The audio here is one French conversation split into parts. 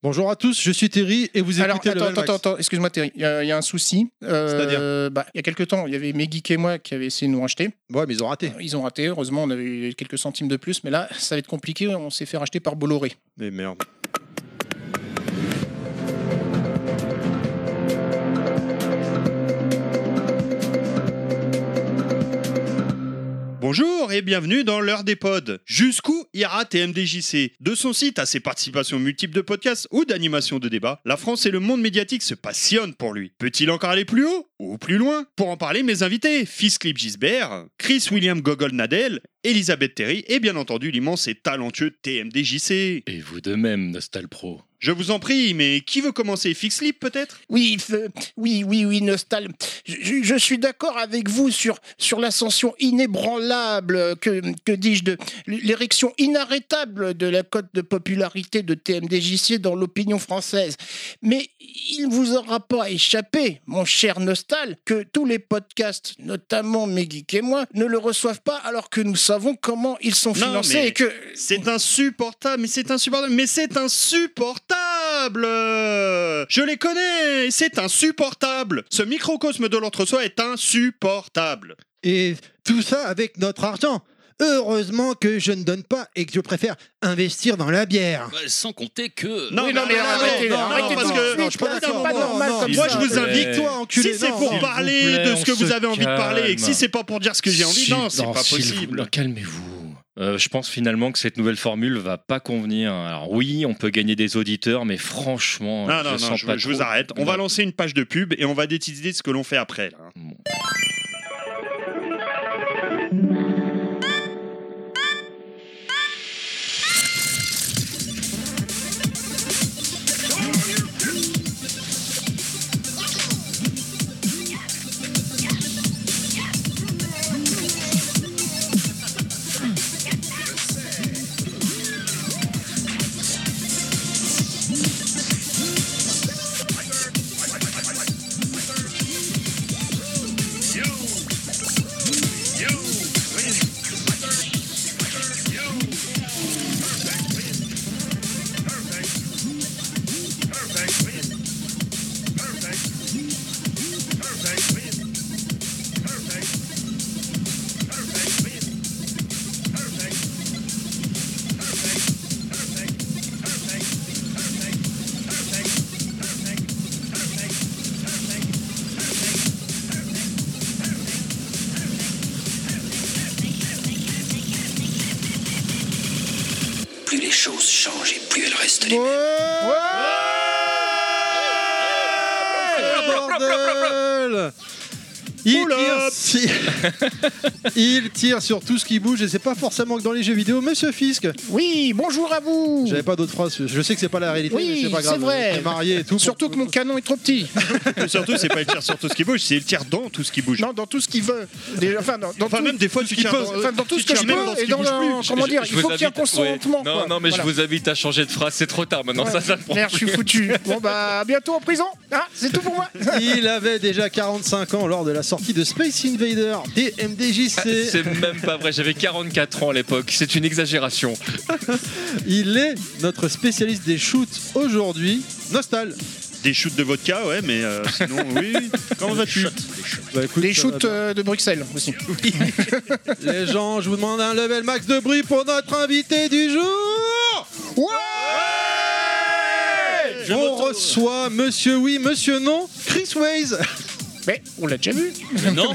Bonjour à tous, je suis Terry et vous Alors, écoutez attends, le Level attends, Max. attends, excuse-moi Terry, il y, a il y a un souci. Euh, C'est-à-dire bah, Il y a quelques temps, il y avait mes geeks et moi qui avaient essayé de nous racheter. Ouais, mais ils ont raté. Ils ont raté, heureusement, on avait eu quelques centimes de plus, mais là, ça va être compliqué, on s'est fait racheter par Bolloré. Mais merde. Bonjour et bienvenue dans l'heure des pods. Jusqu'où ira TMDJC De son site à ses participations multiples de podcasts ou d'animations de débat, la France et le monde médiatique se passionnent pour lui. Peut-il encore aller plus haut ou plus loin Pour en parler, mes invités, Fisclip Gisbert, Chris William Gogol Nadel, Elisabeth Terry et bien entendu l'immense et talentueux TMDJC. Et vous de même, Nostal Pro. Je vous en prie, mais qui veut commencer Fixlip peut-être Oui, f- oui, oui, oui, Nostal. Je, je- je suis d'accord avec vous sur, sur l'ascension inébranlable, euh, que, que dis-je, de l'érection inarrêtable de la cote de popularité de TMDJC dans l'opinion française. Mais il ne vous aura pas échappé, mon cher Nostal, que tous les podcasts, notamment mes geeks et moi, ne le reçoivent pas alors que nous savons comment ils sont Non, financés mais et que... C'est insupportable, mais c'est insupportable, mais c'est insupportable Je les connais, c'est insupportable Ce microcosme de l'entre-soi est insupportable Et tout ça avec notre argent. Heureusement que je ne donne pas et que je préfère investir dans la bière. Bah, sans compter que. Non, Oui, non, mais arrêtez, non, arrêtez parce tout que- de non, suite, je suis pas là, d'accord. c'est pas Non, normal non, comme moi, ça. je vous invite, toi, enculé, si c'est non. pour S'il parler vous plaît, de ce que on vous se avez envie de parler et que si calme. c'est pas pour dire ce que j'ai envie, S'il- non, c'est non, pas s'il vous- possible. non, Calmez-vous. Euh, je pense finalement que cette nouvelle formule va pas convenir. Alors oui, on peut gagner des auditeurs, mais franchement, Non, je non, non, sens je, pas je vous trop- arrête. On Non. va lancer une page de pub et on va décider ce que l'on fait après. là. Bon. Plus les choses changent et plus elles restent les Ouais mêmes. Bordel il Oula tire, si- il tire sur tout ce qui bouge et c'est pas forcément que dans les jeux vidéo, monsieur Fisk. Oui, bonjour à vous J'avais pas d'autres phrases, je sais que c'est pas la réalité, Oui, mais c'est pas c'est grave. vrai. on est mariés et tout. Surtout que mon canon est trop petit. Mm. Et surtout, c'est pas le tir sur tout ce qui bouge, c'est le tir dans tout ce qui bouge. Non, dans tout ce qu'il veut. Déjà, enfin, dans, dans Enfin, tout, même des fois, tu ce qu'il tires peut. dans- Enfin, dans tout tu ce que tires je même peux dans ce et qui dans bouge la- plus. Je- comment dire, je il vous faut qu'il y ait un invite- consentement. ouais. Non, quoi. non, mais Voilà. je vous invite à changer de phrase. C'est trop tard maintenant. Ouais. Ça, ça me prend. Merde, je suis foutu. Bon bah, à bientôt en prison. Ah, c'est tout pour moi. Il avait déjà 45 ans lors de la sortie de Space Invader des Ah, MDJC. C'est même pas vrai. J'avais 44 ans à l'époque. C'est une exagération. Il est notre spécialiste des shoots aujourd'hui, Nostal. Des shoots de vodka, ouais, mais euh, sinon, oui. Comment vas-tu Bah, écoute, Les ça shoots va euh, de Bruxelles aussi. bien. Les gens, je vous demande un level max de bruit pour notre invité du jour. Je On m'auto- reçoit Monsieur Oui, Monsieur Non, Chris Waze. Mais on l'a déjà vu. Non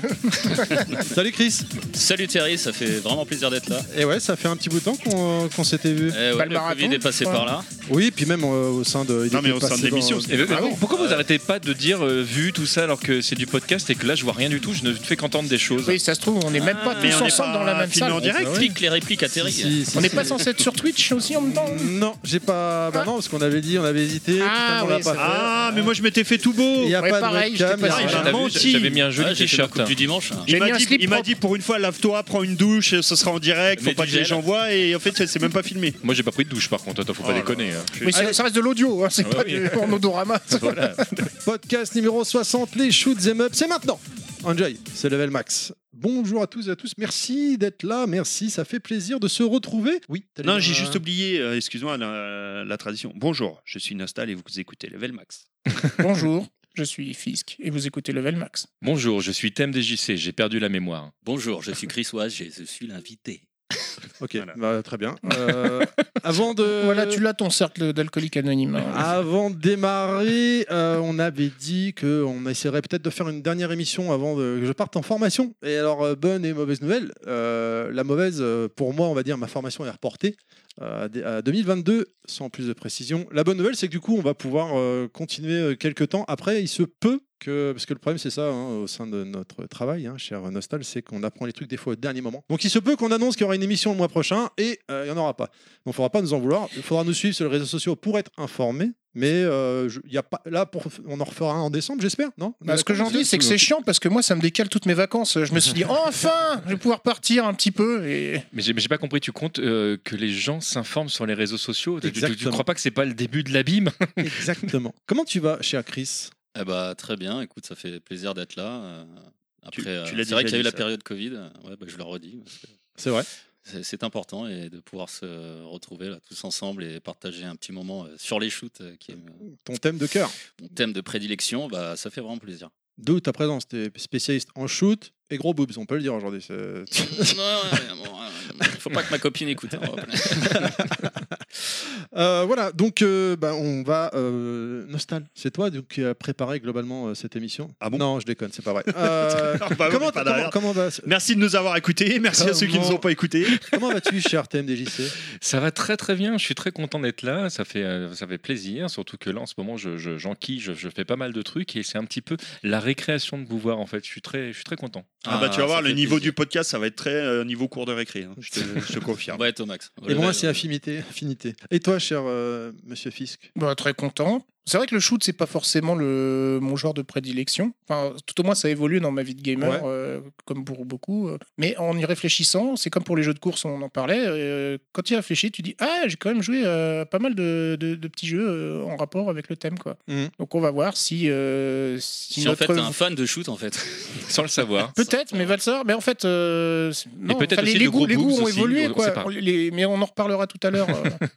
Salut Chris. Salut Thierry, ça fait vraiment plaisir d'être là. Et ouais, ça fait un petit bout de temps qu'on qu'on s'était vu. Eh ouais, Bah, le le marathon, Covid est passé ouais. par là. Oui, puis même euh, au sein de. il Non, mais était au sein de passé dans- l'émission, c'était Et- euh, Ah bon pourquoi vous arrêtez pas de dire euh, vu tout ça alors que c'est du podcast et que là je vois rien du tout Je ne fais qu'entendre des choses. Oui, ça se trouve, on n'est même pas Ah, Mais tous on est ensemble pas dans la même filmé salle. en direct Clique les répliques à Thierry. Si, si, On n'est si. pas censé être sur Twitch aussi en même temps. Non, j'ai pas. Bah Ah. non, parce qu'on avait dit, on avait hésité. Ah, finalement, on l'a oui, pas c'est fait. Ah, mais moi je m'étais fait tout beau. Il n'y a Ouais, pas pareil, de webcam. j'étais pas il y a sûr. rien. Ah, T'as vu, menti. J'avais mis un joli Ouais, Ah, j'ai fait ma t-shirt. coupe du dimanche. hein. J'ai Il m'a mis un dit, slip il m'a propre. dit pour une fois lave-toi, prends une douche, ce sera en direct, faut Mets pas du que les gel. gens voient et en fait c'est même pas filmé. Moi j'ai pas pris de douche par contre, attends, Ah. faut pas Oh là déconner. hein. Mais c'est- ça reste de l'audio, hein, c'est pas oui. du en odorama. Voilà. Podcast numéro 60, les shoots em up, c'est maintenant. Enjoy, c'est level max. Bonjour à tous et à tous. Merci d'être là. Merci, ça fait plaisir de se retrouver. Oui. t'allais Non, dire, j'ai euh, juste oublié, euh, excuse-moi, la, la tradition. Bonjour, je suis Nostal et vous écoutez Level Max. Bonjour, je suis Fisk et vous écoutez Level Max. Bonjour, je suis Thème DJC, j'ai perdu la mémoire. Bonjour, je suis Chris Oise, je je suis l'invité. Ok. Voilà. bah, très bien. Euh, avant de. Voilà, tu l'as ton cercle d'alcoolique anonyme. Avant de démarrer, euh, on avait dit qu'on essaierait peut-être de faire une dernière émission avant de- que je parte en formation. Et alors, euh, bonne et mauvaise nouvelle. Euh, la mauvaise, euh, pour moi, on va dire, ma formation est reportée euh, à dé- à 2022, sans plus de précision. La bonne nouvelle, c'est que du coup, on va pouvoir euh, continuer euh, quelques temps. Après, il se peut que, parce que le problème, c'est ça, hein, au sein de notre travail, hein, cher Nostal, c'est qu'on apprend les trucs des fois au dernier moment. Donc, il se peut qu'on annonce qu'il y aura une émission le mois prochain et euh, il n'y en aura pas. Donc, il ne faudra pas nous en vouloir. Il faudra nous suivre sur les réseaux sociaux pour être informés. Mais euh, je- il y a pas, là, pour, on en refera un en décembre, j'espère, non Bah, ce que j'en dis, c'est que c'est chiant parce que moi, ça me décale toutes mes vacances. Je me suis dit, enfin, je vais pouvoir partir un petit peu. Et... Mais j'ai mais j'ai pas compris, tu comptes euh, que les gens s'informent sur les réseaux sociaux Tu- tu- tu- Tu Exactement. ne crois pas que c'est pas le début de l'abîme Exactement. Comment tu vas, cher Chris Eh bah, très bien, écoute, ça fait plaisir d'être là. euh, Tu- Après, tu euh, l'as c'est vrai déjà qu'il y a eu dit, la ça. période Covid. euh, Ouais, bah, je le redis. parce que C'est vrai. C'est c'est important et de pouvoir se retrouver là tous ensemble et partager un petit moment euh, sur les shoots, euh, qui est euh, Ton thème de cœur. mon thème de prédilection. Bah, ça fait vraiment plaisir. D'où ta présence, t'es spécialiste en shoot et gros boobs, on peut le dire aujourd'hui. c'est- Ouais, ouais, bon, euh, faut pas que ma copine écoute. hein, on va- Euh, voilà, donc euh, bah, on va. euh, Nostal, c'est toi donc, qui a préparé globalement euh, cette émission Ah bon Non, je déconne, c'est pas vrai. Euh, Ah, bah, on comment est pas comment, derrière. comment va- Merci de nous avoir écoutés, merci à ceux qui ne Comment- nous ont pas écoutés. comment vas-tu, cher TMDJC Ça va très très bien, je suis très content d'être là, ça fait, euh, ça fait plaisir, surtout que là en ce moment je- je- j'enquille, je, je fais pas mal de trucs et c'est un petit peu la récréation de Beauvoir en fait, je suis très, je suis très content. Ah, bah tu vas ça voir, le fait niveau plaisir. du podcast, ça va être très euh, niveau cours de récré, hein, je, te, je te confirme. On va être au max. Et bah, moi, c'est euh, affiché. affinité, affinité. Et toi, cher euh, monsieur Fisk Bah, très content. C'est vrai que le shoot, c'est pas forcément le... mon genre de prédilection. Enfin, tout au moins, ça évolue dans ma vie de gamer, Ouais. euh, comme pour beaucoup. euh. Mais en y réfléchissant, c'est comme pour les jeux de course, on en parlait. euh, quand tu y réfléchis, tu dis, ah, j'ai quand même joué euh, pas mal de, de- de petits jeux euh, en rapport avec le thème. quoi. Mhm. Donc, on va voir si, euh, si, Mmh. Si en fait notre t'es un fan de shoot en fait. Sans le savoir. Peut-être, mais Valsor, mais en fait, euh, c'est- non, peut-être enfin, les, aussi les de goûts, gros les goûts boobs ont aussi, évolué, on quoi. sait pas. Les- mais on en reparlera tout à l'heure. euh,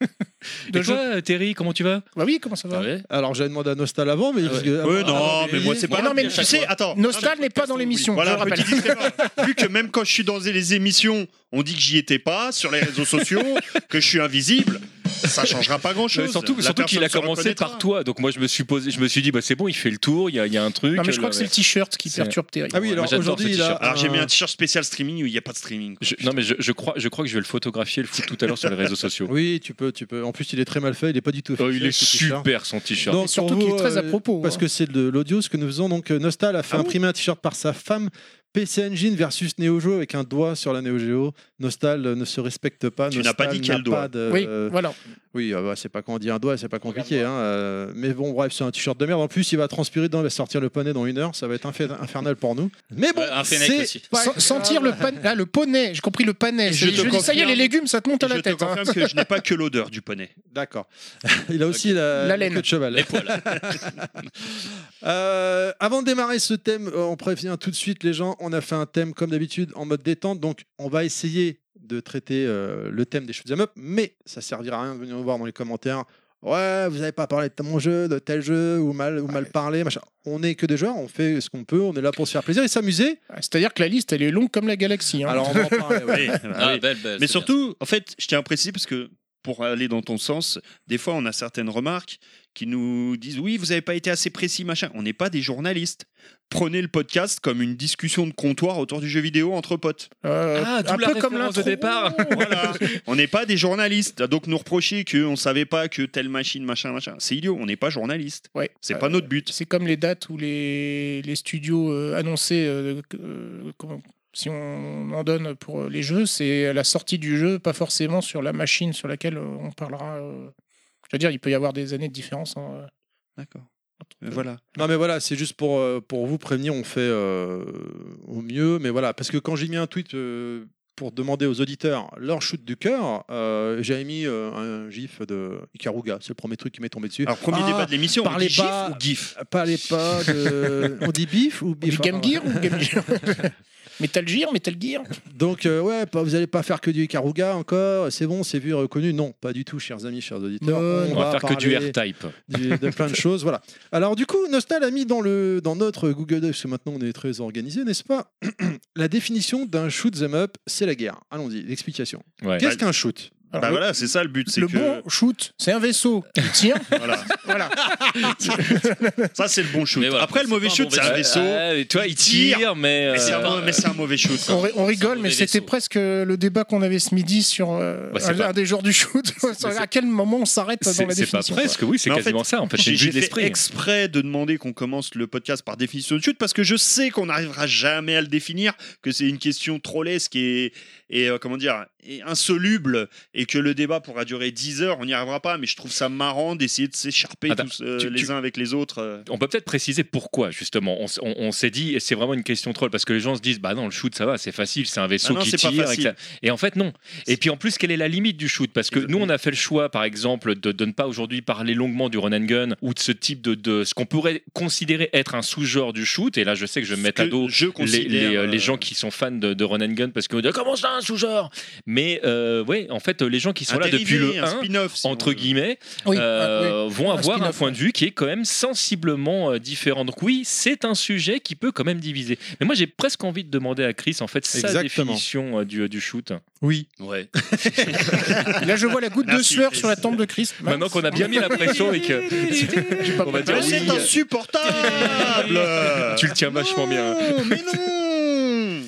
de Et jeux. toi, euh, Terry, comment tu vas Bah oui, comment ça va Ah ouais Alors, j'avais demandé à Nostal avant, mais. Ah ouais. que- Ouais, ah, non, mais moi, c'est pas Non, mais grave. tu tu sais, attends. Nostal non, mais n'est pas dans on l'émission, oublie. je le Voilà, petit disclaimer. Vu que même quand je suis dans les émissions, on dit que j'y étais pas sur les réseaux sociaux, que je suis invisible, ça changera pas grand Euh, chose. Surtout, surtout qu'il a commencé par toi, donc moi je me suis posé, je me suis dit bah c'est bon, il fait le tour, il y, a- il y a un truc. Non, mais je crois le- que c'est le t-shirt qui C'est- perturbe Terry. Ah oui, Ouais, alors moi, j'adore aujourd'hui, ce il a. t-shirt. Alors j'ai Euh. mis un t-shirt spécial streaming où il n'y a pas de streaming. quoi. Je- non mais je, je crois, je crois que je vais le photographier le foot tout à l'heure sur les réseaux sociaux. Oui, tu peux, tu peux. En plus, il est très mal fait, il est pas du tout. Oh, officiel, il est ce t-shirt. super son t-shirt. Donc, Et surtout pour qu'il est vous, très à euh, propos. Parce hein. que c'est de l'audio ce que nous faisons. Donc euh, Nostal a fait Ah bon imprimer un t-shirt par sa femme. PC Engine versus Neo Geo avec un doigt sur la Neo Geo. Nostal euh, ne se respecte pas. Tu n'as pas Nostal dit quel n'a doigt. pas de- Oui, euh, voilà. oui, euh, bah, c'est pas quand on dit un doigt, c'est pas compliqué. hein, euh, mais bon, bref, c'est un t-shirt de merde. En plus, il va transpirer dedans, il va sortir le poney dans une heure. Ça va être infé- infernal pour nous. Mais bon, Euh, Ouais, un fennec aussi. c'est pas Sen- grave. sentir le, pan... ah, le poney, j'ai compris le panais. Et Je, je te je dis, ça y est, confirme- les légumes, ça te monte à Et la je te tête. hein. confirme que je n'ai pas que l'odeur du poney. D'accord. Il a aussi la, La laine. queue de cheval. Les poils. Euh, avant de démarrer ce thème, euh, on prévient tout de suite les gens. On a fait un thème comme d'habitude en mode détente, donc on va essayer de traiter euh, le thème des shoot'em up, mais ça servira à rien de venir nous voir dans les commentaires. Ouais, vous n'avez pas parlé de mon jeu, de tel jeu, ou mal, ou mal parlé, machin. On n'est que des joueurs, on fait ce qu'on peut, on est là pour se faire plaisir et s'amuser. Ah, C'est-à-dire que la liste, elle est longue comme la galaxie. hein. Alors on va en parler. ouais. Oui, bah Ah, oui. belle, belle, Mais c'est surtout, en fait, je tiens à préciser parce que pour aller dans ton sens, des fois, on a certaines remarques qui nous disent oui, vous n'avez pas été assez précis, machin. On n'est pas des journalistes. Prenez le podcast comme une discussion de comptoir autour du jeu vidéo entre potes. Euh, Ah, d'où un la peu comme référence de l'intro. Oh, départ. Voilà. on n'est pas des journalistes. Ah, Donc nous reprocher qu'on ne savait pas que telle machine, machin, machin. C'est idiot. On n'est pas journaliste. Ouais. C'est pas notre but. C'est comme les dates où les, les studios euh, annonçaient, euh, que- euh, comment- si on en donne pour euh, les jeux, c'est à la sortie du jeu, pas forcément sur la machine sur laquelle euh, on parlera. euh. Je veux dire, il peut y avoir des années de différence. hein, euh. D'accord. Euh, Voilà. Non mais voilà, c'est juste pour, euh, pour vous prévenir, on fait euh, au mieux. Mais voilà, parce que quand j'ai mis un tweet euh, pour demander aux auditeurs leur shoot du cœur, euh, j'avais mis euh, un gif de Ikaruga, c'est le premier truc qui m'est tombé dessus. Alors, premier Ah, débat de l'émission. on parlez dit gif pas- ou GIF Parlez pas de... on dit bif ou On dit bif Game Gear ou Game Gear Metal Gear, Metal Gear. Donc, euh, ouais, pas- vous allez pas faire que du Ikaruga encore, c'est bon, c'est vu, reconnu. Non, pas du tout, chers amis, chers auditeurs. Non, On va faire que du parler R-Type. du- de plein de choses, voilà. Alors, du coup, Nostal a mis dans, le, dans notre Google Doc, parce que maintenant on est très organisé, n'est-ce pas La définition d'un shoot 'em up, c'est la guerre. Allons-y, l'explication. Ouais. Qu'est-ce qu'un shoot Alors, Bah le- voilà, c'est ça le but, c'est le que bon shoot, c'est un vaisseau qui tire. voilà. voilà. ça c'est le bon shoot. Mais voilà, Après le c'est mauvais pas un shoot, bon c'est un Ah, vaisseau. Ouais, et Euh, toi, il tire, tire, mais. Mais c'est euh, un, mais c'est un mauvais shoot. On, ri- on rigole, un mais mauvais c'était vaisseau. presque euh, le débat qu'on avait ce midi sur euh, Bah, c'est un, pas- un des jours du shoot. c'est- à quel moment on s'arrête dans C'est la c'est pas définition presque, oui, c'est Mais en fait, quasiment ça. En fait, j'ai J'ai vu j'ai de fait l'esprit. hein. exprès de demander qu'on commence le podcast par définition de shoot parce que je sais qu'on n'arrivera jamais à le définir, que c'est une question trop lesque et, et euh, comment dire, et insoluble et que le débat pourra durer 10 heures, on n'y arrivera pas. Mais je trouve ça marrant d'essayer de s'écharper Attends, tous euh, tu- les tu- uns avec les autres. euh. On peut peut-être préciser pourquoi, justement. On, s- on- on s'est dit, et c'est vraiment une question troll, parce que les gens se disent, bah non, le shoot, ça va, c'est facile, c'est un vaisseau Ah non, qui c'est pas tire. Et, facile. que ça- et en fait, non. Et puis en plus, quelle est la limite du shoot Parce que nous, on a fait le choix, par exemple, de, de ne pas aujourd'hui parler longuement du run and gun ou de ce type de. de ce qu'on pourrait considérer être un sous-genre du shoot. Et là, je sais que je vais me mettre à Que dos. je Les, considère, les, euh, euh, les gens qui sont fans de, de Run and Gun parce que comment ça un sous-genre Mais euh, ouais, en fait, les gens qui sont un là depuis dérivé, le un 1, spin-off, si on entre veut. guillemets, Oui, ah, oui. euh, vont Un avoir un spin-off, point de ouais. vue qui est quand même sensiblement euh, différent. Donc oui, c'est un sujet qui peut quand même diviser. Mais moi, j'ai presque envie de demander à Chris en fait sa Exactement. définition euh, du, du shoot. Bah, Oui. Ouais. Là, je vois la goutte de Merci, sueur Chris. sur la tombe de Christ. Maintenant qu'on a bien mis la pression et que on va dire Mais oui, c'est insupportable tu le tiens vachement bien. Non, mais non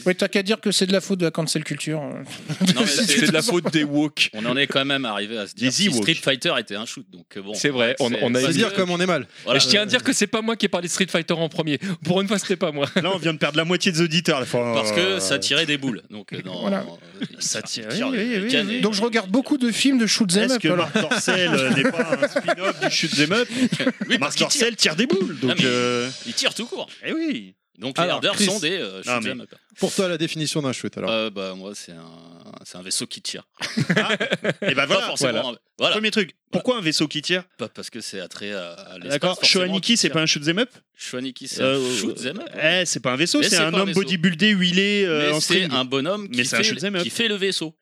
Ouais, t'as qu'à dire que c'est de la faute de la cancel culture. euh. Non, mais C'est de la faute des woke. On en est quand même arrivé à se dire Des si Ewoks. Street Fighter était un shoot. Donc euh, bon. C'est vrai, on- c'est- on a c'est- C'est dire comme on est mal. voilà. Et je tiens à dire que c'est pas moi qui ai parlé de Street Fighter en premier. Pour une fois, c'était pas moi. Là, on vient de perdre la moitié des auditeurs. Parce que ça tirait des boules. Donc euh, dans- Voilà. euh, il Ça tire- tire- oui, tire le- oui, le oui, canne oui. et- Donc je regarde beaucoup de films de shoot 'em Est-ce up. que alors. Marc Dorcel euh, n'est pas un spin-off du Chute des Up Oui, parce Marc qu'il tire. Dorcel tire des boules, Non, donc... mais- euh, Il tire tout court. Eh oui Donc les Alors, herdeurs Chris. sont des euh, Non, shoot mais- them up. Pour toi, la définition d'un shoot, alors Euh, bah, moi, c'est un, c'est un vaisseau qui tire. Et ben Pas voilà forcément. un- Voilà. Premier truc, pourquoi un vaisseau qui tire Pas parce que c'est attrait à, à l'espace. D'accord, forcément, Shoaniki, qui c'est tire. pas un shoot them up Shoaniki, c'est Euh, un shoot them up. Eh, c'est pas un vaisseau, Mais c'est c'est un pas un homme vaisseau. bodybuildé huilé euh, Mais en c'est string. un bonhomme qui Mais c'est un fait, shoot 'em up. qui fait le vaisseau.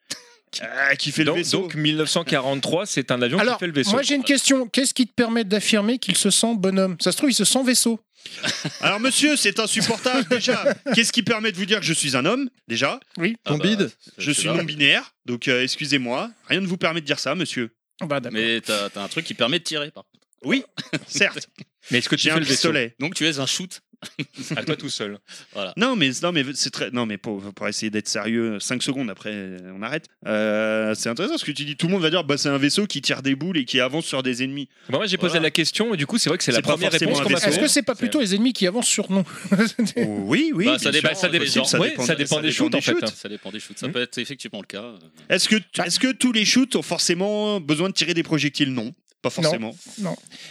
Ah, qui fait le Donc, vaisseau. donc, 1943, c'est un avion Alors, qui fait le vaisseau. moi j'ai une question. Qu'est-ce qui te permet d'affirmer qu'il se sent bonhomme Ça se trouve, il se sent vaisseau. Alors monsieur, c'est insupportable déjà. Qu'est-ce qui permet de vous dire que je suis un homme déjà Ton bide Euh, c'est- Je Ah, bah, c'est suis pas- non binaire, donc euh, excusez-moi. Rien ne vous permet de dire ça, monsieur. Ah Bah, d'accord. Mais t'as t'as un truc qui permet de tirer. par contre. Oui, certes. Mais est-ce que tu J'ai fais un le vaisseau pistolet. Donc tu es un shoot. à toi tout seul Non, mais non, mais c'est très. Non, mais pour, pour essayer d'être sérieux, 5 secondes après, euh, on arrête. Euh, c'est intéressant ce que tu dis. Tout le monde va dire, bah c'est un vaisseau qui tire des boules et qui avance sur des ennemis. Bah, Moi, j'ai posé Voilà. la question et du coup, c'est vrai que c'est la C'est pas première forcément réponse un qu'on m'a vaisseau. Est-ce faite. que c'est pas plutôt les ennemis qui avancent sur nous Oh, oui, oui. Bah, ça bien dépend, Bah, sûr. ça dépend, des gens. ouais, ça dépend des shoots, en fait. Bah Ça dépend des shoots. Ça Hmm. peut être effectivement le cas. Est-ce que est-ce que tous les shoots ont forcément besoin de tirer des projectiles Non, pas forcément.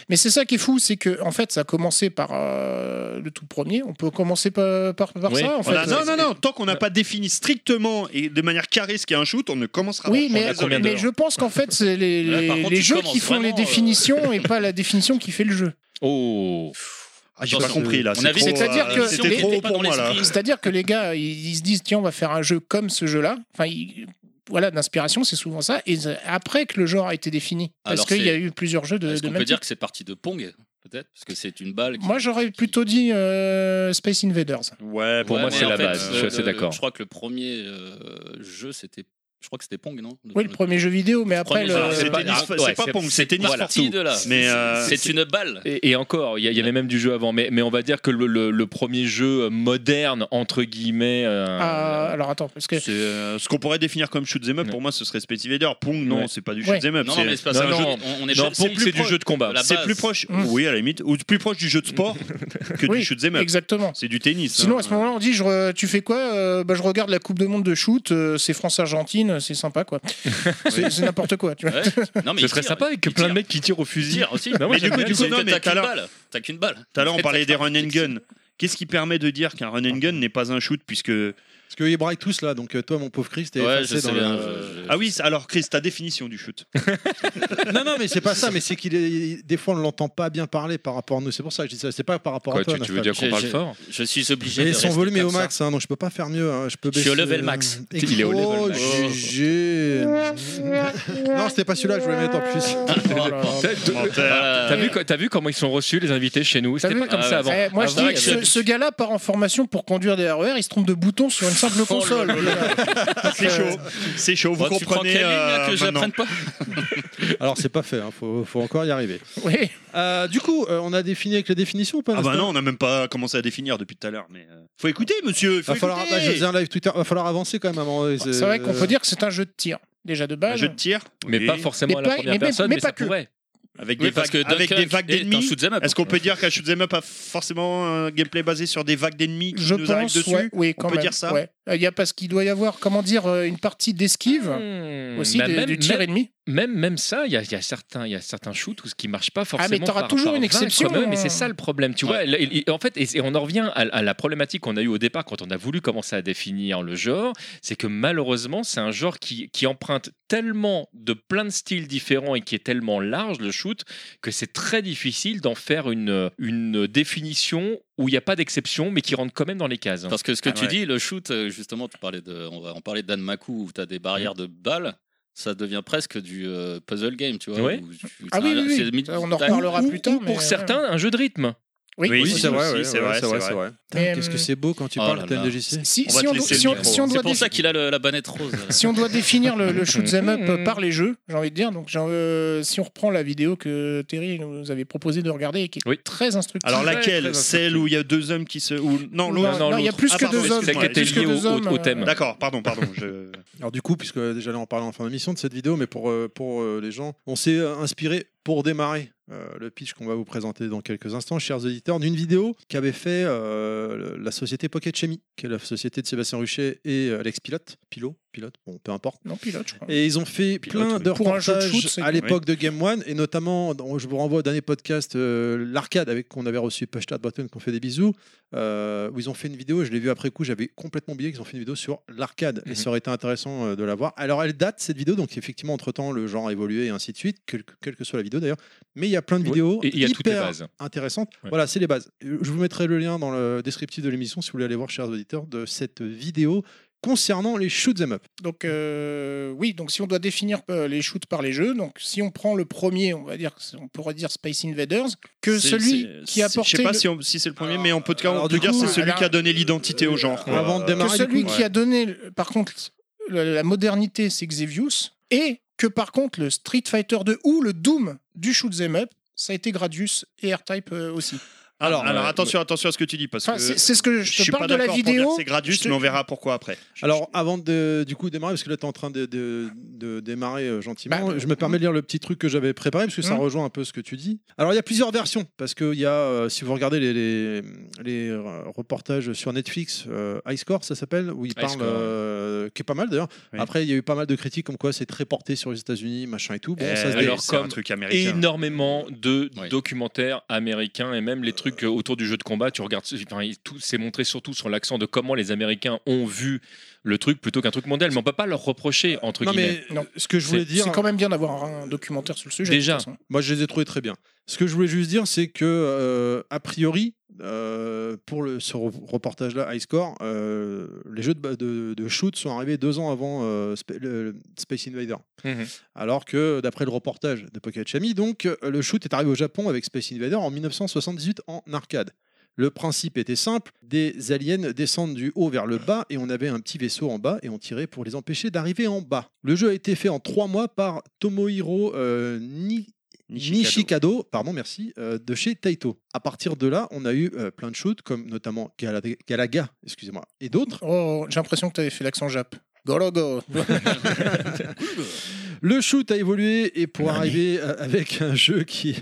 Mais c'est ça qui est fou, c'est que en fait, ça a commencé par euh, le tout premier. On peut commencer par, par, par Oui, ça, en fait. Voilà, non, non, non, tant qu'on n'a pas défini strictement et de manière carrée ce qu'est un shoot, on ne commencera Oui, pas. mais, a combien mais d'heures je pense qu'en fait, c'est les, Là, les, par contre, les tu jeux commences qui font les vraiment, euh, définitions et pas la définition qui fait le jeu. Oh Ah, j'ai pas Attention. compris là. On c'est avait- trop, C'est-à-dire euh, que- c'était mais- trop mais- haut pour moi là. C'est-à-dire que les gars, ils, ils se disent tiens, on va faire un jeu comme ce jeu-là. Enfin, ils- voilà, d'inspiration, c'est souvent ça. Et c'est après que le genre a été défini, parce Alors, qu'il y c'est- a eu plusieurs jeux de, Est-ce de qu'on même peut dire type. que c'est parti euh, de Pong Peut-être Parce que c'est une balle. qui- Moi, j'aurais plutôt dit euh, Space Invaders. Ouais, Pour Ouais, moi, mais c'est en la fait, base, euh, je suis assez le- d'accord. Je crois que le premier euh, jeu, c'était. Je crois que c'était Pong, non Oui, le premier jeu vidéo, mais après premier le. jeu, Alors, c'est Euh, pas, bah, c'est ouais, pas c'est- Pong, c'est tennis Voilà. partout. Parti de là. Mais, euh, C'est une balle. Et, et encore, il y, a- il y avait même du jeu avant, mais, mais on va dire que le, le- le premier jeu moderne, entre guillemets. euh, Ah, alors attends, parce que C'est, euh, ce qu'on pourrait définir comme shoot 'em up, Ouais. pour moi, ce serait Space Invader. Pong, non, Ouais. c'est pas du Ouais. shoot 'em up. Non, c'est- non, mais c'est pas Non, ça. un non, jeu de- on- on est non, c'est Pong, plus c'est du proche jeu de combat. de la c'est base. plus proche, Mm. oui, à la limite, ou plus proche du jeu de sport que Oui, du shoot 'em up. exactement. C'est du tennis. Sinon, hein. à ce moment-là, on dit je re- tu fais quoi Euh, bah, Je regarde la Coupe de Monde de shoot, euh, c'est France-Argentine, c'est sympa quoi. c'est c'est n'importe quoi, tu vois. Ouais. Non, mais Ce il serait tire, sympa avec il plein de tire. mecs qui tirent au fusil. Tire aussi. Bah, moi, Mais du j'aime coup, bien du coup, l'idée. non, mais Ah T'as tout à qu'une l'heure- balle. T'as qu'une balle. Tout à l'heure, on parlait des run and Flexible. gun. Qu'est-ce qui permet de dire qu'un run and gun n'est pas un shoot puisque Parce qu'ils braillent tous là, donc euh, toi, mon pauvre Chris, t'es Ouais, effacé je sais dans le- bien. je- je- Ah oui, alors Chris, ta définition du shoot. Non, non, mais c'est pas ça, mais c'est qu'il est... des fois, on l'entend pas bien parler par rapport à nous. C'est pour ça que je dis ça, c'est pas par rapport Quoi, à toi. tu, tu Nafal. veux dire qu'on J'ai- parle j'ai- fort Je suis obligé Mais de son rester volume est comme au ça. max, hein, donc je peux pas faire mieux. hein. Je peux Je suis au baisser- level max. Et- Il est au level max. Oh, GG. Oh. Non, c'était pas celui-là que je voulais mettre en plus. Oh T'as- Voilà. T'as vu, co- t'as vu comment ils sont reçus les invités chez nous T'as C'était vu pas comme Ah, ça avant. Ah, Eh, moi, je Avant, dis, il y ce, avait- ce gars-là part en formation pour conduire des RER, il se trompe de boutons sur une Oh, simple console. C'est chaud, c'est chaud. Vous Bon, tu prends comprenez quelle ligne là, euh, que je la maintenant. prenne pas Alors, c'est pas fait, hein, faut, faut encore y arriver. oui. Euh, du coup, euh, on a défini avec les définitions ou pas Ah bah Nastar non, on n'a même pas commencé à définir depuis tout à l'heure, mais euh, faut écouter, monsieur. Faut Va falloir, écouter. bah, je faisais un live Twitter, va falloir avancer quand même avant. euh, C'est vrai qu'on peut dire que c'est un jeu de tir, déjà de Un base. jeu de tir, Mais oui. pas forcément à la Mais pas- première mais- personne, mais mais pas ça que. pourrait. avec des Oui, parce vagues, que avec Duck des Hunt vagues est un d'ennemis. shoot'em up. Est-ce qu'on peut dire qu'un shoot'em up a forcément un gameplay basé sur des vagues d'ennemis qui Je nous arrivent pense, dessus ouais, oui, On quand peut même, dire ça ouais. Euh, Il y a parce qu'il doit y avoir, comment dire, euh, une partie d'esquive Hmm, aussi, bah, des- même, du tir même, ennemi. même, même ça, il y a, il y a certains, il y a certains shoots où ce qui marche pas forcément. Ah, t'auras par- toujours par une vaincre, exception, quand même, Mais hein. c'est ça le problème, tu Ouais. vois. Et- et- et en fait, et, et on en revient à, à la problématique qu'on a eue au départ quand on a voulu commencer à définir le genre, c'est que malheureusement, c'est un genre qui, qui emprunte tellement de plein de styles différents et qui est tellement large le shoot que c'est très difficile d'en faire une, une définition où il n'y a pas d'exception, mais qui rentre quand même dans les cases. Parce que ce que Ah tu ouais. dis, le shoot, euh, justement, tu parlais de, on va en parler d'Anmaku où tu as des barrières de balles, ça devient presque du euh, puzzle game, tu vois. Ouais. où tu- Ah oui, c'est- oui, oui. c'est mis- Euh, on en t'as- reparlera ou- plus tard. ou- Ou mais, euh, pour certains, un jeu de rythme. Oui, Oui, Oui, aussi, c'est vrai, aussi, ouais, c'est ouais, vrai, c'est vrai, c'est c'est vrai. Putain, Mais, Qu'est-ce que euh, c'est beau quand tu Oh parles là de là. DJC. Si, On si va te on, laisser si on- le micro. si on doit C'est pour dé- ça qu'il a le- la banette rose. si on doit définir le, le shoot'em up euh, par les jeux, j'ai envie de dire, donc j'en- euh, si on reprend la vidéo que Terry nous avait proposé de regarder et qui est Oui. très instructive. Alors Très, laquelle très Celle où il y a deux hommes qui se. Ou... Non, Non, l'autre. non, non, il y a l'autre. plus Ah, que pardon, deux hommes. C'est excuse-moi, qui était Plus que lié au, deux hommes. euh, au- au thème. D'accord, pardon, pardon. je- Alors du coup, puisque déjà là on parlait en fin d'émission de cette vidéo, mais pour, euh, pour euh, les gens, on s'est euh, inspiré pour démarrer euh, le pitch qu'on va vous présenter dans quelques instants, chers auditeurs, d'une vidéo qu'avait fait euh, la société Pocket Chemie, qui est la société de Sébastien Ruchet et euh, Alex Pilote, Pilot, Pilote, bon peu importe. Non, pilote, je crois. Et ils ont fait Pilote, plein oui. de Pour un jeu de reportages shoot, c'est- à l'époque de Game One, et notamment, dans- je vous renvoie au dernier podcast, euh, l'arcade avec qu'on avait reçu Pushtat Button, qu'on fait des bisous, euh, où ils ont fait une vidéo, je l'ai vu après coup, j'avais complètement oublié qu'ils ont fait une vidéo sur l'arcade, et Mhm. ça aurait été intéressant euh, de la voir. Alors elle date cette vidéo, donc effectivement, entre-temps, le genre a évolué et ainsi de suite, quel, quelle que soit la vidéo d'ailleurs, mais il y a plein de Oui. vidéos Et il y a toutes les hyper bases. intéressantes. Ouais. Voilà, c'est les bases. Euh, Je vous mettrai le lien dans le descriptif de l'émission si vous voulez aller voir, chers auditeurs, de cette vidéo concernant les shoot 'em up. Donc euh, oui, donc si on doit définir euh, les shoots par les jeux, donc si on prend le premier, on va dire, que c'est- on pourrait dire Space Invaders, que C'est- celui c'est- qui a c'est- porté, Je sais pas le- si, on- si c'est le premier, Ah. Alors, mais en podcast, alors, on peut du dire coup, c'est celui alors, qui a donné l'identité au genre. quoi. Avant de Euh, que démarrer, du celui coup, qui ouais. a donné, le- par contre, le- la, modernité, c'est Xevious, et que par contre le Street Fighter 2 ou le Doom du shoot 'em up, ça a été Gradius et R-Type euh, aussi. Alors, Ouais, alors, ouais. attention, attention à ce que tu dis, parce Enfin, que. c'est c'est ce que je te suis parle pas de la d'accord pour dire que vidéo. C'est gratuit, Je te- mais on verra pourquoi après. Alors, avant de du coup démarrer, parce que là, tu es en train de, de- de démarrer euh, gentiment, Bah, euh, je me permets de lire le petit truc que j'avais préparé, parce que ça Hein Hum. rejoint un peu ce que tu dis. Alors, il y a plusieurs versions, parce que il y a, euh, si vous regardez les, les, les, euh, reportages sur Netflix, euh, High Score, ça s'appelle, où il High parle, Score, euh, qui est pas mal d'ailleurs. Oui. Après, il y a eu pas mal de critiques comme quoi c'est très porté sur les États-Unis, machin et tout. Bon, Eh, ça se oui, Euh, alors, c'est comme un truc américain. énormément de Oui. documentaires américains et même les trucs euh, autour du jeu de combat. Tu regardes, enfin, il- tout c'est montré surtout sur l'accent de comment les Américains ont vu le truc plutôt qu'un truc mondial. Mais on peut pas leur reprocher entre Non, guillemets. mais Non. ce que je voulais dire. C'est quand même bien d'avoir un documentaire sur le sujet. Déjà. de toute façon. Moi, je les ai trouvés très bien. Ce que je voulais juste dire, c'est que, euh, a priori, euh, pour le, ce re- reportage-là, High Score, euh, les jeux de, ba- de- de shoot sont arrivés deux ans avant euh, Spa- le- le Space Invader. Mhm. Alors que, d'après le reportage de Pocket Chami, donc, euh, le shoot est arrivé au Japon avec Space Invader en 1978 en arcade. Le principe était simple, des aliens descendent du haut vers le bas et on avait un petit vaisseau en bas et on tirait pour les empêcher d'arriver en bas. Le jeu a été fait en trois mois par Tomohiro euh, Ni- Nishikado. Nishikado. pardon, merci, euh, de chez Taito. À partir de là, on a eu euh, plein de shoots comme notamment Gala- Galaga, excusez-moi, et d'autres. Oh, j'ai l'impression que tu avais fait l'accent jap. Gologo. Le shoot a évolué et pour arriver euh, avec un jeu qui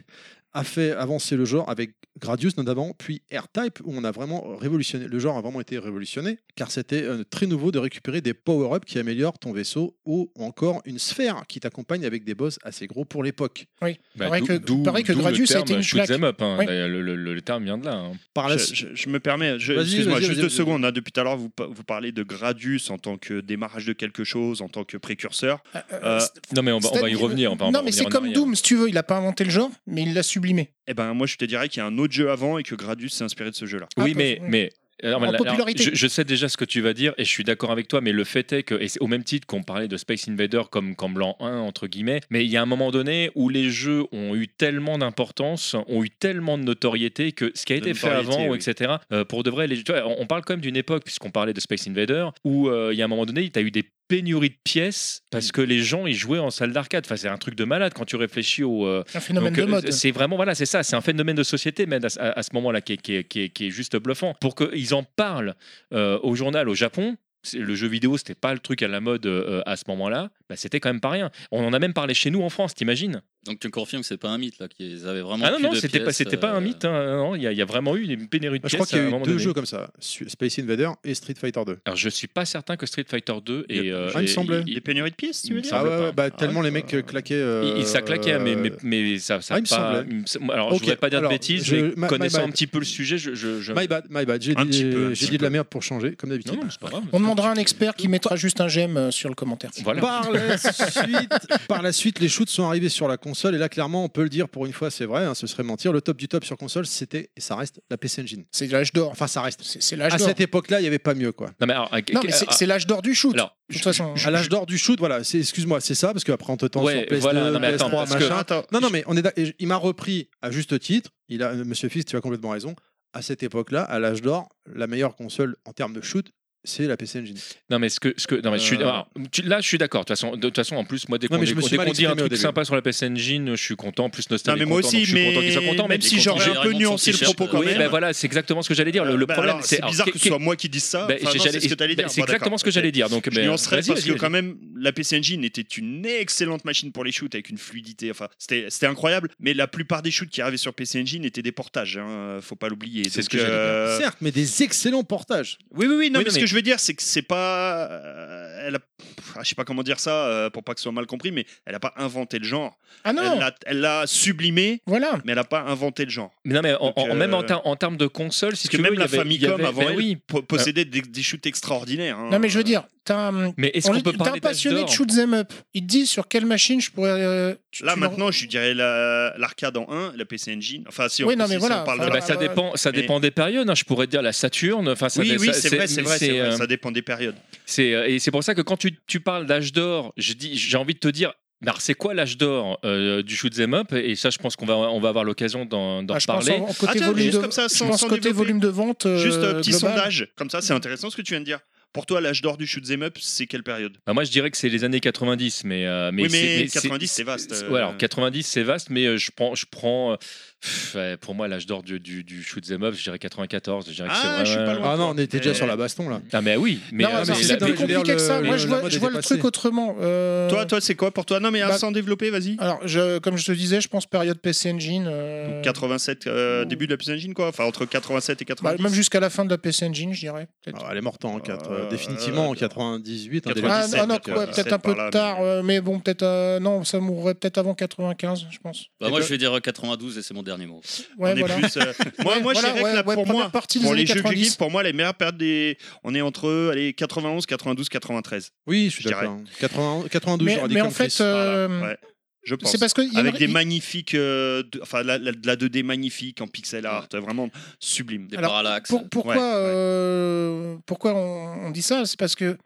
a fait avancer le genre avec Gradius notamment, puis R-Type, où on a vraiment révolutionné. Le genre a vraiment été révolutionné, car c'était euh, très nouveau de récupérer des power-ups qui améliorent ton vaisseau ou encore une sphère qui t'accompagne avec des boss assez gros pour l'époque. Bah, Pareil d'où- que- d'où- pareil que d'où le Gradius a terme été une shoot claque. 'em up, hein. Oui. le, le- le- le terme vient de là. hein. Par la Je, je- je me permets, je- Vas-y, excuse-moi, vas-y, juste vas-y, deux vas-y. secondes. hein. depuis tout à l'heure, vous, pa- vous parlez de Gradius en tant que démarrage de quelque chose, en tant que précurseur. Euh, Non, mais on va, on va y C'est-à-dire- revenir. on va- on va non, mais revenir c'est en comme arrière. Doom, si tu veux. Il a pas inventé le genre, mais il l'a sublimé. Eh ben, moi, je te dirais qu'il y a un autre jeu avant et que Gradius s'est inspiré de ce jeu-là. Ah, Oui, pas- mais, oui. mais alors, En voilà, alors, popularité. je, je sais déjà ce que tu vas dire et je suis d'accord avec toi, mais le fait est que, et c'est au même titre qu'on parlait de Space Invader comme, comme l'an 1, entre guillemets, mais il y a un moment donné où les jeux ont eu tellement d'importance, ont eu tellement de notoriété que ce qui a De été fait notoriété, avant, oui. etc., euh, pour de vrai, les, tu vois, on, on parle quand même d'une époque, puisqu'on parlait de Space Invader, où euh, il y a un moment donné, tu as eu des pénuries de pièces Mm. parce que les gens ils jouaient en salle d'arcade. Enfin, c'est un truc de malade quand tu réfléchis au. euh, Un phénomène donc, de mode. euh, C'est vraiment, voilà, c'est ça, c'est un phénomène de société même à, ce- à- à ce moment-là qui est, qui est- qui est- qui est juste bluffant. Pour qu'ils en parlent euh, au journal au Japon, c'est- le jeu vidéo, c'était pas le truc à la mode euh, à ce moment-là, bah, c'était quand même pas rien. On en a même parlé chez nous en France, t'imagines Donc tu confirmes que c'est pas un mythe là, qu'ils avaient vraiment. Ah non, plus non, de c'était pas, pièces, c'était pas euh, un mythe, hein, non, il y, a- il y a vraiment eu une pénurie de Je crois pièces qu'il y a à un eu moment deux donné. jeux comme ça, Su- Space Invader et Street Fighter 2. Alors je suis pas certain que Street Fighter 2 et. euh, Ah, il me et- semblait. il- Des pénuries de pièces, tu il veux me dire semble Ah ouais, ouais, pas. bah, tellement les ouais, mecs quoi. euh, claquaient. il- euh, il- ça claquait, mais, mais, mais ça, ça ah, il me pas- semblait. il me sem- Alors, Ok, je voudrais pas dire alors, de bêtises, je- mais my- my connaissant bad. un petit peu le sujet, je, je- je- My bad, my bad. J'ai Un petit peu, un dit, j'ai petit dit de la peu. merde pour changer, comme d'habitude. Non, non, c'est pas grave. On demandera à un expert qui mettra juste un gemme euh, sur le commentaire. Voilà. Par, la suite, par la suite, les shoots sont arrivés sur la console et là, clairement, on peut le dire pour une fois, c'est vrai, hein, ce serait mentir. Le top du top sur console, c'était et ça reste la PC Engine. C'est l'âge d'or. Enfin, ça reste. C'est c'est Ah, l'âge À d'or. cette époque-là, il n'y avait pas mieux, quoi. Non, mais alors, Non, mais c'est ah, c'est l'âge d'or du shoot. alors, de toute façon. À l'âge d'or du shoot, voilà. c'est- Excuse-moi, c'est ça, parce qu'après on te tend Ouais, sur PS2, voilà, non, mais attends, PS3, parce que- machin. Attends, Non, non, mais on est. d'ac- et j- Il m'a repris à juste titre. Il a, euh, Monsieur Fils, tu as complètement raison. À cette époque-là, à l'âge d'or, la meilleure console en termes de shoot, c'est la PC Engine. Non mais ce que, ce que non mais je suis Euh. alors, tu- là je suis d'accord. De toute façon, de toute façon en plus moi dès Non, qu'on mais je dès me qu'on- suis dès mal qu'on dit un exprimé au truc début. sympa sur la PS Engine, je suis content. Plus Non, nostalgique. mais moi content, donc aussi, je suis content qu'ils soient mais contents, même mais si les j'en contents- j'aurais un peu Généralement, ils sont nuancé le cher, propos quoi. Oui, quand même. ben voilà, c'est exactement ce que j'allais dire. Le, le Bah problème, alors, c'est c'est alors, bizarre que qu'est- ce soit moi qui dise ben, ça. Enfin, non, j'ai- c'est j'allais- ce que t'allais ben, dire. c'est Bon, d'accord, exactement ce que ok. j'allais dire. Donc, Je mais, nuancerais vas-y, parce vas-y, que vas-y. quand même la PC Engine était une excellente machine pour les shoots avec une fluidité. Enfin, c'était c'était incroyable. Mais la plupart des shoots qui arrivaient sur PC Engine étaient des portages. Hein, faut pas l'oublier. C'est ce Donc, que j'allais dire. euh, Certes, mais des excellents portages. Oui, oui, oui. Non, Oui, mais, non, ce mais- que je veux dire, c'est que c'est pas. euh, elle a... Pff, Je sais pas comment dire ça euh, pour pas que ce soit mal compris, mais elle a pas inventé le genre. Ah Elle non, l'a- Elle l'a sublimé, voilà. mais elle a pas inventé le genre. Mais non mais en, Donc, en- euh, même en, ter- en termes de console, si tu Parce que veux, même il y la avait- il y Famicom avait- avant ben elle oui. po- possédait des, des shoots extraordinaires. hein. Non, mais je veux dire, t'as un, Mais est-ce on qu'on lui- peut t'as parler un d'âge passionné de d'or shoot 'em up. Il te dit sur quelle machine je pourrais. euh, tu- Là tu maintenant, je dirais la- l'arcade en 1, la PC Engine. Enfin, si on, Oui, non, si- mais si voilà, on parle Eh de enfin, ben, la... ça Ouais, ouais. dépend, ça Mais- dépend des périodes. hein. Je pourrais te dire la Saturne. Enfin, ça, Oui, ça- oui, ça- c'est vrai, c'est vrai, c'est vrai. euh, Ça dépend des périodes. C'est, euh, et c'est pour ça que quand tu, tu parles d'âge d'or, je dis- j'ai envie de te dire. Alors, c'est quoi l'âge d'or euh, du shoot 'em up Et ça, je pense qu'on va, on va avoir l'occasion d'en, d'en Ah, je pense reparler. en- en côté Attends, volume juste de- comme ça, je sans- pense sans côté développer. volume de vente. euh, Juste un petit global. sondage, comme ça, c'est intéressant ce que tu viens de dire. Pour toi, l'âge d'or du shoot'em up, c'est quelle période Bah, moi, je dirais que c'est les années 90, mais euh, mais, Oui, mais c'est- 90, c'est vaste, euh. ouais, alors 90, c'est vaste, mais euh, je prends, je prends. euh, pff, ouais, pour moi, l'âge d'or du, du, du shoot 'em up, je dirais 94. Je dirais que Ah, c'est vraiment- euh, je suis pas loin. Ah non, on était déjà Eh. sur la baston là. Ah mais oui, mais, Non, euh, mais mais c'est la- plus mais je veux dire, compliqué que ça. le- Moi, le- je la vois, mode je est vois le dépassée. truc autrement. euh, Toi, toi, c'est quoi pour toi Non, mais bah- sans développer, vas-y. Alors, je, comme je te disais, je pense période PC Engine. euh, Donc 87, euh, début de la PC Engine, quoi. Enfin, entre 87 et bah, 90. même jusqu'à la fin de la PC Engine, je dirais. peut-être. Ah, elle est morte en quatre- Euh, définitivement en euh, 98. hein, dès le Ah, 97, ah non, donc, euh, ouais, peut-être un 97 peu par là, tard, mais- euh, mais bon, peut-être. euh, non, ça mourrait peut-être avant 95, je pense. Bah, moi je vais dire 92 et c'est mon dernier mot. Ouais, on est voilà. plus, euh, moi, Ouais, moi voilà, je dirais ouais, que là, ouais, pour première moi, partie des pour années les jeux 90. vidéo, pour moi, les meilleures périodes des. On est entre allez, 91, 92, 93. Oui, je suis je dirais. d'accord. 80 92, Mais- j'aurais dit mais comme en fait, Chris. Euh, Voilà, ouais, je pense. C'est parce qu'il y, a une- Avec des il- magnifiques. euh, de- enfin, la, la- de la 2D magnifique en pixel art, vraiment sublime. Des Alors, parallaxes. Pour- pourquoi Ouais, ouais. euh, pourquoi on, on dit ça C'est parce que.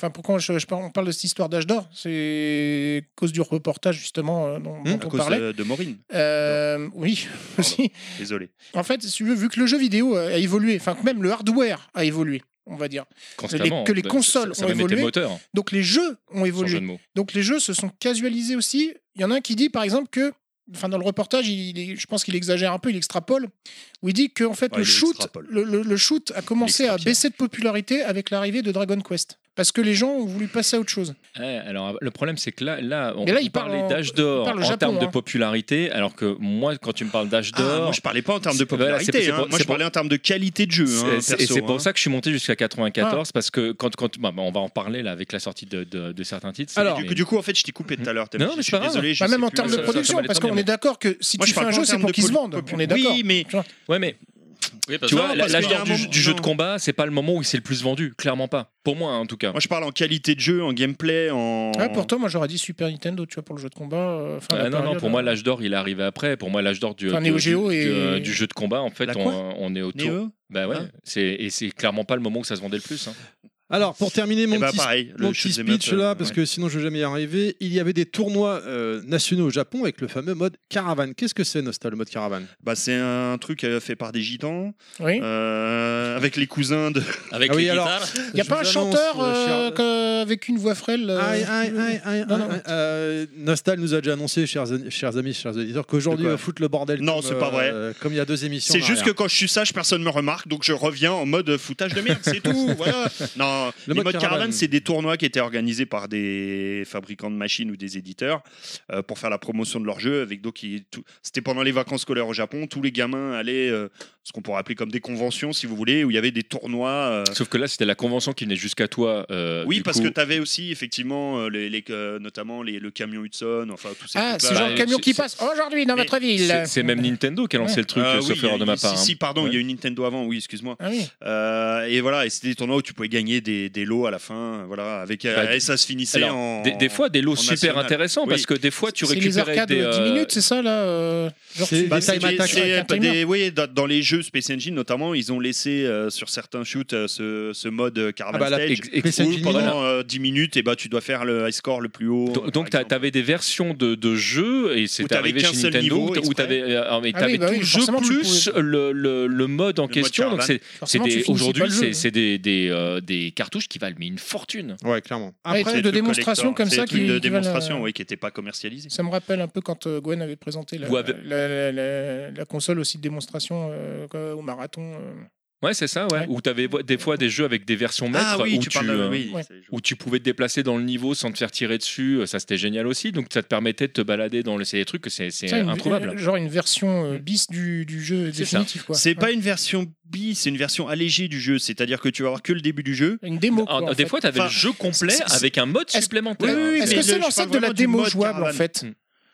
Enfin, pourquoi je, je parle- on parle de cette histoire d'âge d'or C'est à cause du reportage, justement, euh, dont, dont Hmm, À on cause parlait. de, de Maureen, Euh, oui, aussi. désolé. En fait, si tu veux, vu que le jeu vidéo euh, a évolué, enfin, que même le hardware a évolué, on va dire. constamment, que les bah, consoles ça, ça ont a même été évolué, le moteur. hein, Donc, les jeux ont Sans jeu évolué. de mots. Donc, les jeux se sont casualisés aussi. Il y en a un qui dit, par exemple, que. Enfin, dans le reportage, il, il- je pense qu'il exagère un peu, il extrapole, où il dit que en fait Ouais, le il shoot, extrapole. le, le- le shoot a Il commencé à extrapire. baisser de popularité avec l'arrivée de Dragon Quest. parce que les gens ont voulu passer à autre chose. Ouais, Eh, alors le problème c'est que là, là on Mais là, on il parle parlait en- d'âge d'or il parle au en Japon, termes de hein. popularité, alors que moi quand tu me parles d'âge Ah, d'or, moi, je parlais pas en termes de C'est- voilà, popularité. c'est- c'est hein. pour- Moi, c'est je parlais en termes de qualité de jeu. hein, C'est- c'est- et perso, c'est hein. pour ça que je suis monté jusqu'à 94 parce que quand, quand bah, bah, on va en parler là avec la sortie de, de- de certains titres. c'est- Alors, mais- Du coup, du coup, en fait, je t'ai coupé tout à l'heure. t'as Non, dit, mais je c'est suis pas grave. désolé. je Bah, sais même en plus. termes de ça- ça production, m'allait parce très bien, qu'on mais- est d'accord que si Moi, tu fais je parle un pas en jeu, c'est termes pour de qu'ils se pop- vendent. On est d'accord. Oui, mais ouais, mais Oui, parce tu que- vois, Non, la- parce l'âge qu'il y a d'or un du, moment- du jeu de non. combat, c'est pas le moment où c'est le plus vendu, clairement pas. Pour moi, hein, en tout cas. moi, je parle en qualité de jeu, en gameplay, en. Ouais, pour toi, Ah, moi j'aurais dit Super Nintendo, tu vois, pour le jeu de combat. euh, enfin, Ah, la non, non, période, pour moi, l'âge d'or, il est arrivé après. Pour moi, l'âge d'or du, Enfin, du- Neo Geo du- et- du, euh, du jeu de combat, en fait, La quoi on, on est autour. Néo Bah ouais, Hein c'est, et c'est clairement pas le moment où ça se vendait le plus. hein. Alors, pour terminer Eh mon bah, petit pareil. mon le petit shoot'em up, speech là, euh, parce ouais. que sinon je vais jamais y arriver. Il y avait des tournois euh, nationaux au Japon avec le fameux mode caravane. Qu'est-ce que c'est, Nostal, le mode caravane Bah, c'est un truc euh, fait par des gitans, Oui. euh, avec les cousins de. Avec Ah oui, les alors- guitares. Il n'y a Je pas un vous chanteur annonce, euh, cher- que- avec une voix frêle euh, Aïe, aïe, aïe, aïe, Non, aïe, non. aïe. Euh, Nostal nous a déjà annoncé, chers, an- chers amis, chers auditeurs, qu'aujourd'hui De il quoi va foutre le bordel. Non, comme, c'est pas vrai. euh, Comme il y a deux émissions. C'est en juste que arrière. quand je suis sage, personne me remarque, donc je reviens en mode foutage de merde, c'est tout. voilà. Non, Le le mode mode, caravane. caravane, c'est des tournois qui étaient organisés par des fabricants de machines ou des éditeurs euh, pour faire la promotion de leur jeu. Avec donc, ils- tout- c'était pendant les vacances scolaires au Japon, tous les gamins allaient euh, ce qu'on pourrait appeler comme des conventions, si vous voulez, où il y avait des tournois. euh, Sauf que là, c'était la convention qui venait jusqu'à toi. euh, oui, du parce coup. que tu avais aussi effectivement euh, les, les- euh, notamment les- le camion Hudson, enfin tout ça. Ah, c'est Bah, genre le camion c'est- qui c'est- passe aujourd'hui dans Mais votre ville. C'est, c'est même Nintendo qui a lancé le truc, euh, Ah oui, sauf il y a- erreur de ma si, part. hein. Si, pardon, il y a eu Nintendo avant, oui, excuse-moi. Ah oui. Euh, et voilà, et c'était des tournois où tu pouvais gagner des, des lots à la fin, voilà, avec Bah, et ça se finissait alors, en. Des, des fois, des lots en super national. intéressants, Oui. parce que des fois, tu C'est les récupérais arcades des. de 10 euh, minutes, c'est ça là euh, genre, C'est- tu- Bah, Bah, des c'est- time attack c'est- avec un des- timer. oui, dans, dans les jeux Space Engine notamment, ils ont laissé euh, sur certains shoots euh, ce, ce mode euh, Caravan Ah bah, la- Stage. ex- ex- PC où Engine Mini. pendant euh, 10 minutes, et bah, tu dois faire le high score le plus haut. Donc, donc tu avais des versions de, de jeux et c'était t'avais arrivé qu'un chez seul Nintendo niveau où t'a- où exprès. t'avais euh, mais Ah t'avais oui, bah tout oui, le jeu forcément, tu plus le, le- le mode en mode question. Donc caravane. c'est- c'est forcément, tu des- finissais pas aujourd'hui le jeu, c'est hein. c'est des, des, euh, des cartouches qui valent mais une fortune. Ouais, clairement. Ouais, Après, c'est- de démonstration comme ça qui- qui. De qui valent, démonstration, euh, oui, qui n'était pas commercialisé. Ça me rappelle un peu quand euh, Gwen avait présenté la, Ou avec- la- la- la- la console aussi de démonstration euh, quoi, au marathon. euh. Ouais, c'est ça, ouais. Ouais. Où tu avais des fois des jeux avec des versions maîtres Ah oui, où, tu tu, parles de. euh, oui, ouais. c'est- où tu pouvais te déplacer dans le niveau sans te faire tirer dessus. euh, Ça, c'était génial aussi. Donc, ça te permettait de te balader dans le. C'est des trucs que c'est c'est Ça, une- introuvable. Genre une version euh, bis du, du jeu C'est ça. définitif. quoi. C'est Ouais. pas une version bi, c'est une version allégée du jeu. C'est-à-dire que tu vas avoir que le début du jeu. une démo. Ah, quoi, en des fait. fois, tu avais le Enfin, jeu complet c'est- c'est- avec un mode Est-ce- supplémentaire. Oui, oui, Est-ce que mais c'est le- je l'ancêtre parle de la vraiment du démo mode jouable en caravane. fait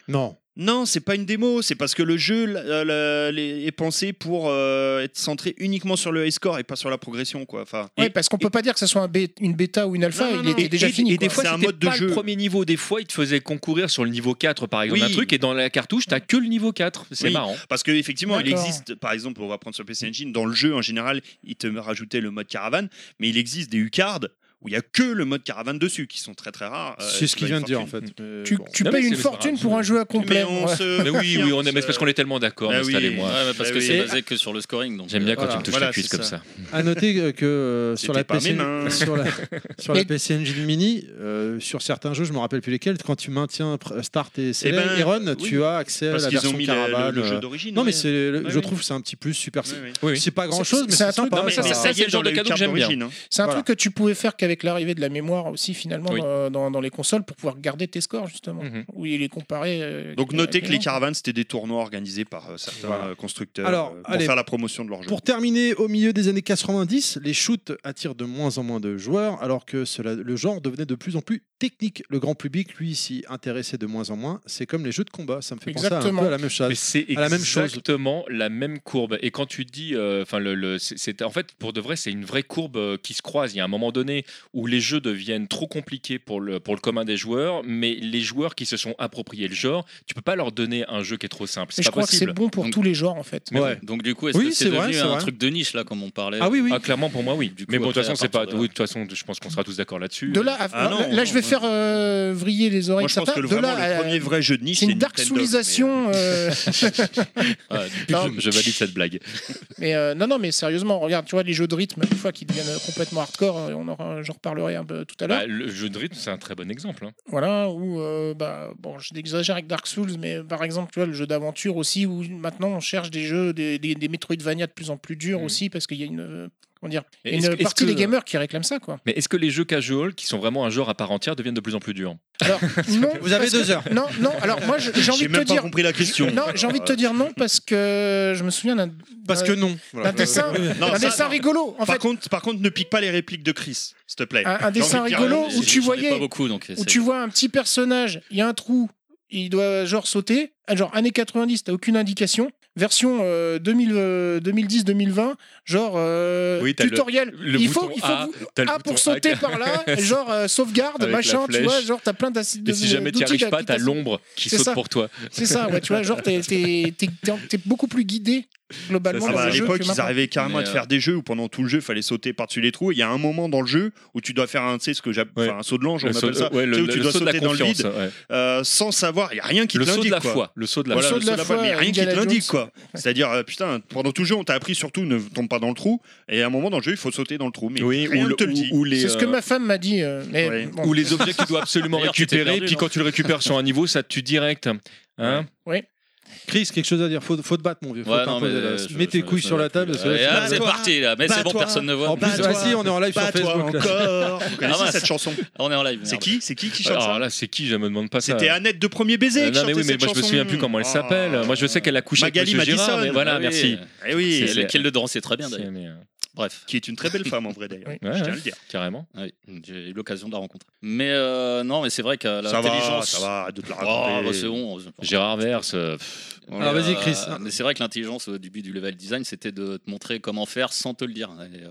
non. Non, c'est pas une démo, c'est parce que le jeu la- la- les- est pensé pour euh, être centré uniquement sur le high score et pas sur la progression quoi. Enfin, Oui, et- parce qu'on peut pas dire que ce soit un bê- une bêta ou une alpha, Non, non, il était non. déjà Et- fini. et des quoi. fois, c'est un c'était mode de pas jeu. le premier niveau, des fois, il te faisait concourir sur le niveau 4, par exemple, Oui. un truc, et dans la cartouche, t'as que le niveau 4. C'est Oui. marrant. parce que effectivement, il D'accord. existe par exemple, on va prendre sur PC Engine dans le jeu en général, il te rajoutait le mode caravane, mais il existe des U-cards où il y a que le mode caravane dessus qui sont très très rares. euh, C'est ce qui qu'il vient valent une de dire en fortune. fait. Mais tu, bon. tu Non, mais payes c'est- une c'est fortune grave, pour un jeu à Mais complet. on ouais. se Mais oui, oui, on confirme, est, mais c'est parce qu'on est tellement d'accord, Ah oui. installez-moi. Ouais, Ouais, mais parce Bah que oui. c'est basé que sur le scoring. donc, euh, J'aime bien quand Voilà. tu me touches Voilà, la cuisse c'est comme ça. À noter euh, que euh, sur C'était la pas PC, mes mains. sur la, sur la Mais- PC Engine Mini, euh, sur certains jeux, je me rappelle plus lesquels, quand tu maintiens pr- Start et, Select ben, et Run, oui. tu as accès à parce la qu'ils version ont mis la- le, caravane. le jeu euh. d'origine. Non, mais ouais. c'est, le- Ouais, je ouais. trouve que c'est un petit plus super. Ouais, ouais. Oui. C'est pas grand chose, C'est- mais c'est c'est un sympa. truc. Non, mais voilà. ça, Ça y c'est le genre dans de cadeau que carte j'aime bien. d'origine, hein. C'est un Voilà. truc que tu pouvais faire qu'avec l'arrivée de la mémoire aussi finalement Oui. dans, dans- dans les consoles pour pouvoir garder tes scores justement. Mhm. Où il est comparé. euh, Donc avec- notez avec que les gens. caravanes, c'était des tournois organisés par euh, certains Voilà. euh, constructeurs Alors, euh, pour allez. faire la promotion de leur jeu. Pour terminer, au milieu des années 90, les shoots attirent de moins en moins de joueurs, alors que cela- le genre devenait de plus en plus technique. Le grand public, lui, s'y intéressait de moins en moins. C'est comme les jeux de combat, ça me fait penser un Exactement. peu à la même chose. Mais c'est à la même chose. exactement la même courbe. Et quand tu dis, euh, enfin, le, le- c'est- c'est- en fait, pour de vrai, c'est une vraie courbe euh, qui se croise. Il y a un moment donné où les jeux deviennent trop compliqués pour le, pour le commun des joueurs, mais les joueurs qui se sont appropriés le genre, tu peux pas leur donner un jeu qui est trop simple. Mais C'est je pas crois que c'est possible. bon pour Donc- tous les genres en fait. Mais Ouais. bon, Donc, du coup, est-ce Oui, que c'est c'est vrai, devenu c'est un vrai. truc de niche, là, comme on parlait Ah oui, oui. Ah, clairement, pour moi, oui. Du coup, mais bon, de toute après, façon, à c'est pas. partir de là- oui, De toute façon, je pense qu'on sera tous d'accord là-dessus. De là, à- Ah non, là, là, je vais on- faire euh, vriller les oreilles. Moi, de je pense certains. que le, de vraiment, là, le à- premier vrai jeu de niche, c'est une dark Nintendo, mais, euh, soulisation. euh, Ah, Non, je valide cette blague. Mais euh, non, non, mais sérieusement, regarde, tu vois, les jeux de rythme, une fois qu'ils deviennent euh, complètement hardcore, euh, on aura, j'en reparlerai un peu tout à l'heure. Bah, le jeu de rythme, c'est un très bon exemple. hein. Voilà, ou, euh, bah, bon, je exagère avec Dark Souls, mais par exemple, tu vois, le jeu d'aventure aussi, où maintenant on cherche des jeux, des, des, des Metroidvania de plus en plus durs Mhm. aussi, parce qu'il y a une. euh, comment dire, Mais une est-ce que- est-ce partie que- des gamers qui réclament ça, quoi. Mais est-ce que les jeux casual, qui sont vraiment un genre à part entière, deviennent de plus en plus durs Alors, non, Vous avez parce que- deux heures. Non, non, alors moi, je- j'ai envie euh, J'ai de te même pas dire. compris la question. Non, j'ai envie de te dire non parce que je me souviens d'un Parce que Bah, non. Voilà. Euh, d'un dessin, Non, un ça, dessin non. rigolo. En Par fait, Ah, contre, par contre, ne pique pas les répliques de Chris, s'il te plaît. un, un dessin envie de dire, rigolo euh, où J'en ai tu voyais, pas beaucoup, donc. où c'est- tu vois un petit personnage, il y a un trou, il doit genre sauter. Ah, Genre années 90, t'as aucune indication. Version euh, 2010-2020, genre euh, Oui, t'as le- tutoriel. le il faut, bouton il faut A, vous- t'as le A bouton pour sauter A. par là, genre euh, sauvegarde, Avec la machin, tu flèche. vois, genre t'as plein d'acides. Et si jamais tu n'y arrives pas, t'as l'ombre qui C'est saute ça. pour toi. C'est ça, ouais, tu vois, genre t'es t'es- t'es- t'es- t'es beaucoup plus guidé globalement. Ah bah, dans à le jeu l'époque, que ils maintenant. arrivaient carrément Mais, à te euh, faire des jeux où pendant tout le jeu, il fallait sauter par-dessus les trous. Il y a un moment dans le jeu où tu dois faire un, tu sais, ce que j'appelle, Ouais. enfin, un saut de l'ange, on Le saut- appelle ça, ouais, tu le- sais, où le- tu le dois saut de la sauter dans le confiance, vide ouais. euh, sans savoir. Il y a rien qui Le te saut de l'indique. la quoi. foi. Le saut de la Bah Voilà, foi. le saut de la foi, mais il y a rien qui te euh, Indiana l'indique Jones. quoi. C'est-à-dire euh, putain, pendant tout le jeu, on t'a appris surtout ne tombe pas dans le trou et à un moment dans le jeu, il faut sauter dans le trou mais Oui, rien ou, ne le- te le ou- dit. ou les, C'est ce que euh, ma femme m'a dit. euh, mais Ouais. bon. ou les objets que tu dois absolument D'ailleurs, tu t'es récupérer, perdu, puis non quand tu le récupères sur un niveau, ça te tue direct. Hein Chris, quelque chose à dire. Faut, faut te battre, mon vieux. Faut Ouais, non, mais, euh, t'imposer, là. je- Mets je- tes je- couilles je- sur la table. parce que là, Et tu- ah, c'est Bats-toi. parti là, mais c'est bon, Bats-toi. personne ne voit. En plus, Bah, toi. vas-y, on est en live sur Pas toi Facebook. là. encore. Vous connaissez Ah, mince. cette chanson On est en live. C'est merde. qui C'est qui qui chante Alors ça là, c'est qui Je me demande pas ça. C'était Annette de premier baiser Ah. Euh, qui non, mais oui, chantait mais cette moi je me chanson. souviens plus comment elle Ah. s'appelle. Moi je sais qu'elle a couché Magali avec Monsieur Girard, Madison. mais voilà, Ah oui, merci. euh, Eh oui, C'est bah c'est- lequel de Doran, c'est très bien C'est- d'ailleurs. mais, euh, Bref, qui est une très belle femme en vrai d'ailleurs. Oui. Je Ouais, tiens à ouais. le dire. carrément. Ah oui, j'ai eu l'occasion de la rencontrer. Mais euh, non, mais c'est vrai que Ça va, l'intelligence. ça va, de te la Oh, bah, raconter. c'est bon. je- Gérard Verse. euh, pff, Mais, Alors, vas-y, Chris. mais c'est vrai que l'intelligence au début du level design, c'était de te montrer comment faire sans te le dire. Et, euh,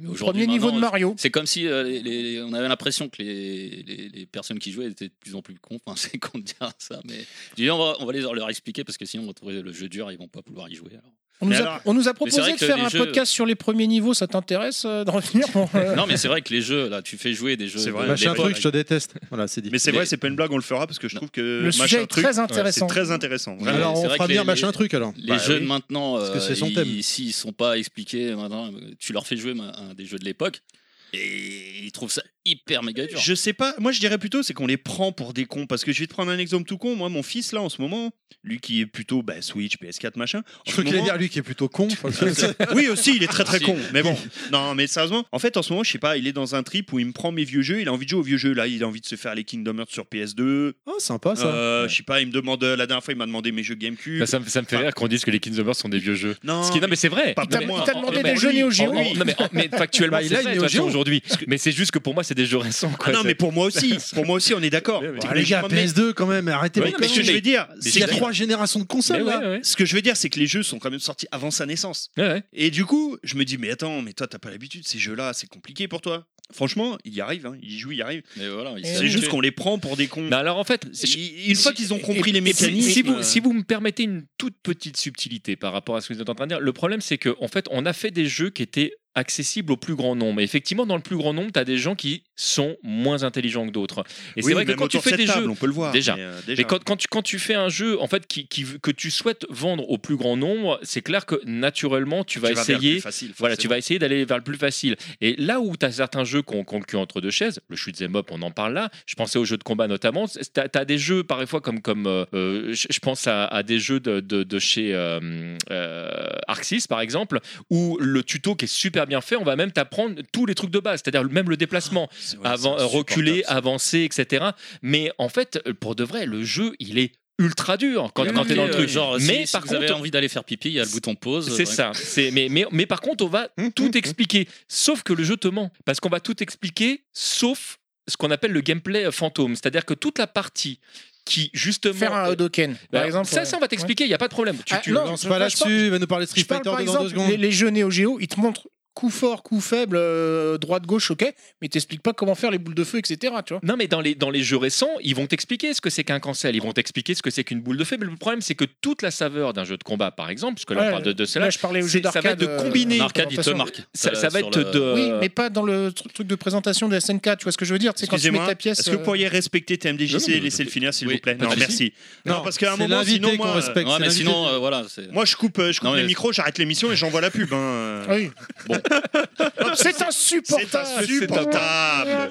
mais aujourd'hui, Premier niveau de maintenant, Mario. C'est comme si euh, les- les- les- on avait l'impression que les, les- les personnes qui jouaient étaient de plus en plus cons. Enfin, c'est con de dire ça, mais je dis, on va, on va les, leur expliquer parce que sinon on va trouver le jeu dur, ils vont pas vouloir y jouer. alors. On Mais nous, a, alors- on nous a c'est vrai proposé de que faire les un jeux- podcast sur les premiers niveaux, ça t'intéresse euh, de revenir pour, euh, Non, mais c'est vrai que les jeux, là, tu fais jouer des jeux. C'est de- vrai. des Machin fois, truc, je te déteste. Voilà, c'est dit. Mais c'est Mais- vrai, c'est pas une blague, on le fera parce que je Non. trouve que Le sujet machin est truc, très c'est intéressant. très intéressant. vraiment. Alors, c'est on vrai fera que bien les- machin truc alors. Les Bah jeux de oui. maintenant, Parce que c'est son euh, thème. ils- s'ils sont pas expliqués, maintenant, tu leur fais jouer ma- un des jeux de l'époque et ils trouvent ça hyper méga dur. Je sais pas, moi je dirais plutôt c'est qu'on les prend pour des cons parce que je vais te prendre un exemple tout con. Moi, mon fils là en ce moment, lui qui est plutôt bah, Switch, PS4, machin. en Je ce crois qu'il allait moment- dire lui qui est plutôt con. enfin, Oui, aussi, il est très très Si. con. Mais bon, non, mais sérieusement, en fait en ce moment, je sais pas, il est dans un trip où il me prend mes vieux jeux, il a envie de jouer aux vieux jeux. Là, il a envie de se faire les Kingdom Hearts sur PS2. Ah, sympa ça. Euh, Je sais pas, il me demande, la dernière fois, il m'a demandé mes jeux GameCube. Ça, ça me- ça me fait Enfin- rire qu'on dise que les Kings of Earth sont des vieux jeux. non, Ce qui- non, mais c'est vrai. pas Non, pour mais- moi. Il t'a demandé mais- des mais- jeux Neo Geo. en- en- non, mais, en- mais factuellement, Bah, il c'est a une vrai, Neo toi, c'est Geo. aujourd'hui. Mais c'est juste que pour moi, c'est des jeux récents. Ah Quoi. non, C'est- mais pour moi aussi, pour moi aussi, on est d'accord. Bah, Ouais, ouais. Ah, les gars, Techniquement, mais- PS2 quand même, arrêtez Oui, vos mais ce que je conneries. veux dire, Il y a c'est trois générations de Mais consoles ouais, là. ouais, Ce que je veux dire, c'est que les jeux sont quand même sortis avant sa naissance. ouais, ouais. Et du coup, je me dis, mais attends, mais toi, t'as pas l'habitude, ces jeux-là, c'est compliqué pour toi. Franchement, il y arrive, hein, il y joue, il y arrive. Mais voilà, ils Et s'habituent. C'est juste qu'on les prend pour des cons. Non, alors en fait, C'est- Une fois qu'ils ont compris les Bah, Et puis, mécanismes. Si vous, euh, si vous me permettez une toute petite subtilité par rapport à ce que vous êtes en train de dire, le problème c'est que en fait, on a fait des jeux qui étaient accessibles au plus grand nombre. Et effectivement, dans le plus grand nombre, tu as des gens qui sont moins intelligents que d'autres. Et oui, c'est vrai que même quand tu autour fais de des cette table, jeux... on peut le voir. Déjà. Mais, euh, Mais quand, quand tu, quand tu fais un jeu en fait qui, qui- que tu souhaites vendre au plus grand nombre, c'est clair que naturellement tu vas vers le plus essayer facile, voilà, tu forcément. vas essayer d'aller vers le plus facile. Et là où tu as certains jeux qu'on qu'on le cul entre deux chaises, le shoot'em up, on en parle là. Je pensais aux jeux de combat notamment. Tu as, des jeux parfois comme. comme euh, euh, je je pense à, à des jeux de, de- de chez euh, euh, Arxis par exemple, où le tuto qui est super bien fait, on va même t'apprendre tous les trucs de base, c'est-à-dire même le déplacement, Ah, C'est- ouais, avant, c'est reculer, insupportable, avancer, etc. Mais en fait, pour de vrai, le jeu, il est ultra dur quand, Il y a quand tu marqué, dans le euh, truc. Genre, mais si, par si vous contre, avez envie d'aller faire pipi, il y a le bouton pause. euh, c'est Bref. ça. C'est mais, mais mais par contre, on va Hein Mmh, tout expliquer. Sauf que le jeu te ment parce qu'on va tout expliquer, sauf ce qu'on appelle le gameplay euh, fantôme, c'est-à-dire que toute la partie qui justement faire un euh, Hodoken, bah, par exemple. ça, ça on va t'expliquer, il n'y a pas de problème. Tu- Ah, Tu non, lances pas je- je parle- là-dessus, il va nous parler de Je Street parle Fighter par dans deux exemple, secondes. les, les jeux Neo Geo, ils te montrent coup fort, coup faible, euh, droite, gauche, ok, mais ils t'expliquent pas comment faire les boules de feu, etc. Tu vois. Non, mais dans les, dans les jeux récents, ils vont t'expliquer ce que c'est qu'un cancel, ils vont t'expliquer ce que c'est qu'une boule de feu. Mais le problème, c'est que toute la saveur d'un jeu de combat, par exemple, puisque là Ouais, on parle de, de cela, Là, je parlais aux c'est- jeux ça va d'arcade. être de euh, combiner. en Arcade, il te présentation. marque. ça, ça va sur être le- de. Oui, mais pas dans le tr- truc de présentation de la SNK, tu vois ce que je veux dire C'est quand tu mets Excusez-moi, ta pièce. est-ce que vous euh, pourriez respecter Non, non, TMDJC mais- et laisser le finir, s'il Oui, vous plaît pas Non, de merci. Non, parce qu'à un moment, c'est sinon, l'invité qu'on moi, euh, respecte. Ouais, c'est mais l'invité. sinon, euh, voilà. c'est- moi je coupe, euh, je coupe Non, mais- les micros, j'arrête l'émission et j'envoie la pub. hein. ah oui. Bon, C'est C'est insupportable. insupportable.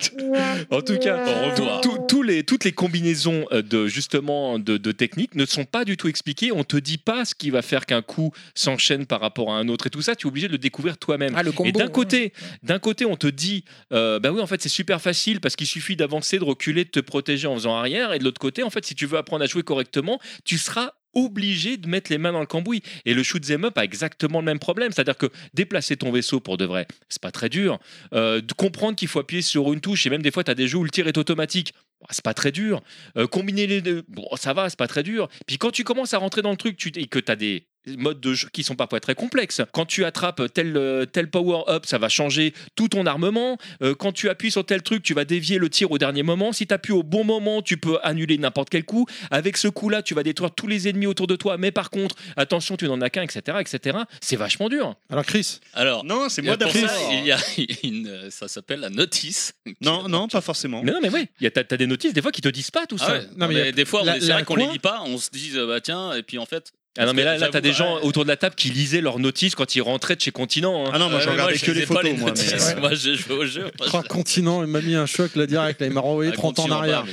En tout cas, Au revoir. tout- tous les, toutes les combinaisons euh, de justement de, de techniques ne sont pas du tout expliquées. On te dit pas ce qui va faire qu'un coup s'enchaîne par rapport à un autre et tout ça. Tu es obligé de le découvrir toi-même. Ah, le combo. Et d'un côté, d'un côté, on te dit, euh, bah oui, en fait, c'est super facile parce qu'il suffit d'avancer, de reculer, de te protéger en faisant arrière. Et de l'autre côté, en fait, si tu veux apprendre à jouer correctement, tu seras obligé de mettre les mains dans le cambouis. Et le shoot 'em up a exactement le même problème, c'est-à-dire que déplacer ton vaisseau pour de vrai, c'est pas très dur. Euh, de comprendre qu'il faut appuyer sur une touche et même des fois, tu as des jeux où le tir est automatique. Bah, C'est pas très dur. Euh, combiner les deux, bon, ça va, c'est pas très dur. Puis quand tu commences à rentrer dans le truc tu, et que tu as des modes de jeu qui sont parfois très complexes, quand tu attrapes tel, euh, tel power-up, ça va changer tout ton armement. Euh, quand tu appuies sur tel truc, tu vas dévier le tir au dernier moment. Si tu appuies au bon moment, tu peux annuler n'importe quel coup. Avec ce coup-là, tu vas détruire tous les ennemis autour de toi. Mais par contre, attention, tu n'en as qu'un, etc. etc. C'est vachement dur. Alors, Chris, Alors, Non, c'est il y moi a pour d'après. ça, il y a une, euh, ça s'appelle la notice. Non, non, pas forcément. Mais non, mais oui, tu as, des notices des fois qui te disent pas tout Ah ça. ouais, Non, mais mais il y a- des fois, on la- est- c'est la vrai qu'on les quoi lit pas, on se dit euh, bah tiens, et puis en fait. Ah non, mais là, là tu as J'avoue, des gens ouais. autour de la table qui lisaient leurs notices quand ils rentraient de chez Continent. hein. Ah non, moi Ouais, je mais regardais je que les lisais pas photos, moi. mais- euh, notices, moi, je jouais au jeu. trois continents, il m'a mis un choc là direct, là, il m'a renvoyé Ah, 30 ans en arrière.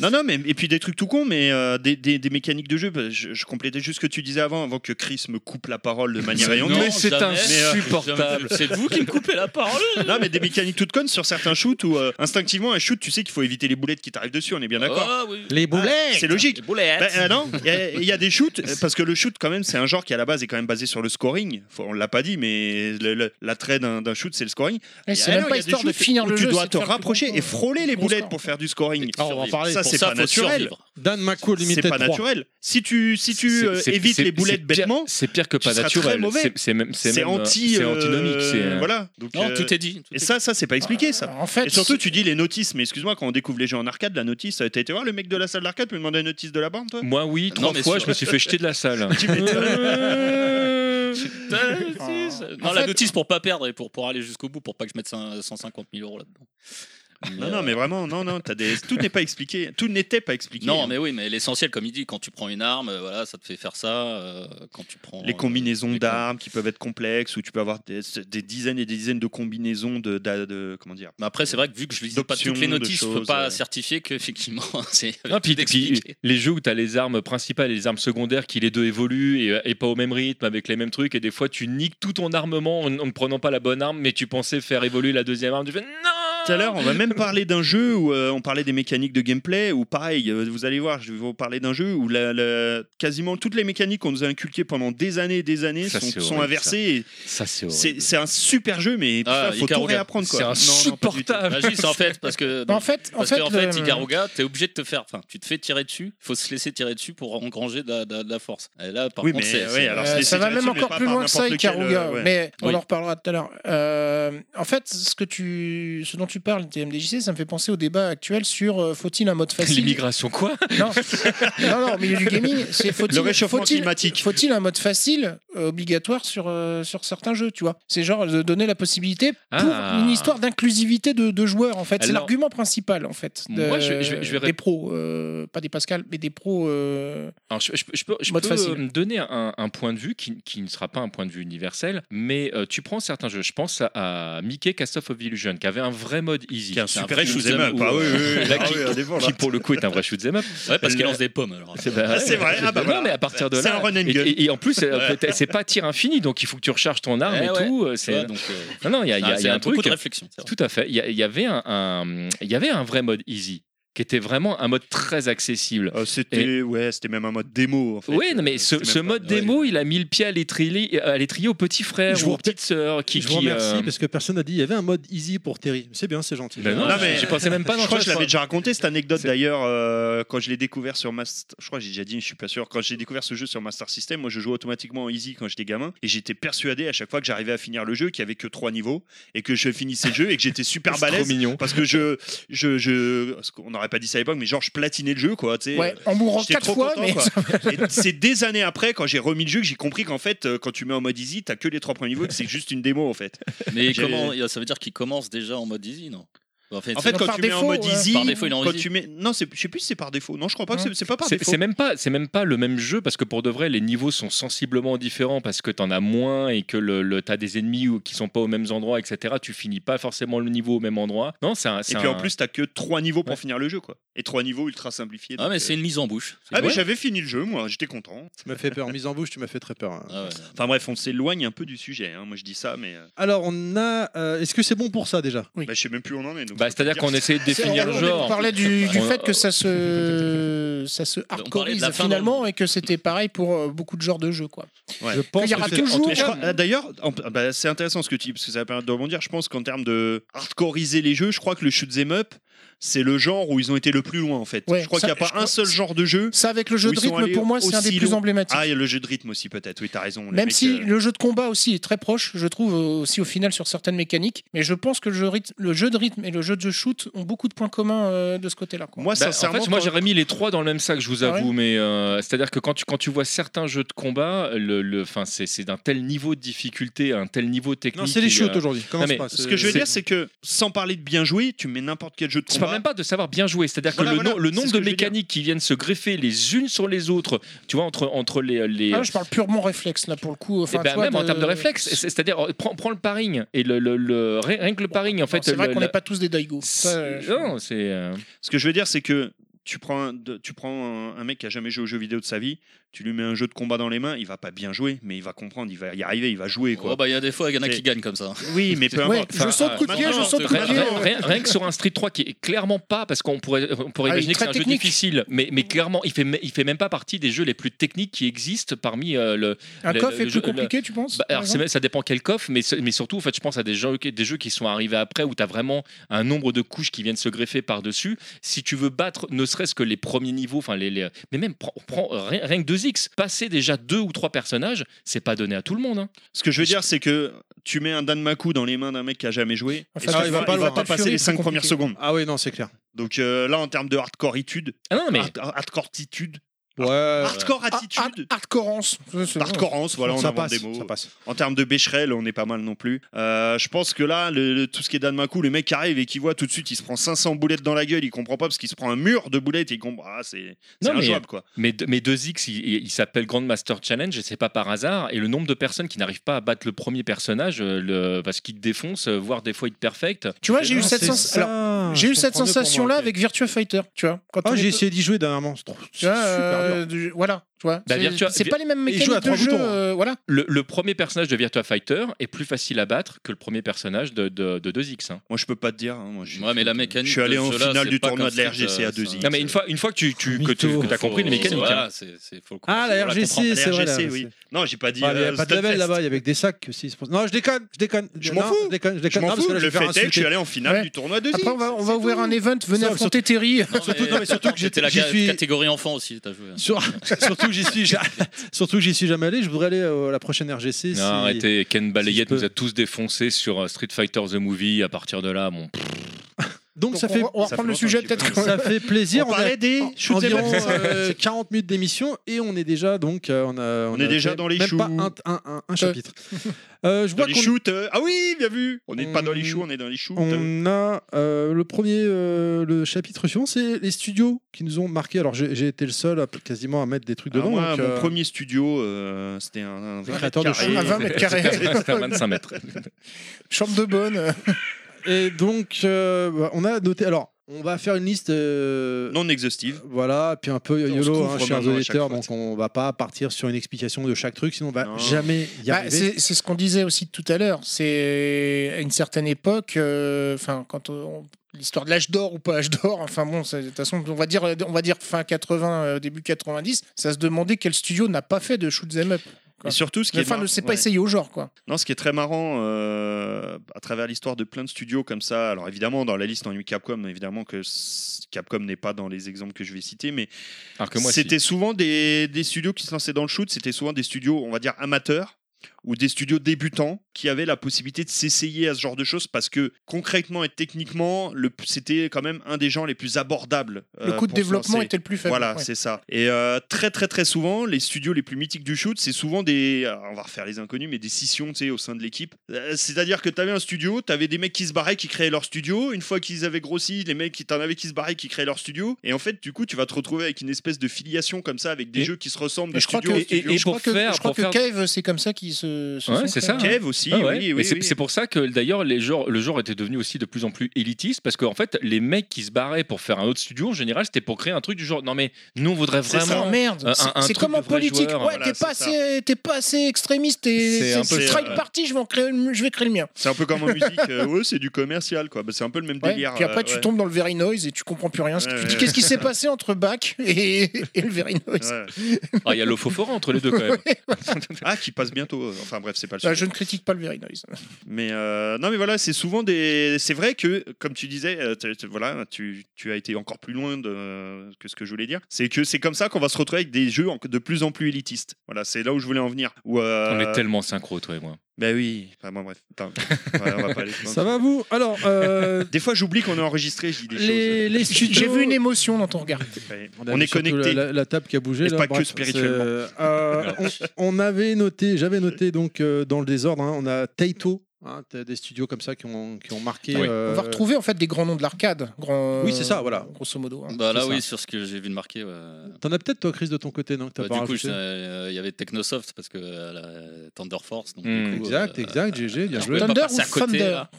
Non, non, mais et puis des trucs tout con, mais euh, des, des- des mécaniques de jeu. bah, Je, je complétais juste ce que tu disais avant, avant que Chris me coupe la parole de manière Non, ayant. mais c'est insupportable. C'est vous qui me coupez la parole. Non, mais des mécaniques toutes connes sur certains shoots où euh, instinctivement un shoot, tu sais qu'il faut éviter les boulettes qui t'arrivent dessus. On est bien d'accord. Ah, oui. Les Oh, boulets c'est logique. Les boulettes. Ben, euh, non, il y a- il y, a des shoots, euh, parce que le shoot, quand même, c'est un genre qui, à la base, est quand même basé sur le scoring. Faut- on l'a pas dit, mais le- le- l'attrait d'un d'un shoot, c'est le scoring. Eh, Et C'est même alors, pas il y a des histoire de shoots finir où le jeu. Tu dois c'est de te faire plus rapprocher longtemps. et frôler les Bon boulettes score. pour faire du scoring. Ah, on va en parler. Ça, Pour c'est ça, pas faut naturel. survivre. Dan McCool, C'est Limited pas 3. naturel. Si tu, si tu euh, C'est- c'est- évites c'est- les c'est boulettes pire- bêtement, C'est pire que tu pas seras très naturel. mauvais. C'est- C'est même, c'est c'est même, euh, anti. c'est euh, antinomique. c'est, euh, Voilà. Donc, Non, euh, tout est dit. tout Et est ça, ça, c'est pas expliqué, ça. En fait, Et surtout, tu dis les notices, mais excuse-moi, quand on découvre les jeux en arcade, la notice, t'as été voir le mec de la salle d'arcade peut demander une notice de la bande, toi Moi, oui, Non, trois mais fois, sûr. je me suis fait jeter de la salle. Tu m'étonnes. dit. Non, En la fait- notice pour pas perdre et pour, pour aller jusqu'au bout, pour pas que je mette cin- 150 000 euros là-dedans. Non, non, mais vraiment, non, non, t'as des... tout n'est pas expliqué, tout n'était pas expliqué. Non, mais oui, mais l'essentiel, comme il dit, quand tu prends une arme, euh, voilà, ça te fait faire ça. euh, quand tu prends Les euh, combinaisons les d'armes qui peuvent être complexes, où tu peux avoir des, des dizaines et des dizaines de combinaisons de, d'a- de- comment dire. Mais après, c'est vrai que vu que je lisais pas D'options, toutes les de notices, je peux choses, pas euh. certifier que effectivement c'est. Ah, puis, d'expliquer. puis, les jeux où tu as les armes principales et les armes secondaires qui les deux évoluent et, euh, et pas au même rythme avec les mêmes trucs et des fois tu niques tout ton armement en, en ne prenant pas la bonne arme mais tu pensais faire évoluer la deuxième arme tu fais non Tout à l'heure, on va même parler d'un jeu où euh, on parlait des mécaniques de gameplay, où pareil, euh, vous allez voir, je vais vous parler d'un jeu où la- la- quasiment toutes les mécaniques qu'on nous a inculquées pendant des années et des années Ça, sont, c'est sont horrible, inversées. ça c'est et horrible C'est c'est un super jeu, mais Ah, putain, faut tout Ikaruga. réapprendre. quoi. c'est Non, non, pas du tout. insupportable Bah, juste, en fait, parce que. En fait, en parce fait, qu'en fait, le- Ikaruga, t'es obligé de te faire. Enfin, tu te fais tirer dessus, faut se laisser tirer dessus pour engranger de la, de la- de la force. Et là, par Oui, contre, mais, c'est. ouais, c'est- alors, Euh, c'est- ça va là-dessus, même mais encore pas plus par loin que ça, n'importe quel, Ikaruga, euh, ouais. mais on Oui. en reparlera tout à l'heure. Euh, en fait, ce, que tu, ce dont tu parles, TMDJC, ça me fait penser au débat actuel sur euh, faut-il un mode facile l'immigration quoi non. non, non, au milieu du gaming, c'est faut-il Le réchauffement faut-il- climatique. faut-il un mode facile euh, obligatoire sur, euh, sur certains jeux, tu vois C'est genre de donner la possibilité pour Ah. une histoire d'inclusivité de, de joueurs, en fait. C'est Alors- l'argument principal, en fait, de- Moi, je- je vais- je vais ré- des pros, euh, pas des Pascal, mais des pros. euh, Alors, je, je- je peux, je Mode peux, facile. euh, donner un, un point de vue qui, qui ne sera pas un point de vue universel, mais euh, tu prends certains jeux. Je pense à, à Mickey Cast of Illusion, qui avait un vrai mode easy. Qui est un C'est super vrai shoot shoot'em 'em up. où, Ah oui, euh, oui, oui. là, Ah qui, oui, à des fois, là. qui, pour le coup est un vrai shoot'em up. Ouais, parce qu'il lance des pommes alors. C'est bah, Ah, c'est ouais, vrai. Ah, bah, non, voilà. mais à partir de C'est là. un run and et- gun. Et, et en plus, euh, peut-être- c'est pas tir infini, donc il faut que tu recharges ton arme Eh et ouais. tout. euh, Tu c'est- vois, donc, euh, Non, non, il y a, il y a- ah, il c'est y a un un beaucoup truc. hein. de réflexion. c'est vrai. Tout à fait. Il y, a- il y avait un, un- il y avait un vrai mode easy, qui était vraiment un mode très accessible. Euh, c'était ouais, c'était même un mode démo. En fait. Oui, non, mais Euh, ce, c'était ce même pas- mode ouais. démo, il a mis le pied à l'étrier, à l'étrier au petit frère Je ou vous aux petites sœurs qui. je qui, vous remercie euh, parce que personne n'a dit il y avait un mode easy pour Terry. C'est bien, c'est gentil. ben non, Non, mais- j'y pensais même pas. dans je crois que je l'avais le déjà raconté cette anecdote C'est- d'ailleurs euh, quand je l'ai découvert sur Master. Je crois que j'ai déjà dit, je suis pas sûr. Quand j'ai découvert ce jeu sur Master System, moi je jouais automatiquement en easy quand j'étais gamin et j'étais persuadé à chaque fois que j'arrivais à finir le jeu qu'il y avait que trois niveaux et que je finissais le jeu et que j'étais super C'est trop balèze mignon. parce que je je je ce qu'on n'aurait pas dit ça à l'époque mais genre je platinais le jeu quoi. Tu sais, ouais, en mourant j'étais quatre trop fois, content, mais quoi. Et c'est des années après, quand j'ai remis le jeu, que j'ai compris qu'en fait, euh, quand tu mets en mode easy, t'as que les trois premiers niveaux, que c'est juste une démo en fait. Mais J'ai- comment, ça veut dire qu'il commence déjà en mode easy, non En fait, En fait, Non, quand par tu mets en défaut, mode ouais. easy, Par défaut, il est en quand easy. tu mets, non, c'est- je sais plus si c'est par défaut. Non, je crois pas que c'est- c'est pas par C'est défaut. c'est même pas, c'est même pas le même jeu parce que pour de vrai, les niveaux sont sensiblement différents parce que t'en as moins et que le, le- t'as des ennemis ou- qui sont pas aux mêmes endroits, etc. Tu finis pas forcément le niveau au même endroit. Non, c'est un. Et c'est puis en un- plus, t'as que trois niveaux pour Ouais. finir le jeu, quoi. Et trois niveaux ultra simplifiés. Ah, donc, mais euh, c'est une mise en bouche. C'est Ah, mais vrai. j'avais fini le jeu, moi, j'étais content. Tu m'as fait peur. Mise en bouche, tu m'as fait très peur. hein. Ah ouais. Enfin bref, on s'éloigne un peu du sujet. hein. Moi, je dis ça, mais euh, Alors, on a. euh, Est-ce que c'est bon pour ça déjà Oui. bah, je sais même plus où on en est. donc Bah, je peux c'est-à-dire dire. qu'on essayait de définir C'est- le on- On genre. parlait du, du On- fait que ça se, ça se parlait de hardcoreise la fin dans le finalement monde. et que c'était pareil pour euh, beaucoup de genres de jeux. Quoi. Ouais. Je pense Qu'il y aura que c'est- toujours- en tout Mais cas, je crois- D'ailleurs, en- bah, c'est intéressant ce que tu dis parce que ça va permettre de rebondir. Je pense qu'en termes de hardcoreiser les jeux, je crois que le shoot 'em up, c'est le genre où ils ont été le plus loin en fait. Ouais, je crois ça- qu'il n'y a pas je crois- un seul genre de jeu. Ça, avec le jeu Où de ils sont rythme, allés pour moi, c'est un des aussi plus loin. emblématiques. Ah, il y a le jeu de rythme aussi peut-être. Oui, t'as raison. les Même mecs, si euh, le jeu de combat aussi est très proche, je trouve euh, aussi au final sur certaines mécaniques, mais je pense que le jeu, rythme- le jeu de rythme et le jeu de shoot ont beaucoup de points communs euh, de ce côté-là. quoi. moi, Bah, sincèrement, en fait, moi quand- j'aurais mis les trois dans le même sac, je vous Ah ouais avoue, mais euh, c'est-à-dire que quand tu, quand tu vois certains jeux de combat, le, le, 'fin, c'est c'est d'un tel niveau de difficulté, un tel niveau technique. Non, c'est les et, shoots euh, aujourd'hui. Commence mais pas, ce que je veux c'est- dire, c'est que sans parler de bien jouer, tu mets n'importe quel jeu de C'est pas combat. même pas de savoir bien jouer, c'est-à-dire Voilà, que le, voilà, nom- le c'est nombre ce que de je veux dire. mécaniques qui viennent se greffer les unes sur les autres, tu vois, entre, entre les. les Ah, je parle purement réflexe là pour le coup. Eh Enfin, ben, tu vois, même en termes de réflexe, c'est- c'est-à-dire euh, prends, prends le paring et le, le- le- rien rien que le paring en fait. c'est vrai le- qu'on la- n'est pas tous des Daigo. Ça, euh, je- non, c'est euh, Ce que je veux dire, c'est que tu prends, un, de- tu prends un, un mec qui a jamais joué aux jeux vidéo de sa vie, tu lui mets un jeu de combat dans les mains, il va pas bien jouer, mais il va comprendre, il va y arriver, il va jouer quoi. Oh, bah, il y a des fois, il y en a C'est- qui gagnent comme ça. Oui, mais peu Ouais, importe. je saute coup de pied, maintenant, je saute coup de rien, pied. rien- rien- rien que sur un Street 3 qui est clairement pas parce qu'on pourrait on pourrait Ah, il est imaginer que très c'est un jeu technique. difficile, mais mais clairement il fait me- il fait même pas partie des jeux les plus techniques qui existent parmi euh, le. Un le- coffre le est jeu- plus le- compliqué, tu penses Bah, par alors, c'est- exemple ça dépend quel coffre, mais, ce- mais surtout, en fait, je pense à des jeux, des jeux qui sont arrivés après où tu as vraiment un nombre de couches qui viennent se greffer par-dessus. Si tu veux battre, ne serait-ce que les premiers niveaux, enfin, les, les- mais même prends, prends rien, rien que 2x, passer déjà deux ou trois personnages, c'est pas donné à tout le monde. hein. Ce que je veux dire, c'est que tu mets un Danmaku dans les mains d'un mec qui a jamais joué, Enfin, et ah, ça, il il va va pas pas, loin, hein. passer Fury, les c'est 5 premières compliqué. secondes. Ah oui, non, c'est clair. Donc euh, là, en termes de hardcoreitude, Ah non, mais hard- hardcoreitude, Ouais. ouais. hardcore Ah, ah, attitude, Hardcorance. Ça, c'est- hardcoreance, voilà, on ça invente passe. des mots. Ça passe. En termes de Becherel, on est pas mal non plus. Euh, je pense que là, le- le- tout ce qui est Danmaku, le mec qui arrive et qui voit tout de suite, il se prend 500 boulettes dans la gueule, il comprend pas parce qu'il se prend un mur de boulettes et il comprend. Ah, c'est c'est Non, mais- injouable quoi. Mais, de- mais 2X, il, il- il s'appelle Grand Master Challenge et c'est pas par hasard. Et le nombre de personnes qui n'arrivent pas à battre le premier personnage euh, le- parce qu'il te défonce, euh, voire des fois il te perfecte. Tu vois, j'ai eu Ah, cette c'est sens- ça. alors, j'ai Je eu cette comprenais pour moi, sensation-là ok. avec Virtua Fighter, tu vois. Quand on Ah, j'ai est- essayé d'y jouer dernièrement. C'est trop- c'est Tu vois, super dur. euh, du- voilà, tu vois. Bah, c'est- Virtua- c'est pas les mêmes il joue à mécaniques de trois jeu, boutons, hein. euh, voilà. Le, le premier personnage de Virtua Fighter est plus facile à battre que le premier personnage de, de, de 2X. hein. Moi, je peux pas te dire. hein, moi, j'ai- Ouais, mais la mécanique. Je suis allé de en ceux-là, finale c'est du pas tournoi comme de la Street, RGC à euh, 2i. Non, mais une fois, une fois que tu, tu- que tu Mytho. as compris les Faut- mécaniques. hein. voilà, c'est- c'est- faut le Ah, la faut la comprendre. RGC, c'est vrai. RGC, là, oui. c'est- Non, j'ai pas dit. Ah, il y euh, avait pas de level Stunfest. là-bas, il y avait que des sacs aussi. c'est pour ça. Non, je déconne, je déconne. Je m'en Non, fous. Je déconne, je déconne. Je Non, m'en parce fous. que là, je Le vais fait faire est que je suis insulter. allé en finale Ouais. du tournoi de Après, on va, on va ouvrir un event, venez Sauf- affronter Terry. Non, mais- Ah, Surtout- non, mais surtout que C'était la j'y ca- suis- catégorie enfant aussi, t'as joué. hein. Sur- surtout que j'y suis, ja- surtout que j'y suis jamais allé. Je voudrais aller euh, à la prochaine RGC. si- Non, arrêtez, Ken Balayette peux. nous a tous défoncés sur euh, Street Fighter The Movie. À partir de là, bon. pff, Donc Donc, ça on fait va- on va ça reprendre fait le sujet longtemps que peut-être. j'ai ça fait plaisir. On est à parlait des shoot 'em up. environ euh, 40 minutes d'émission et on est déjà donc euh, on a On est a déjà fait dans les même choux. pas un, un- un- un chapitre. Euh, je Dans vois les qu'on shoots. euh, Ah oui, bien vu. On n'est pas dans les On- shoots, on est dans les shoots. On a euh, le premier, euh, le chapitre suivant, c'est les studios qui nous ont marqué. Alors j'ai j'ai été le seul à, quasiment à mettre des trucs Alors dedans. Ah, moi, donc, mon euh, premier studio, euh, c'était un, un euh, vingt créateur de mètres carrés. jeux. À 20 mètres C'était carrés, à- c'était à 25 mètres. chambre de bonne. Et donc euh, bah, on a noté. Alors on va faire une liste. euh, non exhaustive. Voilà, puis un peu se YOLO, couvre hein, je suis un maintenant à auditeur, chaque donc on va pas partir sur une explication de chaque truc, sinon on va Non. jamais y Bah, arriver. c'est c'est ce qu'on disait aussi tout à l'heure. C'est à une certaine époque, euh, enfin quand on- l'histoire de l'âge d'or ou pas âge d'or, enfin bon, c'est- de toute façon, on va dire, on va dire fin 80, euh, début 90, ça se demandait quel studio n'a pas fait de shoot 'em up. Et surtout, ce qui est Enfin, mar- ne s'est pas ouais. essayé au genre, quoi. Non, ce qui est très marrant euh, à travers l'histoire de plein de studios comme ça. Alors évidemment, dans la liste en lui Capcom, évidemment que s- Capcom n'est pas dans les exemples que je vais citer, mais Alors que moi, si. c'était souvent des, des studios qui se lançaient dans le shoot. C'était souvent des studios, on va dire amateurs. ou des studios débutants qui avaient la possibilité de s'essayer à ce genre de choses parce que concrètement et techniquement, le- c'était quand même un des gens les plus abordables. Le euh, coût de pour se développement lancer. était le plus faible. Voilà, ouais. c'est ça. Et euh, très très très souvent, les studios les plus mythiques du shoot, c'est souvent des, euh, on va refaire les inconnus, mais des scissions, tu sais, au sein de l'équipe. Euh, C'est-à-dire que t'avais un studio, t'avais des mecs qui se barraient, qui créaient leur studio. Une fois qu'ils avaient grossi, les mecs, qui- t'en avais qui se barraient, qui créaient leur studio. Et en fait, du coup, tu vas te retrouver avec une espèce de filiation comme ça, avec des Et- jeux qui se ressemblent, Mais des je crois studios. que- aux studios. et Je crois pour que, faire- je crois pour que faire- Cave, c'est comme ça qu'ils se, se Ouais, sont créés. c'est ça. Cave aussi, Ah ouais, oui, mais oui, c'est oui. c'est pour ça que d'ailleurs les genres- le genre était devenu aussi de plus en plus élitiste parce qu'en fait les mecs qui se barraient pour faire un autre studio en général c'était pour créer un truc du genre non mais nous on voudrait C'est ça. vraiment Oh, merde, Hein Un- c'est- un- un c'est truc comme de en vrai politique. joueur, ouais, voilà, t'es pas c'est assez, t'es pas assez extrémiste. Et C'est c'est un peu ça, strike ouais. party. Je vais en créer, le- je vais créer le mien. C'est un peu comme en musique. euh, ouais, c'est du commercial, quoi. Bah, c'est un peu le même Ouais, délire. Puis après, euh, tu ouais. tombes dans le very noise et tu comprends plus rien. Ouais, tu ouais, dis ouais. qu'est-ce qui s'est passé entre Bach et, et le very noise. Ouais. Ah, il y a l'ophophora entre les deux quand même Ah, qui passe bientôt. Enfin bref, c'est pas le Euh, sujet. je ne critique pas le very noise. Mais euh, non, mais voilà, c'est souvent des. C'est vrai que, comme tu disais, euh, t'as- t'as- voilà, tu, tu as été encore plus loin de, euh, que ce que je voulais dire. C'est que c'est comme ça qu'on va se retrouver avec des jeux en- de plus en plus élitistes. Voilà, c'est là où je voulais en venir. Ou on est tellement synchro toi et moi Bah oui. Enfin, bon, bref. Attends, ouais, on va pas aller plus loin. Ça va vous Alors, euh, Des fois, j'oublie qu'on est enregistré. Je dis des les, les J'ai studios. j'ai vu une émotion dans ton regard. choses. Ouais. On, On, a vu est surtout connecté. La, la- la table qui a bougé. Et là, pas que bref, spirituellement. c'est, euh, on, on avait noté, j'avais noté donc euh, dans le désordre, hein, on a Taito, hein, t'as des studios comme ça qui ont, qui ont marqué. Ah oui. euh, On va retrouver en fait des grands noms de l'arcade. grand- Oui, c'est ça, voilà. Grosso modo. hein. Bah là, C'est oui, ça. sur ce que j'ai vu de marquer. ouais. T'en as peut-être toi, Chris, de ton côté, non que t'as Bah, pas du coup, je- rajouté euh, il y avait Technosoft parce que euh, la Thunder Force. Donc, Hmm. du coup, Exact, euh, exact, GG, bien joué. je pouvais pas Thunder passer ou à côté, Thunder là.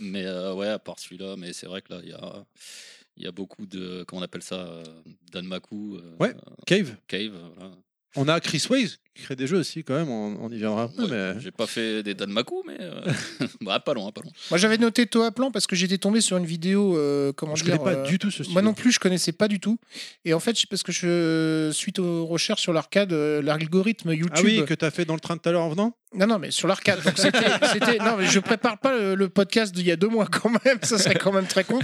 Mais euh, ouais, à part celui-là, mais c'est vrai que là, il y a, il y a beaucoup de. Comment on appelle ça euh, Danmaku, euh, Ouais. Cave. Cave. euh, voilà. On a Chris Waze qui crée des jeux aussi, quand même, on, on y viendra. un peu, Ouais, Ah, mais- J'ai pas fait des Danmaku, mais. euh, bah, pas loin, pas loin. Moi, j'avais noté Toaplan parce que j'étais tombé sur une vidéo. euh, comment Je dire, connais pas euh, du tout ce studio. Moi non plus, je connaissais pas du tout. Et en fait, c'est parce que je, suite aux recherches sur l'arcade, euh, l'algorithme YouTube. Ah oui, que t'as fait dans le train tout à l'heure en venant Non, non, mais sur l'arcade. Donc c'était, c'était- non, mais je prépare pas le, le podcast d'il y a deux mois quand même. Ça serait quand même très con.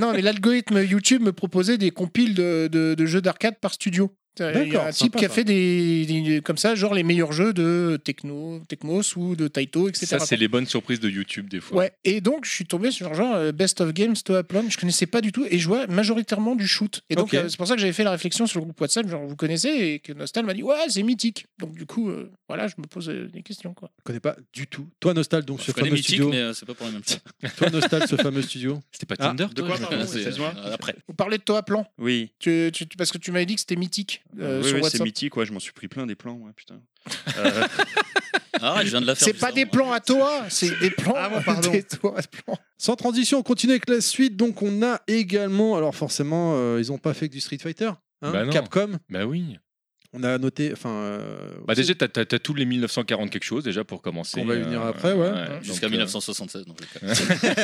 non, mais l'algorithme YouTube me proposait des compiles de, de- de jeux d'arcade par studio. Il y a D'accord, un type sympa, qui a ça. fait des, des- comme ça, genre les meilleurs jeux de Techno, Tecmos ou de Taito, etc. ça c'est les bonnes surprises de YouTube des fois Ouais, et donc je suis tombé sur genre euh, Best of Games, Toaplon, je connaissais pas du tout, et je vois majoritairement du shoot. Et donc Ok. euh, c'est pour ça que j'avais fait la réflexion sur le groupe WhatsApp, genre vous connaissez, et que Nostal m'a dit ouais, c'est mythique. Donc du coup, euh, voilà, je me pose euh, des questions quoi. Je connais pas du tout. Toi, Nostal, donc je ce connais fameux Mythique, studio. mais euh, c'est pas pour la même chose. Toi, Nostal, ce fameux studio. c'était pas Ah, Thunder de quoi, toi pardon C'est- Excuse-moi. euh, Après. Vous parlez de Toaplan, Oui. tu, tu- tu- parce que tu m'avais dit que c'était mythique euh, oui, sur oui, c'est WhatsApp. mythique. Ouais, je m'en suis pris plein des plans. Ouais, putain. Euh, Ah, je viens de la faire. C'est pas justement. des plans à Toa, c'est des plans Ah bon, pardon. des Toaplans. Sans transition, on continue avec la suite. Donc, on a également. Alors, forcément, euh, ils n'ont pas fait que du Street Fighter. hein, Bah non. Capcom, bah oui on a noté. Enfin. euh, bah déjà t'as t'as- t'as tous les 1940 quelque chose déjà pour commencer Qu'on va y euh, venir après, ouais. Hein. donc, Jusqu'à euh, 1976. donc, je-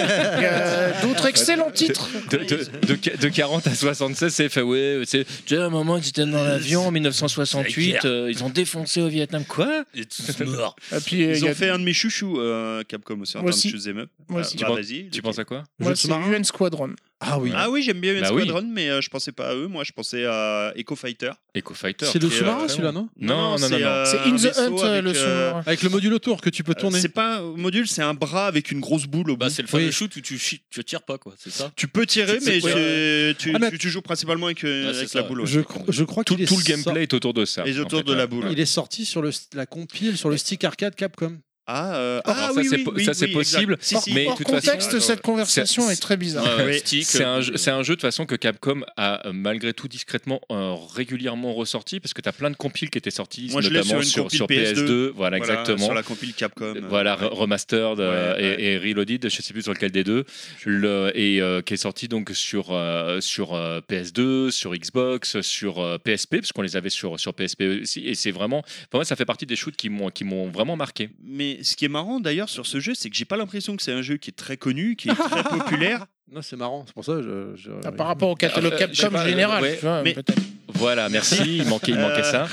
Euh, D'autres excellents titres. De, de- de qua- de 40 à 76, c'est fait, ouais, c'est, tu sais, à un moment, ils étaient dans l'avion en 1968, euh, ils ont défoncé au Vietnam, quoi Et tous morts. Et puis euh, il Ils y a- ont fait un de mes chouchous, euh, Capcom aussi, en Moi termes de aussi. shoot'em up. Moi aussi. Bah, Tu penses- vas-y. Tu penses à quoi Moi, Jeux c'est sous-marins UN Squadron. Ah oui. Ah oui, j'aime bien Alien Bah oui. Squadron, mais euh, je pensais pas à eux. Moi, je pensais à Echo Fighter. Eco Fighter. c'est le qui est, sous-marin, euh, celui-là, non Non, non, non, non. C'est un In the vaisseau Hunt euh, avec, le euh, euh, sous-marin. Avec le module autour que tu peux tourner. C'est pas un module, c'est un bras avec une grosse boule au bout. Bah, c'est le fameux Oui. shoot où tu, chi- tu tires pas, quoi, c'est ça tu peux tirer, c'est- mais c'est- c'est- tu, Ah, mais- tu- tu joues principalement avec, euh, Ouais, c'est avec ça, la boule. ouais. je, cro- je crois Tout, qu'il est tout le sor- gameplay est autour de ça. Et en autour fait, de ouais. la boule. Il est sorti sur le, la compile sur le stick arcade Capcom. Ah, euh, Alors, ah ça, oui, c'est oui, po- oui, ça, c'est oui, exact. possible. Si, si. Mais Hors de toute façon- euh, contexte, cette conversation C'est- est très bizarre. Ouais, ouais, Oui. stick, C'est un, jeu- euh, c'est un jeu de toute façon que Capcom a euh, malgré tout discrètement euh, régulièrement ressorti parce que tu as plein de compiles qui étaient sortis Moi, je l'ai notamment sur une compile PS2. voilà, Voilà, exactement. Sur la compile Capcom. voilà re- remastered euh, Ouais, ouais. Et, et reloaded je sais plus sur lequel des deux le, et euh, qui est sorti donc sur euh, sur euh, PS2 sur Xbox sur euh, PSP parce qu'on les avait sur sur PSP aussi et c'est vraiment pour moi ça fait partie des shoots qui m'ont qui m'ont vraiment marqué Mais ce qui est marrant d'ailleurs sur ce jeu, c'est que j'ai pas l'impression que c'est un jeu qui est très connu, qui est très populaire. Non, c'est marrant, c'est pour ça. Je, je- Ah, par rapport au catalogue Euh, je sais Capcom pas, euh, général, ouais, tu vois, mais- peut-être. Voilà, merci. Il manquait, il Euh, manquait ça.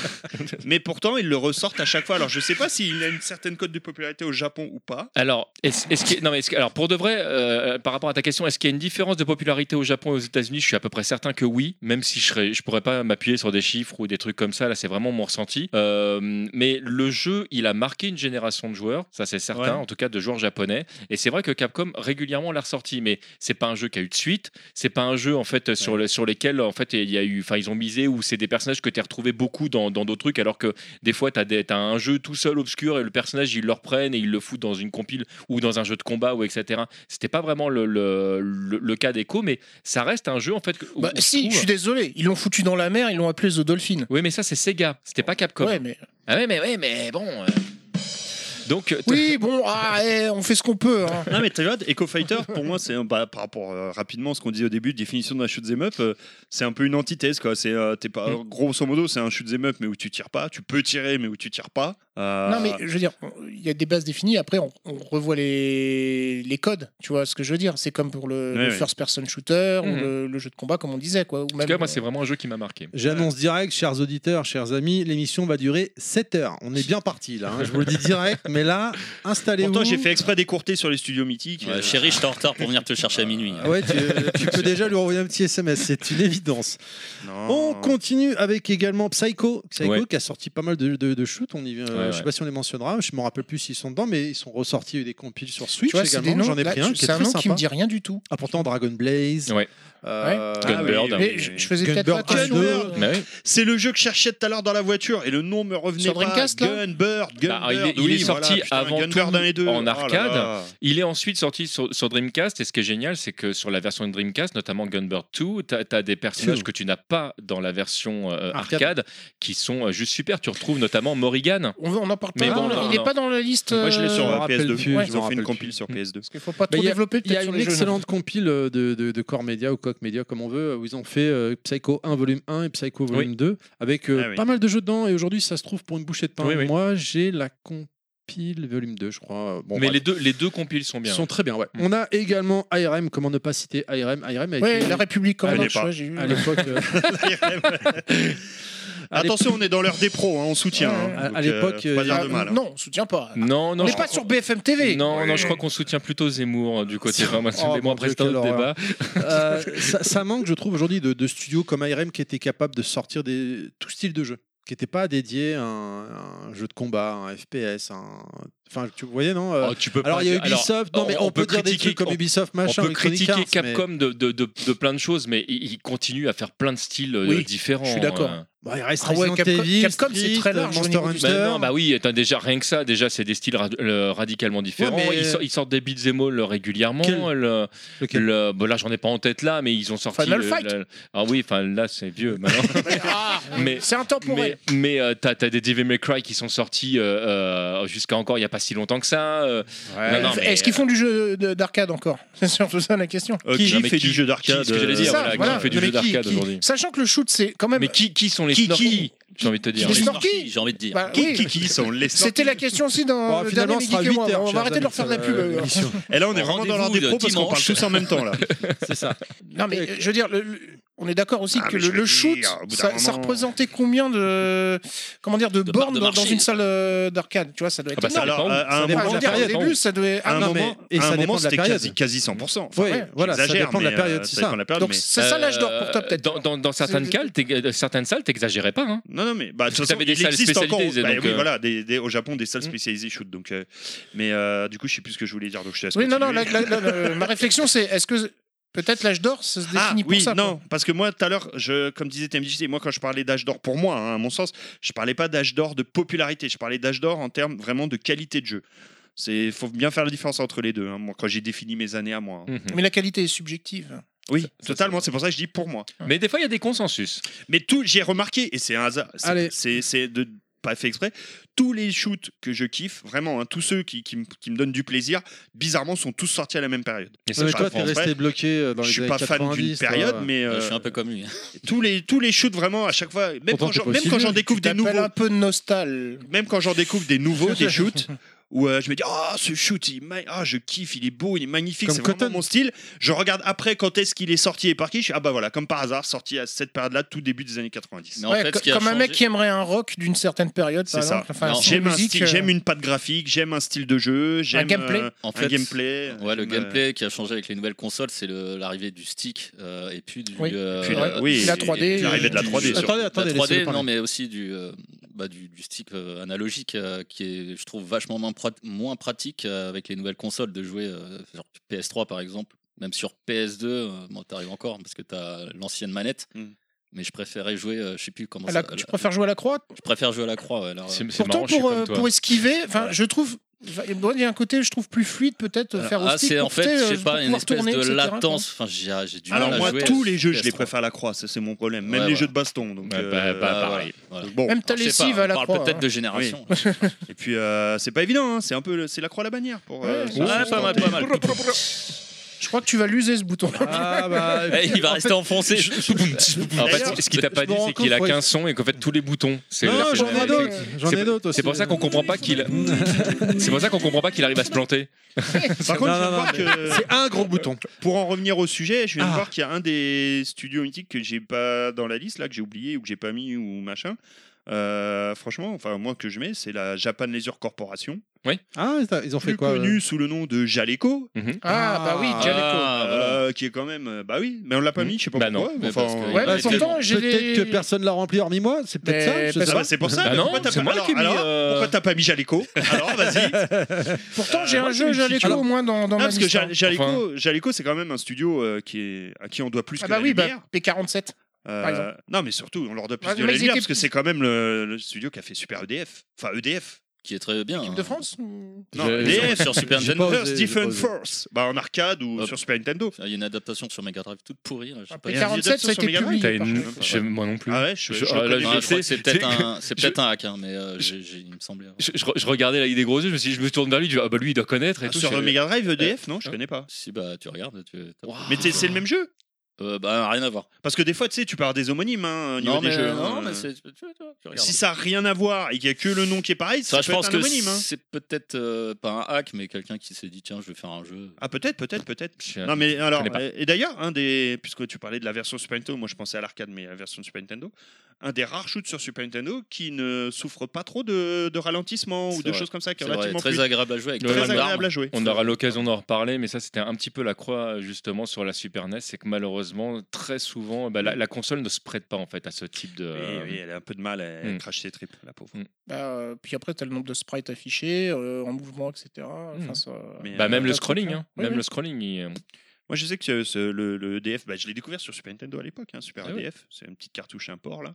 Mais pourtant, ils le ressortent à chaque fois. Alors, je sais pas s'il a une certaine cote de popularité au Japon ou pas. Alors, est-ce, est-ce qu'il y a- non, mais est-ce que- alors pour de vrai, euh, par rapport à ta question, est-ce qu'il y a une différence de popularité au Japon et aux États-Unis Je suis à peu près certain que oui, même si je serais, je pourrais pas m'appuyer sur des chiffres ou des trucs comme ça. Là, c'est vraiment mon ressenti. Euh, mais le jeu, il a marqué une génération de joueurs, ça c'est certain, Ouais. en tout cas de joueurs japonais. Et c'est vrai que Capcom régulièrement l'a ressorti, mais c'est pas un jeu qui a eu de suite. C'est pas un jeu en fait sur, le- sur lesquels en fait il y a eu, enfin ils ont misé ou c'est des personnages que tu as retrouvé beaucoup dans dans d'autres trucs, alors que des fois, tu as, un jeu tout seul obscur et le personnage, ils le reprennent et ils le foutent dans une compile ou dans un jeu de combat ou etc. C'était pas vraiment le, le, le- le cas d'Echo, mais ça reste un jeu en fait. que- où- Bah, où si, trouve- je suis désolé, ils l'ont foutu dans la mer, ils l'ont appelé The Dolphin. Oui, mais ça, c'est Sega, c'était pas Capcom. Ouais, mais... Ah ouais, mais, ouais, mais bon. euh. Donc, t- Oui, bon, ah, eh, on fait ce qu'on peut. hein. Non, mais tu vois, Echo Fighter, pour moi, c'est un- bah, par rapport euh, rapidement à ce qu'on disait au début, définition d'un shoot'em up, euh, c'est un peu une antithèse. Quoi. C'est, euh, t'es pas, Mm. Grosso modo, c'est un shoot'em up, mais où tu tires pas. Tu peux tirer, mais où tu tires pas. Euh, Non, mais je veux dire, il y a des bases définies, après on, on revoit les, les codes, tu vois ce que je veux dire. C'est comme pour le, Ouais, le ouais. first-person shooter ou Mhm. le, le jeu de combat, comme on disait. Quoi, ou en même, tout cas, moi, c'est vraiment un jeu qui m'a marqué. J'annonce direct, chers auditeurs, chers amis, l'émission va durer 7 heures. On est bien parti là, hein, je vous le dis direct, mais là, installez-vous. Pourtant, j'ai fait exprès d'écourter sur les studios mythiques. Ouais, chérie, je suis en retard pour venir te chercher à minuit. Ah Ouais, tu, tu peux déjà lui envoyer un petit SMS, c'est une évidence. Non. On continue avec également Psycho, Psycho Ouais. qui a sorti pas mal de, de, de shoots. On y, vient- euh, Ouais, Je sais ouais. pas si on les mentionnera, je me rappelle plus s'ils sont dedans, mais ils sont ressortis il y a eu des compiles sur Switch tu vois, c'est des également. noms, J'en ai là, pris un tu- qui est c'est un très nom qui sympa. me dit rien du tout. Ah, pourtant Dragon Blaze. Ouais. euh, Ah oui, Gunbird. oui, Mais oui, je, oui. je faisais Gunbird peut-être pas attention. 1, euh, Mais oui. C'est le jeu que je cherchais tout à l'heure dans la voiture et le nom me revenait Sur pas. Dreamcast, là Gunbird, Gunbird. Bah, il est- il oui, est sorti voilà, putain, avant Gunbird tout 1 et 2. en Oh là arcade. là. Il est ensuite sorti sur, sur Dreamcast et ce qui est génial, c'est que sur la version de Dreamcast, notamment Gunbird 2, tu as, des personnages Two. que tu n'as pas dans la version euh, Arcade. arcade. qui sont euh, juste super. Tu retrouves notamment Morrigan. On, on en parle pas. Mais non, bon, là, non, il n'est non. pas dans la liste. Moi, je l'ai sur m'en euh, euh, rappelle PS2. plus, je Ils m'en ont fait rappelle une compile plus. sur PS2. parce qu'il faut pas Bah, trop il y a- développer Il y a peut-être sur une les jeux. non. excellente compile euh, de, de, de Core Media ou Coq Media, comme on veut, où ils ont fait euh, Psycho 1 volume 1 et Psycho volume 2, avec euh, Ah oui. pas mal de jeux dedans. Et aujourd'hui, ça se trouve pour une bouchée de pain. Oui, oui. Moi, j'ai la compile volume 2, je crois. Bon, Mais bref. les deux, les deux compiles sont bien. Ils sont très bien, ouais. Mm. On a également ARM, comment ne pas citer ARM ARM a été- Ouais, la République en Allez, marche, pas. ouais, j'ai eu. à l'époque. euh, à l'époque- Attention, on est dans l'heure des pros, hein, on soutient. hein. À- à Donc, euh, l'époque, faut pas euh, dire Ah, de mal. hein. Non, on soutient pas. Non, non, on n'est je pas crois- sur BFM TV. Non, non, je crois qu'on soutient plutôt Zemmour euh, du côté Oh, information. Mais mon bon, après, Dieu, c'est un quelle autre horreur. débat. euh, ça, ça manque, je trouve, aujourd'hui de, de studios comme ARM qui étaient capables de sortir des, tout style de jeu, qui n'était pas dédié à un, un jeu de combat, un FPS. un- Enfin, tu voyais, non euh, Oh, tu peux Alors, pas il y a dire- alors, Ubisoft, non, mais on, peut, dire des critiquer- trucs comme on- Ubisoft, machin, on peut Electronic critiquer Arts, mais- Capcom de, de, de- de plein de choses, mais il, il continue à faire plein de styles euh, Oui, différents. je suis d'accord. euh. Bon, il reste Ah ouais, Resident Capcom- Evil, Capcom, c'est Street, très large au Monster niveau du Hunter. Bah non, bah oui, attends, déjà rien que ça, déjà c'est des styles ra- euh, radicalement différents. Ouais, mais- euh, ils, sortent- ils sortent des beats and all régulièrement. Quel- le- Lequel le- bon, là, j'en ai pas en tête là, mais ils ont sorti. Final le- Fight. le- ah oui, enfin là c'est vieux. maintenant. Ah, Mais- c'est mais intemporel. mais euh, t'as t'as des Devil May Cry qui sont sortis euh, euh, jusqu'à encore il y a pas si longtemps que ça. euh, Ah, non, non, mais- Est-ce qu'ils font du jeu de- d'arcade encore C'est surtout ça la question. Euh, Qui- qui non, mais fait qui- du jeu qui- d'arcade ce que j'allais C'est dire, euh, ça, voilà, qui voilà. fait du Non, jeu mais qui- d'arcade qui- aujourd'hui. Sachant que le shoot, c'est quand même. Mais qui, qui sont les Euh, Qui- snorkies J'ai envie de te dire. Les Les snorkies, snorkies, euh, J'ai envie de dire. Bah, Qui, oui. qui, qui sont les snorkies C'était la question aussi dans Bon, le finalement, dernier on sera Midi que 8 moi. heures. Euh, on va chers arrêter de amis, leur faire de la ça, pub. euh, euh. l'émission. Et là, on est vraiment dans l'heure des Rendez-vous pros parce qu'on parle dimanche. tous en même temps. là. Non, mais euh, je veux dire, le- le- on est d'accord aussi Ah, que mais le, je le veux shoot, dire, au bout d'un ça, ça moment- représentait combien de comment dire de, De bornes parts de dans, dans marché. une salle euh, d'arcade Tu vois, ça doit être. Ah bah, ça énorme. Alors, dépend. à- à Ça un dépend Enfin, de la je moment, veux dire, au période, déput, ça devait. à un non, moment, mais- et à ça un dépend moment, de la c'était période. quasi, quasi 100%. Enfin, Ouais, voilà, ça j'exagère, dépend de la mais, période, euh, c'est ça ça. dépend de la période, Donc mais- c'est ça l'âge d'or pour toi Euh, peut-être. Dans, dans- dans certaines, C'est- salles, t'ex- euh, certaines salles, t'exagérais pas. Hein Non, non, mais bah, de Parce que toute façon, t'avais des il salles existe encore. spécialisées, bah donc, oui, euh, voilà, des, des- au Japon, des salles Mm. spécialisées shoot. Donc, euh, mais euh, du coup, je sais plus ce que je voulais dire. Donc, je te laisse Oui, non, non. continuer. la- la- la- la- ma réflexion, c'est est-ce que peut-être l'âge d'or, ça se Ah définit pour oui, ça quoi. non, parce que moi tout à l'heure, je, comme disait TMDJC, moi quand je parlais d'âge d'or, pour moi, hein, à mon sens, je parlais pas d'âge d'or de popularité, je parlais d'âge d'or en termes vraiment de qualité de jeu. C'est faut bien faire la différence entre les deux. hein, moi, quand j'ai défini mes années à moi. hein. Mhm. Mais la qualité est subjective. Oui, ça, totalement. C'est pour ça que je dis pour moi. Mais des fois, il y a des consensus. Mais tout, j'ai remarqué, et c'est un hasard, c'est- Allez. c'est c'est de pas fait exprès, tous les shoots que je kiffe, vraiment, hein, tous ceux qui, qui, me- qui me donnent du plaisir, bizarrement, sont tous sortis à la même période. Et ça, Ouais, mais je toi, pas t'es français. resté bloqué euh, dans les je suis années pas fan d'une 90, toi. période, mais Euh, euh, je suis un peu comme lui. tous, les, tous les shoots, vraiment, à chaque fois, même Pourtant, quand t'es j'en- pas même aussi quand nul, j'en découvre des T'appelles nouveaux, un peu nostal. même quand j'en découvre des nouveaux, des shoots, où euh, je me dis ah ce shoot il est ma- ah je kiffe il est beau il est magnifique Comme c'est vraiment Cotton. mon style je regarde après quand est-ce qu'il est sorti et par qui je suis ah bah voilà comme par hasard sorti à cette période là tout début des années 90 Mais en Ouais, fait, co- ce qui a comme un mec changé- qui aimerait un rock d'une certaine période, par C'est ça. exemple. Bah Enfin, Non, sans j'aime un musique, style, euh, j'aime une patte graphique j'aime un style de jeu j'aime gameplay. euh, En un fait, gameplay Ouais, le j'aime, euh, gameplay qui a changé avec les nouvelles consoles, c'est le- l'arrivée du stick euh, et puis du. Oui. euh, Puis la- du- oui, la euh, du- 3D, du- l'arrivée de la du- 3D, du- surtout. Attendez, attendez, la laissez-le 3D, parler. non, mais aussi du, euh, bah, du, du stick euh, analogique euh, qui est, je trouve, vachement moins, prat- moins pratique euh, avec les nouvelles consoles de jouer, euh, genre PS3 par exemple, même sur PS2, euh, moi t'arrives encore parce que t'as l'ancienne manette. Mm. Mais je préférais jouer, euh, je sais plus comment à la- ça. tu préfères jouer à la croix Je préfère jouer à la croix. ouais, alors, euh, C'est c'est Pourtant, marrant, je suis pour, comme euh, toi. pour esquiver, enfin, je trouve. Il y a un côté, je trouve plus fluide peut-être euh, Alors, faire au ah, stick. c'est en pour, tu fait, sais, je euh, sais pour pas, une pouvoir espèce tourner, de etc., quoi. latence. Enfin, j'ai ah, j'ai du alors mal à moi jouer à tous la les jeux je les PS3. préfère à la croix ça c'est mon problème même Ouais, les voilà. jeux de baston donc Ouais, bah, euh, bah, voilà. pareil. Voilà. donc bon Même ta Alors, je sais pas, lessive à la On croix. parle peut-être hein. de génération. et puis euh, c'est pas évident hein, c'est un peu le- c'est la croix à la bannière pour euh, Ouais, se- ouais, se Ah, pas mal, tenter. pas mal. Je crois que tu vas l'user ce bouton. Ah bah. Eh, il va en rester fait, enfoncé. Ah, En fait, D'ailleurs, ce qu'il t'a je me pas dit, rends c'est qu'il a compte, ouais. qu'un son et qu'en fait tous les boutons. c'est la Non, j'en ai fonctionnalité. d'autres. J'en ai d'autres aussi. C'est pour ça qu'on comprend pas qu'il. c'est pour ça qu'on comprend pas qu'il arrive à se planter. par contre Non, je viens de non, voir que C'est un gros bouton. euh, Pour en revenir au sujet, je viens de Ah. voir qu'il y a un des studios mythiques que j'ai pas dans la liste, là, que j'ai oublié ou que j'ai pas mis ou machin. Euh, franchement, enfin, moi que je mets, c'est la Japan Laser Corporation, Ah, ils ont fait plus quoi connue sous le nom de Jaleco, Ah, bah oui, Ah. Jaleco. euh, qui est quand même. euh, Bah oui, mais on l'a pas mis, je sais pas Bah non, pourquoi. mais enfin, parce que- Ouais, Bah, mais pourtant, j'ai Peut-être des- que personne l'a rempli hormis moi, c'est peut-être ça. Mais je sais parce Ah pas. bah, c'est pour ça. Bah mais non, pourquoi t'as c'est pas- moi alors- qui ai mis, alors, euh, Pourquoi t'as pas mis Jaleco Alors vas-y. Pourtant, j'ai Euh, un moi, jeu j'ai une Jaleco petite- au moins dans, dans Non, ma parce que liste. hein. Ja- Jaleco, Enfin. Jaleco, c'est quand même un studio euh, qui est à qui on doit plus Ah que bah la oui, bah, lumière. P47. Euh, Par exemple. non, mais surtout, on leur doit plus Ouais, de mais la ils lumière étaient- parce que c'est quand même le, le studio qui a fait Super EDF. Enfin, E EDF. qui est très bien. Équipe hein. de France ou- Non, J'ai- EDF Sur Super J'ai Nintendo. pas osé, First j'ai pas Defense osé. Force. Bah, en arcade ou Hop. sur Super Nintendo. Il y a une adaptation sur Mega Drive toute pourrie. hein, Je sais pas. Après, Et un vieux 47, ça a sur été Mega publié. T'as par une- contre. je- Moi non plus. Ah ouais, je, je, Je- le ah, là, connais je- pas. Non, je après, c'est peut-être je- un, c'est peut-être un hack, hein, mais euh, j'ai- j'ai- il me semblait. Je, je re- je regardais la idée gros yeux, je me suis dit, je me tourne vers lui, je dis, ah bah lui il doit connaître et Ah, tout. Sur je- le Mega Drive EDF, non, je connais pas. Si bah tu regardes, tu. t'as- Mais t'es- c'est le même jeu Euh, bah rien à voir. Parce que des fois, tu sais, tu parles des homonymes hein, au niveau Non des mais, jeux. non, hein. mais c'est. tu- tu- tu- tu regardes. Si ça n'a rien à voir et qu'il n'y a que le nom qui est pareil, ça, Ça, je peut pense être un que homonyme. hein. c'est peut-être euh, pas un hack, mais quelqu'un qui s'est dit tiens, je vais faire un jeu. Ah, peut-être, peut-être, peut-être. je- Non mais alors connais pas. euh, et d'ailleurs un des puisque tu parlais de la version Super Nintendo, moi je pensais à l'arcade mais la version Super Nintendo, un des rares shoots sur Super Nintendo qui ne souffre pas trop de, de ralentissement ou C'est de vrai, choses comme ça qui est C'est vrai, relativement très fluide, agréable à jouer avec Très pas mal très agréable d'armes. à jouer. On aura l'occasion d'en reparler, mais ça c'était un petit peu la croix justement sur la Super NES, c'est que malheureusement très souvent bah, la, la console ne se prête pas en fait à ce type de. Oui, oui, elle a un peu de mal, elle elle Hmm. crache ses tripes la pauvre. Bah, euh, puis après, t'as le nombre de sprites affichés, euh, en mouvement, etc. Enfin, Mm. ça- Mais, Bah, même Hmm. Euh, le un truc, scrolling, hein. hein. Oui, même oui. le scrolling. il- Moi je sais que euh, ce- ce- le, le EDF, bah, je l'ai découvert sur Super Nintendo à l'époque, hein, Super Ah oui. EDF, c'est une petite cartouche import là.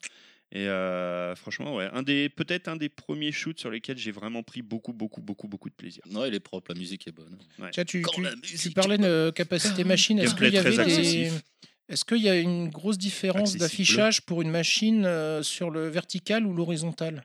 Et euh, franchement ouais, un des peut-être un des premiers shoots sur lesquels j'ai vraiment pris beaucoup beaucoup beaucoup beaucoup de plaisir. Ouais, il est propre, la musique est bonne. Tiens, tu, Quand tu- la tu Ah. musique- parlais de euh, capacité machine. Est-ce Gameplay qu'il y très avait des... accessif. Est-ce qu'il y a une grosse différence Accessible. d'affichage pour une machine euh, sur le vertical ou l'horizontal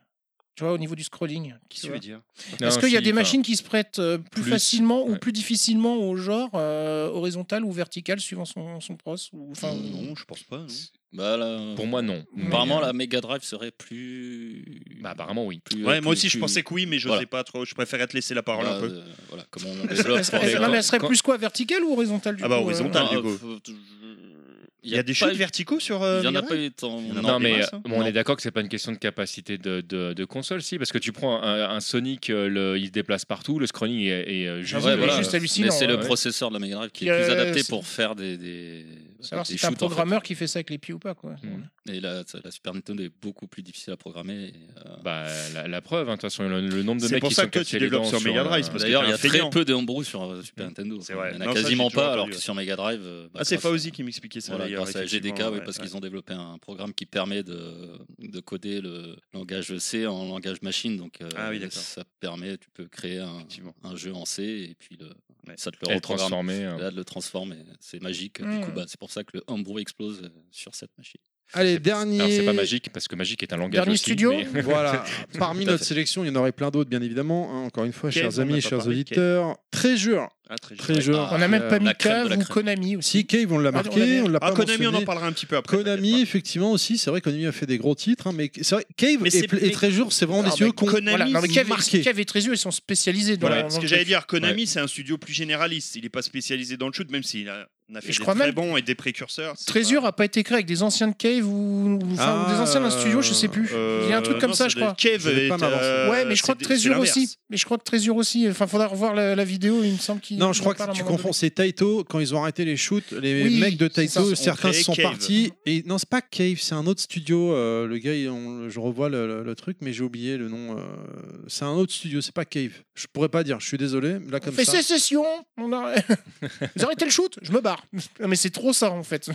Tu vois, au niveau du scrolling. tu Qu'est-ce que tu vois. veux dire Est-ce Non, qu'il y a si, des enfin, machines qui se prêtent euh, plus, plus, facilement ou ouais. plus difficilement au genre euh, horizontal ou vertical suivant son, son pros ou, enfin, Non, je pense pas. non. Bah, là, Pour moi non. Mais, apparemment, euh, la Mega Drive serait plus. bah, apparemment oui. plus- Ouais, plus- moi aussi je plus- pensais que oui, mais je Voilà. sais pas trop. Je préférais te laisser la parole Bah, un peu. euh, voilà, comment on développe. Est-ce- est-ce- mais non, mais quand- elle serait quand- plus quoi, verticale ou horizontale du Ah bah, coup, euh, horizontale. Non, du euh, coup. faut- je- Il y a des pas shoots eu- verticaux sur. Il euh, n'y en a Mega pas Drive eu tant. Il y en a Non, pas des mais euh, masses, hein. bon, on Non. est d'accord que c'est pas une question de capacité de, de- de console, si, parce que tu prends un, un Sonic, euh, le- il se déplace partout, le scrolling est, est, euh, juste. Ah Ouais, Ouais, voilà. juste hallucinant, Mais c'est le ouais. processeur de la Mega Drive qui est Euh, plus adapté c'est- pour faire des. des Savoir des si c'est un shoots, en fait. programmeur qui fait ça avec les pieds ou pas quoi. Mm. Et la, la Super Nintendo est beaucoup plus difficile à programmer. et, euh, Bah, la, la preuve, hein, de toute façon, le, le nombre de C'est mecs pour qui ça sont que toi, tu cassés les développes dents sur Mega Drive, euh, parce que D'ailleurs, t'es il y un a feignant. très peu de homebrew sur euh, Super Nintendo. C'est vrai. Il n'y en a Non, ça, j'ai quasiment toujours pas, alors que entendu. sur Mega Drive. euh, bah, Ah, c'est grâce à- Faouzi qui m'expliquait ça Voilà, d'ailleurs. grâce à effectivement, GDK, oui, ouais, parce ouais. qu'ils ont développé un programme qui permet de, de coder le langage C en langage machine. Donc, euh, Ah oui, d'accord. ça permet, tu peux créer un, Effectivement. un jeu en C et puis le- Ouais. ça te le elle reprogramme. transformée, hein. Et Là, de le transformer, c'est magique. Du Mm. Mmh. coup, bah, c'est pour ça que le homebrew explose euh, sur cette machine. Allez, dernier. Alors, c'est pas magique, parce que magique est un langage. Dernier aussi, studio mais- Voilà. Parmi Tout à notre fait. sélection, il y en aurait plein d'autres, bien évidemment. hein. encore une fois, Cave, chers on n'a amis, pas chers parlé de Cave. auditeurs, Très jure. Ah, très Très joli. jure. on n'a même Euh, pas la mis crème de Cave la ou crème. Konami aussi. Si, Cave, on l'a Ah, on marqué, l'a on l'a pas Ah, Konami, on en mentionné. parlera un petit peu après. Konami, effectivement, aussi, c'est vrai, Konami a fait des gros titres, hein, mais c'est vrai, Cave Mais et, c'est- Pl- et mais- Treasure, c'est vraiment Alors, des studios mais qu'on. Konami, Voilà, non, mais Cave, marqué. et- Cave et Treasure, ils sont spécialisés dans Voilà, la- ce dans que le j'allais truc. dire, Konami, c'est un studio plus généraliste. Il n'est pas spécialisé dans le shoot, même s'il a, on a fait je des crois très même- bons et des précurseurs. c'est Treasure pas- a pas été créé avec des anciens de Cave ou, ou- enfin, Ah, ou des anciens d'un studio, je sais plus. Euh, Il y a un truc comme non, ça, c'est je des- crois. Cave Je vais est, pas m'avancer. euh, ouais, mais je crois c'est que des- c'est Treasure l'inverse. aussi. Mais je crois que Treasure aussi. Enfin, faudra revoir la, la vidéo, il me semble qu'il. Non, je il en crois que parle à tu un moment confonds. C'est Taito, quand ils ont arrêté les shoots, les Oui, mecs de c'est ça, Taito, on certains créait sont Cave. partis. Et non, c'est pas Cave, c'est un autre studio. euh, le gars, il- on- je revois le, le- le truc, mais j'ai oublié le nom. euh, c'est un autre studio, c'est pas Cave. Je pourrais pas dire, je suis désolé. Là, On comme fait ça. sécession on a... Vous arrêtez le shoot Je me barre. Non, Mais c'est trop ça en fait.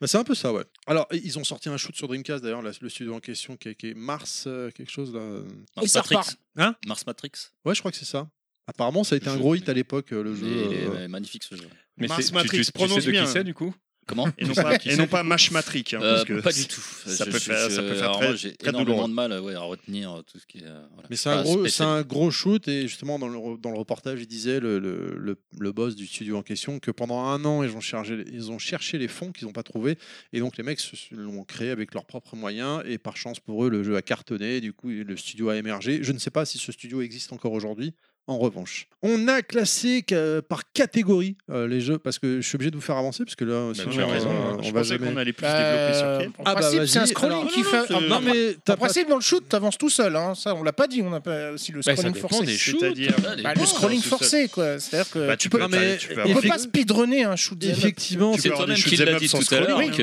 Bah, c'est un peu ça, ouais. Alors, ils ont sorti un shoot sur Dreamcast, d'ailleurs, là, le studio en question, qui est, qui est Mars, euh, quelque chose là. Et Mars ça Matrix. repart. Hein Mars Matrix. Ouais, je crois que c'est ça. Apparemment, ça a été Le un jeu, gros hit mais- à l'époque, euh, le jeu. Il est- euh, ouais, magnifique ce jeu. Mais Mars c'est- tu- Matrix, tu, tu prononce sais de bien. qui c'est du coup Comment Et non pas, Qui et c'est non pas Mash Matrix. hein, Euh, parce que Pas du tout. ça peut faire- ça peut faire alors très- moi, j'ai très énormément douloureux. de mal euh, ouais, à retenir euh, tout ce qui est. euh, voilà. Mais c'est un, Pas gros, c'est spécial. un gros shoot et justement dans le, re- dans le reportage il disait le, le, le- le boss du studio en question que pendant un an ils ont, chargé, ils ont cherché les fonds qu'ils n'ont pas trouvé et donc les mecs se- se l'ont créé avec leurs propres moyens et par chance pour eux le jeu a cartonné du coup le studio a émergé. Je ne sais pas si ce studio existe encore aujourd'hui. En revanche, on a classé ca- par catégorie euh, les jeux parce que je suis obligé de vous faire avancer parce que là Bah sinon, tu as euh, raison, on hein. je va pensais jamais- qu'on allait plus développer sur Euh, Cave. en Ah, bah, principe, c'est un vas-y. scrolling Alors, qui non, fait. non, c'est- en- Non mais en t'as pas- principe, dans le shoot, t'avances tout seul. Hein. Ça, on l'a pas dit. On a pas si le Bah, ça scrolling dépend forcé. des shoots. C'est-à-dire, Ah, les Bah, bons, le scrolling c'est forcé, quoi. C'est-à-dire que tu Bah, tu peux. peux, Non, mais- tu peux On avoir- peut pas speedrunner un shoot. Effectivement. effectivement Tu peux C'est quand avoir même des qu'il shoot'em l'a up dit sans tout à l'heure hein. scrolling,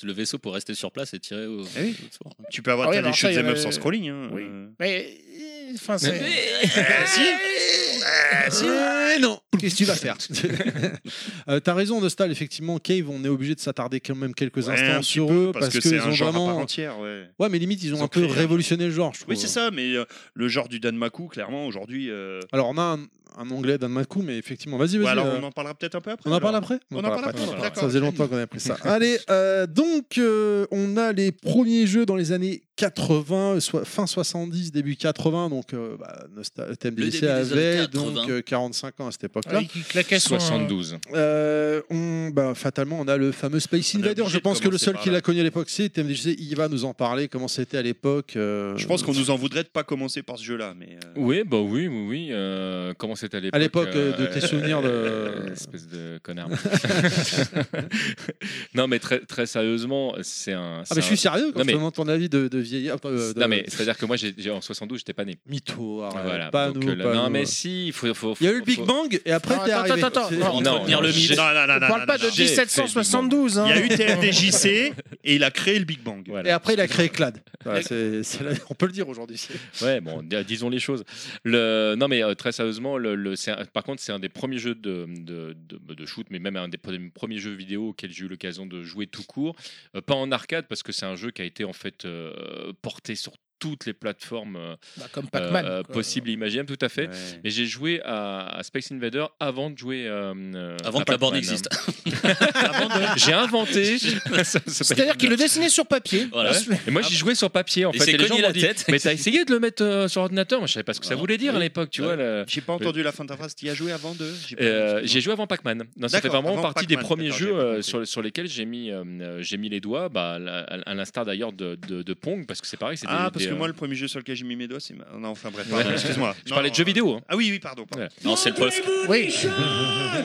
que le vaisseau pour rester sur place et tirer au. Eh oui. au- au- tu peux avoir Ah oui, t'as des alors ça, il y shoot'em up avait- sans scrolling. hein, Oui. euh. Mais euh, enfin, c'est. Eh, si. Eh non Qu'est-ce que tu vas faire Euh, T'as raison, Nostal, effectivement, Cave, on est obligé de s'attarder quand même quelques Ouais, un instants petit sur peu, eux parce que qu'ils c'est un ont genre à part vraiment. entière. euh, ouais. Ouais, mais limite, ils ont Ils un ont peu créé un- révolutionné le genre, je trouve. Oui, c'est ça, mais euh, le genre du Danmaku, clairement, aujourd'hui. euh, Alors, on a un, un anglais d'un coup, mais effectivement, vas-y, ouais, vas-y. alors, euh, on en parlera peut-être un peu après. on en parle alors. après On en parle après, Ouais, on en parle Ça faisait après. longtemps qu'on avait pris ça. Allez, euh, donc, euh, on a les premiers jeux dans les années 80, soit fin 70, début 80. Donc, euh, bah, Nostal- Le TMDJC début des années avait 80. donc euh, 45 ans à cette époque-là. Ah, il claquait son- 72. Euh, on, bah, fatalement, on a le fameux Space On est Invader. obligé Je de pense que le commencer seul par qui là. l'a connu à l'époque, c'est TMDJC. Il va nous en parler, comment c'était à l'époque. euh, Je pense qu'on nous en voudrait de pas commencer par ce jeu-là, mais. euh, Oui, bah oui, oui, oui. euh, comment c'était à l'époque À l'époque, euh, de tes souvenirs de- euh, Espèce de connard. non, mais très, très sérieusement, c'est un. Ah, c'est mais je suis un- sérieux quand Non, je te mais- demande ton avis de, de vieillard. euh, de- Non, mais c'est-à-dire que moi, j'ai, j'ai- en 72, j'étais pas né. Mytho, arrête, Voilà. pas donc, nous, euh, là- pas non, nous. mais si, il faut. faut- Il y a eu faut- le Big faut- Bang et après, Non, t'es attends, arrivé. attends, attends, C'est- non. Pour Non, entretenir non, le j'ai- mythe. Non, non, non, On non, parle non, pas non, de non. 1772. Il y a eu hein. TMDJC et il a créé le Big Bang. Voilà. Et après, il a créé Clad. Voilà, c'est- c'est la- on peut le dire aujourd'hui. c'est- Ouais, bon, dis- disons les choses. Le, non, mais euh, très sérieusement, le, le- c'est un- par contre, c'est un des premiers jeux de, de, de- bah, de shoot, mais même un des pre- premiers jeux vidéo auxquels j'ai eu l'occasion de jouer tout court. Euh, pas en arcade, parce que c'est un jeu qui a été en fait euh, porté sur toutes les plateformes euh, Bah, comme Pac-Man. euh, quoi. possibles et imaginables, tout à fait. Ouais. Mais j'ai joué à, à Space Invader avant de jouer. euh, euh, Avant à que la borne Pac-Man, existe. hein. J'ai inventé. Ça, ça C'est-à-dire qu'il le dessinait sur papier. Voilà. et moi, j'y jouais sur papier en Il fait. s'est Et les gens cogné m'ont la dit, tête. Mais t'as essayé de le mettre euh, sur ordinateur Moi, je savais pas ce que ça Ah, voulait dire à oui. l'époque, tu Ouais. Ah, vois. le- J'ai pas entendu la fin de ta phrase. Tu y as joué avant de J'ai pas- Euh, j'ai joué avant Pac-Man. Non, ça fait D'accord, vraiment avant partie des Pac-Man, premiers d'accord, jeux j'ai pas euh, compris. sur, sur lesquels j'ai mis, euh, euh, j'ai mis les doigts, bah, à, la- à l'instar d'ailleurs de, de- de Pong, parce que c'est pareil. c'est des- Ah, parce des, que euh, moi, le premier jeu sur lequel j'ai mis mes doigts, c'est. ma- Non, enfin bref, Ouais. pardon, excuse-moi. je parlais de jeux vidéo. hein. Ah oui, oui, pardon. pardon. Ouais. Non, c'est le poste. Oui.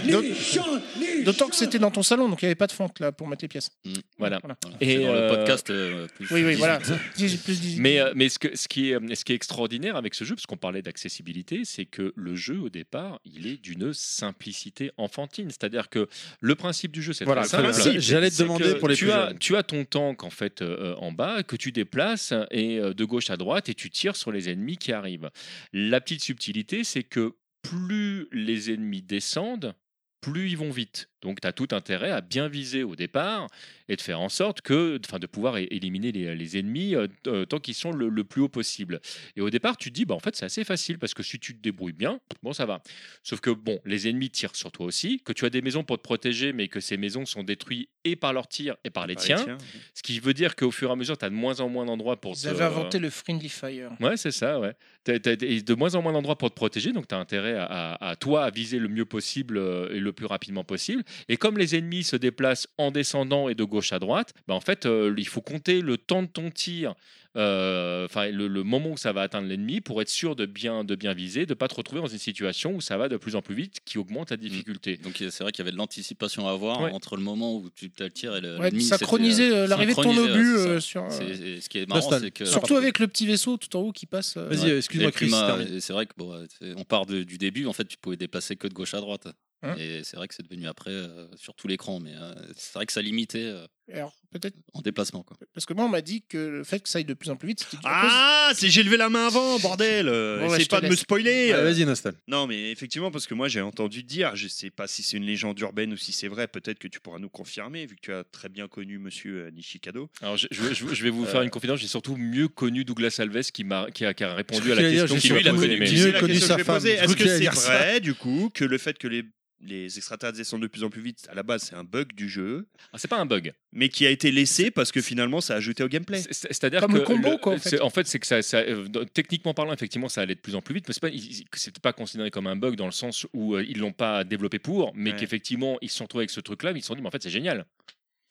D'aut- D'autant que c'était dans ton salon, donc il n'y avait pas de fente là pour mettre les pièces. Voilà. Voilà. Et, Et dans euh, le podcast. euh, plus Oui, oui, 18. voilà. 18 plus 18. Mais, euh, mais ce, que, ce, qui est, ce qui est extraordinaire avec ce jeu, parce qu'on parlait d'accessibilité, c'est que le jeu, au départ, il est d'une simplicité enfantine. C'est-à dire que le principe du jeu, c'est Voilà, très simple. ça, j'allais te C'est demander que pour les tu plus as, jeunes. tu as ton tank en fait euh, en bas que tu déplaces et euh, de gauche à droite et tu tires sur les ennemis qui arrivent. La petite subtilité, c'est que plus les ennemis descendent, plus ils vont vite. Donc tu as tout intérêt à bien viser au départ et de faire en sorte que, enfin, de pouvoir é- éliminer les, les ennemis euh, t- euh, tant qu'ils sont le, le plus haut possible. Et au départ, tu te dis, bah, en fait, c'est assez facile parce que si tu te débrouilles bien, bon, ça va. Sauf que, bon, les ennemis tirent sur toi aussi, que tu as des maisons pour te protéger, mais que ces maisons sont détruites et par leurs tirs et par les Par tiens. Ce qui veut dire qu'au fur et à mesure, tu as de moins en moins d'endroits pour Ils te- euh, avaient inventé le Friendly Fire. Ouais, c'est ça, ouais. T'as, t'as- et de moins en moins d'endroits pour te protéger, donc tu as intérêt à, à- à, toi à viser le mieux possible euh, et le plus rapidement possible. Et comme les ennemis se déplacent en descendant et de gauche à droite, bah, en fait, euh, il faut compter le temps de ton tir, euh, enfin le, le moment où ça va atteindre l'ennemi pour être sûr de bien, de bien viser, de pas te retrouver dans une situation où ça va de plus en plus vite, qui augmente la difficulté. Donc il y a- c'est vrai qu'il y avait de l'anticipation à avoir Ouais. entre le moment où tu te le tires et le. Ouais, l'ennemi, synchroniser c'était, euh, euh, l'arrivée de ton synchronisé, obus euh, ouais, c'est euh, sur. euh, ça. C'est- Ce qui est marrant, Nostal. c'est que. Surtout avec le petit vaisseau tout en haut qui passe. euh, Vas-y, Ouais. excuse-moi, Et puis, Chris, ma- termine. et c'est vrai que bon, ouais, c'est- on part de- du début, en fait, tu pouvais dépasser que de gauche à droite. Hein et c'est vrai que c'est devenu après euh, sur tout l'écran, mais euh, c'est vrai que ça limitait euh, Alors peut-être en déplacement. Quoi. parce que moi on m'a dit que le fait que ça aille de plus en plus vite, c'était dû à cause- Ah, c'est j'ai levé la main avant, bordel. Bon, ouais, c'est je te pas de me laisse. spoiler. euh, Ah, Vas-y, Nostal. Non, mais effectivement, parce que moi j'ai entendu dire, je sais pas si c'est une légende urbaine ou si c'est vrai, peut-être que tu pourras nous confirmer, vu que tu as très bien connu monsieur euh, Nishikado. Alors je, je- je- je vais vous faire une confidence, j'ai surtout mieux connu Douglas Alves qui, m'a, qui, a, qui a répondu à la J'allais dire, question j'ai qu'il a surtout posée. connu mais- Mieux C'est la connu question sa que je vais femme. poser. Je Est-ce que voulais c'est dire ça. vrai, du coup, que le fait que les, les extraterrestres descendent de plus en plus vite, à la base c'est un bug du jeu, Ah, c'est pas un bug. mais qui a été laissé parce que finalement ça a ajouté au gameplay C'est- c'est- C'est-à-dire Comme que le combo, quoi, en c'est- fait. c'est que ça, ça- euh, dans- techniquement parlant, effectivement, ça allait de plus en plus vite, mais c'est pas, ils- ils- c'était pas considéré comme un bug dans le sens où euh, ils l'ont pas développé pour, mais Ouais. qu'effectivement, ils se sont retrouvés avec ce truc-là, mais ils se sont dit, mais en fait, c'est génial.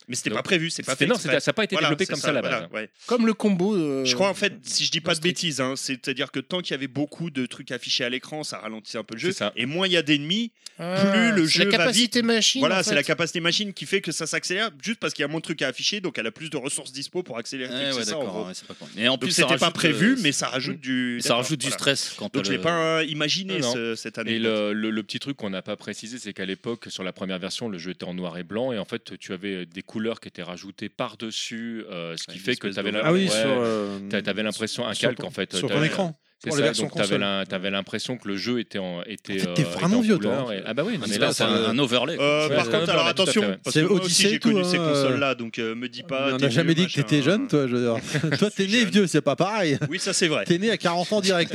Mais c'était Donc, pas prévu, c'est pas fait. C'était- non, exprès. c'était- ça n'a pas été Voilà, développé c'est comme ça, à la base. voilà, ouais. comme le combo. euh, Je crois en fait, si je dis pas de Street. bêtises, hein, c'est-à-dire que tant qu'il y avait beaucoup de trucs affichés à l'écran, ça ralentissait un peu le jeu. C'est ça. Et moins il y a d'ennemis, ah, plus le c'est jeu La va capacité machine. voilà, en c'est fait. la capacité machine qui fait que ça s'accélère, juste parce qu'il y a moins de trucs à afficher, donc elle a plus de ressources dispo pour accélérer. le Ouais, truc, ouais, c'est ça, en d'accord, gros. ouais, c'est pas con. Et en Donc plus, ça c'était pas rajoute, prévu, euh, mais ça rajoute Mm. du. ça d'accord, rajoute du voilà. stress quand Donc t'as je l'ai le- pas euh, imaginé Non. ce- cette année. Et le, le- le petit truc qu'on n'a pas précisé, c'est qu'à l'époque, sur la première version, le jeu était en noir et blanc, et en fait, tu avais des couleurs qui étaient rajoutées par-dessus, euh, ce qui Ouais, une fait que espèce tu avais, d'ovale. Ah oui, sur. l'impression, un sur- calque, en fait. Sur ton T'avais- écran. C'est pour ça, les versions donc t'avais console. l'im- t'avais l'impression que le jeu était en En était, fait, t'es euh, était vraiment en vieux, couleur toi, hein. et- Ah bah oui, non, mais C'est là, pas- c'est un, un overlay. quoi. Euh, Ouais, par c'est contre, vrai, alors tout à fait, attention, ouais. parce C'est que moi aussi Odyssey et j'ai tout, connu hein, ces euh, consoles-là, donc euh, me dis pas. on t'es n'a jamais vieux, dit que t'étais machin, jeune, toi. Je veux dire. toi, t'es Je suis né jeune. vieux, c'est pas pareil. hein. Oui, ça c'est vrai. T'es né à 40 ans direct.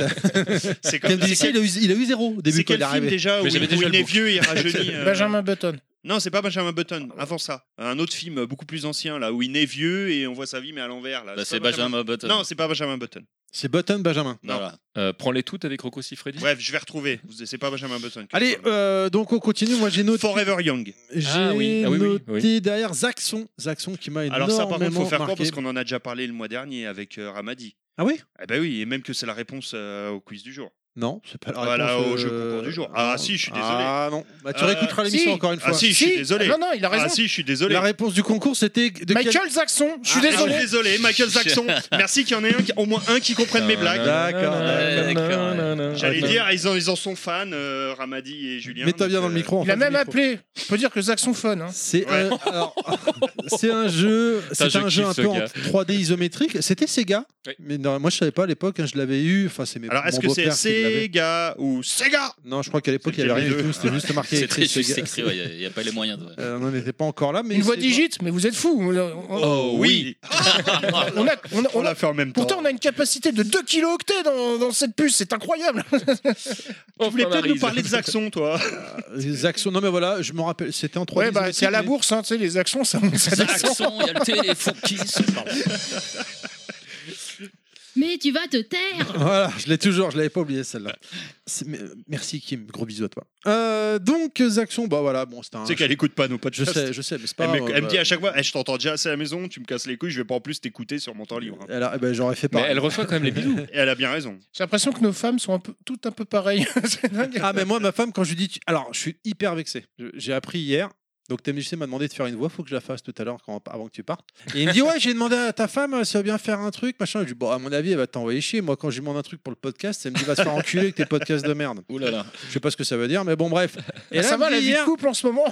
C'est comme Comme disait, il a eu il a eu zéro au début C'est quand quel il est film arrivé. déjà où Mais il j'avais déjà où il le est book. vieux et il rajeunit euh, Benjamin Button. Non, c'est pas Benjamin Ah, Button, avant ça. Un autre film euh, beaucoup plus ancien, là, où il est vieux et on voit sa vie, mais à l'envers. là. Bah, c'est pas Benjamin Button. Non, c'est pas Benjamin Button. C'est Button Benjamin. non. Voilà. Euh, prends-les toutes avec Rocco Siffredi. Bref, je vais retrouver. Vous- C'est pas Benjamin Button. que Allez, je parle. euh, donc on continue. Moi, j'ai noté. Forever Young. J'ai Ah oui, ah oui, oui, noté oui. derrière Zaxxon. Zaxxon qui m'a énormément Alors ça, par contre, faut faire quoi marqué. parce qu'on en a déjà parlé le mois dernier avec euh, Ramadi. Ah oui Eh ben oui, et même que c'est la réponse euh, au quiz du jour. Non, c'est pas la réponse. Voilà, au euh, jeu concours du jour. Ah non. si, je suis désolé. Ah, Ah non. Bah, tu Euh, réécouteras l'émission si. encore une Ah, fois. si. je suis désolé. Ah, Non, non, il a raison. si, je suis désolé. La réponse du concours, c'était de quel- Michael Jackson, je suis Ah, Ah, je désolé. suis désolé, Michael Jackson. Merci qu'il y en ait un, qui- au moins un qui comprenne Ah, mes blagues. hein, D'accord. J'allais Ouais. dire, ils en, ils en sont fans, euh, Ramadi et Julien. Mets-toi donc, bien dans le euh, micro. en Il a face du même micro. appelé. On peut dire que Jackson fun. hein. C'est Ouais. un, alors, c'est un jeu, Ça, c'est je un jeu kiffe un ce peu en gars. 3D isométrique. C'était Sega, Oui. mais non, moi je savais pas à l'époque. hein, je l'avais eu. Enfin, c'est mes Alors, est-ce mon que c'est beau-père qui l'avait. Sega ou Sega Non, je crois qu'à l'époque il y C'était avait les rien du deux. tout. C'était juste marqué C'est très écrit juste Sega. écrit, il n'y a, pas les moyens de. Euh, on n'était pas encore là, mais Une voix c'est- digite, mais vous êtes fous. On a- on- Oh oui on a- on a- On on a- l'a fait en même temps. Pourtant, on a une capacité de 2 kilooctets dans, dans cette puce, c'est incroyable. Tu voulais peut-être nous parler de Zaxxon, toi Les actions. Non, mais voilà, je me rappelle. C'était en 3D. Ouais, bah, isométrique, c'est à la mais- bourse, hein, tu sais, les actions, ça monte. ça descend. Saxon, il y a le téléphone qui Oh se parle. Mais tu vas te taire Voilà, je l'ai toujours, je l'avais pas oublié celle-là. C'est- mais- euh, Merci Kim, gros bisous à toi. Euh, donc actions, bah voilà, bon c'était un. Tu sais qu'elle écoute pas nos Je podcasts. sais, je sais, mais c'est pas Elle, me- grave. elle me dit bah, à chaque fois Eh, Je t'entends déjà assez à la maison, tu me casses les couilles, je vais pas en plus t'écouter sur mon temps libre. hein. Elle a- eh ben, j'aurais fait Mais pareil. elle reçoit quand même les bisous. Et elle a bien raison. J'ai l'impression que nos femmes sont un peu, toutes un peu pareilles. C'est dingue. Ah, mais moi, ma femme, quand je lui dis. tu- Alors, je suis hyper vexé. Je- J'ai appris hier. Donc, TMJC m'a demandé de faire une voix. Faut que je la fasse tout à l'heure quand- avant que tu partes. Et il me dit Ouais, j'ai demandé à ta femme euh, si elle veut bien faire un truc, machin. Je lui dis Bon, à mon avis, elle va t'envoyer chier. Moi, quand je lui demande un truc pour le podcast, elle me dit Va te faire enculer avec tes podcasts de merde. Ouh là là. Je sais pas ce que ça veut dire, mais bon, bref. Et Ah, ça elle me va, dit la vie de hier- couple en ce moment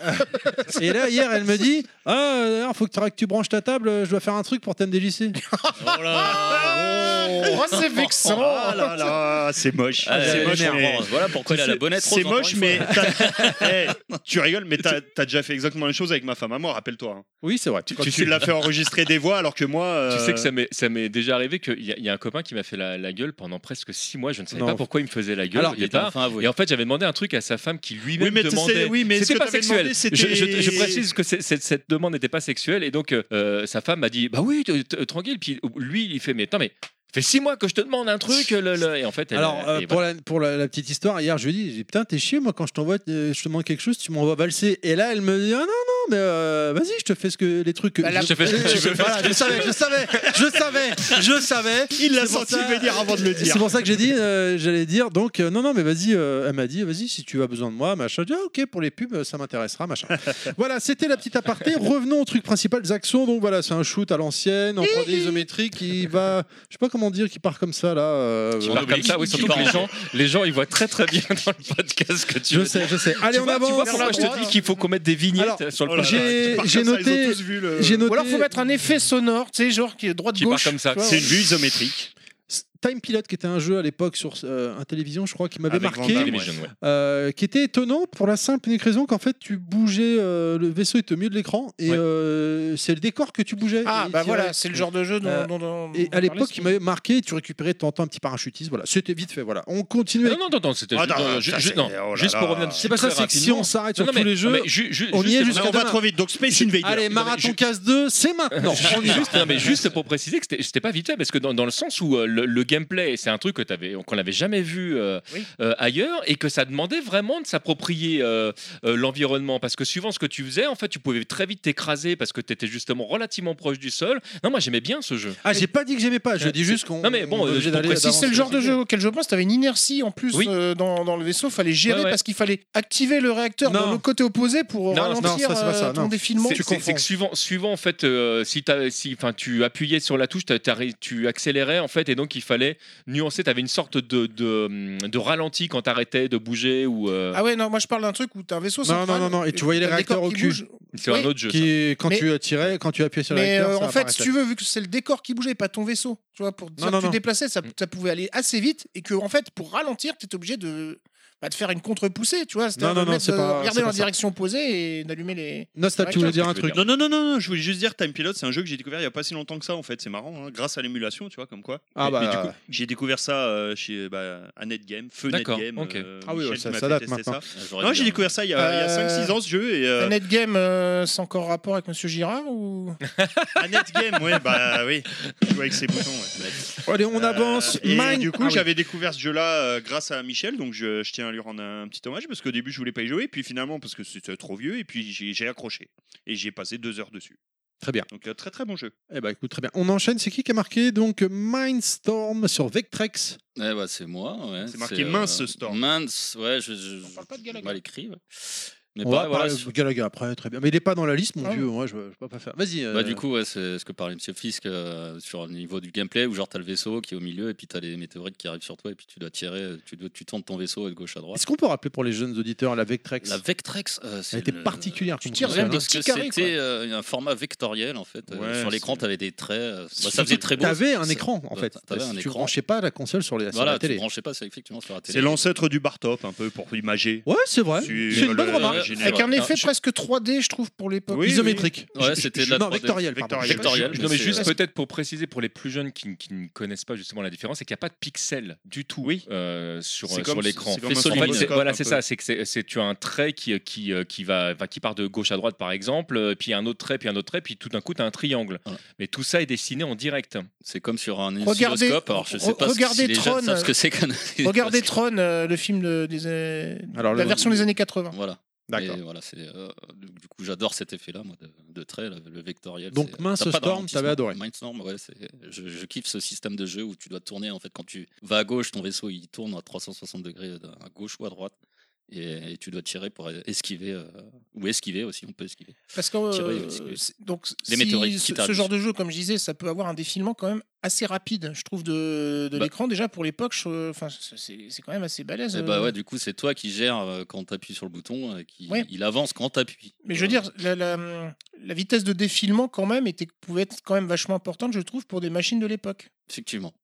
Et là, hier, elle me dit Ah, d'ailleurs, faut que tu- que tu branches ta table, euh, je dois faire un truc pour TMDJC. Oh là Oh, c'est vexant Ah là là, c'est moche. Ah, c'est c'est moche, énervant. mais- Voilà pourquoi il a la C'est- bonnette rose. C'est encore moche, une mais fois. t'as- Eh, tu rigoles, mais t'as t'as déjà fait exactement la même chose avec ma femme à moi, rappelle-toi. hein. Oui, c'est vrai. Tu, Quand tu l'as fait enregistrer des voix alors que moi. Tu euh, sais que ça m'est, ça m'est déjà arrivé qu'il y, a- il y a un copain qui m'a fait la, la gueule pendant presque six mois. Je ne savais Non. pas pourquoi il me faisait la gueule. Alors, au Il était départ. enfin avoué. Et en fait, j'avais demandé un truc à sa femme qui lui-même Oui, mais tu sais- demandait. oui, mais ce c'était que pas t'avais sexuel. demandé, c'était- Je, je- je précise que c'est- cette, cette demande n'était pas sexuelle. Et donc, euh, sa femme m'a dit Bah oui, t- t- tranquille. Puis lui, il fait Mais attends, mais ça fait six mois que je te demande un truc. le- le- Et en fait, elle- Alors, euh, et pour, voilà. la, pour la, la petite histoire, hier, je lui ai dit, j'ai dit, putain, t'es chier, moi, quand je t'envoie, euh, je te demande quelque chose, tu m'envoies valser. Et là, elle me dit, ah non, non, mais euh, vas-y, je te fais ce que, les trucs que. Bah, la- Je te fais ce que tu veux. Voilà, je savais, je savais, je savais, je savais. Il l'a C'est pour senti ça- venir avant de le C'est dire. pour ça que j'ai dit, euh, j'allais dire, donc, euh, non, non, mais vas-y, euh, elle m'a dit, vas-y, si tu as besoin de moi, machin. Je dis, ah, ok, pour les pubs, euh, ça m'intéressera, machin. voilà, c'était la petite aparté. Revenons au truc principal, Zaxxon. Donc voilà, c'est un shoot à l'ancienne, en 3D isométrique, qui va, je sais pas comment dire, qui part comme ça, là. euh, Tu parles comme ça, oui, surtout que les gens, les gens, ils voient très très bien dans le podcast que tu Je veux sais, dire. je sais. Allez, tu on vois, tu avance. vois pourquoi je te dis euh, qu'il faut qu'on mette des vignettes Alors, sur le Oh là là, projet. j'ai- par j'ai comme ça, ils ont noté- tous vu le- J'ai noté Ou alors faut mettre un effet sonore, tu sais, genre qui est droite Qui part gauche. comme ça. tu vois, C'est une vue isométrique. Time Pilot, qui était un jeu à l'époque sur euh, un télévision, je crois, qui m'avait Avec marqué, Van Damme. Télévision, ouais. euh, qui était étonnant pour la simple et unique raison qu'en fait, tu bougeais, euh, le vaisseau était au milieu de l'écran et Ouais. euh, c'est le décor que tu bougeais. Ah Et bah il voilà, tirait. c'est le genre de jeu dont, Euh, dont- dont- Et dont on à l'époque, parlait, il m'avait marqué, tu récupérais de temps en temps un petit parachutiste. Voilà, c'était vite fait. Voilà, on continue. Non, non, non, non, c'était Ah, juste- non, non, ça, ju- ju- c'est- non, oh là juste là. pour revenir dessus. C'est pas ça, Ah, très c'est que si rapidement. on s'arrête Non, sur non, mais- tous les non, jeux. mais ju- ju- on y juste- est Mais jusqu'à on va demain. trop vite. Donc Space Invader. Allez, non, mais Marathon je- Case 2, c'est maintenant. on y va. juste, non, mais juste pour préciser que c'était- c'était pas vite fait parce que dans, dans le sens où euh, le, le gameplay c'est un truc que t'avais- qu'on n'avait jamais vu euh, Oui. euh, ailleurs et que ça demandait vraiment de s'approprier euh, euh, l'environnement parce que suivant ce que tu faisais en fait tu pouvais très vite t'écraser parce que tu étais justement relativement proche du sol non moi j'aimais bien ce jeu Ah, j'ai pas dit que j'aimais pas. Je Euh, dis juste qu'on. Non, mais bon, on est obligé je d'aller précise, Si c'est le d'avancer. genre de jeu auquel je pense, t'avais une inertie en plus Oui. euh, dans, dans le vaisseau, fallait gérer Ouais, ouais. parce qu'il fallait activer le réacteur Non. dans le côté opposé pour Non, ralentir non, ça, c'est pas ça, euh, ton non. défilement. C'est- tu c'est- confonds. C'est que suivant, suivant en fait, euh, si, t'as- si enfin, tu appuyais sur la touche, t'as- t'arri- tu accélérais en fait, et donc il fallait nuancer. Tu avais une sorte de, de, de ralenti quand tu arrêtais de bouger ou euh, Ah ouais, non, moi je parle d'un truc où t'as un vaisseau Non, central. non, non, non, et tu t'as voyais les le réacteurs décor au qui cul. bouge. c'est oui, un autre jeu. ça. Qui, quand Mais- tu tirais, quand tu appuyais sur la Mais lecteur, euh, ça en fait, si apparaissait. tu veux, vu que c'est le décor qui bougeait, pas ton vaisseau, tu vois, pour dire non, que tu non. Mm. déplaçais, ça, ça pouvait aller assez vite et que en fait, pour ralentir, t'étais obligé de bah, de faire une contre-poussée, tu vois, Non, c'est-à-dire non, de non, mettre, c'est euh, pas- c'est regarder pas dans la ça. direction opposée et d'allumer les. Nostal, tu voulais dire un truc. Non, non, non, non, non, je voulais juste dire Time Pilot, c'est un jeu que j'ai découvert il y a pas si longtemps que ça en fait, c'est marrant, hein, grâce à l'émulation, tu vois, comme quoi. Ah, Mais- bah, mais du ouais. coup, j'ai découvert ça euh, chez bah, Annette Game, Feu Net D'accord, Game. ok. euh, Ah oui, Michel ouais, ça- qui m'a ça fait date tester maintenant. Ah, j'aurais Non, dit, j'ai hein. découvert ça il y a, il y a Euh, 5-6 ans ce jeu et Un euh, netgame, euh, c'est encore rapport avec Monsieur Girard ou Annette Game, ouais, bah oui, joue avec ses boutons. ouais. Allez, on Euh, avance. Et Mine- du coup, Ah oui. j'avais découvert ce jeu-là euh, grâce à Michel, donc je, je tiens à lui rendre un petit hommage parce qu'au début, je voulais pas y jouer, puis finalement, parce que c'était trop vieux, et puis j'ai j'ai accroché. Et j'ai passé deux heures dessus. Très bien. Donc, euh, très très bon jeu. Eh bah, écoute, très bien. On enchaîne. C'est qui qui a marqué donc Mindstorm sur Vectrex Eh bah, c'est moi. ouais. C'est marqué mince, ce Storm. Mince, ouais, je. je On parle pas de j'ai Galaga. Mal écrit, ouais. Mais On pareil, va bah, voilà. parler c'est- de Galaga après, très bien. Mais il est pas dans la liste, mon Ah. vieux. Moi, je ne peux pas faire. Vas-y. euh, Bah, du coup, ouais, c'est ce que parlait Monsieur Fisk euh, sur le niveau du gameplay où genre t'as le vaisseau qui est au milieu et puis t'as les météorites qui arrivent sur toi et puis tu dois tirer, tu, dois, tu tournes ton vaisseau de gauche à droite. Est-ce qu'on peut rappeler pour les jeunes auditeurs la Vectrex La Vectrex, euh, c'est Elle était le- particulière. tu comme tires console, même hein. des Parce petits que carrés, quoi. c'était euh, un format vectoriel en fait. Euh, Ouais, sur l'écran, c'est- t'avais des traits. euh, bah, ça faisait très beau. T'avais un Ça- écran en fait. bah, T'avais un Tu écran. branchais pas la console sur, les, sur Voilà, la tu télé. branchais pas, c'est effectivement sur la télé. C'est l'ancêtre du bar top, un peu, pour imager. euh, Ouais, c'est vrai. C'est Tu- une bonne le- remarque. générique. Avec un Ouais. effet Non, je- presque 3D, je trouve, pour l'époque. Oui, Isométrique. oui. Ouais, c'était de la Non, 3D. vectoriel. pardon. Vectoriel. Vectoriel. Non, mais c'est- euh, juste peut-être pour préciser pour les plus jeunes qui, qui ne connaissent pas justement la différence, c'est qu'il n'y a pas de pixels du tout Oui. euh, sur, C'est euh, comme- sur l'écran. c'est comme un En fait, stroboscope, c'est- un voilà, c'est peu. ça. C'est que c'est- c'est- tu as un trait qui, qui, euh, qui, va, enfin, qui part de gauche à droite, par exemple, euh, puis un autre trait, puis un autre trait, puis tout d'un coup, tu as un triangle. Voilà. Mais tout ça est dessiné en direct. C'est comme sur un Regardez- oscilloscope. Alors je sais re- pas regardez si les Tron, jeunes savent ce que c'est qu'un. Regardez Tron, euh, le film de- des, euh, Alors, la le- version des années 80. Voilà. D'accord. Et voilà, c'est euh, du coup j'adore cet effet-là, moi, de, de trait, là, le vectoriel. Donc, c'est- Mince t'as pas Storm, d'arrondissement. t'avais adoré. Mince Storm, ouais, c'est- je, je kiffe ce système de jeu où tu dois tourner en fait quand tu vas à gauche, ton vaisseau il tourne à 360 degrés euh, à gauche ou à droite. Et, et tu dois tirer pour esquiver euh, ou esquiver aussi, on peut esquiver. Parce que euh, Tirer, oui, oui. c'est- donc si Les météorites qui ce, ce t'arrivent. genre de jeu, comme je disais, ça peut avoir un défilement quand même assez rapide, je trouve, de, de Bah. l'écran. Déjà pour l'époque, je- enfin, c'est c'est quand même assez balèze. Et euh. bah ouais, du coup c'est toi qui gères euh, quand t'appuies sur le bouton, euh, qui Ouais. il avance quand t'appuies. Mais je veux Euh, dire, la, la- la vitesse de défilement quand même était, pouvait être quand même vachement importante, je trouve, pour des machines de l'époque. effectivement.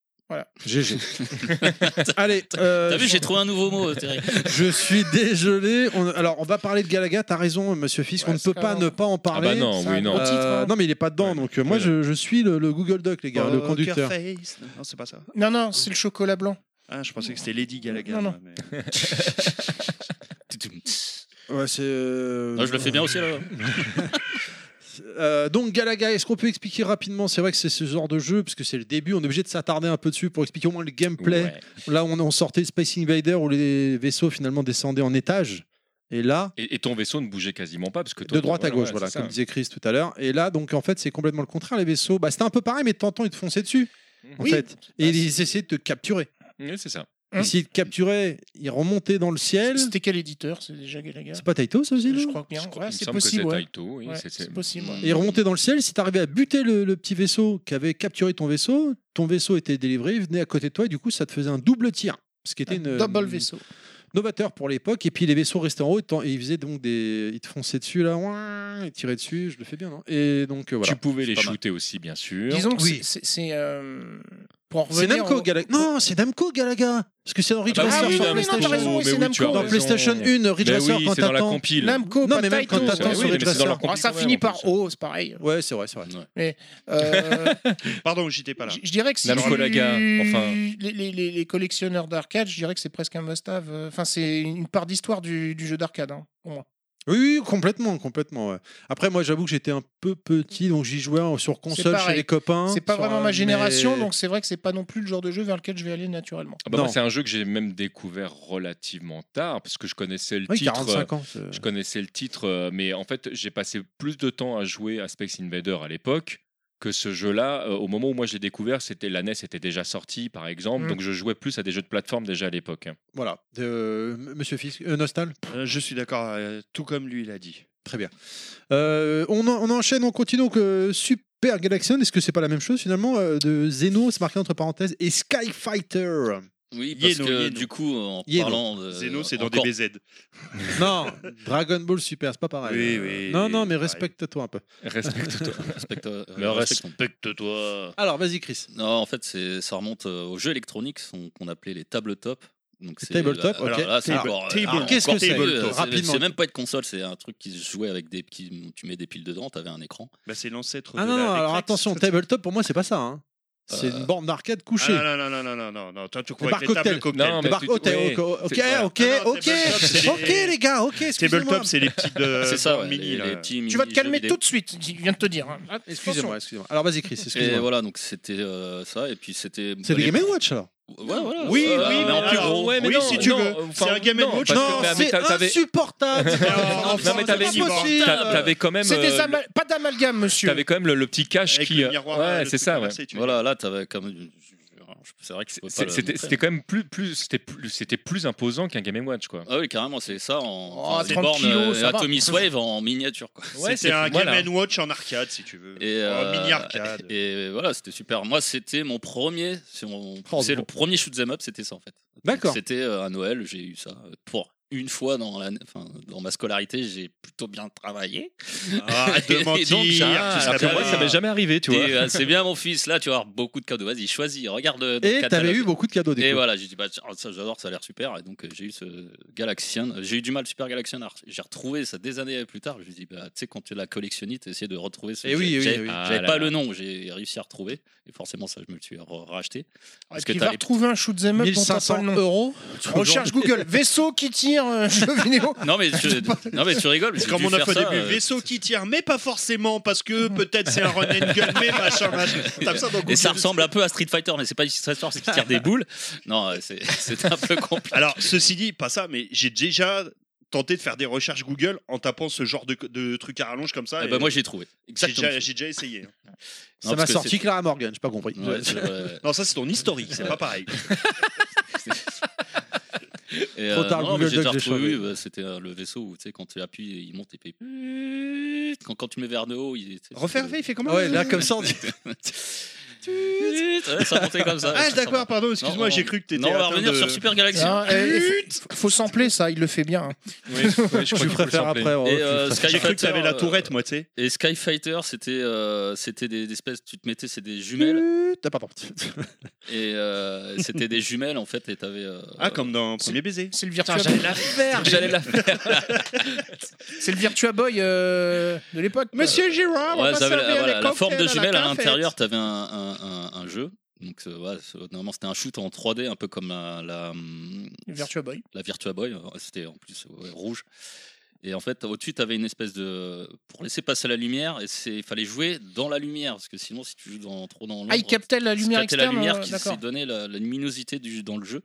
GG. Allez, euh, T'as vu, j'ai trouvé un nouveau mot, euh, Thierry. je suis désolé. On- alors, on va parler de Galaga. T'as raison, Monsieur Fisk. Ouais, on ne c'est peut quand pas même- ne pas en Ah parler. bah non, c'est un oui, non. gros titre, Euh, hein. non, mais il est pas dedans, donc euh, moi Oui, je, je suis le, le Google Doc, les gars, le Poker conducteur. Face. Non, c'est pas ça. Non, non, c'est le chocolat blanc. Ah, je pensais que c'était Lady Galaga. Non, non. mais- Ouais, c'est. euh, Ah, Ah, Non, je le fais bien aussi, là. Euh, donc Galaga, est-ce qu'on peut expliquer rapidement C'est vrai que c'est ce genre de jeu, parce que c'est le début, on est obligé de s'attarder un peu dessus pour expliquer au moins le gameplay. Ouais. Là, on, on sortait de Space Invader où les vaisseaux finalement descendaient en étage. Et là, Et, et ton vaisseau ne bougeait quasiment pas parce que toi, de droite à gauche, voilà, c'est ça. comme disait Chris tout à l'heure. Et là, donc en fait, c'est complètement le contraire. Les vaisseaux, bah, c'était un peu pareil, mais de temps en temps, ils te fonçaient dessus. En Oui. Bah, Hein fait. Et ils essayaient de te capturer. Oui, c'est ça. Ils essayaient de capturer, ils remontaient dans le ciel. C'était quel éditeur C'est déjà Galaga C'est pas Taito, ça aussi, Je non crois que bien. Je crois- Ouais, il me c'est semble que possible. c'est ouais. Taito, oui, Ouais, c'est- c'est- c'est possible. ouais. Mm. Et remonter dans le ciel, si t'arrivais à buter le, le petit vaisseau qui avait capturé ton vaisseau, ton vaisseau était délivré, il venait à côté de toi et du coup ça te faisait un double tir. Ce qui était une, Double une- vaisseau. novateur pour l'époque. Et puis les vaisseaux restaient en haut et t'en- et ils faisaient donc des. Ils te fonçaient dessus là, ouin, ils tiraient dessus, je le fais bien, non Et donc euh, voilà. Tu pouvais les pas mal. shooter aussi, bien sûr. Disons que Oui. c'est- c'est- c'est. euh, Pour en C'est revenir. Namco au- Galaga. Non, c'est Namco Galaga Parce que c'est dans Ridge Ah bah oui, Racer oui, sur non, mais non, t'as PlayStation. raison, oui, c'est mais oui, tu as Namco. dans raison. PlayStation 1, Ridge Mais Racer, oui, quand c'est dans la t'attends. compile. Namco, Non, pas mais même quand Taito. t'attends Ouais, sur oui, Ridge mais c'est dans leur Racer. Ah, ça Ouais, finit en par plus. O, c'est pareil. Ouais, c'est vrai, c'est vrai. Euh, Pardon, j'étais pas là. je je dirais que si Namco tu- Laga, enfin. les, les- les- les collectionneurs d'arcade, je dirais que c'est presque un must-have. euh, Enfin, c'est une part d'histoire du, du jeu d'arcade, hein, pour moi. Oui, oui, complètement, complètement. ouais. Après, moi, j'avoue que j'étais un peu petit, donc j'y jouais en- sur console chez pareil. les copains. c'est pas sur vraiment un- ma génération, Hein, mais- donc c'est vrai que c'est pas non plus le genre de jeu vers lequel je vais aller naturellement. Ah bah moi, Non. c'est un jeu que j'ai même découvert relativement tard parce que je connaissais le Oui, titre. euh, 45 ans. Je connaissais le titre, euh, mais en fait, j'ai passé plus de temps à jouer à Space Invader à l'époque que ce jeu-là. Euh, au moment où moi j'ai découvert, c'était la NES était déjà sortie, par exemple, Mm. donc je jouais plus à des jeux de plateforme déjà à l'époque. hein. Voilà. Euh, Monsieur Fisk, euh, Nostal Euh, je suis d'accord, euh, tout comme lui, il a dit. Très bien. Euh, on, en- on enchaîne, on continue. Donc, euh, Super Galaxion, est-ce que c'est pas la même chose finalement euh, De Zeno, c'est marqué entre parenthèses, et Sky Fighter. Oui, parce Yéno, que Yéno. du coup, en Yéno. parlant de. Zeno, c'est dans Euh, encore- des BZ. Non, Dragon Ball Super, c'est pas pareil. Oui, Euh, oui, non, non, mais pareil. respecte-toi un peu. Respecte-toi. Respecte- euh, Mais respecte- respecte-toi. Alors, vas-y, Chris. Non, en fait, c'est- ça remonte euh, aux jeux électroniques son- qu'on appelait les tabletops. Donc c'est euh, Tabletop, alors ok. là, c'est Table- encore- table- alors, qu'est-ce encore que c'est mieux, euh, Rapidement. Ah, C'est même pas une console, c'est un truc qui se jouait avec des petits. Tu mets des piles dedans, t'avais un écran. Bah, c'est l'ancêtre Ah de non, la non, alors Recrex. attention, tabletop, pour moi, c'est pas ça. hein. C'est Euh, une borne d'arcade Ah couchée. non, non, non, non, non, non, non, toi, tu crois bar que les tables cocktail. cocktail. Non, Le mais bar- tu- oh, t'as- ouais, ok, ok, c'est- voilà. ok, Ah non, ok, tabletop, c'est ok, les- les gars, ok, excusez-moi. Tabletop, c'est les petites de c'est ça, ouais, Euh, mini, les, là. les petits Tu vas te mini-jeux calmer vidéo. tout de suite, je viens de te dire. hein. Excusez-moi, excusez-moi. Alors, vas-y, Chris, Et excusez-moi. voilà, donc c'était euh, ça, et puis c'était. C'est le Game Watch, alors Ouais, Ah, voilà. Oui, Euh, oui, mais en plus alors, gros. ouais, mais Oui, non, si tu non, veux. enfin, C'est un Game non, Watch. parce Non, que- mais c'est t'as- t'avais- insupportable. Non, Non, mais t'avais- c'est pas possible. t'a- t'avais quand même. C'est des euh, amal- pas d'amalgame, Tu monsieur. avais quand même le, le petit cache Avec qui. le euh, miroir, ouais, le c'est truc ça. ouais. inversé, tu vois. Voilà, là, t'avais comme. euh, C'est vrai que tu pouvais pas C'est- le C'était montrer. c'était quand même plus, plus, c'était plus, c'était plus imposant qu'un Game Watch, quoi. Ah oui, carrément, c'est ça Oh, en enfin, des 30 bornes kilos, euh, ça va. Atomic Wave en miniature. Quoi. Ouais, C'était un voilà. Game Watch en arcade, si tu veux. Et, En euh, mini arcade. Et voilà, c'était super. Moi, c'était mon premier. si on- Oh, c'est bon. le premier shoot 'em up, c'était ça en fait. Donc, D'accord. C'était euh, à Noël, j'ai eu ça euh, pour une fois dans la, enfin, dans ma scolarité, j'ai plutôt bien travaillé. Ah, Arrête de Et donc, mentir. tu j'ai- seras Alors que pas moi, là. ça m'est jamais arrivé, tu vois. Et, euh, c'est bien mon fils. Là, tu vas avoir beaucoup de cadeaux. Vas-y, choisis. Regarde. euh, dans le Et t'avais catalogue. eu beaucoup de cadeaux, du Et coup. voilà, j'ai dit bah tiens, ça j'adore, ça a l'air super. Et donc euh, j'ai eu ce Galaxian, j'ai eu du mal Super Galaxian. Alors, J'ai retrouvé ça des années plus tard. Je me dis bah tu sais quand tu l'as collectionné, tu essayé de retrouver ce. Eh oui, j'ai- oui, j'ai- oui. Ah J'avais là pas là. le nom, j'ai réussi à retrouver. Et forcément ça je me le suis re- racheté. Parce Parce que que tu t'as vas les- retrouver un shoot them up dont t'as pas 1500 le nom. euros. Recherche Google, vaisseau qui tire, euh, jeu vidéo. Non mais je- non mais tu rigoles. j'ai Comme dû on a faire fait au ça, début, euh, vaisseau qui tire, mais pas forcément, parce que peut-être c'est un run and gun, mais machin, machin. T'as ça dans Et ça Google. ressemble un peu à Street Fighter, mais c'est pas du Street Fighter, c'est qui tire des boules. Non, euh, c'est c'est un peu compliqué. Alors, ceci dit, pas ça, mais j'ai déjà tenté de faire des recherches Google en tapant ce genre de, de truc à rallonge comme ça. Eh et ben, moi j'ai trouvé. Ah, j'ai Exactement. déjà, j'ai déjà essayé. hein. Ça Non, m'a parce que sorti Clara Morgan, j'ai pas compris. c'est- Ouais, c'est- ouais. Non, ça c'est ton historique, c'est pas pareil. Et, euh, Trop tard, le non, mais Google j'ai Doc, déjà j'ai retrouvé, changé. bah, c'était euh, le vaisseau où tu sais, quand tu appuies, il monte et puis. Quand, quand tu le mets vers le haut, il. tu sais, c'est- il fait comment Ouais, là, comme ça, on dit- Ouais, ça montait comme ça. Ah, d'accord, pardon, Non, excuse-moi, on- j'ai cru que t'étais. Non, on va atteint revenir de- Ah, sur Super Galaxy. Hein, et- et faut- faut sampler ça, il le fait bien. hein. Oui, oui, je crois qu'il faut Tu le préfères sampler. après. Et, ouais, euh, tu préfères. Sky oh, J'ai cru que t'avais la Fighter, euh, tourette, moi, tu sais. Et Sky Fighter, c'était euh, c'était des, des espèces, tu te mettais, c'est des jumelles. Ah, pardon. Et euh, c'était des jumelles en fait. Et t'avais. euh, Ah, comme dans Premier Baiser. C'est le Putain, Virtua, j'allais la faire, j'allais la faire. c'est le Virtua Boy euh, de l'époque. quoi. Gérard, Ouais, ça avait la, voilà, la forme de jumelle à l'intérieur, t'avais un, un, un- un jeu. Donc euh, ouais, c'est- normalement c'était un shoot en 3D, un peu comme la, la, hum, Virtua Boy. la Virtua Boy. Euh, C'était en plus ouais, rouge. Et en fait, au-dessus, t'avais une espèce de pour laisser passer la lumière. Et c'est il fallait jouer dans la lumière parce que sinon, si tu joues dans, trop dans l'ombre, Ah, il captait la tu lumière captais externe. la lumière euh, qui d'accord. s'est donnée la, la luminosité du, dans le jeu.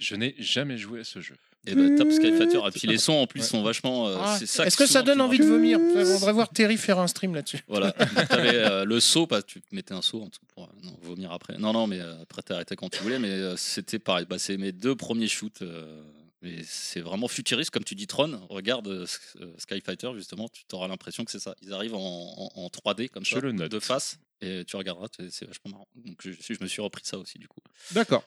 Je n'ai jamais joué à ce jeu. Et bah, tape Skyfighter. Et puis les sons en plus sont vachement. euh, Mmh. Ah, c'est Est-ce ça que ça souvent donne tu envie de vomir On devrait voir Terry faire un stream là-dessus. Voilà. Donc, t'avais, euh, le saut, pas, tu mettais un saut en dessous pour euh, non, vomir après. Non, non, mais euh, après t'arrêtais quand tu voulais. Mais euh, c'était pareil. Bah, c'est mes deux premiers shoots. euh, mais c'est vraiment futuriste, comme tu dis Tron. Regarde euh, S- euh, Sky Fighter, justement, tu auras l'impression que c'est ça. Ils arrivent en, en- en 3D comme Je ça, le note. de face. Et tu regarderas, t'es- c'est vachement marrant. Donc je, je me suis repris de ça aussi, du coup. D'accord.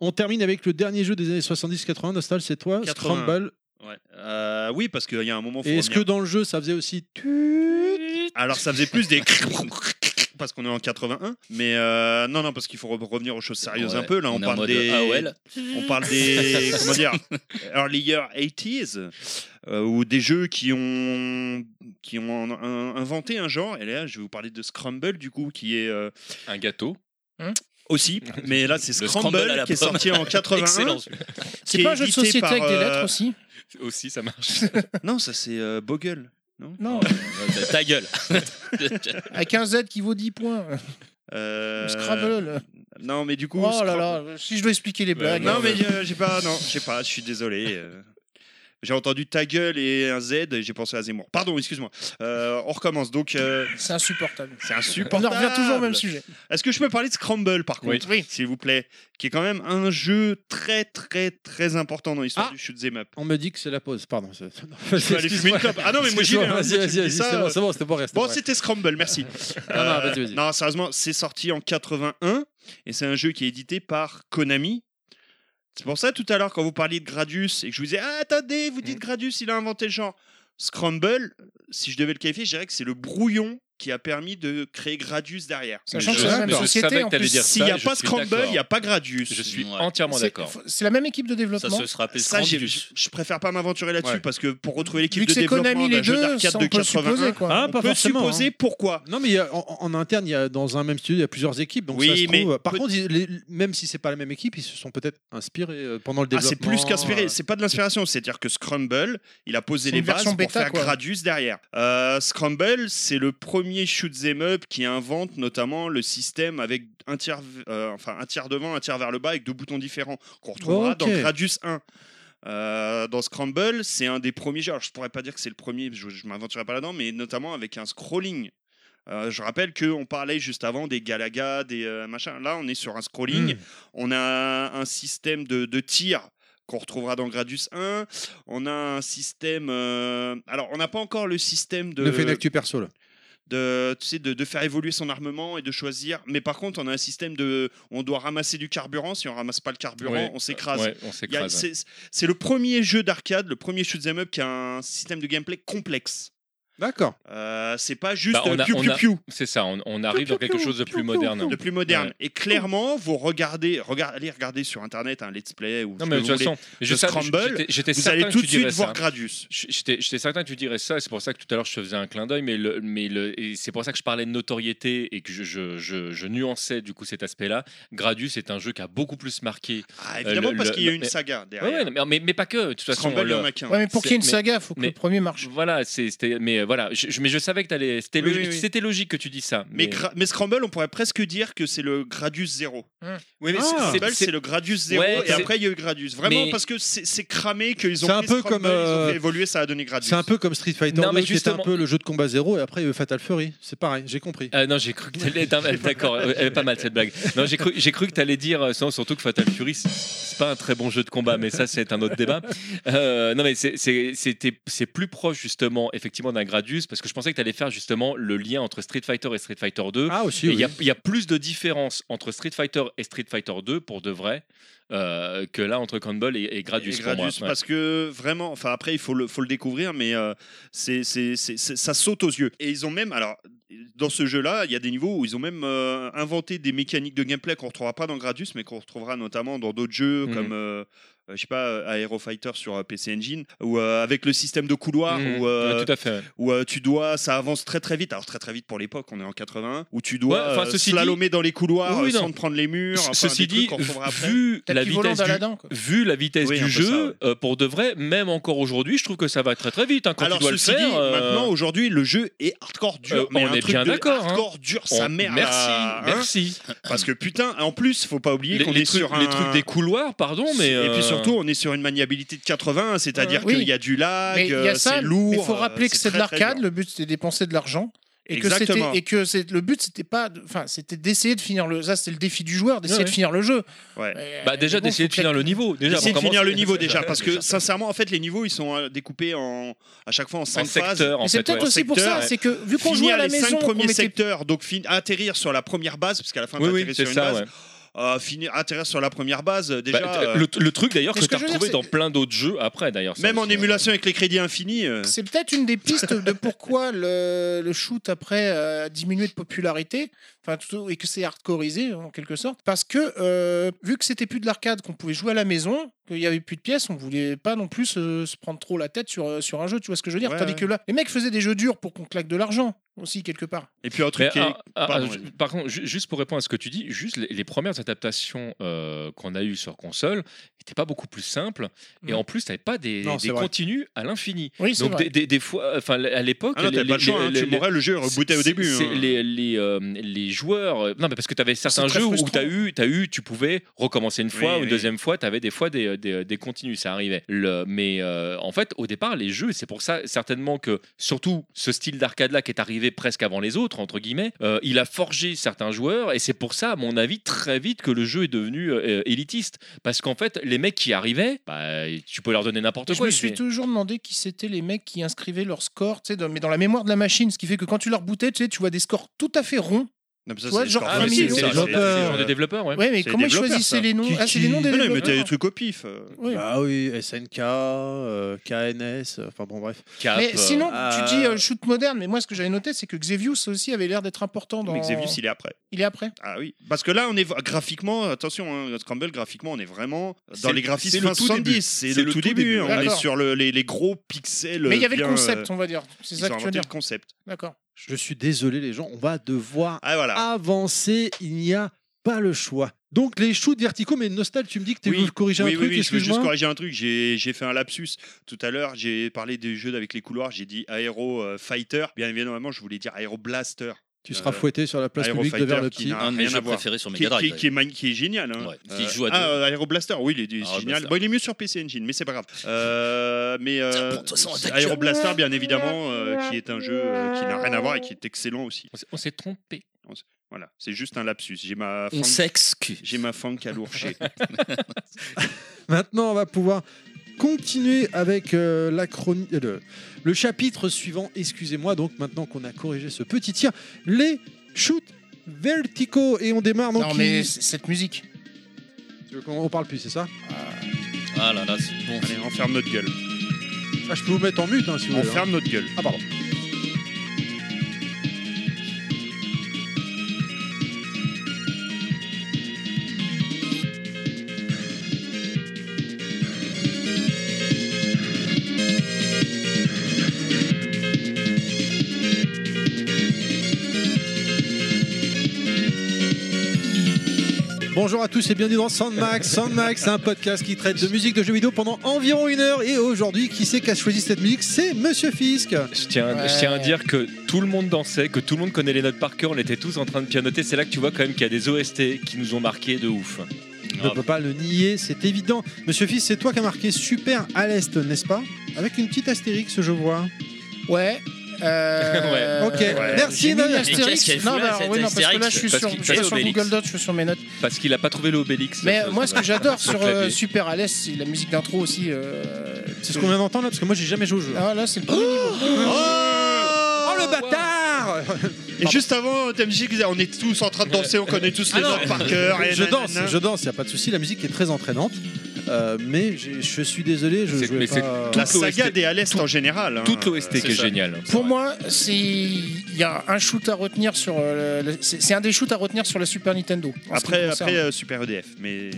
On termine avec le dernier jeu des années 70-80, Nostal, c'est toi, 80. Scramble. Ouais. Euh, oui, parce qu'il y a un moment. faut Et est-ce que revenir. dans le jeu, ça faisait aussi. tut Alors, ça faisait plus des. Parce qu'on est en 81. Mais euh, non, non, parce qu'il faut re- revenir aux choses sérieuses Ouais, un peu. Là, on, est en parle mode ah, des. AOL. On parle des comment dire early year 80s euh, ou des jeux qui ont qui ont un- un- inventé un genre et là je vais vous parler de Scramble du coup qui est euh, Un gâteau. aussi mais là c'est Ah, Le Scramble, Scramble à la qui est pomme. sorti en 81 Excellent. qui C'est est pas un jeu de édité société par, avec des euh, lettres aussi Aussi, ça marche. Non ça c'est euh, Bogle. Non. Non, Ouais, Ta gueule. avec un Z qui vaut 10 points. Euh, Scrabble. Non mais du coup Oh là Scram- là, si je dois expliquer les blagues. non mais euh, j'ai pas non, j'ai pas, je suis désolé. euh. J'ai entendu ta gueule et un Z et j'ai pensé à Zemmour. Pardon, excuse-moi. Euh, on recommence donc euh, C'est insupportable. c'est Euh, On en insupportable. revient toujours au même sujet. Est-ce que je peux parler de Scramble par Oui. contre, s'il vous plaît, qui est quand même un jeu très très très important dans l'histoire Ah. du shoot'em up. On me dit que c'est la pause, pardon. c'est- Je peux aller fumer une clope. Ah non mais moi j'y vais. hein, Vas-y, si tu me vas-y, dis vas-y, ça, c'est euh, bon, c'est bon, c'était pour rester. Bon, c'était Scramble, merci. Euh, non, vas-y, vas-y. non, sérieusement, c'est sorti en 81 et c'est un jeu qui est édité par Konami. C'est pour ça, tout à l'heure, quand vous parliez de Gradius et que je vous disais, ah, attendez, vous dites Gradius, il a inventé le genre. Scramble, si je devais le qualifier, je dirais que c'est le brouillon qui a permis de créer Gradius derrière. Sachant Mais que je- c'est la même mais je savais société que en t'allais plus. dire S'il n'y ça, a je pas suis Scramble, d'accord. il n'y a pas Gradius. Je suis Ouais. entièrement C'est- d'accord. faut- C'est la même équipe de ça développement. se sera appelé Ça, j'ai- Scrandus. je préfère pas m'aventurer là-dessus Ouais. parce que pour retrouver Vu l'équipe que de c'est développement Konami les d'un jeu deux, d'arcade ça, de on peut 81, supposer quoi. Ah, on pas peut forcément. supposer hein. pourquoi. Non, mais il y a- en, en interne, il y a, dans un même studio, il y a plusieurs équipes. Donc Oui, ça se mais trouve, par peut- contre, ils- les- même si c'est pas la même équipe, ils se sont peut-être inspirés euh, pendant le Ah, c'est développement. plus qu'inspiré, euh, c'est pas de l'inspiration, c'est-à-dire que Scramble, il a posé C'est les une bases version pour bêta, faire quoi. Gradius derrière. Euh, Scramble, c'est le premier shoot'em up qui invente notamment le système avec un tiers, euh, enfin un tiers devant, un tiers vers le bas avec deux boutons différents qu'on retrouvera Ok. dans Gradius 1. Euh, dans Scramble, c'est un des premiers jeux. Alors, je pourrais pas dire que c'est le premier, je, je m'aventurerai pas là-dedans, mais notamment avec un scrolling. Euh, je rappelle qu'on parlait juste avant des Galaga, des euh, machins. Là, on est sur un scrolling. hmm. On a un système de, de tir qu'on retrouvera dans Gradius 1. On a un système. euh, alors, on n'a pas encore le système de, Ne fais une actu perso là. de, tu sais, de, de faire évoluer son armement et de choisir. Mais par contre, on a un système de. On doit ramasser du carburant. Si on ramasse pas le carburant, Ouais. on s'écrase. Ouais, on Il y a- s'écrase. c'est, c'est le premier jeu d'arcade, le premier shoot'em up qui a un système de gameplay complexe. D'accord. Euh, c'est pas juste Bah, on euh, a- piou, on piou, a- piou C'est ça, on, on arrive dans quelque chose de plus moderne. de plus moderne. Et clairement, vous regardez, regard- allez regarder sur internet un let's play ou Non, ce mais que de vous toute façon, je de savais- Scramble, j'étais- j'étais Vous certain allez que tout tu de suite dirais voir ça. Gradius. J- J'étais j'étais certain que tu dirais ça, et c'est pour ça que tout à l'heure je te faisais un clin d'œil, mais, le, mais le, et c'est pour ça que je parlais de notoriété et que je, je, je- je nuançais du coup cet aspect-là. Gradius est un jeu qui a beaucoup plus marqué. Ah, évidemment, le- parce le- qu'il y a le- une mais- saga Ouais, derrière. ouais, mais, mais, mais pas que. De toute façon, Scramble, il y le- en a qu'un. Ouais, mais pour C'est- qu'il y ait une mais- saga, faut que mais- le premier marche. voilà, c'est- c'était, mais euh, voilà, je, je- mais je savais que t'allais- c'était Oui, logique, oui, oui. c'était logique que tu dis ça. euh, Mais, Gra- mais Scramble, on pourrait presque dire que c'est le Gradius 0. Oui, mais Ah. c'est- c'est- Scramble, c'est- c'est le Gradius 0 Ouais, et c'est- après il y a eu Gradius. Vraiment Mais- parce que c'est c'est cramé qu'ils ont C'est un pris peu Scramble, comme, euh, ils ont fait évoluer, ça a donné Gradius. C'est un peu comme Street Fighter Non, 2, mais qui était un justement- peu le jeu de combat zéro, et après euh, Fatal Fury. C'est pareil, j'ai compris. Ah non, j'ai cru que t'allais. non, mais D'accord, euh, elle est pas mal cette blague. Non, j'ai cru, j'ai cru que t'allais dire, euh, sans- surtout que Fatal Fury, c'est- c'est pas un très bon jeu de combat, mais ça, c'est un autre débat. Euh, non, mais c'est- c'est- c'était- c'est plus proche, justement, effectivement, d'un Gradius parce que je pensais que tu allais faire justement le lien entre Street Fighter et Street Fighter 2. Ah, aussi. Et oui. Il y a- il y, a plus de différences entre Street Fighter et Street Fighter 2 pour de vrai euh, que là entre Cannonball et, et Gradius. Et pour moi. Gradius, Ouais. parce que vraiment, enfin après, il faut le, faut le découvrir, mais euh, c'est, c'est- c'est- c'est- ça saute aux yeux. Et ils ont même, alors, dans ce jeu-là, il y a des niveaux où ils ont même euh, inventé des mécaniques de gameplay qu'on ne retrouvera pas dans Gradius, mais qu'on retrouvera notamment dans d'autres jeux Mhm. comme. euh, euh, je sais pas, euh, Aero Fighter sur euh, PC Engine, ou euh, avec le système de couloir, Mhm. où, euh, Ouais, tout à fait. ouais. où euh, tu dois, ça avance très très vite, alors très très vite pour l'époque, on est en 81, où tu dois Ouais, enfin, euh, ceci slalomer dans les couloirs Oui, euh, non. sans te prendre les murs. enfin, Ceci des trucs dit, qu'on retrouvera après. vu la Tapis volant vitesse du, d'Aladin, quoi. vu la vitesse Oui, un du peu jeu, ça, ouais. euh, pour de vrai, même encore aujourd'hui, je trouve que ça va très très vite. hein, quand Alors tu dois ceci le faire, dit, euh, maintenant aujourd'hui le jeu est hardcore dur. euh, mais on un est truc bien de d'accord, hein. Hardcore dur, on- sa mère. merci, là, hein. merci. Parce que putain, en plus faut pas oublier les, qu'on les est trucs, sur un... les trucs des couloirs, pardon, mais Et euh, puis surtout, on est sur une maniabilité de 80, c'est-à-dire Oui. qu'il y a du lag, Mais il y euh, a ça, c'est lourd. mais il faut rappeler euh, que c'est de très, très l'arcade, dur. le but c'était de dépenser de l'argent. Et que, Exactement. c'était- et que c'est- le but, c'était pas. de- Enfin, c'était d'essayer de finir le. Ça, c'était le défi du joueur, d'essayer Ouais, de ouais. finir le jeu. Ouais. Mais- bah, déjà mais bon, d'essayer de faut que- finir le niveau. Déjà, J'essaie pour de finir commencer. le niveau déjà, parce que Déjà. sincèrement, en fait, les niveaux ils sont euh, découpés en, à chaque fois en en 5 phases. secteur, en Mais c'est fait. peut-être ouais. aussi pour secteur, ça, ouais. c'est que vu qu'on jouait Finir à la les 5 maison, qu'on premiers mettait secteurs, donc fin- atterrir sur la première base, parce qu'à la fin Oui, t'atterris oui, sur c'est une ça. base, ouais. euh, finir, atterrir sur la première base, euh, déjà. Bah, euh, le, le truc d'ailleurs Mais que ce que tu as je veux dire, retrouvé dans c'est- plein d'autres jeux après d'ailleurs. ça Même en aussi, hein. émulation avec les crédits infinis. euh, C'est peut-être une des pistes de pourquoi le, le shoot après euh, a diminué de popularité, enfin tout- et que c'est hardcoreisé en quelque sorte, parce que euh, vu que c'était plus de l'arcade, qu'on pouvait jouer à la maison, qu'il y avait plus de pièces, on voulait pas non plus euh, se prendre trop la tête sur, euh, sur un jeu, tu vois ce que je veux dire Ouais, Tandis ouais. que là, les mecs faisaient des jeux durs pour qu'on claque de l'argent aussi quelque part. Et puis un truc Mais, qui est- ah, ah, pardon, ah, ju- vas-y. par contre, ju- juste pour répondre à ce que tu dis, juste les, les premières adaptations euh, qu'on a eues sur console n'étaient pas beaucoup plus simples et Mm. en plus, tu n'avais pas des, Non, des c'est vrai. continues à l'infini. Oui, c'est Donc vrai. des, des- des fois, euh, enfin à l'époque, Ah non, t'avais les- pas le choix, les- hein, les- tu mourrais, le jeu est rebooté au c'est- début. c'est hein. Les, les, euh, les joueurs. euh, Non, mais parce que tu avais certains très jeux où frustrant. t'as eu, t'as eu, tu pouvais recommencer une fois Oui, ou une oui. deuxième fois. Tu avais des fois des, des, des continues, ça arrivait. Le, mais euh, en fait, au départ, les jeux, c'est pour ça certainement que, surtout ce style d'arcade-là qui est arrivé presque avant les autres, entre guillemets, euh, il a forgé certains joueurs. Et c'est pour ça, à mon avis, très vite que le jeu est devenu euh, élitiste. Parce qu'en fait, les mecs qui arrivaient, bah, tu peux leur donner n'importe Je quoi. me ils suis étaient- toujours demandé qui c'était les mecs qui inscrivaient leur score, tu sais, dans- mais dans la mémoire de la machine, ce qui fait que quand tu leur boutais, tu sais, tu vois des scores tout à fait ronds. Non, mais ça, tu vois, c'est genre encore- Ah, un mais c'est- c'est million. c'est c'est- le genre de- c'est- Développeur. c'est le genre de développeur, ouais. Ouais, mais C'est comment ils développeur, choisissaient ça. les noms Qui- Ah, c'est les noms des Non, non, mais développeurs. t'as des trucs au pif. euh. Oui. Bah oui, SNK, euh, KNS, euh, enfin bon, bref. Cap, Mais euh, sinon, ah, euh, tu dis euh, shoot moderne, mais moi ce que j'avais noté, c'est que Xevious aussi avait l'air d'être important dans. Mais Xevious, il est après. Il est après. Ah oui. Parce que là, on est graphiquement, attention, hein, Scramble, graphiquement, on est vraiment dans C'est- les c'est graphismes le fin tout début. 70. C'est le tout début. hein. On est D'accord. sur le- les les gros pixels. mais il y avait le bien, concept, euh, on va dire. C'est Ils ça ont que tu veux inventé dire. le concept. D'accord. Je suis désolé, les gens, on va devoir Ah voilà. avancer. Il n'y a pas le choix. Donc, les shoots verticaux, mais Nostal, tu me dis que tu Oui, veux corriger Oui, un oui, truc, oui, je veux juste excuse-moi. corriger un truc. J'ai j'ai fait un lapsus tout à l'heure. J'ai parlé des jeux avec les couloirs. J'ai dit Aero euh, Fighter. Bien évidemment, je voulais dire Aero Blaster. Tu seras Euh, fouetté sur la place Aero publique de Fighter vers le qui petit. n'a- Ah, un de mes rien à jeux voir. préférés sur qui, Oh, Mega Drive. qui- qui est, d'ailleurs. mag- qui est génial. Hein. Ouais, qui joue à ah, deux. euh, Aero Blaster, oui, il est, il est Aero génial. Blaster. Bon, il est mieux sur PC Engine, mais c'est pas grave. Euh, mais euh, Tiens, prends ça sur la tête. Aero Blaster, bien évidemment, euh, qui est un jeu euh, qui n'a rien à voir et qui est excellent aussi. on s'est- on s'est trompé. Voilà, c'est juste un lapsus. J'ai ma On fang- s'excuse. j'ai ma fang à lourcher. Maintenant, on va pouvoir continuer avec euh, la chroni- euh, le, le chapitre suivant. Excusez-moi, donc maintenant qu'on a corrigé ce petit tir, les shoots verticaux. Et on démarre donc. non, mais il- c- cette musique. Tu veux qu'on- on parle plus, c'est ça Ah là là, c'est bon. Allez, on ferme notre gueule. Ah, Je peux vous mettre en mute hein, si vous On voulez. hein. ferme notre gueule. Ah, pardon. Bonjour à tous et bienvenue dans Soundmax. Soundmax, c'est un podcast qui traite de musique de jeux vidéo pendant environ une heure. Et aujourd'hui, qui c'est qui a choisi cette musique C'est Monsieur Fisk. Je tiens, Ouais. je tiens à dire que tout le monde dansait, que tout le monde connaît les notes par cœur, on était tous en train de pianoter. C'est là que tu vois quand même qu'il y a des OST qui nous ont marqué de ouf. On ne peut pas le nier, c'est évident. Monsieur Fisk, c'est toi qui as marqué super à l'est, n'est-ce pas Avec une petite astérix, je vois. Ouais. euh, Ouais. Ok. j'ai Merci, mis Nadal. l'astérix. Mais qu'est-ce qu'elle Non, fout là, bah, cette oui, non, parce que là, je astérix suis Parce sur, qu'il- je suis et pas sur Obélix. Google Docs, je suis sur mes notes. Parce qu'il a pas trouvé l'Obélix. Mais Ça, moi, ça ce va. que j'adore Son sur euh, clavier. Super Alès, c'est la musique d'intro aussi. euh, Ah C'est ce qu'on vient d'entendre là, parce que moi j'ai jamais joué au jeu. Oh Ah, là, c'est le premier niveau. Oh le bâtard Et juste avant, TMJ qui disait on est tous en train de danser, on connaît tous les Ah non. notes par cœur. et je nanana. danse, je danse, il a pas de souci, la musique est très entraînante. Euh, mais j'ai- je suis désolé, je C'est- jouais mais c'est pas... La Toute l'OST. saga des Alest en général. hein. Toute l'OST C'est qui est ça. génial. Pour moi, c'est il y a un shoot à retenir sur euh, le- c'est c'est un des shoots à retenir sur la Super Nintendo. en ce qui Après, me concerne. après euh, Super EDF, mais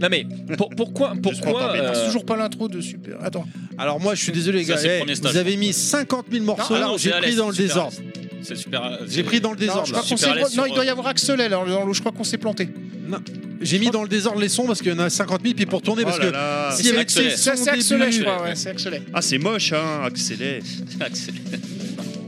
Non mais pour- pourquoi prends pourquoi ta bête. Ah, C'est euh, toujours pas l'intro de Super. Attends. Alors moi, je suis désolé, les Ça, gars. c'est le eh, premier stage. vous avez mis 50 000 morceaux. Ah non, j'ai c'est pris Alès, dans le super désordre. Alès. C'est super. euh, J'ai pris dans le Non, je désordre. crois là. Super qu'on s'est- à l'aise non, sur, il doit y avoir Axel L hein, dans le- dans l'eau. Je crois qu'on s'est planté. J'ai mis dans le désordre les sons parce qu'il y en a 50 000 puis pour tourner Oh parce là que là. si avec Axel ces L. Ça, sons c'est Axel L, je début- crois. ouais, c'est Axel L. Ah, c'est moche, hein, accéléré.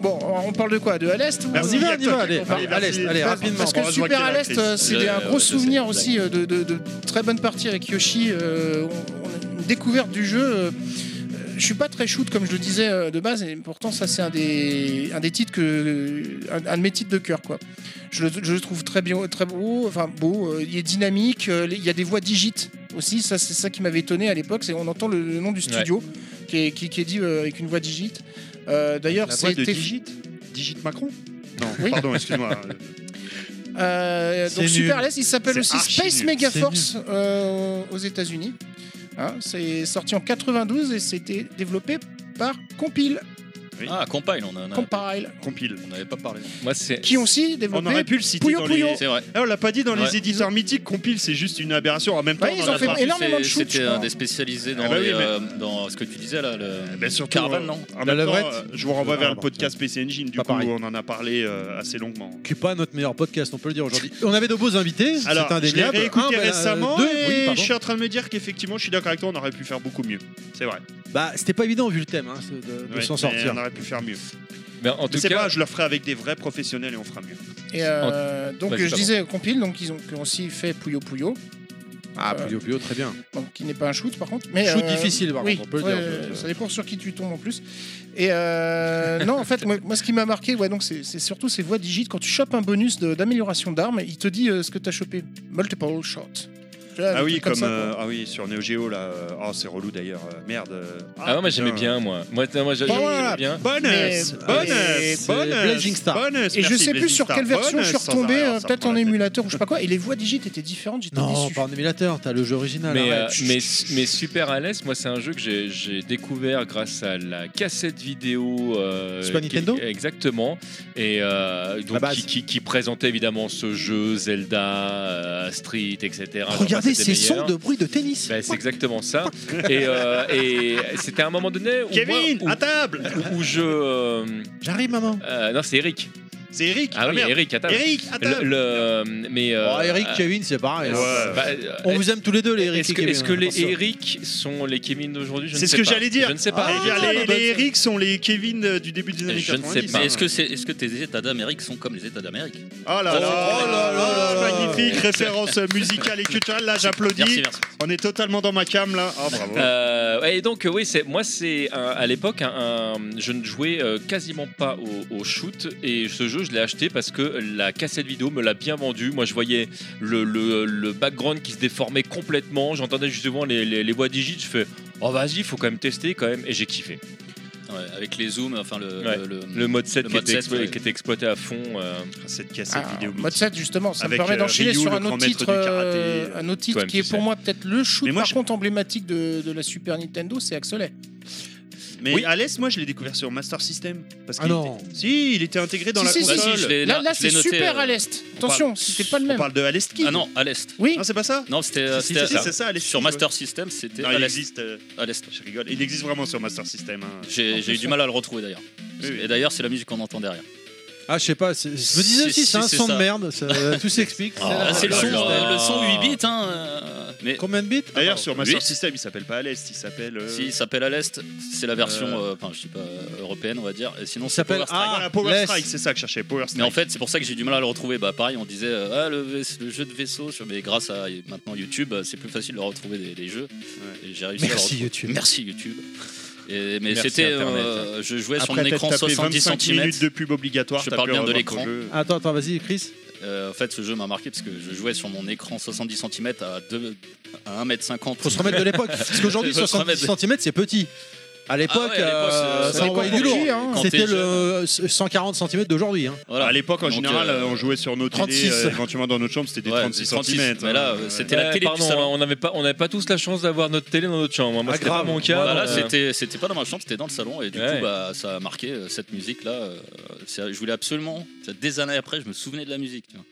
Bon, on parle de quoi De à l'est ou- On y va, on y va, allez, Allez, allez, allez, allez, Parce- rapidement. Parce que Heureusement Super qu'il y a à la l'Est, crise. euh, c'est Ouais, un ouais, gros je sais, souvenir je sais. aussi euh, de, de- de très bonnes parties avec Yoshi. euh, on, on a une découverte du jeu. euh, Je suis pas très shoot comme je le disais euh, de base, et pourtant ça c'est un des un des titres que un, un de mes titres de cœur quoi. Je le, je le trouve très bien, très beau, enfin beau. euh, Il est dynamique. euh, Il y a des voix digites aussi. Ça c'est ça qui m'avait étonné à l'époque. C'est on entend le, le nom du studio qui, est, qui, qui est dit euh, avec une voix digite. Euh, D'ailleurs, La voix de c'était- Digit Digit Macron Non, Oui. pardon, excuse-moi. Euh, C'est donc Super nul. Less, il s'appelle C'est aussi archi Space nul. Mega C'est Force euh, aux États-Unis. Hein, c'est sorti en 92 et c'était développé par Compile, Ah, Compile, on en a- Compile, Compile. on n'avait pas parlé. moi c'est qui ont aussi On développé. aurait pu le citer Pouillon, dans Pouillon. les... C'est vrai. Ah, on l'a pas dit dans Ouais. les éditeurs mythiques, compile, c'est juste une aberration. En même temps, Ouais, on ils en ont a fait parlé. énormément de shoots, je C'était crois. un des spécialisés dans, Ah bah oui, les, mais- euh, dans ce que tu disais là, le Eh ben, surtout, caravane, euh, non En La même temps, levrette. euh, je vous renvoie Ah, vers le bon. podcast PC Engine, du Pas coup, pareil. où on en a parlé euh, assez longuement. qui est pas notre meilleur podcast, on peut le dire aujourd'hui. On avait de beaux invités, c'est Alors, je l'ai indéniable. Un, réécouté bah, récemment deux, oui, et pardon. je suis en train de me dire qu'effectivement, je suis d'accord avec toi, on aurait pu faire beaucoup mieux. C'est vrai. Bah, c'était pas évident vu le thème hein, de, de Ouais, s'en mais euh, sortir. On aurait pu faire mieux. mais en tout C'est pas, cas je le ferai avec des vrais professionnels et on fera mieux. Et, euh, donc Vas-y, je pardon. disais Compile, donc ils ont, qui ont aussi fait Puyo Puyo, Ah, Euh, Puyo Puyo, très bien. donc qui n'est pas un shoot par contre. Mais, Shoot euh, difficile, par oui, contre, on peut le ouais, dire. euh, Je- ça dépend sur qui tu tombes en plus. Et euh, non, en fait, moi, moi, ce qui m'a marqué, ouais, donc c'est c'est surtout ces voix digites. Quand tu chopes un bonus de- d'amélioration d'armes, il te dit euh, ce que t'as chopé. Multiple shot. Tu vois, Ah des oui, trucs comme, ça, quoi. euh, ah oui, sur Neo Geo là. euh, Oh, c'est relou d'ailleurs. euh, Merde. euh, ah ouais, moi j'aimais putain. bien moi moi t- moi j'a- Bah j'aimais voilà. bien Bonus, Mais- mais- bonus, bonus, Blazing Star. bonus, Et je merci, sais plus Blazing sur Star, quelle version bonus, je suis sans retombé, arrière, euh, ça me peut-être prend en la tête. émulateur ou je sais pas quoi. Et les voix digites étaient différentes, j'étais Non, déçu. pas en émulateur, t'as le jeu original. mais, euh, arrête. Ah Chut. mais, mais super à l'aise, moi c'est un jeu que j'ai- j'ai découvert grâce à la cassette vidéo. euh, Super qui- Nintendo Exactement. Et euh, donc La base. qui, qui- qui présentait évidemment ce jeu, Zelda, euh, Street, etc. Regardez Enfin, c'était ces sons meilleur. de bruit de tennis. Ben, c'est exactement ça. Et, euh, et c'était à un moment donné où, Kevin, moi- à table. où- où, je. euh, J'arrive, maman. euh, non, c'est Eric. C'est Eric. Ah oui, merde. Eric, attends. Eric, à Le, table. le- mais, euh, Oh, Eric, Kevin, c'est pareil. Ouais. hein. euh, bah, euh, On vous aime tous les deux, les Eric Est-ce et que, Kevin, est-ce que hein, les attention. Eric sont les Kevin d'aujourd'hui Je ne C'est ce sais que pas. j'allais dire. Je ne sais pas. Ah, Eh bien, les, bonne les Eric sont les Kevin euh, du début des années Je ne sais 90. pas. Mais est-ce que, c'est, est-ce que tes états d'Amérique sont comme les états d'Amérique Oh là là, Oh là là là là. magnifique référence musicale et culturelle. Là, j'applaudis. Merci, merci. On est totalement dans ma cam là. Ah bravo. Euh, ouais, et donc euh, oui, c'est moi c'est un- à l'époque un- un- je ne jouais euh, quasiment pas au, au shoot et ce jeu je l'ai acheté parce que la cassette vidéo me l'a bien vendu. Moi je voyais le, le- le background qui se déformait complètement, j'entendais justement les, les, les voix digites, je fais oh vas-y faut quand même tester quand même et j'ai kiffé. Ouais, Avec les zooms, enfin le. Ouais. le- le- Le mode 7, Le qui, mode était 7, explo- ouais. qui était exploité à fond. euh, Cette cassette Ah, vidéo. mode 7 justement, ça Avec, me permet euh, d'enchaîner Ryu, sur le un grand autre, maître titre, du karaté, euh, un autre titre toi-même, qui est tu pour sais. moi peut-être le shoot Mais moi, par je- contre emblématique de, de la Super Nintendo, c'est Axel L. Mais Oui. Alès, moi, je l'ai découvert sur Master System. Parce Ah qu'il non. était- Si, il était intégré dans Si, la si, si, console. si, je l'ai- Et Là, là, là je c'est l'ai noté, super euh, à l'est. Attention, c'était pas le On même. parle de Alès Kid. Ah non, à l'Est. Oui, Non, c'est pas ça. Non, c'était. euh, Si, c'était si, à- si, c'est ça, Alès Sur Kid, Master System, c'était ouais. Non, à il l'Est. existe. euh, À l'Est. Je rigole. Il existe vraiment sur Master System. hein. J'ai, j'ai eu du mal à le retrouver d'ailleurs. Oui, oui. Et d'ailleurs, c'est la musique qu'on entend derrière. Ah, je sais pas, c'est- je me disais Si, aussi, si, c'est un c'est son ça. de merde, ça- tout s'explique. Ah, c'est le oh son, là. euh, le son 8 bits, hein. euh, Mais Combien de bits D'ailleurs, sur Master Oui. System, il s'appelle pas Alès, il s'appelle. euh, s'il s'appelle à l'Est, c'est la version, Euh, euh, enfin, je sais pas, européenne, on va dire. Et sinon, Il c'est s'appelle Power Strike. Ah, voilà, Power Alès. Strike, c'est ça que je cherchais. Power Strike. Mais en fait, c'est pour ça que j'ai du mal à le retrouver. Bah, pareil, on disait euh, ah, le, vais- le jeu de vaisseau, je- mais grâce à maintenant YouTube, euh, c'est plus facile de retrouver des, des jeux. Et j'ai réussi à le Merci, retrouver. YouTube. Merci YouTube. Et- mais Merci, c'était, Internet. euh, je jouais sur Après mon t'être écran tapé 70 25 cm. minutes de pub obligatoire. Je t'as parle pu bien de revoir l'écran. ton jeu. Ah, Attends, attends, vas-y, Chris. Euh, en fait, ce jeu m'a marqué parce que je jouais sur mon écran 70 cm à, deux- à 1m50. Faut se remettre de l'époque. Parce qu'aujourd'hui, Faut se remettre 70 cm, c'est petit. À l'époque, Ah ouais, à l'époque, euh, ça c'est- c'est envoyait pour du lourd. qui, hein. Quand C'était t'es le 140 cm d'aujourd'hui. hein. Voilà. À l'époque, en Donc, général, euh, on jouait sur nos télés, 36. euh, éventuellement dans notre chambre, c'était des Ouais, 36, 36, cm. mais là, euh, c'était la Ouais, télé du pardon, salon. hein, on n'avait pas, on n'avait pas tous la chance d'avoir notre télé dans notre chambre. hein. Moi, Ah, c'était pas grave. mon cas. Voilà, euh, c'était c'était pas dans ma chambre, c'était dans le salon et du Ouais. coup bah ça a marqué euh, cette musique là. je voulais absolument. ça, Des années après, je me souvenais de la musique. Tu vois.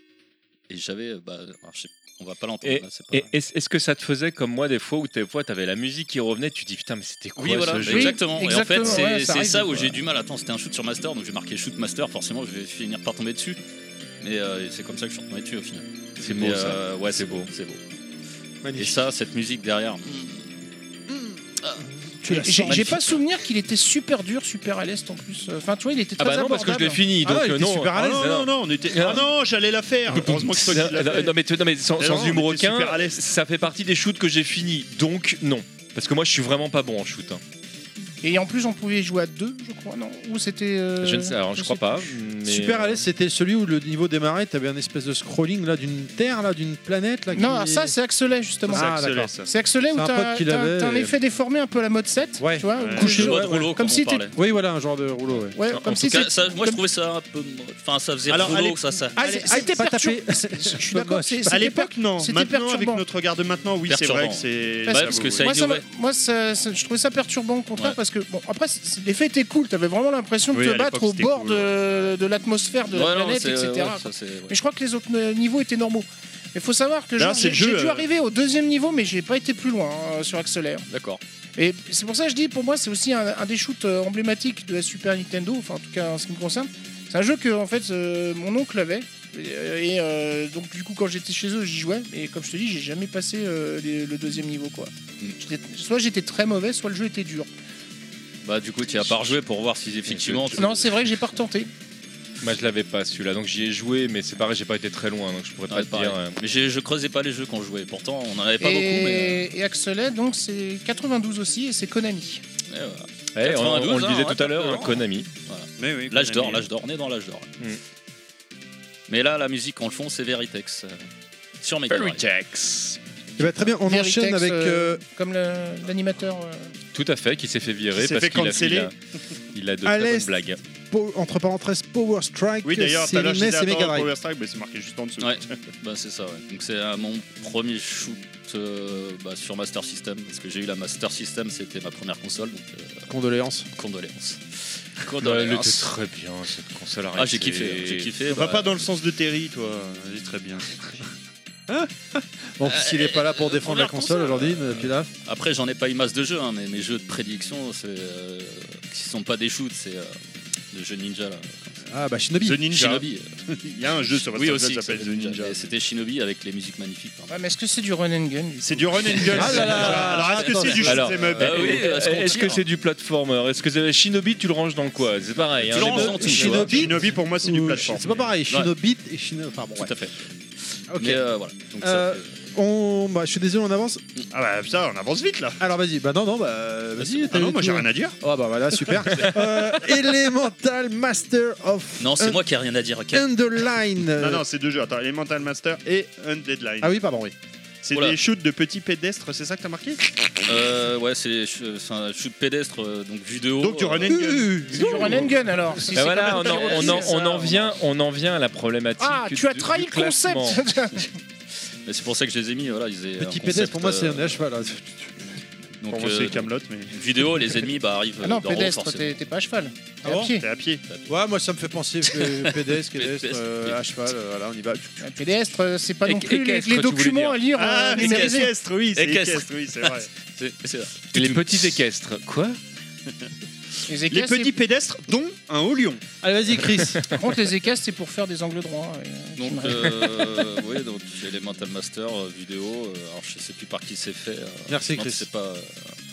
Et j'avais euh, bah alors, je sais- on va pas l'entendre. là, c'est pas- Et est-ce est-ce que ça te faisait comme moi des fois où des fois t'avais la musique qui revenait, tu dis putain mais c'était quoi Oui, voilà, ce jeu exactement. Et en fait, exactement, c'est ouais, ça c'est arrive, ça où ouais. j'ai du mal. Attends, c'était un shoot sur master, donc j'ai marqué shoot master. Forcément, je vais finir par tomber dessus. Mais euh, c'est comme ça que je suis retombé dessus au final. C'est Mais, beau ça. euh, ouais, C'est c'est beau. beau, c'est beau. Et Magnifique. ça, cette musique derrière. J'ai- J'ai j'ai magnifique. pas souvenir qu'il était super dur, super à l'aise en plus. Euh, Enfin, tu vois, il était Ah très bah non parce que je l'ai abordable. fini Ah donc ouais, il euh, était non. super à Ah l'aise. non, non, non, on était. Ah non, j'allais la faire. Heureusement que toi, tu l'as fait. non mais, tu- non, mais sans, Mais sans non, on humour était super à aucun, l'aise. ça fait partie des shoots que j'ai fini donc non. Parce que moi je suis vraiment pas bon en shoot. hein. Et en plus, on pouvait jouer à deux, je crois, non Ou c'était. euh, je ne sais, alors je crois sais pas. plus. mais- Super euh, à l'aise, c'était celui où le niveau démarrait, t'avais un espèce de scrolling là d'une terre, là d'une planète. Là, Non, qui- ah, ça, c'est Axelet, justement. Ah, c'est d'accord. ça. C'est Axelet où C'est un t'as pote qui t'as- l'avait, t'as un et- effet déformé un peu à la mode 7. Ouais. Tu vois, Ouais. où- Couché, Le doigt ouais, de rouleau, Comme quand si on parlait. Oui, voilà, un genre de rouleau. ouais. Ouais, En- en comme tout si cas, c'était- ça, moi je comme- trouvais ça un peu. Enfin, ça faisait Alors, rouleau, allez- ça, ça. Ah, Allez, c'est- c'était pas taper. perturbant. C'est- Je suis Pas d'accord, moche. c'est- À c'était l'époque, non. c'était Maintenant, avec perturbant. notre regard de maintenant, oui, c'est vrai que c'est. Parce- ça Ouais, parce que vaut- ouais. ça- moi, ça m'a- innové. moi, ça- ça- je trouvais ça perturbant au contraire Ouais. parce que bon après c'est- c'est- l'effet était cool t'avais vraiment l'impression de Oui, à te battre l'époque, au c'était bord cool, de, de l'atmosphère de Ouais, la non, planète c'est- etc ouais, quoi. ça, c'est- ouais. mais je crois que les autres euh, niveaux étaient normaux mais faut savoir que Là, genre, j'ai c'est le j'ai jeu, dû euh. arriver au deuxième niveau mais j'ai pas été plus loin hein, sur Axelair D'accord. et c'est pour ça que je dis pour moi c'est aussi un, un des shoots euh, emblématiques de la Super Nintendo enfin en tout cas en ce qui me concerne c'est un jeu que en fait euh, mon oncle avait et, euh, et, euh, donc du coup quand j'étais chez eux j'y jouais et comme je te dis j'ai jamais passé euh, les- le deuxième niveau quoi Mm. J'étais- soit j'étais très mauvais soit le jeu était dur Bah, du coup, tu as pas rejoué pour voir si effectivement. tu- non c'est vrai que j'ai pas retenté Moi je l'avais pas celui-là donc j'y ai joué mais c'est pareil j'ai pas été très loin donc je pourrais pas Ouais, te pareil. dire. euh, Mais j'ai- je creusais pas les jeux quand je jouais. Pourtant, on en avait pas et, beaucoup, mais. et Axelet, donc c'est 92 aussi et c'est Konami euh, ouais, ouais. eh, on- on, 92, le hein, disait ouais, tout à l'heure hein, d'accord. Konami. Mais oui, L'âge d'or, Konami. l'âge d'or, on est dans l'âge d'or. Mm. Mais là, la musique, en le fond, c'est Veritex. euh, Sur Mega Drive. Veritex. Eh ben, très bien, on Veritex, enchaîne avec. euh, euh, comme le- l'animateur euh, Tout à fait qui s'est fait virer Qui s'est parce fait qu'il a, il a canceller. il a de À très bonnes l'est. blagues. Po- entre parenthèses Power Strike, Oui, d'ailleurs, tout à c'est l'heure, NES j'ai et Mega Drive. Power Strike, mais c'est marqué juste en dessous. Ouais, bah c'est ça. Ouais. Donc c'est euh, mon premier shoot euh, bah, sur Master System parce que j'ai eu la Master System, c'était ma première console, donc euh, Condoléances. condoléances. Ouais, Bah, Elle était Condoléances. très bien cette console. Ah j'ai arrêtez. kiffé, j'ai kiffé. Va bah, pas dans le sens de Terry, toi. Vas-y, très bien. Bon, Eh, s'il est pas là pour euh, défendre la première console console, aujourd'hui, euh, depuis là. Après j'en ai pas une masse de jeux, hein, mais mes jeux de prédiction, c'est euh, qui sont pas des shoots, c'est euh, le jeu ninja là. Ah bah The Shinobi. Ninja. Shinobi. Il y a un jeu sur oui Master aussi. System qui ça s'appelle s'appelle The Ninja. Mais C'était Shinobi avec les musiques magnifiques. hein. ouais, mais est-ce que c'est du run and gun du C'est du run and gun. Ah là là. Alors, est-ce que c'est du Alors, shoot'em up Ah oui, est-ce qu'on Eh, Est-ce que tire c'est du platformer Est-ce que c'est- Shinobi, tu le ranges dans quoi C'est pareil. Tu hein, le les ranges deux- dans tout, tu vois. Shinobi. Shinobi, pour moi, c'est du ou- plateforme. C'est pas pareil, Shinobi et Shinobi. Enfin bon, Tout ouais. à fait. Ok. Mais euh, voilà. Donc, ça Euh, fait- On... Bah, je suis désolé, on avance. Ah bah, putain, on avance vite là. Alors vas-y, bah non, non, bah vas-y. Ah non, moi j'ai rien à dire. Oh bah voilà, super. Euh, Elemental Master of Non, c'est Un- moi qui ai rien à dire. ok Underline. Non, non, c'est deux jeux. Attends, Elemental Master et Undead Line. Euh. Ah oui, pardon, oui. C'est Oula. des shoots de petits pédestres, c'est ça que t'as marqué Euh, ouais, c'est je- c'est un shoot pédestre, euh, donc vidéo. Donc du run and gun. C'est du run and gun alors si Bah c'est voilà, on comme- en, on en- on en vient, on en vient à la problématique. ah tu as du- trahi du le concept classement. Mais c'est pour ça que je les ai mis. Voilà, ils avaient un Petit concept, pédestre, pour moi, c'est euh, un H, voilà. donc, Pour moi, euh, c'est Camelot, mais Vidéo, les ennemis bah, arrivent. Ah non, euh, d'en haut, pédestre, forcément. t'es t'es pas à cheval. T'es Ah à bon pied. t'es à pied. Ouais, moi, ça me fait penser euh, pédestre, pédestre, euh, pédestre. à cheval, euh, voilà, on y va. Un Pédestre, euh, c'est pas Et- non plus les, équestre, les tu voulais documents dire. à lire euh, Ah, mais c'est numérisés. équestre, oui, c'est Équestre. équestre, oui, c'est vrai. C'est- c'est ça. Les petits équestres. Quoi Les Les équestres, petits pédestres, dont un haut lion. Allez, vas-y, Chris. c'est- par contre, les équestres, c'est pour faire des angles droits. euh, Donc, j'imagine. euh, oui, donc Elemental Master, euh, vidéo. euh, alors, je sais plus par qui c'est fait. euh, Merci, non, Chris. C'est pas. euh,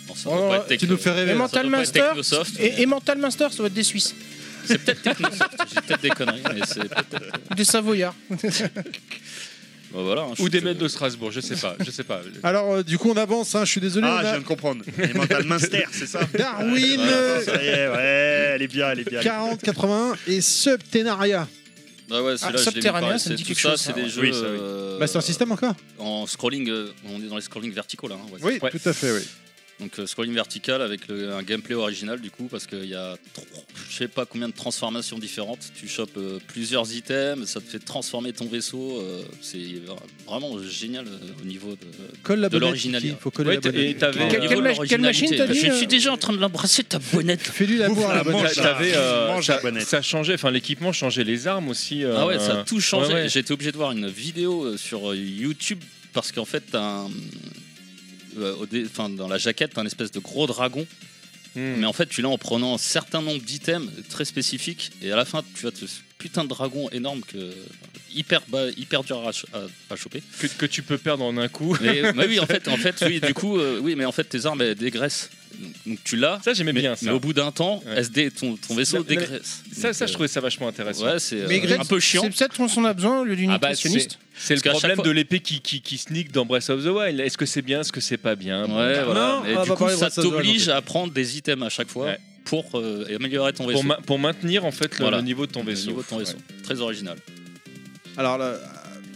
non, ça Oh, doit pas être tu techno- nous fais rêver. Elemental ça doit pas être Master Technosoft. et, et Mental Master, ça doit être des Suisses. C'est peut-être Technosoft. J'ai peut-être des conneries, mais c'est. peut-être- Ou Des Savoyards. Bah, voilà, un Ou shoot, des euh, maîtres de Strasbourg, je sais pas, je sais pas. Alors, euh, du coup, on avance, hein, je suis désolé. Ah, on je a viens de comprendre. Elemental Master, c'est ça Darwin Ouais, ça y est, ouais, elle est bien, elle est bien. 4081 et Subternaria. Ah ouais, c'est Ah, là, je l'ai mis Subterranea, pareil, ça me c'est- dit tout quelque ça, chose, c'est ça, des ouais. jeux. Oui, ça, oui. euh, Bah, Master System encore En scrolling, euh, on est dans les scrolling verticaux là. hein, ouais. Oui, Ouais. tout à fait, oui. Donc euh, scrolling vertical avec le- un gameplay original du coup parce qu'il y a tro- je sais pas combien de transformations différentes. Tu chopes euh, plusieurs items, ça te fait transformer ton vaisseau. euh, c'est vraiment génial euh, au niveau de. Colle la De bonnette, l'originalité. Kiki, faut coller Ouais, la t'as- et bonnette. t'avais, Quelle- au niveau quelle de ma- quelle l'originalité. machine t'as dit, Je euh suis déjà en train de l'embrasser ta bonnette. Fais-lui la bourre à la Bouffe la bonnette. manche. T'a- t'avais, euh, Mange ça, la bonnette. ça changeait, enfin l'équipement changeait, les armes aussi. euh, Ah ouais, ça a tout changé. ouais, ouais. J'étais obligé de voir une vidéo euh, sur euh, YouTube parce qu'en fait, t'as un- euh, au dé- enfin, dans la jaquette, t'as un espèce de gros dragon. Hmm. Mais en fait, tu l'as en prenant un certain nombre d'items très spécifiques. Et à la fin, tu as ce putain de dragon énorme que hyper bas- hyper dur à, ch- à- à choper. que, que tu peux perdre en un coup. Mais, mais oui, en fait, en fait, oui, du coup, euh, oui, mais en fait, tes armes elles dégraissent. Donc, donc tu l'as. Ça j'aimais Mais, bien mais ça. au bout d'un temps, Ouais. elle se dé- ton, ton Non, vaisseau mais dégraisse. Ça, Donc, ça euh, je trouvais ça vachement intéressant. Ouais, c'est euh, Mais un peu chiant. C'est peut-être qu'on s'en a besoin au lieu d'une Ah bah, nutritionniste. C'est le Parce qu'à chaque problème fois- de l'épée qui, qui, qui sneak dans Breath of the Wild. Est-ce que c'est bien, est-ce que c'est pas bien Bon, Ouais, bah, voilà. non, Mais on va du pas coup, parler de ça Breath of the Wild, t'oblige en fait. à prendre des items à chaque fois Ouais. pour euh, améliorer ton vaisseau. Pour, ma- pour maintenir en fait le, Voilà. le niveau de ton Le vaisseau. niveau de ton vaisseau. Très original. Alors là, euh,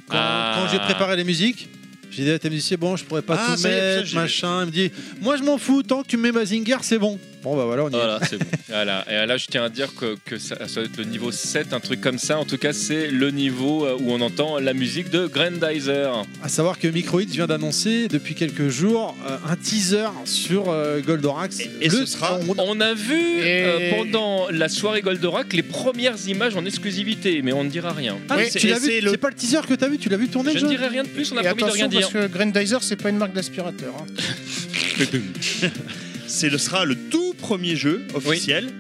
quand, Ah. quand j'ai préparé les musiques, j'ai dit à tes musiciens, bon, je pourrais pas Ah, tout ça y est, mettre, ça, j'ai- machin. Il me dit, moi je m'en fous, tant que tu mets Mazinger, c'est bon. Bon, bah voilà, on y Voilà, c'est bon. Voilà, et là je tiens à dire que, que ça, ça doit être le niveau 7, un truc comme ça. En tout cas, c'est le niveau euh, où on entend la musique de Grandizer. est. À savoir que Microïd vient d'annoncer depuis quelques jours euh, un teaser sur euh, Goldorax. Et- et ce sera- on- On a vu Et- euh, pendant la soirée Goldorak les premières images en exclusivité, mais on ne dira rien. Ah, mais Oui, tu l'as et vu c'est le- C'est pas le teaser que t'as vu, tu l'as vu tourner Je le ne jeu dirai rien de plus, on a Et promis de rien attention dire. parce que Grandizer, c'est pas une marque d'aspirateur. hein. C'est le sera le tout premier jeu officiel.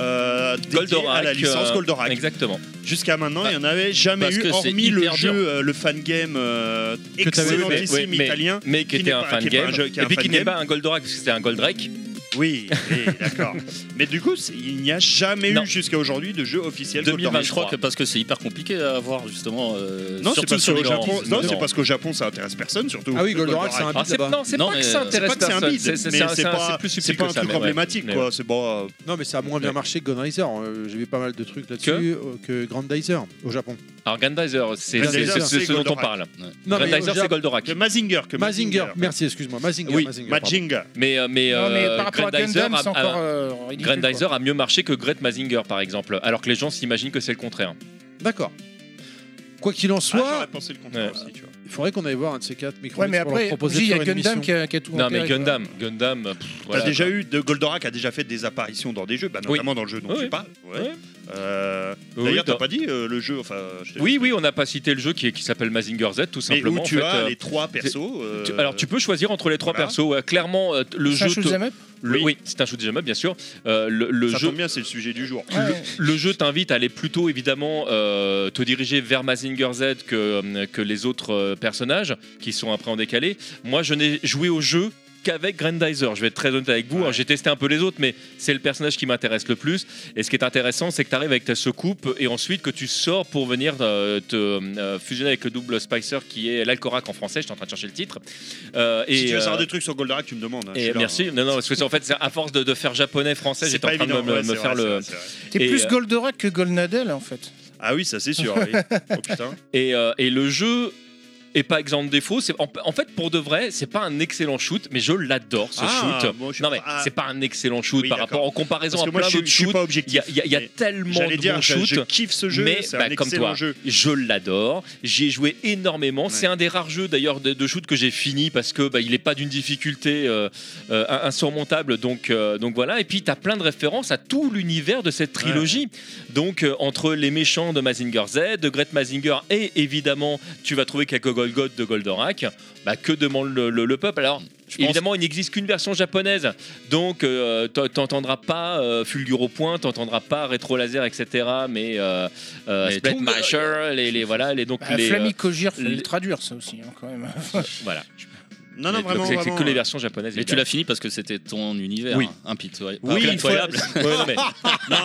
euh, dédié à Goldorak, la licence euh, Goldorak. Exactement. Jusqu'à maintenant, il n'y en avait jamais parce eu, que c'est hormis le hyper jeu, dur. euh, le fan game euh, Que t'avais vu, mais- excellentissime oui, mais- italien. Mais qui, Qui était n'est un pas- fan qui est pas un game. jeu, qui est et un puis fan qui n'est game. pas un Goldorak, parce que c'était un Goldrake. Oui, oui, d'accord. Mais du coup, c'est- il n'y a jamais Non. eu jusqu'à aujourd'hui de jeu officiel 2020, Goldorak. je crois que parce que c'est hyper compliqué à avoir justement. euh, Non, c'est surtout parce sur qu'au les grands- Japon, les non, grands. c'est parce qu'au Japon, ça intéresse personne, surtout. Ah oui, Goldorak, c'est un Ah, bide c'est- là-bas. non, c'est Non, pas mais que c'est ça pas C'est intéresse pas que c'est un personne, bide, mais c'est un- c'est un- pas, c'est plus c'est subtil pas un que ça, truc mais ouais. emblématique, Mais quoi. ouais. C'est bon. euh, Non, mais ça a moins bien Ouais. marché que Goldizer. Euh, J'ai vu pas mal de trucs là-dessus euh, que Grandizer au Japon. Alors Grandizer, c'est c'est- Grandizer, c'est- c'est c'est ce dont on Goldorak. parle. Non, mais au Grandizer, c'est Japon- Goldorak. Que Mazinger, Ah, que Mazinger, merci, excuse-moi. Mazinger, Oui, Mazinger. pardon. Mazinger. Mais, euh, mais, Non, mais euh, par rapport à Grandizer Gundam, a- c'est a- encore euh, ridicule, quoi. Grandizer a mieux marché que Gret Mazinger, par exemple, alors que les gens s'imaginent que c'est le contraire. D'accord. Quoi qu'il en Ah, soit, j'aurais pensé le contraire Ouais. aussi, tu vois. il faudrait qu'on aille voir un de ces quatre micro Ouais, mais pour leur après, proposer il de y a faire une Gundam émission. qui a, qui a tout Non, mais enterré, quoi. Gundam, Gundam. euh, pff, T'as voilà, déjà quoi. eu, de Goldorak a déjà fait des apparitions dans des jeux, bah, notamment dans le jeu dont Oui. tu parles. ouais. Ouais. Euh, Oui, D'ailleurs, t'as dans- pas dit euh, le jeu, enfin. je t'ai- Oui, oui, on n'a pas cité le jeu qui, est- qui s'appelle Mazinger Z, tout Mais simplement. où en tu fait, as euh, les trois persos. tu- euh, alors tu peux choisir entre les trois voilà. persos. ouais. clairement, euh, le C'est jeu, un te- shoot'em up le- oui, c'est un shoot 'em up, bien sûr. Euh, le, le Ça jeu, tombe bien, c'est le sujet du jour. Ouais. le jeu t'invite à aller plutôt évidemment euh, te diriger vers Mazinger Z que, euh, que les autres euh, personnages qui sont après en décalé. Moi, je n'ai joué au jeu qu'avec Grandizer. Je vais être très honnête avec vous. Ouais. Alors, J'ai testé un peu les autres, mais c'est le personnage qui m'intéresse le plus. Et ce qui est intéressant, c'est que tu arrives avec ta soucoupe et ensuite que tu sors pour venir euh, te euh, fusionner avec le double Spicer qui est l'Alcorac en français. J'étais en train de chercher le titre. Euh, si tu veux euh, savoir des trucs sur Goldorak, tu me demandes. hein, je et suis là, merci. hein. Non, non, parce que c'est- en fait, c'est à force de, de faire japonais-français, C'est j'étais en pas train évident. de me, ouais, me c'est faire vrai, le. c'est vrai, c'est vrai. T'es Et, plus euh, Goldorak que Golnadel, en fait. Ah oui, ça c'est sûr. oui. Oh putain. Et, euh, et le jeu est pas exempt de défauts. C'est- En, en fait, pour de vrai, c'est pas un excellent shoot, mais je l'adore ce Ah, shoot. moi, je suis Non pas- mais ah, c'est pas un excellent shoot Oui, par d'accord. rapport en comparaison Parce que à moi plein je, d'autres je suis shoots. pas Il y objectif. a, il y a- il y a mais tellement de J'allais dire, bons je, shoots. je kiffe ce jeu, mais c'est bah, un comme excellent toi, jeu. je l'adore. J'y ai joué énormément. C'est un des rares jeux d'ailleurs de, de shoot que j'ai fini parce que bah, il n'est pas d'une difficulté euh, euh, insurmontable. Donc, euh, donc voilà. Et puis tu as plein de références à tout l'univers de cette trilogie. Donc euh, entre les méchants de Mazinger Z, de Gret Mazinger et évidemment tu vas trouver quelques Golgoth de Goldorak. Bah, que demande le, le- le peuple alors Je pense- Évidemment, il n'existe qu'une version japonaise, donc euh, t'en- t'entendras pas euh, Fulgur au point, t'entendras pas Rétro Laser, etc. Mais, euh, euh, Mais Splat tout- Masher, les, les- voilà, les donc Bah, les, euh, Flamicogir, faut les- le traduire, ça aussi, hein, quand même. voilà. Non, non, Et donc, vraiment. c'est- c'est vraiment, euh, que les versions japonaises. Mais tu l'as fini parce que c'était ton univers. Oui. hein, impitoyable. Oui, il faut- Impitoyable. Ouais, non, mais- Non,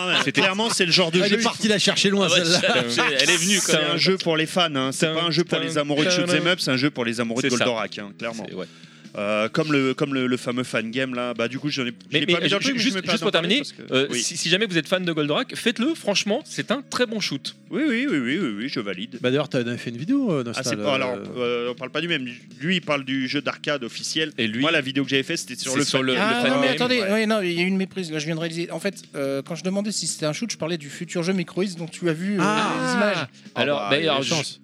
mais C'était- clairement, c'est le genre de Ah, il jeu. est parti la chercher loin Ah ouais, celle-là. j'ai- elle est venue quand C'est un même. jeu pour les fans. hein. C'est Tin, pas un jeu pour tin, les amoureux de tin, shoot'em up, c'est un jeu pour les amoureux de C'est ça. Goldorak, hein, clairement. C'est- ouais. Euh, comme le, comme le, le fameux fan game là, bah du coup j'en ai, je Mais- l'ai mais pas mis dans le ju- truc, mais juste- je me permets juste pour d'en parler terminer, parce que- Euh, oui. si, si jamais vous êtes fan de Goldorak, faites-le, franchement, c'est un très bon shoot. oui, oui, oui, oui, oui, oui, je valide. Bah d'ailleurs, t'as fait une vidéo, euh, Ah, Nostal, c'est- euh, alors, euh, on parle pas du même. Lui, il parle du jeu d'arcade officiel. Et lui, Moi, la vidéo que j'avais faite, c'était sur C'est le sur fan le- game. le Ah fan non mais game, attendez, ouais. ouais, non, il y a eu une méprise, là je viens de réaliser. En fait, euh, quand je demandais si c'était un shoot, je parlais du futur jeu Microïs dont tu as vu euh, Ah. les images. alors, bah, bah, il y a alors, des je- chances.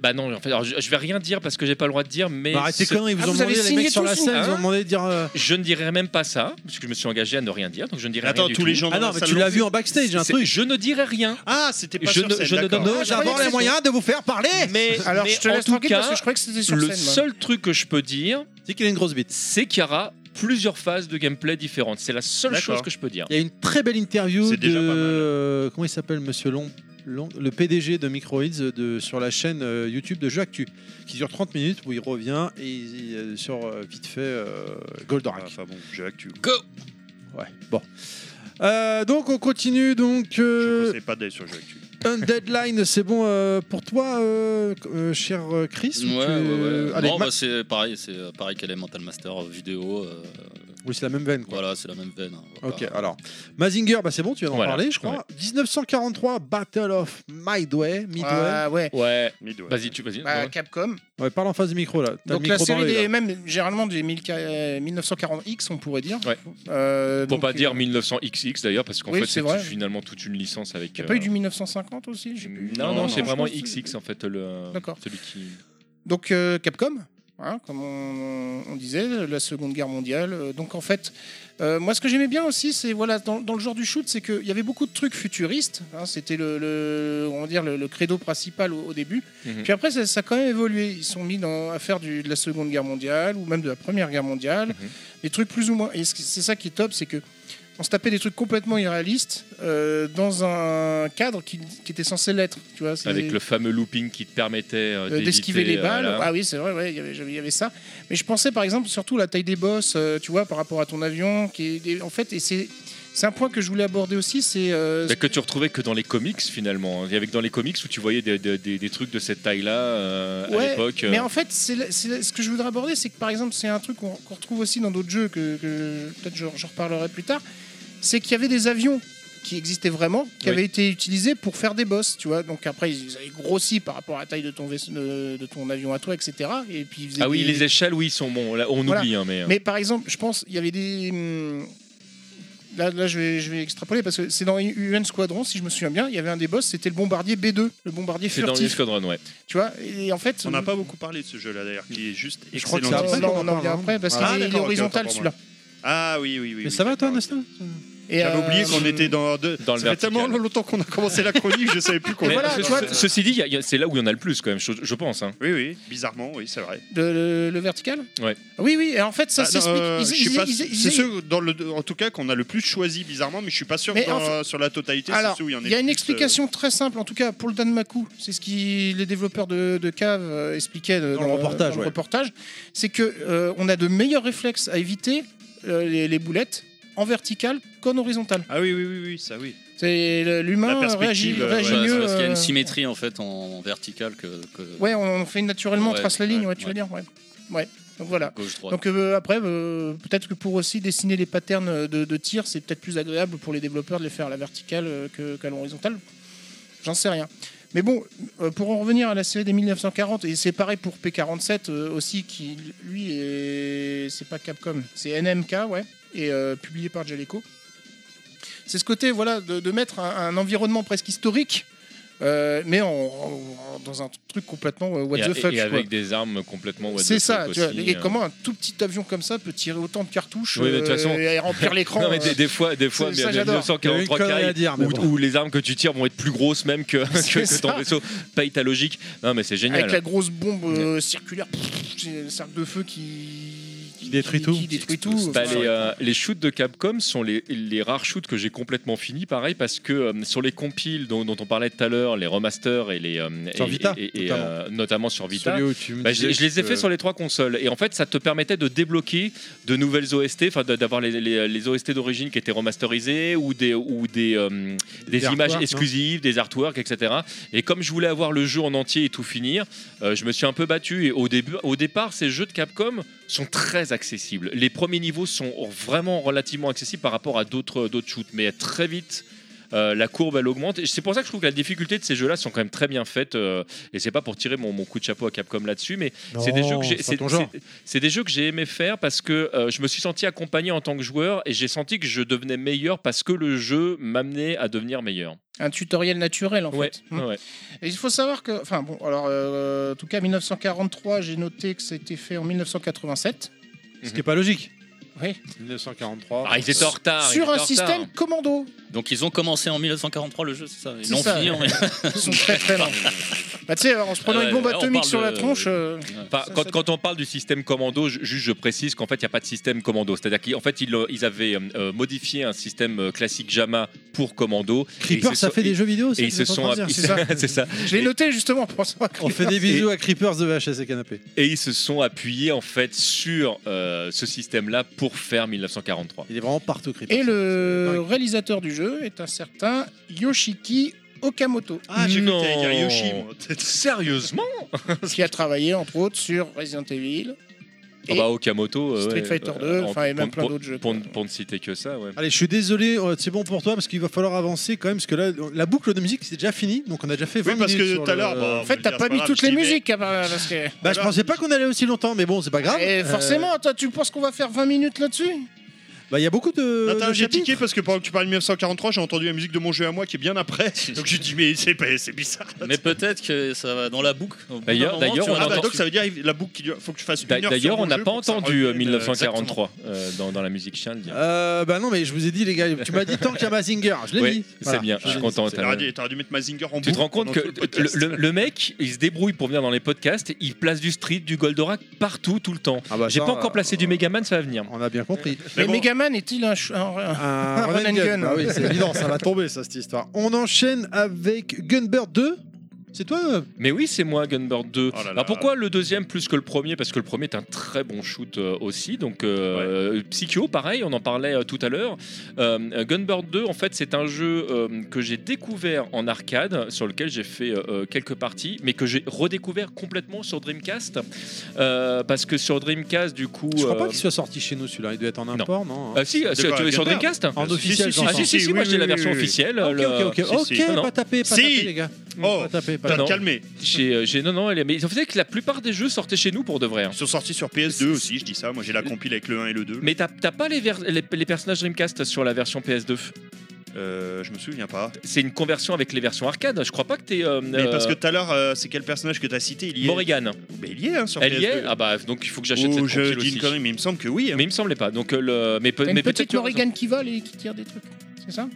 bah non, en fait, alors, je, je vais rien dire parce que j'ai pas le droit de dire, mais Bah, arrêtez ce- conneries, ils vous Ah, ont vous avez demandé, les signé mecs sur la tous, scène, hein ils ont demandé de dire. euh, je ne dirai même pas ça, parce que je me suis engagé à ne rien dire, donc je ne dirai Attends, rien. du tous les tout. gens dans Ah non, la mais salle tu l'as l'ont vu en backstage, un C'est- truc. Je ne dirai rien. Ah, c'était pas Je sur ne- scène, je ne d'accord. donne- Nous je croyais avons que les c'était- moyens de vous faire parler Mais, Alors mais je te en laisse tout tranquille cas, parce que je croyais que c'était sur le scène. moi. seul truc que je peux dire, C'est qu'il a une grosse bite. c'est qu'il y aura plusieurs phases de gameplay différentes. C'est la seule D'accord. chose que je peux dire. Il y a une très belle interview C'est de déjà pas mal. euh, comment il s'appelle Monsieur Long, Long- le PDG de Microids de sur la chaîne euh, YouTube de Jeux Actu, qui dure 30 minutes où il revient et il- il, euh, sur euh, vite fait euh, Ah, Goldorak. Enfin bon, jeu actu. Ouais. Bon. Euh, donc on continue donc Je ne euh, conseille pas d'aller sur jeu actu. un deadline c'est bon euh, pour toi euh, euh, cher euh, Chris ou Ouais, tu- ouais, ouais. Allez, non, Ma- bah, c'est pareil, c'est euh, pareil qu'elle est Mental Master euh, vidéo. euh, oui c'est la même veine quoi. voilà, c'est la même veine. hein, on va Ok, pas- alors. Mazinger, bah c'est bon, tu viens d'en Voilà, parler, je crois. 1943, Battle of Midway. Midway. Ah ouais. Ouais. Midway. Vas-y, tu vas-y. Bah, non. Capcom. Ouais, parle en face du micro là. T'as Donc le la micro dans série l'œil, là. des même généralement des 1000 euh, 1940X on pourrait dire. Ouais. Euh, Pour donc, pas dire euh, 1900XX d'ailleurs, parce qu'en oui, fait, c'est c'est vrai. finalement toute une licence avec. y a pas euh, eu du 1950 aussi J'ai plus- Non, non, non, c'est je vraiment pense que- XX en fait, le, D'accord. celui qui. Donc euh, Capcom, hein, comme on, on disait, la Seconde Guerre mondiale. Euh, Donc en fait, euh, moi ce que j'aimais bien aussi, c'est voilà dans, dans le genre du shoot, c'est qu'il y avait beaucoup de trucs futuristes. hein, C'était le, le- on va dire le, le credo principal au, au début. Mhm. Puis après ça, ça a quand même évolué. Ils sont mis dans, à faire du- de la Seconde Guerre mondiale ou même de la Première Guerre mondiale, Mhm. des trucs plus ou moins. Et ce qui- c'est ça qui est top, c'est que on se tapait des trucs complètement irréalistes euh, dans un cadre qui, qui était censé l'être. Tu vois, c'est- Avec le fameux looping qui te permettait euh, euh, d'esquiver les d'éviter, euh, balles. voilà. Ah oui, c'est vrai, ouais, il y avait- j'avais- il y avait ça. Mais je pensais par exemple surtout à la taille des bosses, euh, tu vois, par rapport à ton avion. Qui est, et en fait, et c'est c'est un point que je voulais aborder aussi, c'est euh, Mais que tu retrouvais que dans les comics finalement. hein. Il y avait que dans les comics où tu voyais des, des- des- des trucs de cette taille-là euh, Ouais, à l'époque. Mais en fait, c'est la- c'est la- ce que je voudrais aborder, c'est que par exemple, c'est un truc qu'on qu'on retrouve aussi dans d'autres jeux que, que peut-être je, je reparlerai plus tard. C'est qu'il y avait des avions qui existaient vraiment, qui Oui. avaient été utilisés pour faire des boss, tu vois. Donc après, ils avaient grossi par rapport à la taille de ton, vaisse- de, de ton avion à toi, etc. Et puis ils faisaient ah oui, des- les échelles, oui, sont bon. Là, on Voilà. oublie, hein, mais. Mais par exemple, je pense, il y avait des. hum, Là, là je, vais, je vais extrapoler parce que c'est dans UN Squadron, si je me souviens bien, il y avait un des boss, c'était le bombardier B2, le bombardier C'est dans les furtif. Squadron, ouais. Tu vois, et en fait. euh, On n'a pas beaucoup parlé de ce jeu-là d'ailleurs, qui est juste Je crois que excellent. c'est Non, après qu'on on en en revient parle, après parce hein. qu'il Ah, est- il est d'accord, ok, horizontal autant pour celui-là. moi. Ah oui, oui, oui. Mais oui, ça va toi, d'accord, Nostal Et, J'avais euh, oublié qu'on était dans deux. Dans le ça fait vertical. tellement longtemps qu'on a commencé la chronique, je savais plus qu'on Mais était. voilà, ce- tu vois, ce- ceci dit, il y a- il y a- c'est là où il y en a le plus quand même, je, je pense. hein. Oui, oui, bizarrement, oui, c'est vrai. de- le, le vertical Ouais. Oui, oui, et en fait, ça Ah, non, s'explique. euh, Ils- je suis ils- pas- ils- ils- C'est ceux dans le, en tout cas qu'on a le plus choisi bizarrement, mais je suis pas sûr Mais dans- en sur la totalité. c'est Alors, ceux où il y en euh, il y a une plus, explication très simple, en tout cas pour le Danmaku. C'est ce que les développeurs de, de Cave euh, expliquaient euh, Dans le reportage, dans le ouais. reportage. C'est que euh, on a de meilleurs réflexes à éviter euh, les, les boulettes en vertical qu'en horizontal. euh. Ah oui, oui, oui, oui, ça oui. C'est le- La l'humain réagit, perspective, euh, réagit ouais, Ouais, c'est mieux. parce qu'il y a euh, une symétrie en fait en, en verticale que, que ouais, on on fait naturellement, on Ouais, trace la ligne. ouais, ouais, tu ouais. veux dire, ouais, ouais. Donc voilà. gauche droite. Donc euh, après, euh, peut-être que pour aussi dessiner les patterns de, de tir, c'est peut-être plus agréable pour les développeurs de les faire à la verticale euh, que- qu'à l'horizontale. J'en sais rien. Mais bon, euh, pour en revenir à la série des 1940, et c'est pareil pour P47 euh, aussi, qui lui, est- c'est pas Capcom, c'est NMK, ouais, et euh, publié par Jaleco. C'est ce côté, voilà, de, de mettre un, un environnement presque historique, euh, mais en, en- en- dans un truc complètement euh, what et, the et- fuck. et quoi. avec des armes complètement. what the C'est ça, fuck tu vois. aussi, Et euh. comment un tout petit avion comme ça peut tirer autant de cartouches Oui, mais de toute euh, façon- et remplir l'écran Non, mais euh, des, des fois, des fois, ça, mais ça, mais j'adore. Il y a une 1943 qui connerie arrive, à dire, mais où, bon. où les armes que tu tires vont être plus grosses même que, que, que ah, C'est ton ça. vaisseau. Paye ta logique. Non, mais c'est génial. hein. avec la grosse bombe euh, circulaire, pff, c'est le cercle de feu qui, Qui détruit tout. qui détruit tout. Bah, Enfin, les, euh, les shoots de Capcom sont les, les rares shoots que j'ai complètement fini pareil parce que euh, sur les compiles dont, dont on parlait tout à l'heure les remasters et les euh, Sur et- Vita, et- et- et, notamment. euh, notamment sur Vita Celui où tu me bah, je, disais je les ai que- fait sur les trois consoles et en fait ça te permettait de débloquer de nouvelles OST, enfin de- d'avoir les, les- les OST d'origine qui étaient remasterisées ou des, ou des, euh, des, Des images artworks, exclusives, des artworks, etc. Et comme je voulais avoir le jeu en entier et tout finir, euh, je me suis un peu battu et au, début, au départ ces jeux de Capcom sont très accessibles. Les premiers niveaux sont vraiment relativement accessibles par rapport à d'autres d'autres shoots, mais très vite. euh, la courbe elle augmente et c'est pour ça que je trouve que la difficulté de ces jeux là sont quand même très bien faites euh, et c'est pas pour tirer mon, mon coup de chapeau à Capcom là dessus mais c'est des jeux que j'ai c'est- Oh, ton genre. c'est- c'est des jeux que j'ai aimé faire parce que euh, je me suis senti accompagné en tant que joueur et j'ai senti que je devenais meilleur parce que le jeu m'amenait à devenir meilleur Un tutoriel naturel, en ouais, fait. Hum. ouais, ouais. Et il faut savoir que, enfin bon, alors, euh, en tout cas, 1943, j'ai noté que ça a été fait en 1987. Ce qui n'est pas logique. Oui. euh, 1943. Ah, ils étaient en retard ils sur un étaient en retard. système commando. Donc ils ont commencé en 1943 le jeu, c'est ça Ils C'est l'ont ça. fini en Ils sont très très lents. bah, tu sais, alors, en se prenant Ah une ouais, bombe là, on atomique parle sur la de- tronche. euh, Enfin, Ça, quand, ça- quand on parle du système commando, je, juste je précise qu'en fait, il n'y a pas de système commando. C'est-à-dire qu'en fait, ils, l'ont- ils avaient euh, modifié un système euh, classique JAMA pour commando. Et Creeper, ils se ça sont- fait des jeux vidéo aussi. Et ils se sont, C'est ils- ça. c'est ça. Je l'ai noté justement pour ça. On fait des bisous à Creepers de VHS et Canapé. Et ils se sont appuyés en fait sur euh, ce système-là pour faire 1943. Il est vraiment partout Creeper. Et le réalisateur du jeu est un certain Yoshiki Okamoto, Ah, j'ai cru que t'allais dire Non. Yoshi, moi. Sérieusement qui a travaillé entre autres sur Resident Evil, Ah bah, Okamoto, euh, Street ouais, Fighter euh, 2, en- enfin et pour- même plein pour- d'autres Ah, jeux. Pour, quoi. ne- pour ne citer que ça, ouais. Allez, je suis désolé, euh, c'est bon pour toi parce qu'il va falloir avancer quand même parce que là, la boucle de musique c'est déjà fini, donc on a déjà fait 20 Oui, parce minutes que sur tout à le- l'heure. bah, En on fait, peut t'as dire, pas c'est mis grave, toutes j'y les vais. musiques, hein, bah, parce que. Bah, je Alors- pensais pas qu'on allait aussi longtemps, mais bon, c'est pas grave. Eh, Euh, forcément, toi, tu penses qu'on va faire 20 minutes là-dessus Bah, il y a beaucoup de. Attends, de Euh, j'ai chapitres. tiqué parce que pendant que tu parles de 1943, j'ai entendu la musique de mon jeu à moi qui est bien après. Donc j'ai dit, mais c'est pas- c'est bizarre. Mais peut-être que ça va dans la boucle. Au bout d'un D'ailleurs- moment, d'ailleurs, tu on vas Ah bah avoir- donc ça veut dire la boucle qui dure- faut que tu fasses une D'a- heure sur D'ailleurs, mon on n'a jeu pas pour que ça entendu euh, revienne, euh, 1943 euh, dans, dans la musique, je tiens à le Ah, dire. Euh, bah non, mais je vous ai dit, les gars, tu m'as dit tant qu'il y a Mazinger, je l'ai Ouais, mis. c'est Voilà. bien, Je je suis l'ai content. C'est t'as- la radio, T'aurais dû mettre Mazinger en Tu te rends compte que le, le- le mec, il se débrouille pour venir dans les podcasts, il place du Street, du Goldorak partout, tout le temps. Ah bah, J'ai ça, pas encore placé du Megaman, ça va venir. On a bien compris. Mais Megaman est-il un. ch- Ah, un- Un Run and Gun. Bah oui, c'est évident, ça va tomber ça cette histoire. On enchaîne avec Gunbird 2. C'est toi euh Mais oui, c'est moi, Gunbird 2. Oh là là. Alors pourquoi le deuxième plus que le premier Parce que le premier est un très bon shoot euh, aussi. Donc euh, Psycho, pareil, on en parlait euh, tout à l'heure. Euh, euh, Gunbird 2, en fait, c'est un jeu euh, que j'ai découvert en arcade, sur lequel j'ai fait euh, euh, quelques parties, mais que j'ai redécouvert complètement sur Dreamcast. Euh, parce que sur Dreamcast, du coup... Je crois pas euh, qu'il soit sorti chez nous celui-là, il doit être en import, non, hein Ah si, euh, De sur- quoi, tu- sur Gunbird Dreamcast En officiel, si, si, j'entends. Ah si, si, si, oui, moi oui, j'ai la oui, version oui, oui. officielle. Ok, Euh, le- ok, ok, si, ok, si. Non, pas tapé, pas Si. tapé, les gars. Oh. Pas tapé, pas Non, tapé. non. calmé. J'ai, euh, j'ai- non, non, elle est- mais ils ont fait que la plupart des jeux sortaient chez nous pour de vrai. hein. Ils sont sortis sur PS2 aussi, je dis ça. Moi j'ai la compile avec le 1 et le 2. Mais t'as, t'as pas les, vers- les, les personnages Dreamcast sur la version PS2. Euh, je me souviens pas. C'est une conversion avec les versions arcade. Je crois pas que t'es. euh, Mais parce euh, que tout à l'heure, euh, c'est quel personnage que t'as cité Il y est. Morrigan. Mais il y est hein, sur Elle y est PS2. Ah bah donc il faut que j'achète Ou cette Oh, je compile dis une aussi. connerie, mais il me semble que oui. hein. Mais il me semblait pas. Donc euh, le. Mais, peut, T'as une mais peut-être. petite tu as raison. Morrigan qui vole et qui tire des trucs. C'est ça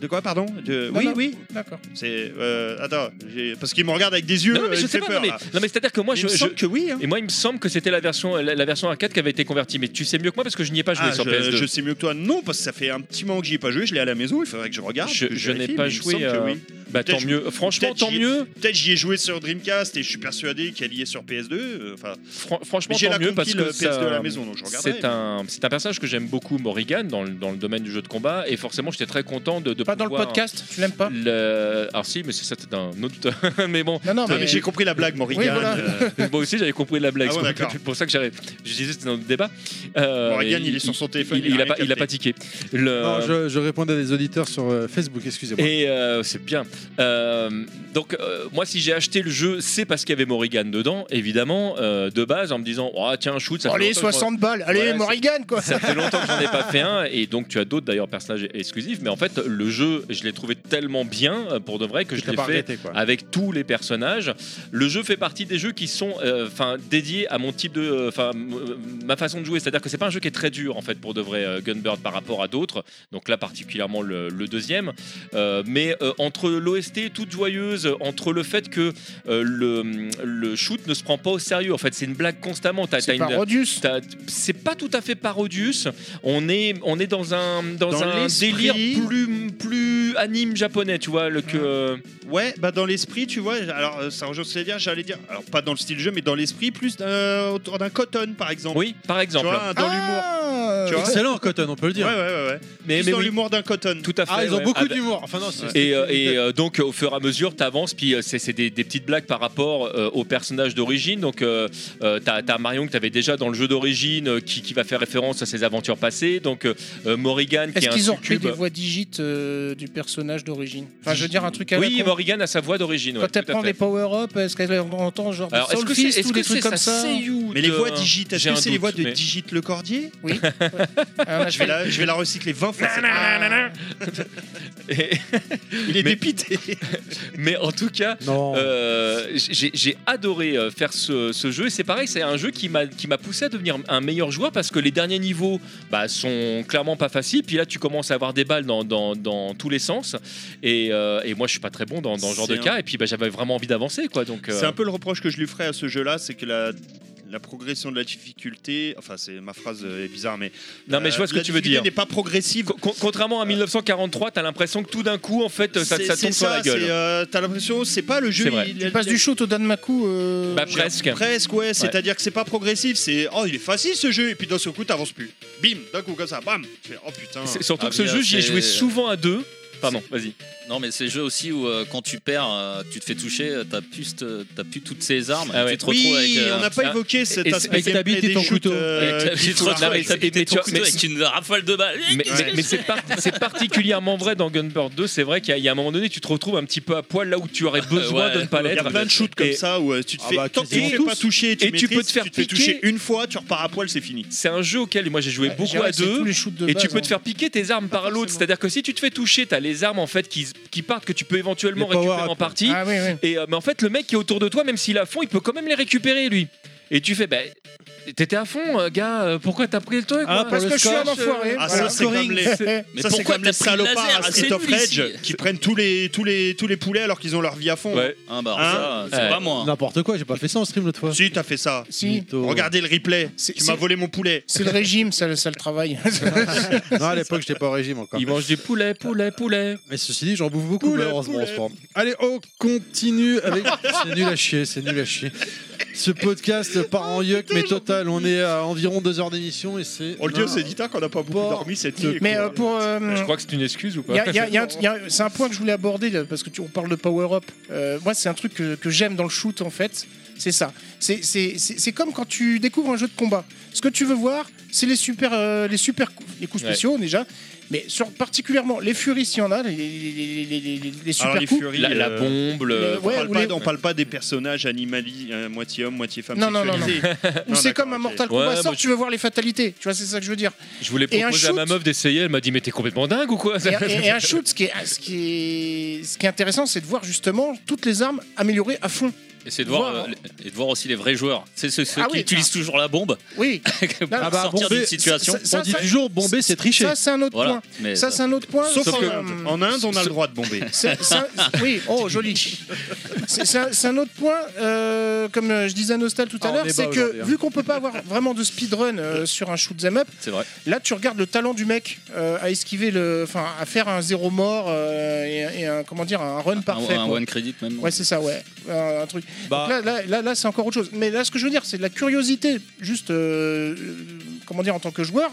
De quoi, pardon De- Non, Oui, non, oui. D'accord. C'est. euh, attends, j'ai- parce qu'il me regarde avec des yeux. Non, non, mais euh, je il sais pas. fait peur, non, mais, là. non, mais c'est-à-dire que moi Il je. me semble je- que oui. hein. Et moi, il me semble que c'était la version, la, la version arcade qui avait été convertie. Mais tu sais mieux que moi parce que je n'y ai pas joué Ah, sur je, PS2. je sais mieux que toi. Non, parce que ça fait un petit moment que j'y ai pas joué. Je l'ai à la maison. Il faudrait que je regarde. Je- que je n'ai vérifie, pas mais il me joué, semble que euh, oui. Bah tant peut-être mieux. Franchement, peut-être tant j'y ai- mieux. Peut-être j'y ai joué sur Dreamcast et je suis persuadé qu'elle y est sur PS2. euh, Enfin, Fran- mais franchement, j'ai la tant mieux parce compile que euh, PS2 à la ça- maison, donc je regarderai. C'est un, c'est un personnage que j'aime beaucoup, Morrigan, dans le, dans le domaine du jeu de combat, et forcément j'étais très content de, de Pas dans le pouvoir- podcast Tu l'aimes pas le- Alors si, mais c'est ça, c'est un autre... mais bon, Non, non, Non, mais mais. j'ai compris la blague, Morrigan. Oui, voilà. euh, moi aussi j'avais compris la blague, Ah ouais, c'est d'accord. pour- pour ça que j'arrive. Je disais c'était dans le débat. Euh, Morrigan, et il est sur son téléphone. Il, il a, rien pas, il a capté. pas tiqué. Le- Non, je, je répondais à des auditeurs sur euh, Facebook, excusez-moi. Euh, Et euh, c'est bien. Euh, donc, euh, moi, si j'ai acheté le jeu, c'est parce qu'il y avait Morrigan dedans, évidemment, euh, de base, en me disant oh, tiens, shoot, ça fait Allez, longtemps que je- 60 balles. Allez, Voilà, c'est- Morrigan, quoi. Ça fait longtemps que j'en ai pas fait un, et donc tu as d'autres d'ailleurs personnages exclusifs, mais en fait le jeu, je l'ai trouvé tellement bien euh, pour de vrai que je T'as l'ai pas fait regretté, quoi. avec tous les personnages. Le jeu fait partie des jeux qui sont euh, enfin dédiés à mon type de enfin m- euh, ma façon de jouer, c'est-à-dire que c'est pas un jeu qui est très dur en fait pour de vrai euh, Gunbird par rapport à d'autres. Donc là particulièrement le, le deuxième, Euh, mais euh, entre l'OST toute joyeuse, entre le fait que euh, le, le shoot ne se prend pas au sérieux, en fait c'est une blague constamment. T'as- t'as C'est une- pas Rodius. T'as- C'est pas tout à fait parodius. On est, on est dans un, dans Dans un l'esprit. délire plus, plus anime japonais, tu vois. Le, que, Ouais, bah dans l'esprit, tu vois, alors euh, ça rejoint ce que j'allais dire, j'allais dire, alors pas dans le style jeu, mais dans l'esprit, plus d'un- autour d'un coton, par exemple. Oui, par tu exemple. vois, dans l'humour. Ah, Tu vois Excellent, Cotton, on peut le Ouais, dire. ouais, ouais. ouais. Mais, Ils mais ont oui, l'humour d'un coton. tout à fait. Ah, ils ont ouais. beaucoup Ah, bah, d'humour. Enfin, non, c'est- Et, euh, et, euh, donc au fur et à mesure, t'avances, puis euh, c'est c'est des, des petites blagues par rapport euh, au personnage d'origine. Donc euh, euh, t'as t'as Marion que t'avais déjà dans le jeu d'origine, euh, qui, qui va faire référence à ses aventures passées. Donc euh, euh, Morrigan qui est Est-ce un qu'ils ont repris succube. des voix digites euh, du personnage d'origine Enfin, je veux dire un truc à la Oui, con. Morrigan a sa voix d'origine. ouais, Quand elle tout à prend fait. les power-up, est-ce qu'elle entend genre Alors, est-ce que c'est Soulfist est-ce ou des que c'est trucs sa comme ça seiyuu Mais les de- voix digites, est-ce euh, J'ai que un c'est les doute, voix de mais- Digite le Cordier Oui. Euh, Ouais. Alors, je vais, la, je vais la recycler 20 fois. cette- Et- Il Mais- est dépité. Mais en tout cas, Non. Euh, j'ai j'ai adoré euh, faire ce, ce jeu et c'est pareil, c'est un jeu qui m'a qui m'a poussé à devenir un meilleur joueur parce que les derniers niveaux bah, sont clairement pas faciles. Puis là, tu commences à avoir des balles dans, dans, dans tous les sens et, euh, et moi, je suis pas très bon dans, dans ce genre de C'est un- cas. Et puis, bah, j'avais vraiment envie d'avancer, quoi. Donc, euh, C'est un peu le reproche que je lui ferais à ce jeu-là, c'est que la, la progression de la difficulté, enfin c'est ma phrase euh, est bizarre, mais non, mais je vois ce euh, que la tu veux difficulté dire. N'est Euh. pas progressive. Con- Contrairement à 1943, t'as l'impression que tout d'un coup, en fait, ça, C'est- ça c'est tombe sur la gueule. c'est, euh, T'as l'impression, c'est pas le jeu. C'est vrai. il- Tu passes du shoot au Danmaku. Euh... Bah, presque. Presque, ouais, c'est-à-dire que c'est pas progressif, c'est oh, il est facile ce jeu, et puis d'un seul coup t'avances plus. Bim, d'un coup comme ça, bam, tu fais oh putain. C'est- Surtout Ah, que ce mais, jeu, euh, j'y ai c'est- joué souvent à deux. Pardon, vas-y. Ah bah. Non, mais ces jeux aussi où euh, quand tu perds, euh, tu te fais toucher, euh, t'as plus, ce- t'as plus toutes ces armes, Ah et ouais. tu te retrouves Oui, avec. euh, on n'a pas ah, évoqué cet et- aspect et ta bite gameplay et des ton shoots, couteau. euh, avec- qu'il tu te faut retrouves non, mais arrêter. ça- avec mais ton tu vois, couteau, mais- avec une rafale de balles. mais, mais- mais c'est par- c'est particulièrement vrai dans Gunbird 2. C'est vrai qu'il y, a- il y a un moment donné, tu te retrouves un petit peu à poil là où tu aurais besoin Ouais. de ne pas Il y a l'être. plein de shoots comme Et- ça où euh, tu te Ah fais bah, tant que tu quasiment te fais tous. pas toucher, tu, Et tu peux maîtrises, te faire tu te fais piquer. toucher une fois, tu repars à poil, c'est fini. C'est un jeu auquel moi j'ai joué Ouais, beaucoup j'ai- à c'est deux. tous les shoots de Et base, tu peux hein. te faire piquer tes armes par l'autre. forcément. C'est-à-dire que si tu te fais toucher, t'as les armes en fait qui, qui partent que tu peux éventuellement Les power récupérer en up. partie. Ah oui, oui. Et, euh, mais en fait, le mec qui est autour de toi, même s'il est à fond, il peut quand même les récupérer lui. Et tu fais, bah, t'étais à fond, euh, gars, euh, pourquoi t'as pris le truc Ah, quoi pour Parce le que je suis un scotch, enfoiré. euh, Ah, voilà. ça, c'est comme les. Mais ça, c'est comme pourquoi t'as les pris le laser salopards à Street C'est of nul, Rage ici. qui prennent tous les, tous, les, tous les poulets alors qu'ils ont leur vie à fond. Ouais. Ah bah, Hein ça, c'est Ouais. pas moi. hein. N'importe quoi, j'ai pas fait ça en stream l'autre fois. Si, t'as fait ça. Si. Mytho. Regardez le replay. C'est- Tu m'as c'est- volé mon poulet. C'est le régime, ça, le- ça le travaille. Non, à l'époque, j'étais pas au régime encore. Il mange du poulet, poulet, poulet. Ah. Mais ceci dit, j'en bouffe beaucoup, Poulet, malheureusement, en poulet. ce moment. Allez, on continue avec. c'est nul à chier, c'est nul à chier. Ce podcast part en yuck, mais total. On est à environ deux heures d'émission et c'est. On Oh, le dit Non, au Séditeur qu'on n'a pas beaucoup Bon. dormi cette nuit. Mais quoi. euh, pour. euh, Je crois que c'est une excuse ou pas Il y a- il y a- il y a un- il y a- C'est un point que je voulais aborder là, parce que tu, on parle de power up. Euh, moi, c'est un truc que, que j'aime dans le shoot en fait. C'est ça. C'est- C'est c'est- c'est comme quand tu découvres un jeu de combat. Ce que tu veux voir, c'est les super, euh, les super coups, les coups Ouais. spéciaux déjà, mais sur, particulièrement les furies s'il y en a, les, les- les- les- les- les- les super Alors, les coups. Furies, la, la euh, bombe, le- le- ouais, on, parle ou pas, les- on parle pas des personnages animali, euh, moitié homme, moitié femme Non, non, non, sexualisés. Ou Non, c'est d'accord, comme un ok. Mortal Ouais, Kombat moi, sort, je- tu veux voir les fatalités. Tu vois, c'est ça que je veux dire. Je voulais Et un proposer à ma shoot. meuf d'essayer, elle m'a dit mais t'es complètement dingue ou quoi Et, et- et un shoot, ce qui est, ce qui est, ce qui est intéressant, c'est de voir justement toutes les armes améliorées à fond. Et c'est de voir, Voir. euh, les- et de voir aussi les vrais joueurs. C'est ceux, ceux Ah qui oui, utilisent toujours la bombe Oui. pour Ah bah, sortir bomber, d'une situation. ça- ça- On dit toujours bomber, c'est tricher. Ça, c'est un autre voilà. bah, point. Mais Ça, c'est un autre point. Sauf C'est, en euh, Inde. En Inde, on a le droit de bomber. c'est- c'est un- oui, oh joli. C'est, c'est un, c'est un autre point, euh, comme euh, je disais à Nostal tout à Ah, on l'heure, est bas c'est aujourd'hui, que hein. vu qu'on peut pas avoir vraiment de speedrun euh, sur un shoot 'em up, c'est vrai. là tu regardes le talent du mec euh, à esquiver le, enfin à faire un zéro mort euh, et, et un comment dire un run parfait. un, un quoi. one credit même. Ouais, c'est ça, ouais. Un, un truc. Bah. Donc là, là, là, là, c'est encore autre chose. Mais là, ce que je veux dire, c'est de la curiosité, juste, euh, euh, comment dire, en tant que joueur,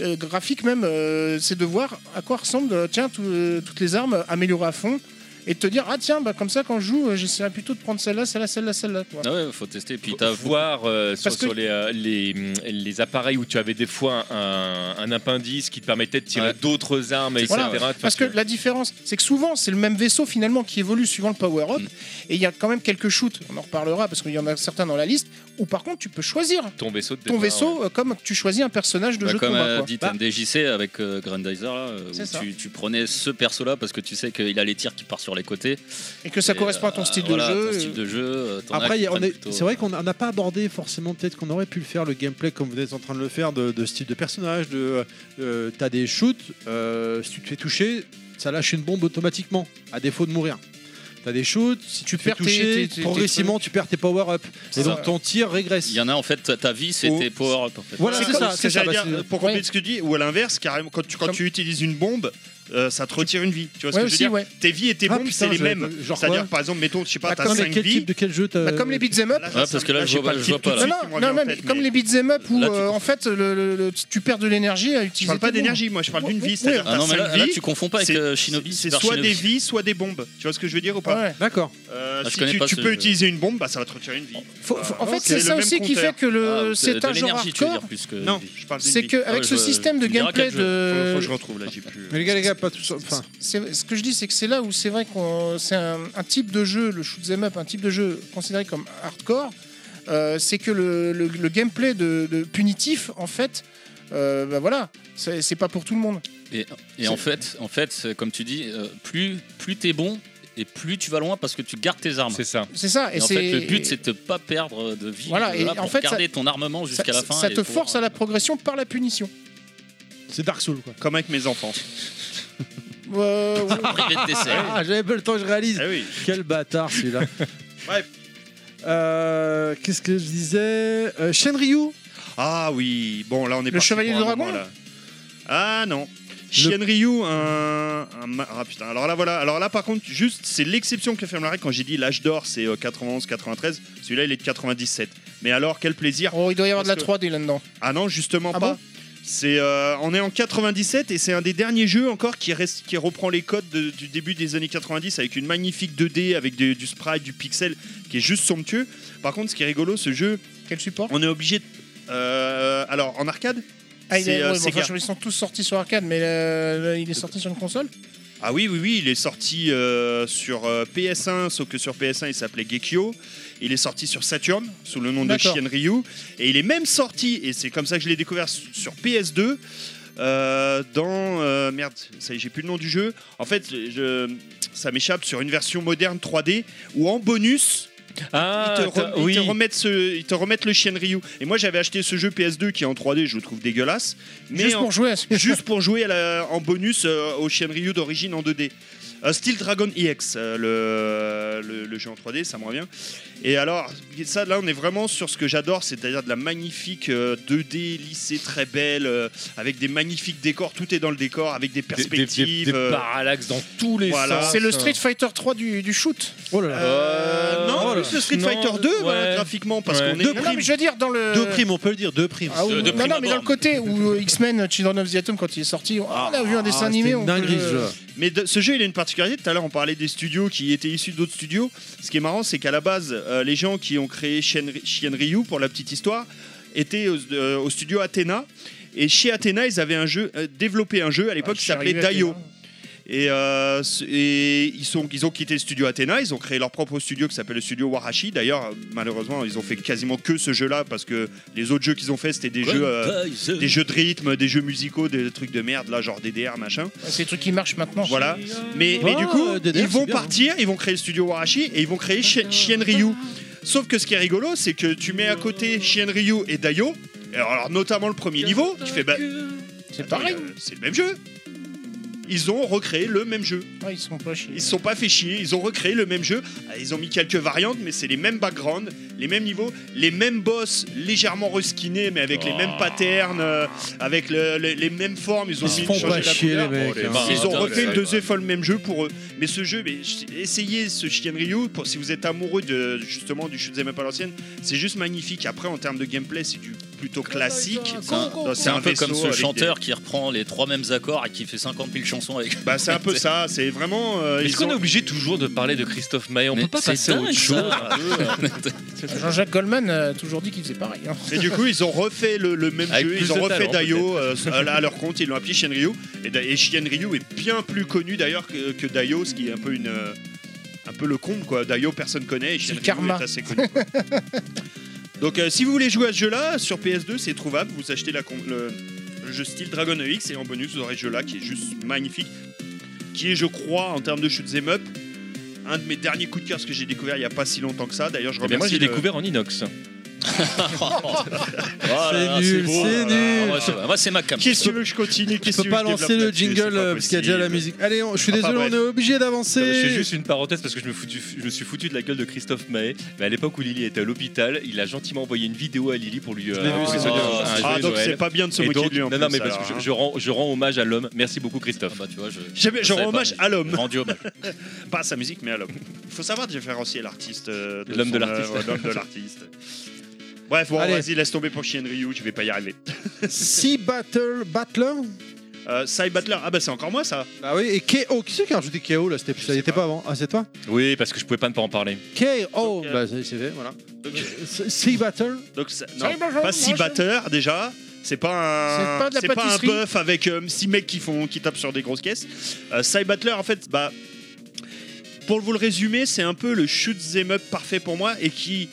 euh, graphique même, euh, c'est de voir à quoi ressemblent, euh, tiens, tout- euh, toutes les armes améliorées à fond, et de te dire, ah tiens, bah, comme ça, quand je joue, euh, j'essaierai plutôt de prendre celle-là, celle-là, celle-là, celle-là. tu vois. Ah ouais, faut tester. Puis t'as T'as voir euh, sur, Parce que- sur les, euh, les, mm, les appareils où tu avais des fois un, un appendice qui te permettait de tirer Ouais. d'autres armes, etc. Voilà. Enfin, Parce que la différence, c'est que souvent, c'est le même vaisseau finalement qui évolue suivant le power-up. Mm. Et il y a quand même quelques shoots, on en reparlera parce qu'il y en a certains dans la liste, où par contre, tu peux choisir ton vaisseau de ton départ, ouais. vaisseau euh, comme tu choisis un personnage de Bah, jeu de comme combat. euh, quoi. dit Bah, MDJC avec euh, Grandizer, là, euh, C'est où ça. tu, tu prenais ce perso là parce que tu sais qu'il a les tirs qui partent sur les côtés. et que ça Et, correspond à euh, ton style voilà, de jeu. Ton style de jeu euh, t'en as Après, qui y a- on prennent est- plutôt- c'est vrai qu'on n'a pas abordé forcément, peut-être qu'on aurait pu le faire, le gameplay comme vous êtes en train de le faire, de, de ce type de personnage, de euh, t'as des shoots, euh, si tu te fais toucher, ça lâche une bombe automatiquement, à défaut de mourir. T'as des shoots, si tu te fais perds tes- tes- toucher, tes- tes progressivement tu perds tes power-up. Et ça. donc ton tir régresse. Il y en a en fait, ta- ta vie Oh. c'était power up en fait. Voilà, C'est c'est comme- ça, Ce que c'est ça. j'allais bah, dire, c'est- pour Ouais. compléter ce que tu dis, ou à l'inverse, carrément, quand tu, quand Comme- tu utilises une bombe, euh, ça te retire une vie. Tu vois ce euh, Ouais, que je aussi, veux dire ouais. Tes vies et tes Ah, bombes, putain, c'est les j'avais mêmes. pas- genre C'est-à-dire, quoi par exemple, mettons, je sais pas, Bah, t'as comme les 5 quel vies. type de quel jeu t'as- Bah, comme les beat'em up. Là, t'as parce cinq- que là, je j'ai vois pas- le je titre vois pas, tout de Non, suite là. Euh, qui me non, revient non, en mais tête, comme mais- les beat'em up où Là, tu euh, en comprends. fait le- le- le- tu perds de l'énergie à utiliser. Je parle pas tes bombes. d'énergie, moi je parle d'une vie, c'est-à-dire Ah t'as non, mais 5 là, là, vies. tu confonds pas avec c'est- euh, Shinobi. C'est Super soit Shinobi. des vies, soit des bombes. Tu vois ce que je veux dire ou pas Ouais. D'accord. Euh, Ah, je Si connais tu pas tu ce- Oh, peux utiliser une bombe, bah ça va te retirer une vie. Faut- faut- en Ah, fait, ok. c'est C'est ça le même aussi qui compteur. fait que Ah, le de euh, c'est un genre l'énergie, tu veux dire, hardcore. plus que. Non, je parle d'une C'est vie. que euh, avec Ouais, ce je- système de tu me diras gameplay quel jeu. Faut faut de que je retrouve là, j'ai plus. euh, Mais les gars, les gars, pas tout ça. Enfin, C'est- ce que je dis, c'est que c'est là où c'est vrai qu'on c'est un, un type de jeu, le shoot 'em up, un type de jeu considéré comme hardcore, euh, c'est que le, le- le gameplay de, de punitif, en fait, euh, bah voilà, c'est c'est pas pour tout le monde. Et en fait, en fait, c'est comme tu dis, euh, plus plus t'es bon et plus tu vas loin parce que tu gardes tes armes. euh, C'est ça. C'est ça. Et, Et en c'est- fait, le but c'est de pas perdre de vie. Voilà, euh, et là, en pour fait, ça- garder ton armement ça, jusqu'à la fin. ça et te pour- force à la progression par la punition. c'est Dark Souls quoi. Comme avec mes enfants. Euh, ouais. Privé de dessert. Ah, j'avais pas le temps, je réalise. Ah oui. Eh, Quel bâtard celui-là. Bref. Euh, Qu'est-ce que je disais Euh, Shenryu, Ah oui, bon là on est Le parti Chevalier pour du un Dragon, moment, là. Ah non. Shenryu, un, un ma- Ah putain, alors là voilà. Alors là par contre, juste, c'est l'exception que ferme la règle quand j'ai dit l'âge d'or c'est 91-93. Celui-là il est de 97. Mais alors quel plaisir. Oh, il doit y avoir de la Parce que- 3D là-dedans. Ah non, justement Ah pas. bon c'est, euh, on est en 97 et c'est un des derniers jeux encore qui, reste, qui reprend les codes de- du début des années 90 avec une magnifique 2D, avec des- du sprite, du pixel qui est juste somptueux. Par contre, ce qui est rigolo, ce jeu, Quel support on est obligé de. euh, alors en arcade ah, il c'est, est- euh, ouais, bon, Sega. enfin, je- Ils sont tous sortis sur arcade, mais euh, il est sorti sur une console Ah oui, oui, oui, il est sorti euh, sur euh, PS1, sauf que sur PS1, il s'appelait Gekio. Il est sorti sur Saturn, sous le nom de D'accord. Shenryu. Et il est même sorti, et c'est comme ça que je l'ai découvert, s- sur PS2. euh, dans euh, merde, ça y est, j'ai plus le nom du jeu. En fait, je- ça m'échappe sur une version moderne 3D où en bonus Ah, ils, te t'as- re- ils oui. te remettent ce- ils te remettent le Shenryu. Et moi j'avais acheté ce jeu PS2 qui est en 3D, je le trouve dégueulasse. Mais Juste en- pour jouer à ce juste pour jouer à la- en bonus euh, au Shenryu d'origine en 2D. Euh, Steel Dragon EX, euh, le, le, le jeu en 3D, ça me revient. Et alors, ça, là, on est vraiment sur ce que j'adore, c'est-à-dire de la magnifique euh, 2D lissée très belle, euh, avec des magnifiques décors, tout est dans le décor, avec des Des, des- des- perspectives. des euh, parallaxes dans tous les voilà. sens. C'est le Street Fighter 3 du, du shoot. oh là là. euh, non, Oh là. plus le Street Non, Fighter 2, voilà, ouais. graphiquement, parce Ouais. qu'on est. Non, non, mais je veux dire, dans le. Deux primes, on peut le dire, deux primes. Ah oui, De- de non, non, prime mais abord. dans le côté où euh, X-Men, Children of the Atom, quand il est sorti, on on a vu un dessin Ah, animé. c'était on une dinguerie, peut ce le- jeu. Mais de- ce jeu, il a une particularité. Tout à l'heure, on parlait des studios qui étaient issus d'autres studios. Ce qui est marrant, c'est qu'à la base, euh, les gens qui ont créé Shenri- Shenryu, pour la petite histoire, étaient au, euh, au studio Athena. Et chez Athena, ils avaient un jeu, euh, développé un jeu à l'époque Ah, je qui suis s'appelait arrivé à Daio. Téhéran. Et, euh, ce- et ils, sont, ils ont quitté le studio Athéna, ils ont créé leur propre studio qui s'appelle le studio Warashi. D'ailleurs, euh, malheureusement, ils ont fait quasiment que ce jeu-là parce que les autres jeux qu'ils ont fait, c'était des jeux, euh, des jeux de rythme, des jeux musicaux, des trucs de merde, là, genre DDR, machin. C'est des trucs qui marchent maintenant. Voilà. Mais, mais Ah, du coup, euh, DDR, ils vont c'est bien, hein. partir, ils vont créer le studio Warashi et ils vont créer Shi- Shenryu. Sauf que ce qui est rigolo, c'est que tu mets à côté Shenryu et Daio, et alors, alors notamment le premier niveau, tu fais bah, C'est attends, pareil. euh, c'est le même jeu. Ils ont recréé le même jeu. Ah, ils sont pas chiés. Ils se sont pas fait chier, ils ont recréé le même jeu. Ah, Ils ont mis quelques variantes, mais c'est les mêmes backgrounds, les mêmes niveaux, les mêmes boss légèrement reskinés, mais avec les mêmes patterns, euh, avec le- le- les mêmes formes. Ils ont Ils se mis- font changé pas la chier les couleur. mecs. les hein. barres. Ils ont Ah, refait ouais, une ouais. deuxième fois le même jeu pour eux. Mais ce jeu, mais je- essayez ce Shenryu, pour, si vous êtes amoureux de, justement du shoot'em up à l'ancienne, c'est juste magnifique. Après, en termes de gameplay, c'est du plutôt classique. C'est un- Non, C'est un, peu vaisseau comme ce avec des- chanteur qui reprend les trois mêmes accords et qui fait 50 000 chansons avec. Bah, c'est un peu ça, c'est vraiment. euh, Est-ce ils qu'on ont- est obligé toujours de parler de Christophe Maé On Mais peut pas c'est passer à autre dingue, chose. Ah, ça. Jean-Jacques Goldman a toujours dit qu'il faisait pareil. hein. Et du coup, ils ont refait le, le même Avec jeu, plus ils ont de refait talent, Daio euh, à la- à leur compte, ils l'ont appelé Shenryu. Et, da- et Shenryu est bien plus connu d'ailleurs que, que Daio, ce qui est un peu une. euh, Un peu le comble quoi. Daio, personne connaît. Et Shenryu karma. est assez connu. quoi. Donc, euh, si vous voulez jouer à ce jeu-là, sur PS2, c'est trouvable. Vous achetez la, com- le, le jeu style Dragon EX et en bonus, vous aurez ce jeu-là qui est juste magnifique. Qui est, je crois, en termes de shoot'em up, un de mes derniers coups de cœur, ce que j'ai découvert il n'y a pas si longtemps que ça. D'ailleurs, je Mais remercie. Eh ben, moi j'ai le- découvert en inox. C'est Ah, nul, c'est nul. Moi, c'est ma cam. Qu'est-ce que tu veux que je continue Je Qu'est-ce que peux tu pas Ah, veux que je lancer le développe là-dessus C'est jingle pas euh, parce qu'il y a déjà la possible. musique. Allez, on- je suis Enfin, désolé, on bref. est obligé Non, mais Je d'avancer. fais juste une parenthèse parce que je me, foutu- je me suis foutu de la gueule de Christophe Maé. Mais à l'époque où Lily était à l'hôpital, il a gentiment envoyé une vidéo à Lily pour lui. euh, l'ai vu, pour c'est lui ça. souhaiter Ah, un Ah, joyeux donc Noël. c'est pas bien de se Et moquer donc- de lui en non, plus. non, mais parce que alors, je, hein. je rends, je rends hommage à l'homme. Merci beaucoup, Christophe. Ah bah, tu vois, je. J'aime- je Je savais rends bah, pas, hommage mais- à l'homme, Rendu hommage. pas à sa musique, mais à l'homme. Il faut savoir différencier l'artiste euh, L'homme de son l'artiste. œuvre, L'homme de l'artiste. Bref, bon, Allez. vas-y, laisse tomber pour Chien Ryu, je vais pas y arriver. Sea Battle Battler Euh, Cy Butler, ah bah c'est encore moi ça Ah oui, et KO. Qui c'est qui a rajouté KO là C'était- Ça sais n'était pas. pas avant. Ah, c'est toi Oui, parce que je pouvais pas ne pas en parler. KO Donc, euh, Bah, c'est c'est fait, voilà. Donc, Euh, Sea Battle donc, ça- non, Cy Butler, pas Cy moi, je- Butler déjà. C'est pas C'est pas un, de la c'est pas un pâtisserie. bœuf avec euh, six mecs qui font, qui tapent sur des grosses caisses. Euh, Cy Butler, en fait, bah, pour vous le résumer, c'est un peu le shoot 'em up parfait pour moi et qui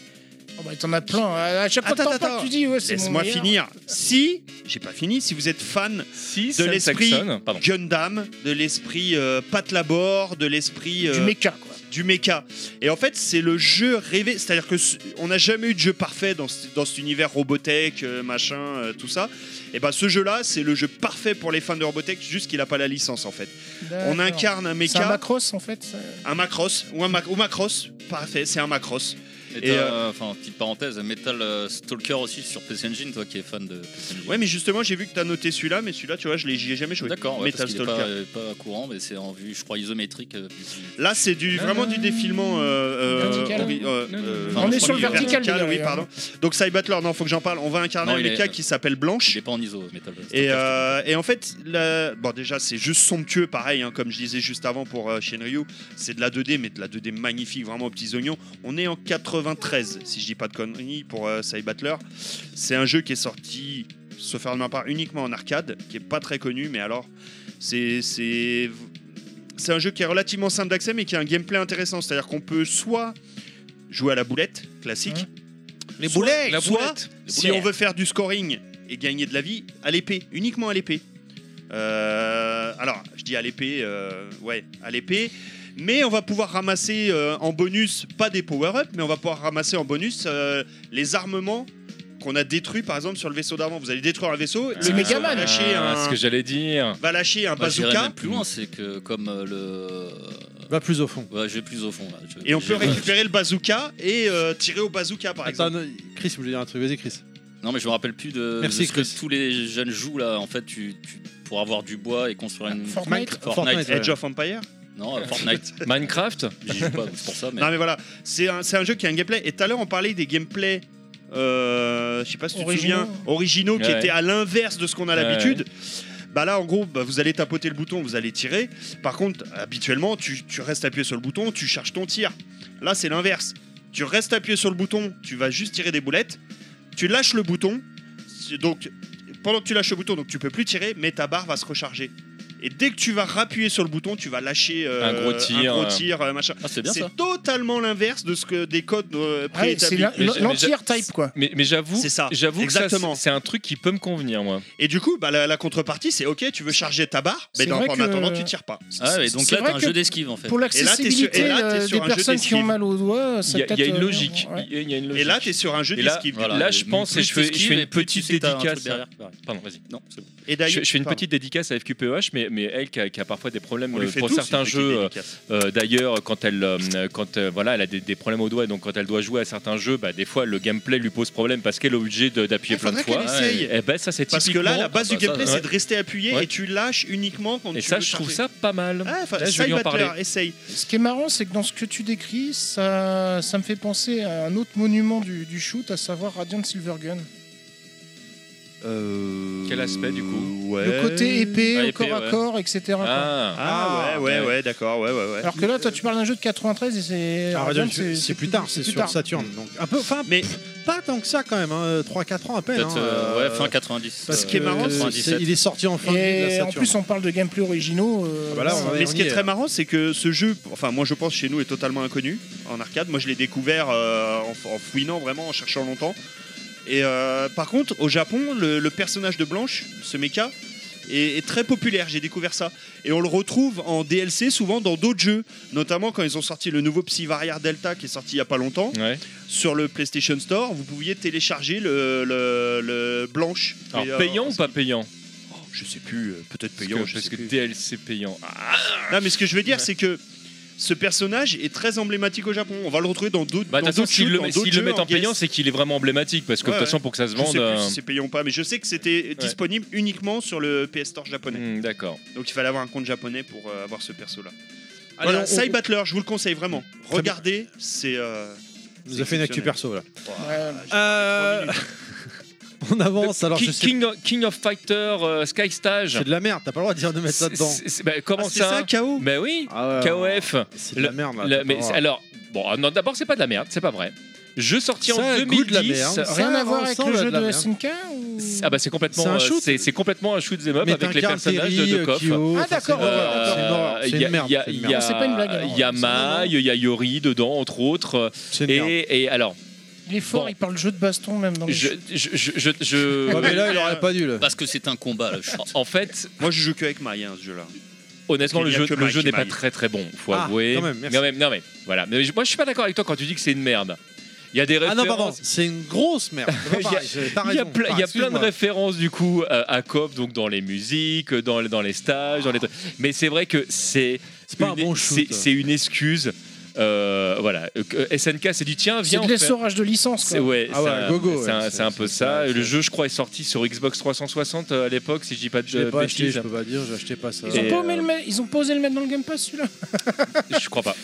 Oh, bah, T'en as plein. À à chaque fois que Attends, t'en parles, attends. tu dis, ouais, c'est mon Laisse-moi meilleur. finir. Si, j'ai pas fini, si vous êtes fan Si, Sam Saxon, Pardon. Gundam, de l'esprit euh, Pat Labor, de l'esprit euh, Du méca, quoi. du mecha. Et en fait, c'est le jeu rêvé. C'est-à-dire que ce- on n'a jamais eu de jeu parfait dans, ce- dans cet univers Robotech, euh, machin, euh, tout ça. Et ben ce jeu-là, c'est le jeu parfait pour les fans de Robotech, juste qu'il n'a pas la licence en fait. On D'accord. incarne un C'est un mecha, Macross, en fait. euh, ça. un, Macross, ou un Mac- ou Macross, parfait, c'est un Macross. Et, Et, euh, t'as, enfin, petite parenthèse, Metal euh, Stalker aussi sur PC Engine, toi qui es fan de PC Engine. Ouais, mais justement, j'ai vu que t'as noté celui-là, mais celui-là, tu vois, je l'ai j'y ai jamais joué. D'accord, ouais, Metal parce qu'il est Stalker. pas, euh, pas courant, mais c'est en vue, je crois, isométrique. euh, Là, c'est du, vraiment du défilement. euh, euh, Vertical. ori- euh, euh, On est sur le vertical, oui, d'ailleurs. pardon. Donc, Cy Butler, non, faut que j'en parle. On va incarner Non, un il mecha est- euh, qui s'appelle il Blanche. est pas en iso, Metal Stalker. Et, euh, et en fait, la- bon, déjà, c'est juste somptueux, pareil, hein, comme je disais juste avant pour euh, Shenryu. C'est de la 2D, mais de la 2D magnifique, vraiment aux petits oignons. On est en 93, si je dis pas de conneries, pour euh, Cy Butler. C'est un jeu qui est sorti, sauf faire de ma part, uniquement en arcade, qui est pas très connu, mais alors, c'est. C'est c'est un jeu qui est relativement simple d'accès, mais qui a un gameplay intéressant. C'est-à-dire qu'on peut soit jouer à la boulette, classique. Les boulettes La Soit boulette. si on veut faire du scoring et gagner de la vie, à l'épée, uniquement à l'épée. Euh, alors, je dis à l'épée, euh, ouais, à l'épée. Mais on va pouvoir ramasser euh, en bonus, pas des power-up, mais on va pouvoir ramasser en bonus euh, les armements qu'on a détruits, par exemple, sur le vaisseau d'avant. Vous allez détruire un vaisseau, Les le vaisseau Megaman. va lâcher Ah, un, Euh, ce que j'allais dire. va lâcher un Moi, j'irais bazooka. même plus loin, c'est que comme euh, le. Va plus au fond. Ouais, je vais plus au fond là. Je- Et on peut j'ai- récupérer le bazooka et euh, tirer au bazooka, par Attends, exemple. non, Chris, je voulais dire un truc. Vas-y, Chris. Non, mais je me rappelle plus de, Merci, de ce que Chris. tous les jeunes jouent là. En fait, tu, tu- pour avoir du bois et Ah, construire une. Fortnite. Fortnite. ouais. Edge of Empire Non, euh, Fortnite. Minecraft. J'y joue pas, donc c'est pour ça. Mais... Non mais voilà, c'est un, c'est un jeu qui a un gameplay. Et tout à l'heure on parlait des gameplays, euh, je sais pas si tu te Originaux. souviens, originaux qui Ouais. étaient à l'inverse de ce qu'on a Ouais, l'habitude. Bah là en gros, bah, vous allez tapoter le bouton, vous allez tirer. Par contre, habituellement, tu, tu restes appuyé sur le bouton, tu cherches ton tir. Là c'est l'inverse. Tu restes appuyé sur le bouton, tu vas juste tirer des boulettes. Tu lâches le bouton, donc pendant que tu lâches le bouton, donc tu peux plus tirer, mais ta barre va se recharger. Et dès que tu vas rappuyer sur le bouton, tu vas lâcher euh, Un gros tir, gros euh. tir, euh, machin. Ah, c'est bien ça. C'est totalement l'inverse de ce que des codes euh, Ah ouais, C'est la- préétablis. Mais j'ai- mais l'entière type, quoi. Mais, mais j'avoue, C'est ça, j'avoue que ça, exactement. c'est c'est un truc qui peut me convenir, moi. et du coup, bah, la, la contrepartie, c'est ok, tu veux charger ta barre, mais C'est dans- vrai en que- euh, attendant, tu tires pas. Ah, ouais, donc C'est là, vrai t'as un que jeu d'esquive en fait. Pour t'es sur- l'accessibilité et là, t'es euh, sur des un jeu personnes qui d'esquive. ont mal aux doigts, Il ça y, a- peut-être, il y a une euh, logique. ouais. Il y a- il y a une logique. Et là, tu es sur un jeu Et là- d'esquive. Voilà. Là, je Une pense et plus je fais, je d'esquive, fais et une plus tu petite sais que t'as un truc dédicace. derrière. Pardon, vas-y. Non, c'est bon. Et Je, d'ailleurs, je fais une pardon, petite dédicace à FQPEH, mais, mais elle qui a, qui a parfois des problèmes on lui euh, fait pour tous certains une petite jeux. euh, dédicace. euh, D'ailleurs, quand elle, euh, quand euh, voilà, elle a des, des problèmes au doigt, et donc quand elle doit jouer à certains jeux, bah, des fois le gameplay lui pose problème parce qu'elle est obligée de- d'appuyer Ah, plein de faudrait fois. qu'elle essaye. Et ben ça, c'est Parce que typiquement. là, la base Ah, bah, du gameplay, ça, c'est ouais. de rester appuyé Ouais. et tu lâches uniquement quand et tu ça, veux je trouve charger. ça pas mal. Ah, enfin, Là, je Cy vais lui en Butler, parler. essaye. Ce qui est marrant, c'est que dans ce que tu décris, ça, ça me fait penser à un autre monument du, du shoot, à savoir Radiant Silvergun. Euh, Euh, Quel aspect, du coup Le côté épée, Ah, au épée, corps à ouais. corps, etc. Ah, Ah, ouais, ouais, Ouais. ouais, d'accord, ouais, ouais, ouais. Alors que là, toi, tu parles d'un jeu de 93 et c'est. Ah, Radiant, Radiant, c'est c'est plus tard, c'est plus sur Saturn. Donc, un peu, Ah. enfin, Mais- mais pas tant que ça quand même, hein, 3-4 ans à peine. Peut-être, hein, euh, ouais, euh, fin 90. Parce euh, que est marrant, euh, c'est- 97. il est sorti en fin de vie de la Et en Saturn. plus, on parle de gameplay originaux. euh, Ah bah là, on Mais ce qui est est, très hein. marrant, c'est que ce jeu, enfin moi je pense chez nous est totalement inconnu en arcade. Moi je l'ai découvert euh, en, en fouinant vraiment, en cherchant longtemps. Et euh, par contre, au Japon, le, le personnage de Blanche, ce mecha, est, est très populaire. J'ai découvert ça. Et on le retrouve en DLC souvent dans d'autres jeux, notamment quand ils ont sorti le nouveau Psy Warrior Delta qui est sorti il y a pas longtemps Ouais. sur le PlayStation Store. Vous pouviez télécharger le, le- le blanche. Alors, Mais, euh, payant ou pas payant oh, Je sais plus. euh, Peut-être Parce payant. que, je parce sais que plus. DLC payant. Ah, Non, mais ce que je veux dire, c'est que ce personnage est très emblématique au Japon. On va le retrouver dans d'autres. bah, de toute dans façon, d'autres s'ils shoots, le, dans s'ils d'autres le jeux mettent en payant, guest. c'est qu'il est vraiment emblématique. Parce que de Ouais, toute façon, pour que ça se Je sais vende. plus euh, si c'est payant ou pas, mais je sais que c'était disponible uniquement sur le PS Store japonais. hmm, D'accord. Donc il fallait avoir un compte japonais pour euh, avoir ce perso-là. Allez, voilà, on- Side Battler, je vous le conseille vraiment. bien. Regardez, c'est. euh, Il nous a fait une actu exceptionnel. perso là. Ouais. Euh, trois minutes. on avance alors Ki- je sais King, of- King of Fighter euh, Sky Stage. c'est de la merde, t'as pas le droit de dire de mettre ça C'est- dedans. c'est- c'est- bah, comment Ah, c'est ça, ça, KO Mais oui, Ah ouais, KOF. C'est de la Le- merde là. La- t'as pas mais le c'est- droit. alors, bon, ah non, d'abord, c'est pas de la merde, c'est pas vrai. Jeu sorti Ça en a le goût de la 2010. merde. Rien Ça à voir avec ressemble le à jeu de la de merde. SNK ou... Ah bah c'est complètement, C'est un euh, shoot. c'est c'est complètement un shoot 'em up Mais avec les t'incarnes personnages Terry, de Kof. Kyo, Ah, enfin, d'accord, c'est une horreur, euh, c'est une horreur, Il c'est y une a- merde, il y a- c'est une il y merde. C'est pas une blague, a- alors. il y a Mai, il y a Yori dedans, entre autres. C'est une merde. Et, et alors, Il est fort, Bon. il parle jeu de baston même dans les je, jeux. je, je, je- je- Ouais, mais là il aurait pas dû là. Parce que c'est un combat, le shoot. en fait, Moi je joue que avec Mai, hein, ce jeu-là. Honnêtement, le Parce qu'il y jeu, a que le Mike jeu qui n'est pas m'aille. très très bon, faut Ah, avouer. quand même, merci. Non, mais- non, mais voilà. Mais je- moi, je suis pas d'accord avec toi quand tu dis que c'est une merde. Il y a des Ah non références. pardon, c'est une grosse merde. C'est pas Bah, Il y a- pareil, c'est- T'as il y a, raison. plein- Ah, il y a plein de excuse-moi. références du coup euh, à COP, donc dans les musiques, dans, les- dans les stages, dans les trucs. Mais c'est vrai que c'est C'est pas un une- bon shoot. c'est- c'est une excuse. euh, voilà, Euh, que SNK s'est dit tiens C'est viens. de on fait- l'essorage de licence. c'est Quoi. ouais, Ah c'est ouais, un- gogo, c'est un- ouais, c'est c'est- un peu c'est- ça. c'est- Le jeu, je crois, est sorti sur Xbox 360 euh, à l'époque, si je dis pas de Je l'ai pas acheté, bêtises. je peux pas dire, j'ai acheté pas ça. Ils ont, Et, pas euh, osé le mettre- ils ont pas osé le mettre dans le Game Pass celui-là. je crois pas.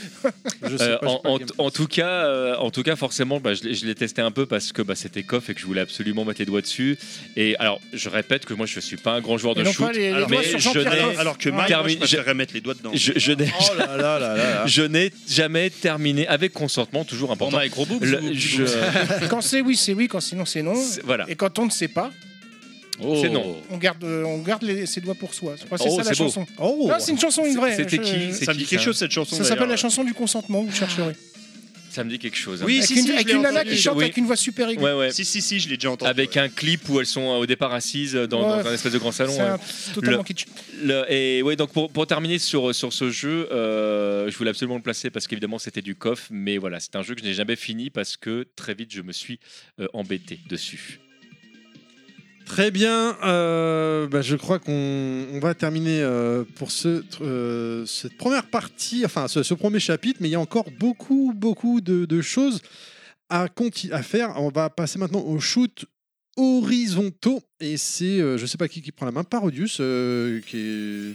Je sais pas, je Euh, en, sais pas en- le game. en tout cas, euh, en tout cas, forcément, bah, je, l'ai- je l'ai testé un peu parce que bah, c'était coff et que je voulais absolument mettre les doigts dessus. Et alors, je répète que moi, bah, je suis pas un grand joueur Ils de n'ont shoot. pas les, les Alors, doigts mais sur je Jean-Pierre n'ai- Coff. Alors que Ouais. Mai, moi, je Termine- préfère mettre les doigts dedans. Je, je n'ai, Oh là là là là. Ah. là. je n'ai jamais terminé avec consentement, toujours Pour important. moi, avec gros boobs Le- ou petit je- boobs Quand c'est oui, c'est oui, quand sinon c'est non. c'est- voilà. Et quand on ne sait pas, Oh. C'est non. on garde, euh, on garde les- ses doigts pour soi. Je crois que c'est Oh, ça la c'est beau. chanson. Oh. Non, c'est une chanson, une C'est- vraie. c'était Je- qui C'est Ça me dit qui, quelque ça chose cette chanson. Ça s'appelle la d'ailleurs. chanson du consentement, vous chercherez. Ça me dit quelque chose. hein. Oui, Avec si, une, si, je avec l'ai une nana entendu, qui chante oui. avec une voix super aiguë. Ouais, ouais. Si, si, si, je l'ai déjà entendu. Avec un clip où elles sont euh, au départ assises dans, dans Ouais. un espèce de grand salon. C'est ouais. un- totalement Le- kitsch. Le- et ouais, donc pour, pour terminer sur, sur ce jeu, euh, je voulais absolument le placer parce qu'évidemment c'était du coff, mais voilà, c'est un jeu que je n'ai jamais fini parce que très vite je me suis euh, embêté dessus. Très bien, euh, bah, je crois qu'on on va terminer euh, pour ce, tr- euh, cette première partie, enfin ce, ce premier chapitre, mais il y a encore beaucoup, beaucoup de, de choses à, conti- à faire. On va passer maintenant aux shoots horizontaux, et c'est, euh, je sais pas qui, qui prend la main, Parodius, euh, qui est...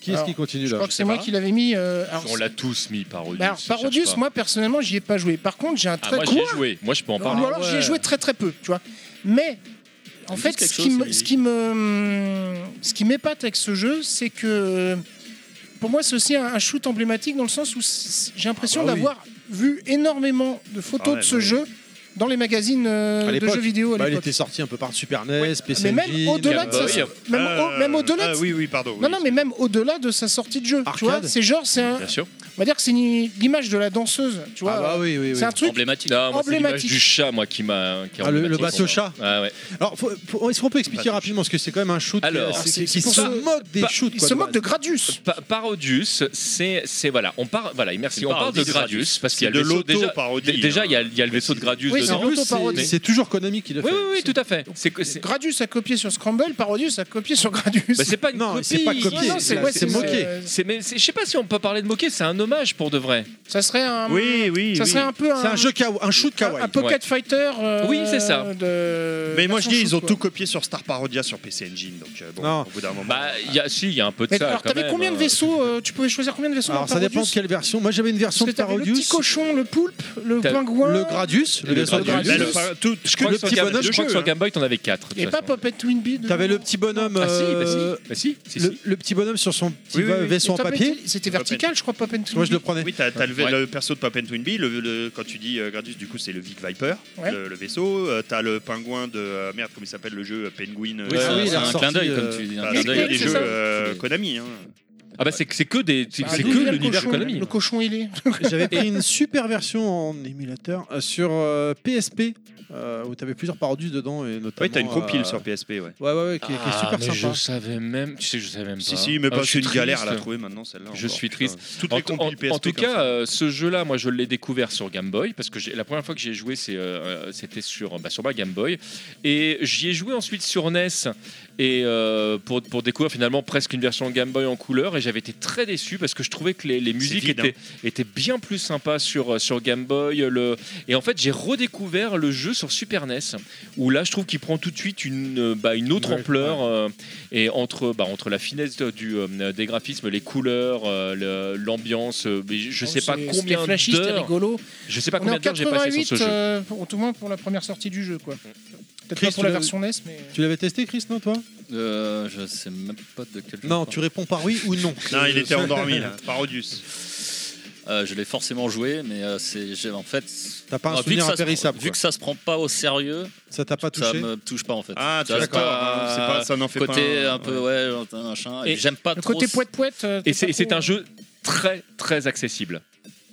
Qui est-ce Alors, qui continue Je là Bah, crois que c'est moi pas. qui l'avais mis. euh, alors, On l'a tous mis Parodius. bah, alors, cherche Parodius, pas. moi personnellement, j'y ai pas joué. Par contre, j'ai un Ah, très moi Quoi j'ai joué, moi je peux en Ou parler. alors j'y ai joué très très peu, tu vois. Mais en me fait, dit quelque ce qui, chose, me, cette ce qui me ce qui m'épate avec ce jeu, c'est que pour moi, c'est aussi un, un shoot emblématique dans le sens où c'est- j'ai l'impression Ah bah oui. d'avoir vu énormément de photos Ah ouais, de ce bah oui. jeu dans les magazines euh, À de l'époque. jeux vidéo à Bah, Il l'époque. était sorti un peu par Super E NES, PC Mais même Engine, Il y a au-delà de ça, Boy, c'est- même, au, même au-delà de- Ah, oui, oui, pardon. Non, oui. non, mais même au-delà de sa sortie de jeu, tu vois, Arcade. c'est genre, c'est un- bien sûr. on va dire que c'est une- l'image de la danseuse, tu vois. Ah bah oui, oui, oui. C'est un truc Emblématique. Non, moi, c'est l'image Emblématique. du chat, moi, qui m'a. qui est Ah, le- le emblématique bateau pour moi. chat. Ah, ouais. Alors, faut- faut- est-ce qu'on peut expliquer rapidement parce que c'est quand même un shoot Alors, qui, c'est- qui c'est pour se ça- moque des Bah, shoots. Il quoi, se de moque de Gradius. Pa- Parodius, c'est c'est- voilà, on parle voilà, merci, C'est on parle parodie de de Gradius Gradius. parce qu'il y a C'est le de vaisseau déjà. l'auto-parodie, d- Déjà, hein. il y a- il y a le vaisseau de Gradius Oui, c'est dedans. un plus, auto-parodie. c'est- C'est toujours Konami qui l'a Oui, fait. oui, oui, tout à fait. C'est que- c'est- Gradius a copié sur Scramble, Parodius a copié sur Gradius. bah, c'est pas une Non, copie. c'est pas copié, Non, non, c'est- là, ouais, c'est c'est- moqué. euh, C'est- mais c'est- je sais pas si on peut parler de moquer, c'est un hommage pour de vrai. ça serait un, Oui, oui. Hum, ça oui. serait un peu un, C'est un jeu kawa- un shoot un, kawaii. un pocket fighter. euh, Oui, c'est ça. de- Mais moi je version dis, ils ont shoot, tout euh, quoi. copié sur Star Parodia sur PC Engine, donc euh, bon, Non. au bout d'un moment. Bah, il y a, si, il y a un peu de Mais ça. alors, quand t'avais même, combien de euh. vaisseaux euh, Tu pouvais choisir combien de vaisseaux Alors, dans ça dépend de Parodius quelle version. Moi, j'avais une version Parce que de t'avais le petit Parodius, cochon, le poulpe, le T'as- pingouin. le Gradius, le Le vaisseau de Gradius. Mais Gradius. le- enfin, tout- Je crois, Le que sur petit Game- bonhomme, je je crois que crois, sur hein. Game Boy, t'en avais 4. Et pas Poppet Winby. T'avais le petit bonhomme. Ah si, bah euh, si. Bah, si, si, Le si. le petit bonhomme sur son petit Oui, oui, oui. vaisseau en papier. C'était vertical, je crois, Poppet Winby. Moi, je le prenais. Oui, t'as t'as le, Ouais. le perso de Papen Twinbee, le, le- quand tu dis euh, Gradius, du coup c'est le Vic Viper, Ouais. le, le vaisseau. euh, t'as le pingouin de. euh, merde, comment il s'appelle le jeu euh, Penguin. euh, Oui, c'est ah oui, un- il c'est a un ressorti, clin d'œil, comme euh, tu dis. bah, Un Mais clin c'est c'est d'œil. quoi, des c'est jeux ça euh, C'est- Konami. hein. Ah bah c'est c'est que des c'est Ah, c'est d'où que vient le l'univers cochon Konami. Le cochon, il est. J'avais pris une super version en émulateur euh, sur euh, PSP euh, où tu avais plusieurs parodies dedans. Et notamment, Oui, t'as une compile euh, sur PSP, ouais. Ouais, ouais, ouais, qui, qui est Ah, super mais sympa. je savais même, tu sais, je savais même pas. Si, si, mais Ah, parce je que suis c'est une galère à triste. la trouver maintenant, celle-là. Je encore, suis putain. Toutes En, les compiles en- PSP. en tout comme ça. cas, euh, ce jeu-là, moi, je l'ai découvert sur Game Boy parce que j'ai- la première fois que j'y ai joué, c'est, euh, c'était sur, bah, sur ma Game Boy, et j'y ai joué ensuite sur NES et euh, pour, pour découvrir finalement presque une version Game Boy en couleur. Et j'avais été très déçu parce que je trouvais que les, les musiques vide, hein. étaient, étaient bien plus sympas sur euh, sur Game Boy. Le... Et en fait, j'ai redécouvert le jeu sur Super NES où là, je trouve qu'il prend tout de suite une euh, bah, une autre Ouais, ampleur. euh, et entre, bah, entre la finesse de- du, euh, des graphismes, les couleurs, euh, le- l'ambiance, euh, mais je je sais pas Oh, Ah, C'est- combien c'était flashiste et d'heures. rigolo. Je sais pas On est en combien d'heures j'ai passé 88, sur ce jeu. euh, pour- tout au moins pour la première sortie du jeu, quoi. Peut-être Chris, pas pour tu la l'as- version NES, mais. Tu l'avais testé, Chris, non, toi Euh, je sais même pas de quel jeu Non, on tu réponds par oui ou non. Non, il était endormi, là. Parodius. parle. Euh, je l'ai forcément joué, mais euh, c'est j'ai- en fait. T'as pas un ah, vu, que souvenir ça se prend, impérissable. vu quoi. que ça se prend pas au sérieux, Ça t'a pas ça touché me touche pas en fait. Ah, tu Ça, vois, c'est d'accord. pas- C'est pas- Ça n'en fait pas. côté un peu ouais, genre, machin. Et Et puis, j'aime pas Le trop. côté ce- poète-poète. euh, Et t'es c'est pas c'est trop- un jeu très très accessible.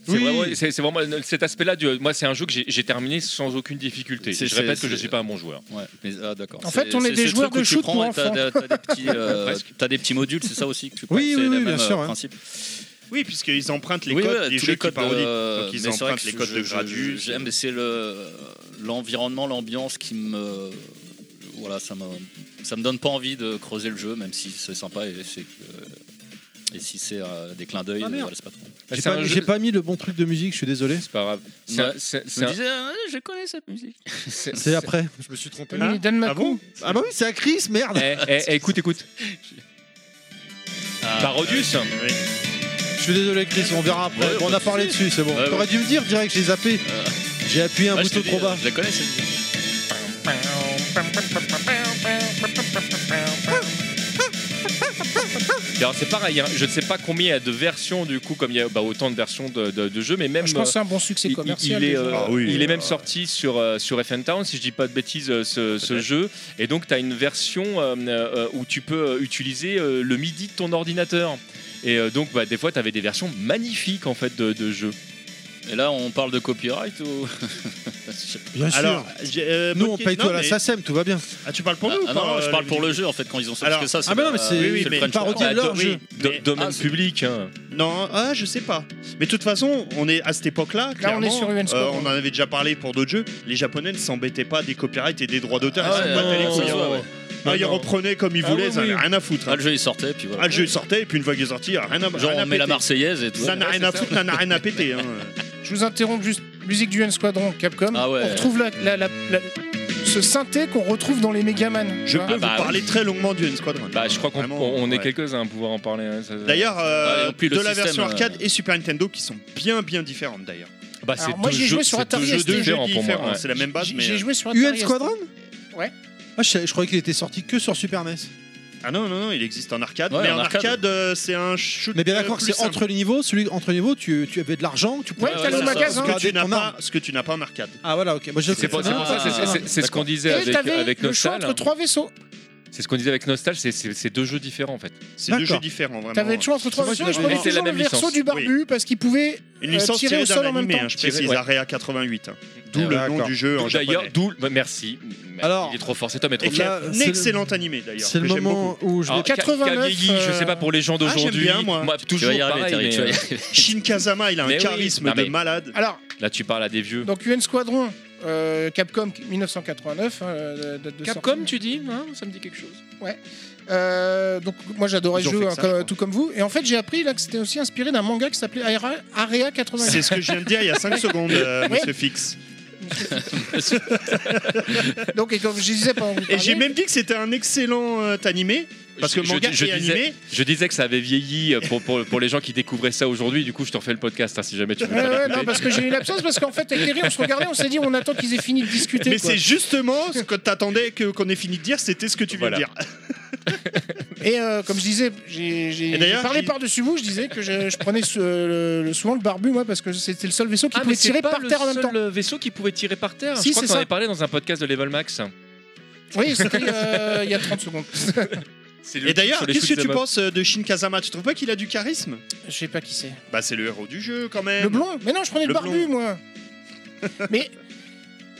C'est Oui. vraiment, c'est- c'est vraiment cet aspect-là. du- Moi, c'est un jeu que j'ai- j'ai terminé sans aucune difficulté. C'est- Je répète c'est- que je c'est- suis pas un bon joueur. Ouais, mais ah, d'accord. En C'est- fait, on est c'est des ce joueurs truc où de tu shoot prends pour et t'as- enfants. T'as t'as des petits, euh, Presque. t'as des petits modules, c'est ça aussi que tu prends. Oui, c'est oui, le oui, même, bien euh, sûr, hein. principe. Oui, puisqu'ils empruntent les Oui, codes ouais, des tous jeux qui parodient. euh, Donc, ils mais c'est empruntent vrai les que codes je- de je- Gradius. J'aime, mais c'est le l'environnement, l'ambiance qui me voilà, ça me ça me donne pas envie de creuser le jeu, même si c'est sympa et c'est que- et si c'est euh, des clins d'œil, Ah, merde. voilà, c'est pas trop. J'ai C'est pas, un mis- jeu- j'ai pas mis le bon truc de musique, je suis désolé. C'est pas grave. C'est Ouais. un- c'est- Je c'est me un- disais, ah, je connais cette musique. c'est- C'est après. Je me suis trompé. Oui, Dan Ah Mako. bon Ah bah oui, c'est à Chris, merde. Eh, eh, eh, écoute, écoute. Ah. Parodius. Je suis désolé, Chris, on verra après. Ouais, Bon, on a parlé dessus, c'est bon. Ouais, T'aurais dû me dire direct, j'ai zappé. J'ai appuyé un Ouais, je bouton t'ai trop dit, euh, bas. Je la connais cette musique. Et Alors c'est pareil. hein, Je ne sais pas combien il y a de versions du coup, comme il y a bah, autant de versions de, de- de jeux, mais même. Ah, Je pense que c'est un bon succès Il- il- commercial. Il, est, déjà. euh, Ah oui, il est même euh, sorti sur, euh, sur FN Town, si je dis pas de bêtises, euh, ce, ce jeu. Et donc, tu as une version euh, euh, où tu peux euh, utiliser euh, le MIDI de ton ordinateur. Et euh, donc, bah, des fois, tu avais des versions magnifiques en fait de, de jeux. Et là, on parle de copyright ou Je sais pas. Bien sûr. Alors, j'ai, euh, Nous, on Pocket- paye tout non, à la mais- SACEM, tout va bien. Ah, tu parles pour Ah, nous ou ah pas, non, je euh, parle pour le jeu en fait quand ils ont sorti Alors- parce que ça. c'est Ah bah non, mais la- c'est- c'est oui, oui, le mais French parodie Rock. de leur Ah, jeu. Do- Mais- domaine ah, c'est- public. hein. Non, ah, je sais pas. Mais de toute façon, on est à cette Là, époque-là. on est clairement, sur UN Score, hein. euh, on en ouais. avait déjà parlé pour d'autres jeux. Les Japonais ne s'embêtaient pas des copyrights et des droits d'auteur. Ah, ils s'en ouais, battaient les ouais, couilles, ouais, Euh, hein. ouais. Ah, ils reprenaient comme ils Ah, voulaient, oui, ça n'avait oui. rien à foutre. Ah, le jeu il sortait puis voilà. Ah, le jeu il sortait et puis une fois qu'il est sorti, rien à Genre rien à on met la péter. Marseillaise et tout. Ça n'a Ouais, rien c'est à ça. foutre, ça n'a rien à péter. hein. Je vous interromps juste. Musique du N E Squadron Capcom. Ah ouais. On retrouve la, la- la- la- ce synthé qu'on retrouve dans les Megaman. Je Ah, peux vous bah, oui. parler très longuement du N-Squadron. Bah, je crois qu'on Vraiment, on- on est ouais. quelques-uns à pouvoir en parler. hein, ça- D'ailleurs, euh, Ouais, et puis de le la système, version euh, arcade et Super Nintendo qui sont bien bien différentes d'ailleurs. bah, c'est Alors, moi, deux j'ai joué jeux- sur c'est Atari deux jeux ST, Deux jeux différents pour différents, moi. ouais. c'est la même base, J'ai mais. euh, j'ai joué euh, sur UN E Atari Squadron Ouais. Ah, je, je croyais qu'il était sorti que sur Super E NES. Ah non, non, non, il existe en arcade. Ouais, mais en en arcade. arcade, euh, c'est un shoot. Mais bien euh, d'accord, plus c'est simple. entre les niveaux. Celui entre les niveaux, tu, tu avais de l'argent, tu pouvais. Ouais, Ouais, t'as ouais, le c'est ça. magasin. ce que tu n'as ton arme. pas, ce que tu n'as pas en arcade. Ah voilà, ok. Moi, je C'est pour, c'est pour ça, c'est- c'est- c'est- c'est ce qu'on disait Et avec, t'avais avec le choix Nostal. hein. entre trois vaisseaux. C'est ce qu'on disait avec Nostal, c'est- c'est c'est deux jeux différents en fait. C'est deux D'accord. jeux différents, vraiment. hein. T'avais le choix entre trois Parce que moi, vaisseaux et je je l'avais- prenais C'était la toujours le même verso licence. du barbu parce qu'il pouvait. Une euh, licence tirée tirée au sol en d'un même anime, temps. hein, je précise, Ouais. Area 88. hein. D'où D'où le nom du jeu en D'où D'ailleurs, japonais. d'où. bah, Merci. Alors- il est trop fort. Cet homme est trop Et qui est fort. Là, un c'est le- excellent animé d'ailleurs. C'est le que j'aime Ah. moment où je vais. Alors, qu'a- qu'a 89, vieilli, euh, je sais pas pour les gens j'aime d'aujourd'hui. bien, moi. Tu toujours vas y arriver, pareil, Terry, mais, tu vas y euh, arriver. beaucoup. Shin Kazama, il a un Mais oui. charisme Non, de mais- malade. Alors, euh, là tu parles à des vieux. donc UN Squadron, euh, Capcom 1989, hein, euh, date de sortie. tu dis, ça me dit quelque chose. Euh, donc moi j'adorais Ils le jeu ont fait que hein, ça, comme- je crois. tout comme vous et en fait j'ai appris là que c'était aussi inspiré d'un manga qui s'appelait Area, Area 88 C'est ce que je viens de dire il y a 5 secondes, euh, monsieur Fix. donc et comme je disais pendant que vous Et j'ai parliez, même dit que c'était un excellent euh, animé. Parce que Je- je- manga je et disais- animé, Je disais que ça avait vieilli euh, pour, pour, pour les gens qui découvraient ça aujourd'hui. Du coup, je t'en fais le podcast hein, si jamais tu veux. Ouais, pas ouais, l'écouter. non, parce que j'ai eu l'absence, parce qu'en fait, avec Terry, on se regardait, on s'est dit, on attend qu'ils aient fini de discuter. mais quoi. c'est justement ce que t'attendais que- qu'on ait fini de dire, c'était ce que tu viens de Voilà. dire. Et euh, comme je disais, j'ai j'ai- Et d'ailleurs, j'ai parlé qui- par-dessus vous, je disais que je, je prenais ce- le- le- souvent le barbu, moi, parce que c'était le seul vaisseau qui Ah, mais pouvait c'est tirer pas par le terre en même seul temps. vaisseau qui pouvait tirer par terre. Si, je crois c'est qu'on en ça. avait parlé dans un podcast de Level Max. Oui, c'était euh, il y a 30 secondes. C'est le Et truc d'ailleurs, sur les qu'est-ce que shoot'em tu up. penses euh, de Shin Kazama Tu trouves pas qu'il a du charisme Je sais pas qui c'est. Bah c'est le héros du jeu quand même. Le blond Mais non, je prenais le, Le barbu, blond. moi. Mais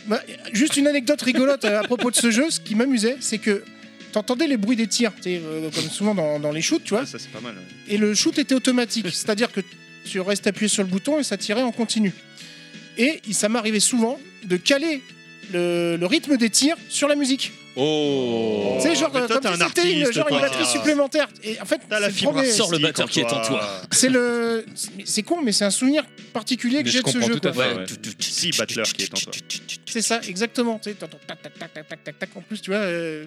Bah, juste une anecdote rigolote euh, à propos de ce jeu, ce qui m'amusait, c'est que t'entendais les bruits des tirs, tu sais, euh, comme souvent dans, dans les shoots, tu vois, Ah, ça c'est pas mal. ouais. et le shoot était automatique, c'est-à-dire que tu restes appuyé sur le bouton et ça tirait en continu. Et il- ça m'arrivait souvent de caler le, le rythme des tirs sur la musique. Oh tu sais, genre, mais euh, toi, comme t'es si un c'était une, artiste, genre une toi. batterie supplémentaire. Et en fait, T'as la Ah, c'est le fibre premier- Sors le artistique batteur qui est en toi. c'est le, c'est con, mais c'est un souvenir particulier que Mais j'ai je de ce comprends jeu. tout à quoi. fait. ouais. Si, Butler qui est en toi. C'est ça, exactement. Tu sais, t'entends tac, tac, tac, tac, tac, tac, tac. En plus, tu vois. euh,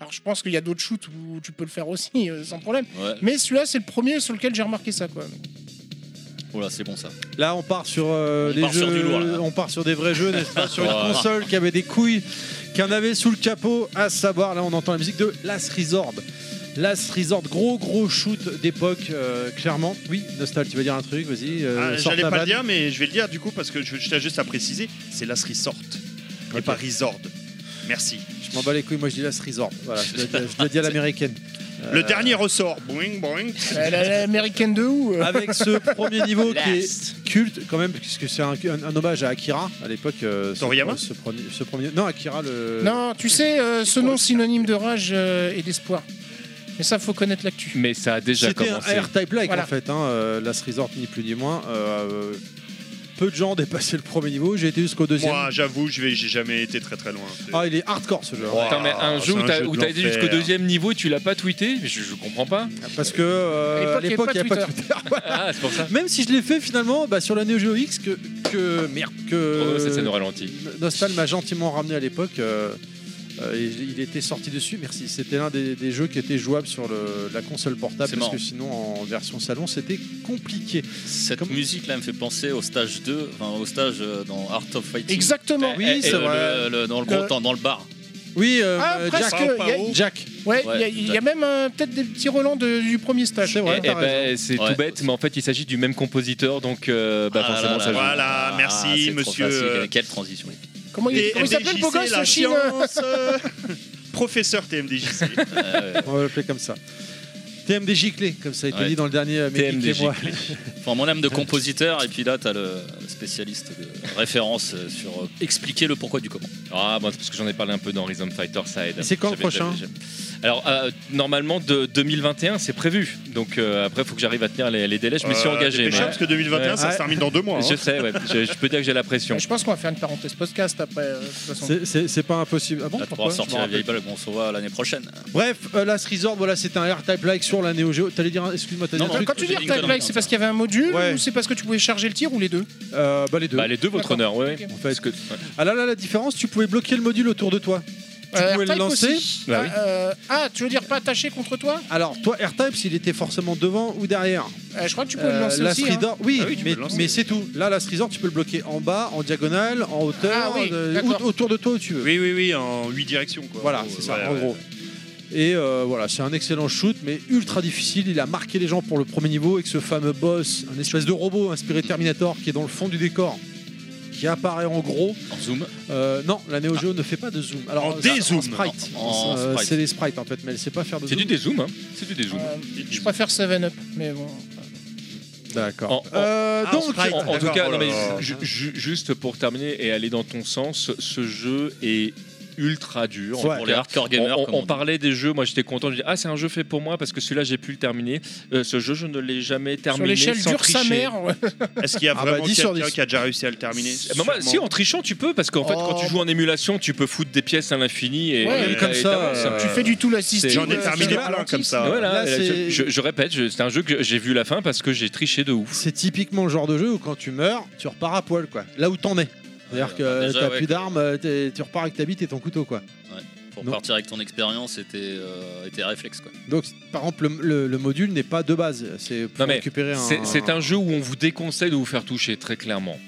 Alors, je pense qu'il y a d'autres shoots où tu peux le faire aussi, euh, sans problème. Ouais. Mais celui-là, c'est le premier sur lequel j'ai remarqué ça, quoi. Voilà, c'est bon ça. Là, on part sur euh, On des part jeux, sur du lourd, là. on part sur des vrais jeux, n'est-ce pas Sur une Oh. console qui avait des couilles, qui en avait sous le capot, à savoir, là, on entend la musique de Last Resort. Last Resort, gros gros shoot d'époque, euh, clairement. Oui, Nostal, tu vas dire un truc, vas-y. euh, Ah, sors J'allais ta pas vanne. le dire, mais je vais le dire du coup parce que je, je tiens juste à préciser, c'est Last Resort et pas Resort. Merci. Je m'en bats les couilles, moi je dis Last Resort. Voilà, je le dis- je le dis à l'américaine. Le Euh, dernier ressort. Boing, boing. Euh, la- la- L'américaine de où euh Avec ce premier niveau qui est culte quand même, puisque c'est un, un- un hommage à Akira à l'époque. euh, ce- Toriyama ce, premier, ce premier- Non, Akira le. Non, tu sais, euh, ce nom synonyme de rage euh, et d'espoir. Mais ça, faut connaître l'actu. Mais ça a déjà C'était un commencé. R-Type-like Voilà. en fait, hein, euh, Last Resort ni plus ni moins. Euh, euh, peu de gens dépassaient le premier niveau, j'ai été jusqu'au deuxième. Moi, j'avoue, je vais, j'ai jamais été très très loin. C'est- ah, il est hardcore ce jeu. Wow. Putain, mais un c'est jeu où un t'as jeu de où t'as été l'enfer. jusqu'au deuxième niveau et tu l'as pas tweeté je, je comprends pas. Parce que euh, À à l'époque, il n'y avait pas Twitter. Voilà. Ah, c'est pour ça. Même si je l'ai fait finalement bah, sur la Neo Geo X que, que merde que Oh, ça, ça nous ralentit. Nostal m'a gentiment ramené à l'époque. euh, euh, et il était sorti dessus, merci. C'était l'un des, des jeux qui était jouable sur le- la console portable C'est parce marrant. que sinon en version salon c'était compliqué. Cette Comme- musique là me fait penser au stage 2, enfin au stage euh, dans Art of Fighting. Exactement. Oui, Et- et c'est le- vrai. le- le- dans le gros Le- temps, dans le bar. Oui, euh, Ah, euh, presque. Jack. il y a- Pao, pao. Jack. Ouais, il Ouais, y a- il y, a exact. même euh, peut-être des petits relents de- du premier stage. C'est vrai. Eh- t'as eh ben, c'est Ouais. tout bête, mais en fait, il s'agit du même compositeur, donc euh, bah, Ah là forcément, là ça là joue. va. Voilà, Ah, merci, c'est trop monsieur, facile. euh, Quelle transition. Comment il, comment il eh ben, s'appelle, TMDJC, beau gosse, la le chine science, euh, Professeur TMDJC. Euh, On va l'appeler comme ça. TMD giclé, comme ça a été Ouais. dit dans le dernier euh, Mais TMD giclez-moi. Enfin, mon âme de compositeur, et puis là, t'as le spécialiste de référence euh, sur euh, expliquer le pourquoi du comment. Ah, bon, c'est parce que j'en ai parlé un peu dans Rhythm Fighter, ça aide. Et c'est quand le J'avais- prochain j'avais- j'avais- Alors, euh, normalement, de 2021, c'est prévu. Donc, euh, après, il faut que j'arrive à tenir les, les délais. Je me suis Euh, engagé. dépêche-toi, mais- parce que 2021, ça Ouais. se termine dans deux mois. hein. Je sais, ouais, je, je peux dire que j'ai la pression. Euh, Je pense qu'on va faire une parenthèse podcast après. euh, de toute façon. C'est- C'est c'est pas impossible. Ah bon Là, tu pourquoi pourras Je sortir m'en la rappelle vieille balle qu'on se voit l'année prochaine. Bref, euh, Last Resort, voilà, c'était un R-Type like sur la Neo Geo. T'allais dire, un- excuse-moi, t'as dit Non, un non, truc Quand tu dis J'ai dit une connerie, Artag c'est parce qu'il y avait un module Ouais. ou c'est parce que tu pouvais charger le tir ou les deux Euh, Bah les deux. Bah, les deux, votre D'accord. honneur, ouais. Ok. En fait, que, Ah là là, la différence, tu pouvais bloquer le module autour de toi. Tu Euh, pouvais le AirType lancer. aussi. Bah oui. Ah, euh, ah, tu veux dire pas attaché contre toi Alors toi, R-Type, s'il était forcément devant ou derrière. Euh, Je crois que tu peux le Euh, lancer Last aussi. hein. Resort- oui, Ah oui, tu peux mais, le lancer. mais c'est tout. Là, Last Resort, tu peux le bloquer en bas, en diagonale, en hauteur, Ah oui, euh, d'accord. ou- autour de toi où tu veux. Oui, oui, oui, en huit directions. Quoi. Voilà, Ouais, c'est ça, ouais, en ouais. gros. Et euh, voilà, c'est un excellent shoot, mais ultra difficile. Il a marqué les gens pour le premier niveau avec ce fameux boss, un espèce de robot inspiré de Terminator qui est dans le fond du décor, qui apparaît en gros. En zoom. Euh, non, la Neo Geo ne fait pas de zoom. Alors, Ah. En ça- dézoom. sprite. En- en Euh, sprite. C'est des sprites en fait, mais elle sait pas faire de c'est zoom. du dézoom, hein. C'est du dézoom. Euh, je préfère 7-Up, mais bon. D'accord. En- en- Euh, Ah, en donc, sprite. En, en tout D'accord, cas, oh non, là mais là. ju- ju- juste pour terminer et aller dans ton sens, ce jeu est ultra dur. Ouais. Pour les hardcore gamers, on, on- comme on on dit. parlait des jeux, moi j'étais content, je dis ah c'est un jeu fait pour moi parce que celui-là j'ai pu le terminer. Euh, ce jeu je ne l'ai jamais Sur terminé l'échelle sans dure sa tricher. mère. ouais. Est-ce qu'il y a Ah bah, vraiment 10 sur quelqu'un 10. qui a déjà réussi à le terminer Bah, moi, si en trichant tu peux parce qu'en fait quand Oh. tu joues en émulation tu peux foutre des pièces à l'infini et, Ouais, et mais comme t'as- ça, et t'avances. euh, Tu fais du tout l'assisté. J'en ai ouais, terminé ça va. plein comme ça. Voilà, Là, là, c'est- je, je répète, je- c'est un jeu que j'ai vu la fin parce que j'ai triché de ouf. c'est typiquement le genre de jeu où quand tu meurs, tu repars à poil, quoi. Là où t'en es. C'est-à-dire Ouais, que déjà, t'as ouais, plus que- d'armes, euh, t'es- tu repars avec ta bite et ton couteau, quoi. Pour Non. partir avec ton expérience et tes, euh, et tes réflexes. Quoi. Donc, par exemple, le, le- le module n'est pas de base. C'est pour Non, mais récupérer un. C'est c'est un jeu où on vous déconseille de vous faire toucher très clairement.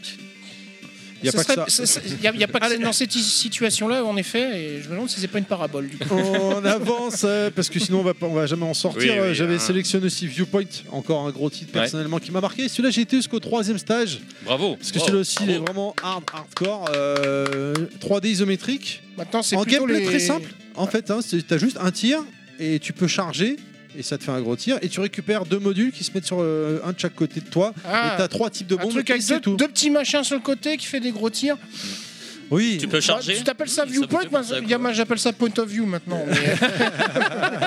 Il y a Ce pas serait- que ça. ce- ce- y a- y a pas que ça dans cette situation-là, en effet, et je me demande si c'est pas une parabole du coup. On avance euh, parce que sinon on va, pas- on va jamais en sortir. Oui, oui, Euh, J'avais hein. sélectionné aussi Viewpoint, encore un gros titre Ouais. personnellement qui m'a marqué. Celui-là, j'ai été jusqu'au troisième stage Bravo. parce que celui-là aussi, il est vraiment hard, hardcore, euh, 3D isométrique. Maintenant, c'est En plutôt gameplay les- très simple. En fait, hein, c'est- t'as juste un tir et tu peux charger et ça te fait un gros tir et tu récupères deux modules qui se mettent sur euh, un de chaque côté de toi Ah, et t'as trois types de un bombes. truc et avec c'est deux, tout. deux petits machins sur le côté qui fait des gros tirs. Bah, Oui. Tu peux charger. Tu t'appelles ça Ça viewpoint bah, peut Moi, penser à quoi gamin, j'appelle ça point of view maintenant. mais-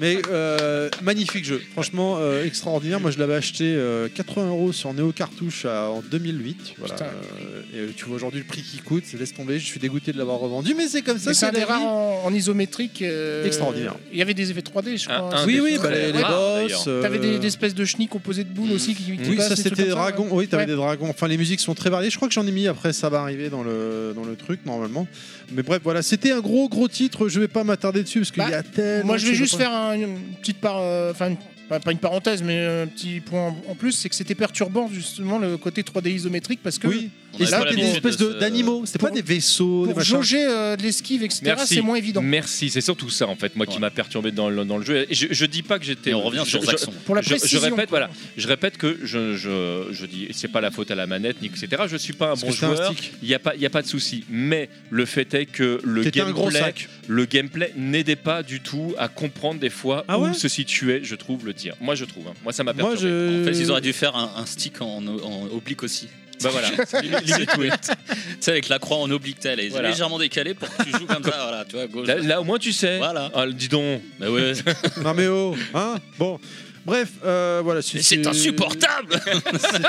Mais euh, magnifique jeu, franchement euh, extraordinaire. Moi, je l'avais acheté euh, 80 euros sur Neo Cartouche à- en 2008. Voilà. Putain. Euh, et euh, tu vois aujourd'hui le prix qui coûte, c'est laisse tomber. Je suis dégoûté de l'avoir revendu, mais c'est comme ça. mais c'est un la des vie. rares hein. en, en isométrique. euh, Extraordinaire. Il y avait des effets 3D, je Un- crois. un Oui, des oui, très bah, les, les rares, boss. d'ailleurs. euh, Mm. T'avais des, des espèces de chenilles composées de boules aussi qui, qui Oui, passent, ça des c'était trucs des comme ça, ouais. dragons. Oui, t'avais Ouais. des dragons. Enfin, les musiques sont très variées. Je crois que j'en ai mis après, ça va arriver dans le, dans le truc normalement. Mais bref, voilà, c'était un gros gros titre. Je vais pas m'attarder dessus parce qu'il Bah, y a tellement. Moi, je vais de choses à juste prendre. faire un- une petite part, euh, enfin, une- pas- pas une parenthèse, mais euh, un petit point en- en plus, c'est que c'était perturbant justement le côté 3D isométrique parce que Oui, On et a pas euh, c'était des l'habitude espèces de de- ce- d'animaux. C'était pas Pour- des vaisseaux, des pour machins. jauger euh, de l'esquive, etc., Merci. c'est moins évident. Merci, c'est surtout ça en fait, moi qui Ouais. m'a perturbé dans le, dans le jeu. Et je, je dis pas que j'étais. Et on revient je- sur je- Zaxxon. Pour la je, je précision. répète, quoi. voilà, je répète que je, je, je dis, c'est pas la faute à la manette, ni etc. Je suis pas un Parce bon que c'était un joueur. stick. Il n'y a pas, il y a pas de souci. Mais le fait est que le C'était un gros gameplay, sac. le gameplay n'aidait pas du tout à comprendre des fois Ah où ouais se situait, je trouve, le tir. Moi, je trouve. hein. Moi, ça m'a Moi, perturbé. je. En fait, ils auraient dû faire un, un stick en, en oblique aussi. Bah voilà. Limite, oui. Tu sais, avec la croix en oblique, t'es elle est Voilà. légèrement décalée pour que tu joues comme ça. Voilà, tu vois, gauche. là, là, au moins, tu sais. Voilà. Ah, dis donc. Bah ouais. Non mais oh, hein Bon. Bref, euh, voilà. Mais c'est insupportable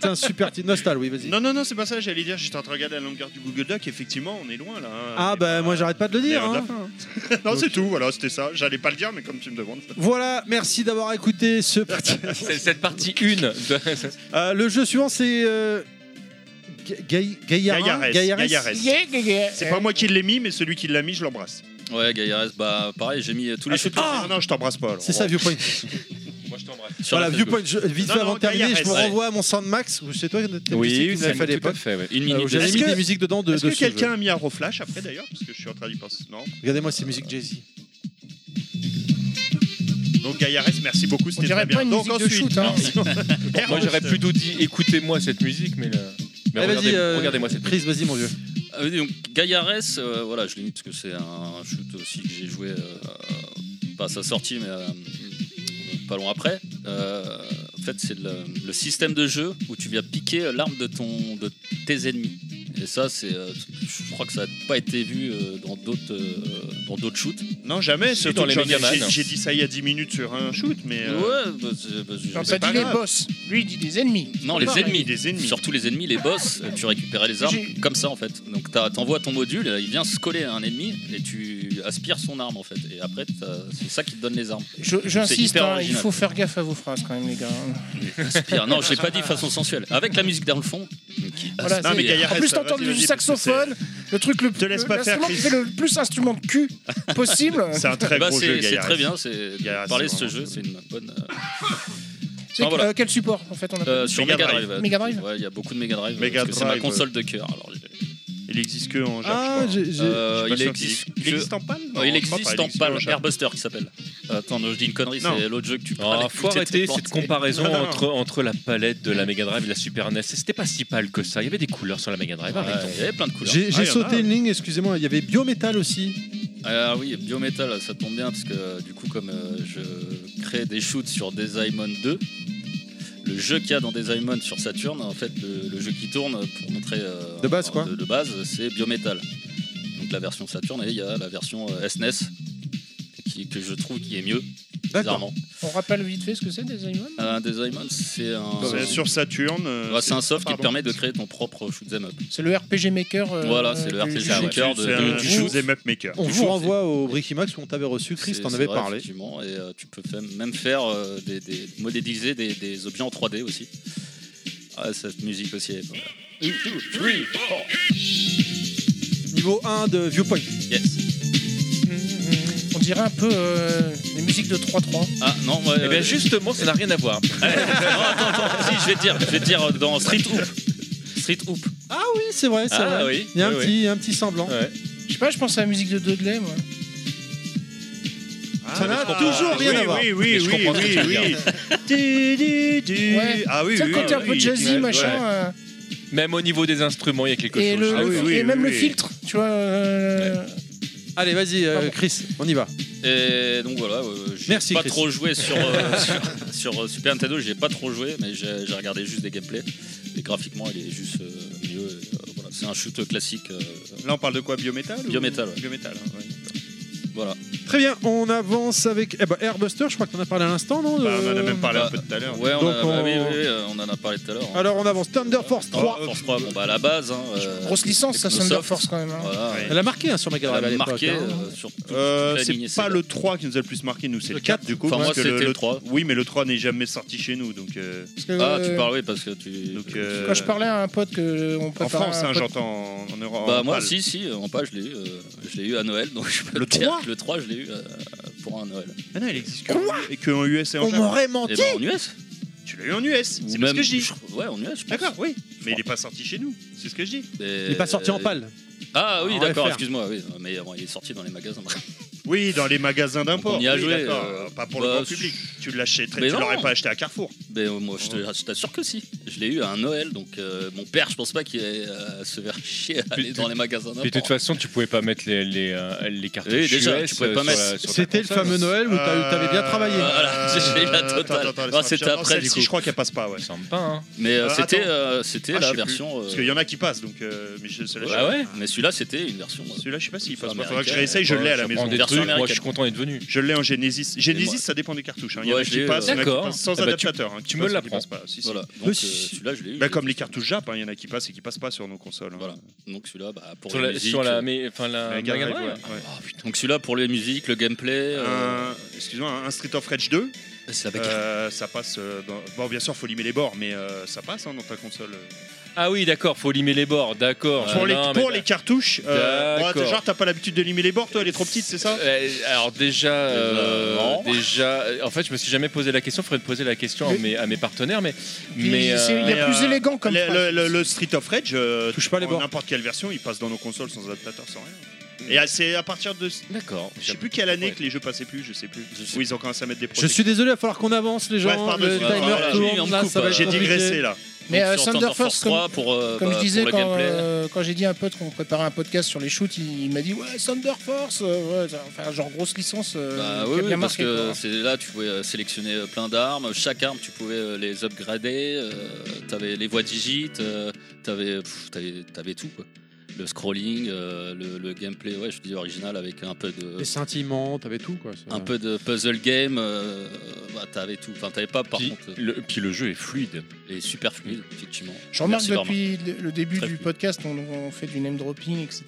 C'est un super titre. Nostal, oui, vas-y. Non, non, non, c'est pas ça, j'allais dire, j'étais en train de regarder la longueur du Google Doc, effectivement, on est loin là. hein. Ah On est bah pas- moi j'arrête pas de le dire. Merde, hein. la Non, c'est tout, voilà, c'était ça. J'allais pas le dire, mais comme tu me demandes. Voilà, merci d'avoir écouté ce petit- C'est cette partie 1. Euh, le jeu suivant c'est euh... Ga- Gaï- Gaïarin- Gaïarès, Gaïarès Gaïarès. Yeah, yeah, yeah. C'est pas moi qui l'ai mis, mais celui qui l'a mis, je l'embrasse. Ouais, Gaïarès, bah pareil, j'ai mis tous les Ah, trucs ah non, je t'embrasse pas. alors. C'est ça Viewpoint. Moi, je t'embrasse. sur voilà la Viewpoint. Je- vite Non, fait non, avant de terminer, je Gaïarès, me ouais. renvoie à mon Soundmax où c'est toi qui t'as- Oui, t'as fait à tout à l'époque. fait. ouais. Une Euh, minute. où de- J'avais Est-ce mis que- des musiques dedans de, Est-ce de que ce jeu. quelqu'un a mis un reflash après d'ailleurs Parce que je suis en train d'y penser. Non Regardez-moi ces musiques Jay-Z. Donc Gaïarès, merci beaucoup, On c'était très dirait bien. pas une Donc musique de shoot. hein. Moi, j'aurais plutôt dit écoutez-moi cette musique, mais. là- Mais Allez, regardez- vas-y, euh, regardez-moi cette musique. Chris, vas-y mon vieux. Ah oui, donc Gaïarès, euh, voilà, je l'ai mis parce que c'est un shoot aussi que j'ai joué, euh, pas à sa sortie, mais euh, pas loin après. Euh, en fait, c'est le, le système de jeu où tu viens piquer euh, l'arme de, ton, de tes ennemis. Et ça, c'est, euh, je crois que ça n'a pas été vu euh, dans d'autres euh, dans d'autres shoots. Non, jamais. Si, surtout dans que les j'en ai- Megaman. j'ai- J'ai dit ça il y a 10 minutes sur un shoot, mais. euh, Ouais, bah, c'est- bah, je- Non, t'as c'est pas dit les grave. boss. Lui, il dit des ennemis. Non, les pas pareil, ennemis. Des ennemis. Surtout les ennemis, les boss, euh, tu récupérais les armes J'ai- comme ça en fait. Donc t'as- t'envoies ton module, euh, il vient se coller à un ennemi et tu aspires son arme en fait. Et après, t'as- c'est ça qui te donne les armes. Je- J'insiste, hyper hein, il original. faut faire gaffe à vos phrases quand même, les gars. Aspire. Non, je l'ai pas dit de façon sensuelle. Avec la musique dans le fond. qui Voilà, aspire. Non, mais En Gaïarès, plus, ça, t'entends vas-y, du vas-y, saxophone, le truc le Te laisse le- pas l'instrument faire, qui Chris. fait le plus instrument de cul possible. C'est un très Bah, gros jeu, c'est c'est Gaïarès. très bien, c'est Gaïarès, parler de c'est ce vraiment jeu, c'est une bonne. euh, C'est- Enfin, voilà. euh, quel support en fait on a euh, sur Mega Mega Drive. Drive. Mega Drive Ouais, il y a beaucoup de Mega Drive. Mega parce que c'est ma Drive, console de cœur. Alors, j'ai- Il existe que en Jap, Ah, je crois. j'ai- j'ai- Je euh, suis il pas sûr existe. qu'il- il existe en PAL Non, il existe en PAL, Airbuster qui s'appelle. Attends, non, je dis une connerie, Non. c'est l'autre jeu que tu Ah, parlais. faut arrêter cette comparaison Non, non, non. Entre, entre la palette de la Mega Drive et la Super NES. C'était pas si pâle que ça. Il y avait des couleurs sur la Mega Drive. Ouais, Arrêtons. Il y avait plein de couleurs. J'ai j'ai y en a, sauté ouais. une ligne, excusez-moi. Il y avait Biometal aussi. Ah oui, Biometal, ça tombe bien parce que euh, du coup, comme euh, je crée des shoots sur Desaimon 2, le jeu qu'il y a dans Desaimon sur Saturn, en fait, le, le jeu qui tourne pour montrer. euh, De base, quoi. De, de base, c'est Biometal. Donc la version Saturn et il y a la version euh, SNES qui- que je trouve qui est mieux, D'accord. bizarrement. On rappelle vite fait ce que c'est des Aimon Un Desaimon, c'est un. C'est sur Saturne. euh, Ouais, c'est un soft qui te pardon. permet de créer ton propre shoot 'em up. C'est le RPG Maker. euh, Voilà, c'est le du- RPG du- Maker. cœur de- C'est de- un du shoot shoot. Them Up Maker. On Du vous shoot, renvoie au Bricky Max où on t'avait reçu, Chris, C'est- t'en c'est avais vrai, parlé. Effectivement, et euh, tu peux fa- même faire euh, des, des- modéliser des, des objets en 3D aussi. Ah, cette musique aussi. elle est pas mal. Niveau 1 de Viewpoint. Yes. On dirait un peu euh, les musiques de 3-3. Ah non, moi. Eh euh, bien, justement, ça n'a rien à voir. non, attends, attends. si, je vais te dire, je vais te dire euh, dans Street Hoop. Street Hoop. Ah oui, c'est vrai, c'est Ah vrai. Eh oui. Il y a un oui, petit, un petit semblant. Ouais. Je sais pas, je pense à la musique de Dudley, moi. Ça n'a toujours rien oui, à voir. Oui, oui, Mais je oui, comprends ce que oui, tu veux oui. dire. Du, du, du. Ouais. Ah oui, c'est oui. le côté oui, un peu oui. jazzy, Ouais, machin. ouais. euh, Même au niveau des instruments, il y a quelque et chose. le, Ah oui, et oui, même le oui, oui. filtre, tu vois. euh, Allez, vas-y, euh, Pardon. Chris, on y va. oui. Et donc voilà, euh, j'ai Merci, pas Chris. trop joué sur, euh, sur, sur, euh, Super Nintendo, j'ai pas trop joué, mais j'ai j'ai regardé juste des gameplays. Et graphiquement, il est juste euh, mieux. et, euh, voilà. c'est un shoot classique. euh, Là, on parle de quoi Biométal ou- Biométal, ouais. Biométal, hein, ouais. voilà. Très bien, on avance avec eh ben, Airbuster, je crois que t'en as parlé à l'instant, non Bah, on en a euh même parlé un bah, peu tout à l'heure. Ouais, on, Donc, a- bah on- oui, oui, oui, euh, on en a parlé tout à l'heure. hein. Alors on avance, Thunder Force 3. Force 3, bon, bah à la base. hein, euh, Grosse licence, ça, Technosoft. Thunder Force quand même. hein. Voilà, Ouais. Elle a marqué hein, sur Mega Drive à Elle a l'époque. marqué hein. euh, sur toute- Euh, toute la c'est lignée pas Sega. le 3 qui nous a le plus marqué, nous, c'est le, Le 4, du coup. Enfin, parce moi, que c'était le 3. Oui, mais le 3 n'est jamais sorti chez nous, donc. euh, Parce que, Ah, tu euh, parles, oui, parce que tu. donc euh, Quand je parlais à un pote que on En préparait France, un hein, pod- j'entends en, en Europe. Bah, moi, parle. si, si, en pas, je l'ai eu. euh, je l'ai eu à Noël, donc je peux Le te dire 3? que le 3, je l'ai eu euh, pour un Noël. Ah non, il existe que, et que en US et en On Japon. m'aurait Et menti ben, en US Tu l'as eu en US, ou c'est même- ce que je dis. je- Ouais, en US, je pense. D'accord, oui. Mais crois. il n'est pas sorti chez nous, c'est ce que je dis. Mais- Il n'est pas sorti en pâle. Ah oui, En d'accord, FR. excuse-moi, oui, mais bon, il est sorti dans les magasins. Oui, dans les magasins d'import. On y a oui, joué, d'accord, euh, pas pour bah, le grand public. Tu l'achèterais, Mais tu non. l'aurais pas acheté à Carrefour. Mais euh, moi, je te- je t'assure que si. Je l'ai eu à un Noël, donc euh, mon père, je pense pas qu'il ait, euh, se faire chier à aller Puis dans tu- les magasins. Puis de toute d'import. façon, tu pouvais pas mettre les, les, euh, les cartouches Oui, déjà, US tu pouvais pas sur mettre. la- sur ta C'était le console. fameux Noël où t'as- Euh, t'avais bien travaillé. Voilà, j'ai eu la Attends, totale. attends, attends, Ah, laisse-moi c'était réfléchir. Non, après, du celle-ci, coup. Je crois qu'elle passe pas, ouais. Il me semble pas, hein. Mais euh, Euh, c'était attends. euh, c'était Ah, je la sais plus. version. euh, Parce qu'il y en a qui passent, donc. euh, mais je- celle-là, je- Ah ouais Mais celui-là, c'était une version. euh, Celui-là, je sais pas s'il Enfin, passe pas. Faudra que je américaine, réessaye, je ouais, l'ai à la je maison. Prends des version trucs, moi je suis américaine. content d'être venu. Je l'ai en Genesis. Genesis, moi- ça dépend des cartouches. hein. Il y en Ouais, a je qui l'ai, passent, il y en a qui d'accord. passent sans Eh ben, tu- adaptateur. hein, qui tu me passent et qui l'apprends. passent pas. Si, si. Voilà. Le Donc euh, si- celui-là, je l'ai eu. Bah, comme les cartouches Jap, hein, il y en a qui passent et qui passent pas sur nos consoles. hein. Voilà. Donc celui-là, bah, pour Sur les la, musiques. sur la, euh, mais, enfin, la, La Mega Bah, Mega Drive, Drive. ouais, ouais. oh, putain. Donc celui-là pour les musiques, le gameplay. euh, Un- Excuse-moi, un Street of Rage 2, C'est avec. euh, ça passe. euh, dans- Bon, bien sûr, faut limer les bords, mais euh, ça passe hein, dans ta console. Ah oui, d'accord, faut limer les bords, d'accord. pour Euh, les, non, mais pour bah- les cartouches, euh, ouais, D'accord. t'as- genre t'as pas l'habitude de limer les bords, toi, elle est trop petite, c'est ça Euh, alors déjà, euh, non. déjà, euh, en fait, je me suis jamais posé la question. Faudrait poser la question à mes, à mes partenaires, mais, mais Puis c'est- euh, il est mais, plus euh, élégant comme le, phrase. le- le- le Street of Rage, euh, Touche pas les en bords. N'importe quelle version, il passe dans nos consoles sans adaptateur, sans rien. Et euh, c'est à partir de. d'accord. Je sais plus quelle année que les jeux passaient plus, je sais plus. Je sais Où ils ont commencé à mettre des Je suis désolé, il va falloir qu'on avance les gens. Ouais, pardon, le excuse-moi. timer Voilà, j'ai mis tourne, en là, coupe, ça va être euh, J'ai compliqué. digressé là. Mais donc, euh, sur Thunder Force, comme, 3 pour, euh, comme bah, je disais pour le quand, gameplay. euh, quand j'ai dit à un pote qu'on préparait un podcast sur les shoots, il, il m'a dit ouais Thunder Force, euh, ouais, ça- enfin genre grosse licence euh, Bah qui oui, a bien oui, parce marqué. que quoi. c'est là tu pouvais euh, sélectionner euh, plein d'armes. Chaque arme, tu pouvais euh, les upgrader. euh, t'avais les voies digites, euh, t'avais, pff, t'avais, t'avais tout quoi. Le scrolling, euh, le, le gameplay, ouais, je dis original avec un peu de Les sentiments, t'avais tout quoi. ça. Euh, un peu de puzzle game. euh, bah t'avais tout. Enfin t'avais pas par euh, Puis, contre le, puis le jeu est fluide. les super fluides effectivement. Je remarque Merci, Barbara. depuis le- le début Très du fluide. podcast, on, on fait du name dropping, etc.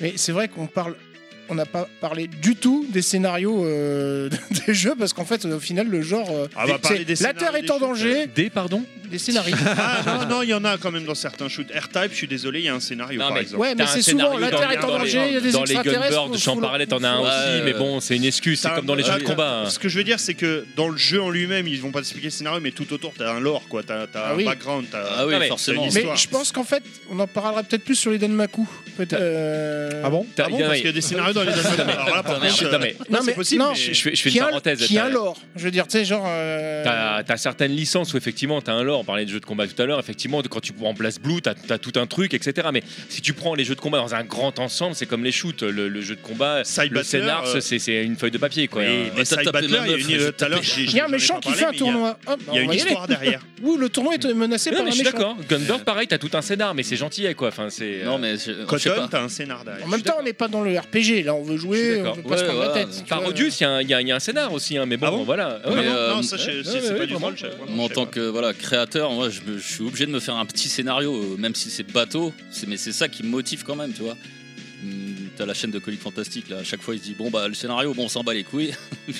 Mais c'est vrai qu'on parle, on n'a pas parlé du tout des scénarios euh, des jeux parce qu'en fait, au final, le genre, euh, Ah, on va c'est- parler des la scénarios Terre des euh. est en jeux, danger, Des, pardon. des scénarios. Ah non, non, il y en a quand même dans certains shoots. R-Type, je suis désolé, il y a un scénario Non, par mais- exemple. Ouais, mais T'as un c'est souvent scénario la dans Terre les- est en dans les- danger, il y a des Dans les extraterrestres. Gunbirds, faut- j'en faut- parlais, t'en as un faut- Ouais, aussi, mais euh, bon, c'est une excuse. C'est t'as- comme dans les t'as- jeux de t'as- combat. hein. Ce que je veux dire, c'est que dans le jeu en lui-même, ils vont pas t'expliquer le scénario, mais tout autour, t'as un lore, quoi. T'as t'as Ah un oui. background, t'as. Ah oui, non, mais- forcément. Mais- Mais je pense qu'en fait, on en parlera peut-être plus sur les Danmaku. Peut-être. euh, Ah bon T'as- Ah bon, y en a- parce qu'il y a des scénarios dans les années. Alors là, par Putain, contre, Non, mais- euh, c'est possible, mais- je, fais, je fais qui une a- parenthèse. Qui a t'as- un lore. Je veux dire, tu sais, genre. euh, T'as t'as certaines licences où effectivement t'as un lore, on parlait de jeux de combat tout à l'heure, effectivement quand tu prends Place Blue t'as as tout un truc, etc. Mais si tu prends les jeux de combat dans un grand ensemble, c'est comme les shoots, le, le jeu de combat, Side le Battler, scénar euh, c'est c'est une feuille de papier quoi. Oui, mais Side t'as tapé Battler, ma il y a meuf, une- j'ai euh, tapé. tout à l'heure, j'ai- Il y a un j'en ai méchant pas qui parlé, fait un mais il y a- tournoi. Ah, Hop, Il y a on une va y aller. histoire derrière. Ouh, le tournoi est menacé Non, par mais un je suis méchant. d'accord, Gunbird pareil t'as tout un scénar mais c'est gentil quoi. Enfin, c'est, euh, Non mais je, je sais Cotton, pas. t'as un scénar derrière. En même temps, on n'est pas dans le RPG. Là, on veut Je suis jouer, on d'accord. veut pas Ouais, se prendre la ouais. tête. tu Par vois. Odious il y, a un- il y a un- il y a un scénar aussi, hein, mais bon, Ah bon voilà. Ah Ouais. non, euh, non, ça, je- ouais, c'est c'est ouais, pas ouais, du vraiment. troll. je- vraiment, Moi, en je tant sais que voilà, créateur, moi, je, me- je suis obligé de me faire un petit scénario, euh, même si c'est bateau. C'est- Mais c'est ça qui me motive quand même, tu vois. Hum, T'as la chaîne de Colique Fantastique, là. À chaque fois, il se dit Bon, bah, le scénario, bon, on s'en bat les couilles.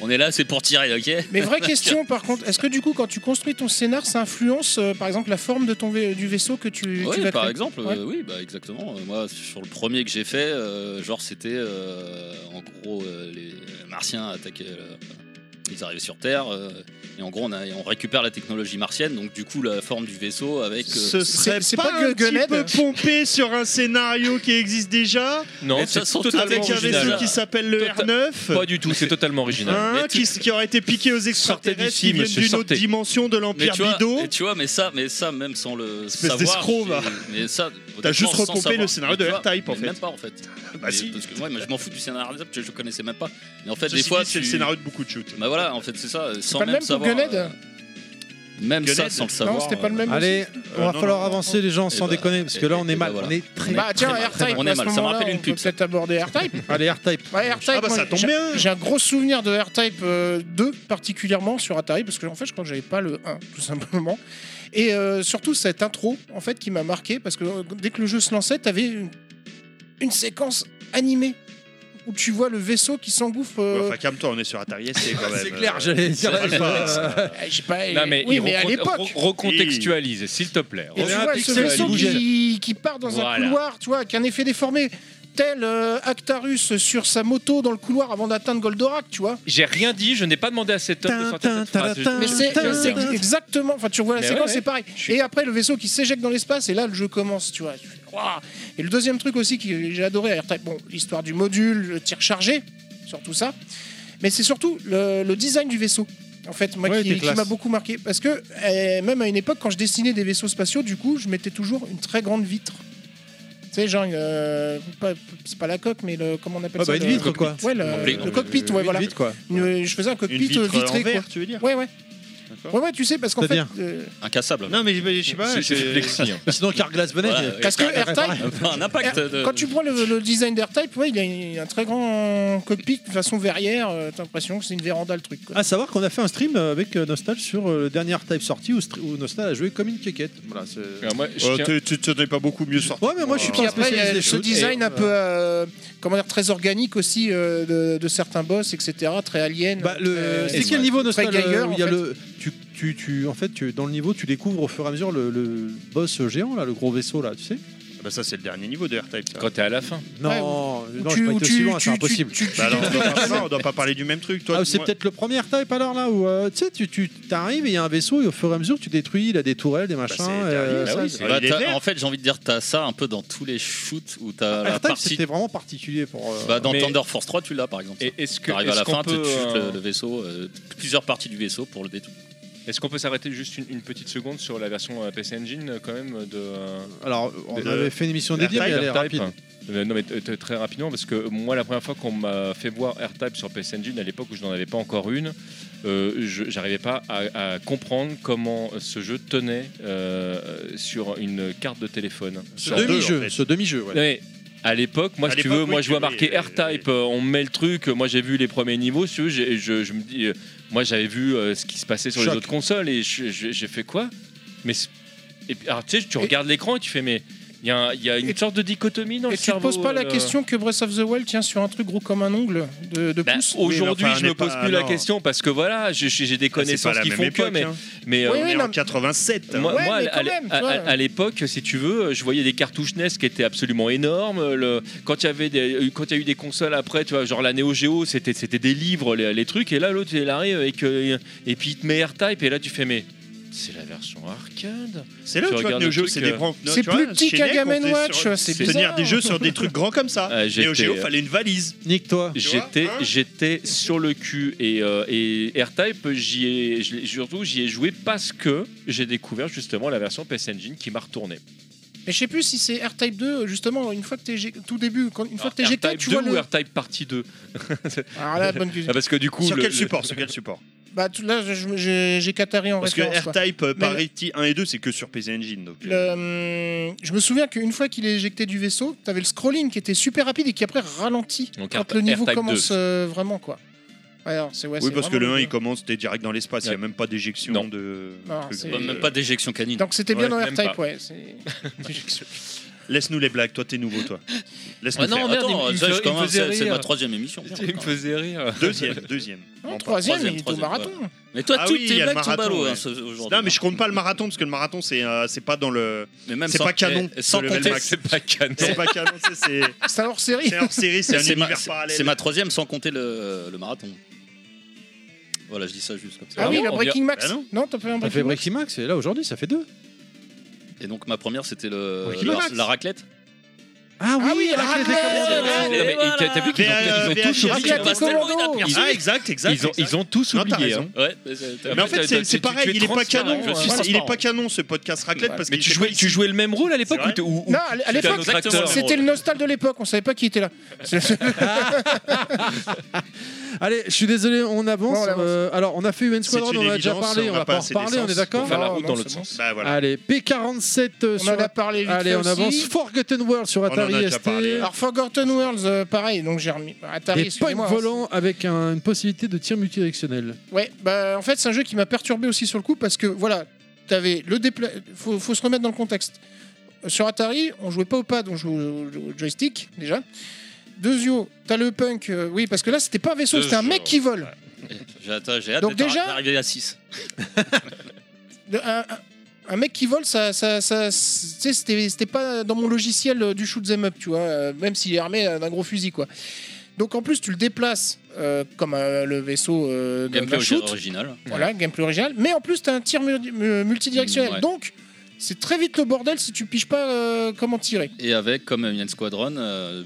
on est là, c'est pour tirer, ok Mais vraie question, par contre, est-ce que du coup, quand tu construis ton scénar, ça influence, euh, par exemple, la forme de ton vé- du vaisseau que tu, tu Oui, vas par créer exemple, Ouais. euh, oui, bah, exactement. Euh, Moi, sur le premier que j'ai fait, euh, genre, c'était euh, en gros, euh, les martiens attaquaient. euh, ils arrivaient sur Terre euh, et en gros on, a- on récupère la technologie martienne donc du coup la forme du vaisseau avec pas. euh, Ce serait c'est pas, pas un petit Gunhead peu pompé sur un scénario qui existe déjà Non, Mais de c'est toute façon, totalement avec un vaisseau original. qui s'appelle le Tota- R9 Pas du tout, c'est totalement original. hein, Mais tu- qui, qui aurait été piqué aux extraterrestres d'ici, qui viennent monsieur, d'une autre sortez. dimension de mais l'Empire tu, vois, Bido. mais tu vois, mais ça, mais ça, même sans le Espèce savoir, d'escroc, j'ai- va. Mais ça, T'as juste honnêtement, sans recompé le savoir. scénario Mais de tu vois, R-Type, en mais fait. Même pas en fait. Bah Mais- si, Parce que ouais, mais je m'en fous du scénario parce que je connaissais même pas. Mais en fait, Ceci des fois, dit, c'est le tu- scénario de beaucoup de shoots. Bah voilà, en fait, c'est ça. Sans pas le même même pour savoir. Gunhead euh, Même ça, Gunned. sans le savoir. Non, c'était pas le même. Allez, on va non, falloir non, non. avancer les gens, Eh sans bah, déconner, parce que eh, là on eh est bah mal, voilà. on est très On est Bah très tiens, mal, AirType, on est à ce mal. Ça me moment-là, rappelle on une peut pub. ça. Peut-être aborder AirType. Allez, R-Type. Ouais, AirType, Ah bah, moi, ça tombe j'ai- bien. J'ai un gros souvenir de AirType euh, 2 particulièrement sur Atari parce que en fait je crois que j'avais pas le 1 tout simplement. Et euh, surtout cette intro en fait qui m'a marqué parce que euh, dès que le jeu se lançait, t'avais une, une séquence animée où tu vois le vaisseau qui s'engouffre. Ouais, euh, Enfin, calme-toi, on est sur Atari ST quand même. C'est clair, j'allais dire. c'est pas mal. euh, j'ai pas- Non, mais, oui, il mais à recont- l'époque. re- recontextualise, s'il te plaît. Et On tu est un vois ce pixel vaisseau qui bougeait. qui, qui part dans un Voilà. couloir, tu vois, avec un effet déformé, tel euh, Actarus sur sa moto dans le couloir avant d'atteindre Goldorak, tu vois. J'ai rien dit, je n'ai pas demandé à cet homme de sortir cette phrase. Mais c'est Putain, mais c'est putain. exactement. Enfin, tu vois la Mais séquence, ouais, c'est pareil. Je suis- Et après, le vaisseau qui s'éjecte dans l'espace, et là, le jeu commence, tu vois. Tu fais, Waouh. Et le deuxième truc aussi que j'ai adoré à AirType, bon, l'histoire du module, le tir chargé, sur tout ça. Mais c'est surtout le, le design du vaisseau. En fait, moi Ouais, qui, t'es qui classe. m'a beaucoup marqué. Parce que, euh, même à une époque, quand je dessinais des vaisseaux spatiaux, du coup, je mettais toujours une très grande vitre. Tu sais, genre, une, euh, pas- c'est pas la coque, mais le, comment on appelle Ah ça bah, une le- vitre, quoi. Ouais, le, Cockpit. le cockpit, ouais, Une voilà. vitre, quoi. Une- je faisais un cockpit Une vitre euh, vitré, en quoi. verre, tu veux dire Ouais, ouais. D'accord. Ouais, ouais, tu sais, parce qu'en fait. C'est-à-dire euh, Incassable. Non, mais je je sais pas. C'est c'est je- flexi. hein. Sinon, Carglass venait. Voilà, il- ouais. parce que AirType, Enfin, Un impact. Air- de- quand tu prends le, le design d'AirType, ouais, il a une- un très grand cockpit de façon verrière. euh, T'as l'impression que c'est une véranda le truc. quoi. À savoir qu'on a fait un stream avec euh, Nostal sur euh, le dernier type sorti où, Str- où Nostal a joué comme une quéquette. Voilà, c'est- Alors moi, je Euh, tiens- t'es- tu t'en es pas beaucoup mieux sorti. Ouais, mais moi je suis Puis pas après, il y Ah, spécialiste a des ce choses. design Et, un peu, euh, comment dire, très organique aussi euh, de, de certains boss, etc. Très alien. Bah, le... très- C'est quel niveau Nostal Geiger, euh, où il y a en le... tu, tu, tu, en fait, tu, dans le niveau, tu découvres au fur et à mesure le, le boss géant, là, le gros vaisseau, là, tu sais Ah Bah, ça, c'est le dernier niveau de R-Type. ça. Quand t'es à la fin. Non, Ou non tu- je pas ou été tu- aussi loin, c'est tu- tu- impossible. tu- tu- Bah alors, on doit pas- non, on doit pas parler du même truc. Toi, Ah, c'est moi- peut-être le premier type alors là où euh, tu sais tu tu t'arrives et il y a un vaisseau et au fur et à mesure tu détruis il a des tourelles des machins c'est le et, dernier, euh, bah ça, oui, c'est- c'est- Bah, Eh, il est t'as- vert. en fait, j'ai envie de dire, t'as ça un peu dans tous les shoots où Ah, t'as Bah, la R-Type, partie. c'était vraiment particulier pour euh, Bah, dans Mais- Thunder Force 3, tu l'as par exemple. Et Est-ce que- T'arrives à est-ce la qu'on fin, tu peut, te chutes euh, le, le vaisseau, euh, plusieurs parties du vaisseau pour le détruire. est-ce qu'on peut s'arrêter juste une, une petite seconde sur la version euh, PC Engine euh, quand même de euh, alors on de- avait fait une émission dédiée mais elle est R-Type rapide Euh, Non mais t- t- très rapidement parce que euh, moi la première fois qu'on m'a fait voir AirType sur PS Engine à l'époque où je n'en avais pas encore une, euh, je- j'arrivais pas à, à comprendre comment ce jeu tenait euh, sur une carte de téléphone. ce Sur deux, demi-jeu en fait. ce demi-jeu ouais. Non, mais à l'époque, moi, À si tu l'époque, veux, moi, oui, je vois oui, marqué oui, R-Type, oui. euh, on me met le truc, moi, j'ai vu les premiers niveaux, si tu veux, j'ai- je, je me dis, euh, moi, j'avais vu euh, ce qui se passait sur Choc. les autres consoles et je- je- j'ai fait quoi Mais c'est- et puis, alors, tu sais, tu Et- regardes l'écran et tu fais, mais il y a, un- il y a une Et- sorte de dichotomie dans Et le tu te cerveau. euh, poses pas la là. question que Breath of the Wild tient sur un truc gros comme un ongle de, de Bah, pouce Aujourd'hui, Oui, mais enfin, je on me n'est pose pas- plus la non. question parce que voilà, j'ai- j'ai j'ai des Ah, c'est pas connaissances la qui même font que, époque, mais, hein. mais euh, Oui, On oui, est non, en mais- 87. Moi, Ouais, moi, mais à, quand même, à- tu vois. à- à l'époque, si tu veux, je voyais des cartouches NES qui étaient absolument énormes. Le- quand il y avait des, euh, quand il y a eu des consoles après, tu vois, genre la Neo Geo, c'était c'était des livres, les, les trucs. Et là, l'autre il arrive avec euh, et puis il te met R-Type et là tu fais mais c'est la version arcade. C'est là Tu où tu vois que regardes Neo le Geo, truc, c'est des euh, grands. C'est tu plus vois, petit chez qu'un Nec, Game on était Watch, sur- c'est Tenir bizarre. des jeux sur des trucs grands comme ça. Ah, Neo Geo, j'étais- fallait une valise. nique toi Tu vois, J'étais hein j'étais sur le cul et, euh, et R-Type, j'y ai je l'ai- surtout j'y ai joué parce que j'ai découvert justement la version PS Engine qui m'a retourné. Mais je sais plus si c'est R-Type 2, justement, une fois que t'es G- tout début, quand, une fois que t'es GT, R-Type tu 2 vois ou le. R-Type partie 2 Alors là, bonne question. Ah, Parce que du coup Sur le- quel le- support Sur quel support Bah, tout- là, je- j'ai j'ai Qatari en Parce que référence. quoi. R-Type, euh, Mais le- Parity 1 et 2, c'est que sur PC Engine. donc, euh, Le, hum, je me souviens qu'une fois qu'il est éjecté du vaisseau, t'avais le scrolling qui était super rapide et qui après ralentit Donc, quand R- le niveau R-Type commence 2. euh, vraiment quoi. Ouais, alors, c'est- ouais, Oui, c'est parce que vraiment le 1, bien. il commence, t'es direct dans l'espace, il n'y a Ouais. même pas d'éjection Non. de. Non, truc. c'est- Bah, Même pas d'éjection canine. Donc c'était bien Ouais, dans même R-Type, pas. ouais. c'est- Laisse-nous les blagues, toi, t'es nouveau, toi. Laisse-nous Ah non, faire. merde, attends, il- il ça, je me commence, faisait c'est c'est rire. ma troisième émission. Il me faisait rire. Deuxième, deuxième. Non, Bon, troisième, troisième, il est au troisième, marathon. Mais toi, Ah toutes oui, il y tes a le blagues tombent à marathon, l'eau ouais. hein, ce- aujourd'hui. Non, mais je compte pas le marathon, parce que le marathon, c'est euh, c'est pas dans le. Mais même c'est sans- pas canon, eh, Sans le level compter, max. C'est pas canon. C'est pas canon, c'est- c'est C'est hors série. c'est hors série, c'est un C'est ma- univers c'est- parallèle. c'est ma troisième sans compter le, le marathon. Voilà, je dis ça juste comme ça. Ah oui, vraiment, le on Breaking Max. Bah non. non, t'as pas un ça fait Breaking Max. Brexy Max et là aujourd'hui ça fait deux Et donc ma première c'était le, Oui, la, Max. la raclette. Ah oui, Ah oui, Raclette et Raclette, Commando. Non, mais voilà. t'as- T'as vu qu'ils ont, Mais, ils euh, ont tous VHS, oublié. Raclette hein. et Ah, Commando Ils Ah, exact, exact. Ils ont, exact. ils ont tous Non, t'as oublié. raison. hein. Ouais, mais c'est- Mais Mais en t'as- fait, t'as- c'est c'est tu- pareil, tu es il est pas transparent, je canon. suis il- Il est transparent. pas canon ce podcast raclette parce Mais qu'il tu était jouais, pas tu jouais le même rôle à l'époque C'est ou, ou- ou Non, à l- à tu étais un l'époque, autre acteur c'était le nostal de l'époque, on savait pas qui était là. C'est- Allez, je suis désolé, on avance. Bon, on avance. Euh, alors, on a fait Human C'est Squadron, une on en a déjà évidence, parlé, on on n'a va pas pas en assez reparler, on d'essence, est Pour d'accord faire la Non, route non, dans c'est l'autre bon. sens. Bah voilà. Allez, P47 euh, On sur en la- a parlé vite Allez, fait on aussi. avance. Forgotten World sur en a Atari déjà ST. parlé. Des Alors Forgotten Worlds, euh, pareil, donc j'ai remis Atari. points excusez-moi, hein, volants avec un- une possibilité de tir multidirectionnel. c'est- Ouais, bah en fait c'est un jeu qui m'a perturbé aussi sur le coup parce que voilà, t'avais le dépla... faut, faut se remettre dans le contexte. Euh, Sur Atari, on jouait pas au pad, on jouait au, au- au joystick déjà. Deuxio, t'as le punk, euh, oui parce que là c'était pas un vaisseau, Deux c'était un mec jours. qui vole. J'ai attends, j'ai hâte Donc d'être- déjà- d'arriver à 6. De- un, un- un mec qui vole, ça, ça, ça- c'est- tu sais, c'était c'était pas dans mon logiciel euh, du shoot 'em up, tu vois, euh, même s'il est armé euh, d'un gros fusil, quoi. Donc en plus, tu le déplaces euh, comme euh, le vaisseau euh, d'un d'un Gameplay shoot, original. voilà, gameplay original, mais en plus, t'as un tir mu- mu- multidirectionnel. Mm, ouais. Donc, c'est très vite le bordel si tu piges pas euh, comment tirer. Et avec, comme Alien Squadron, euh,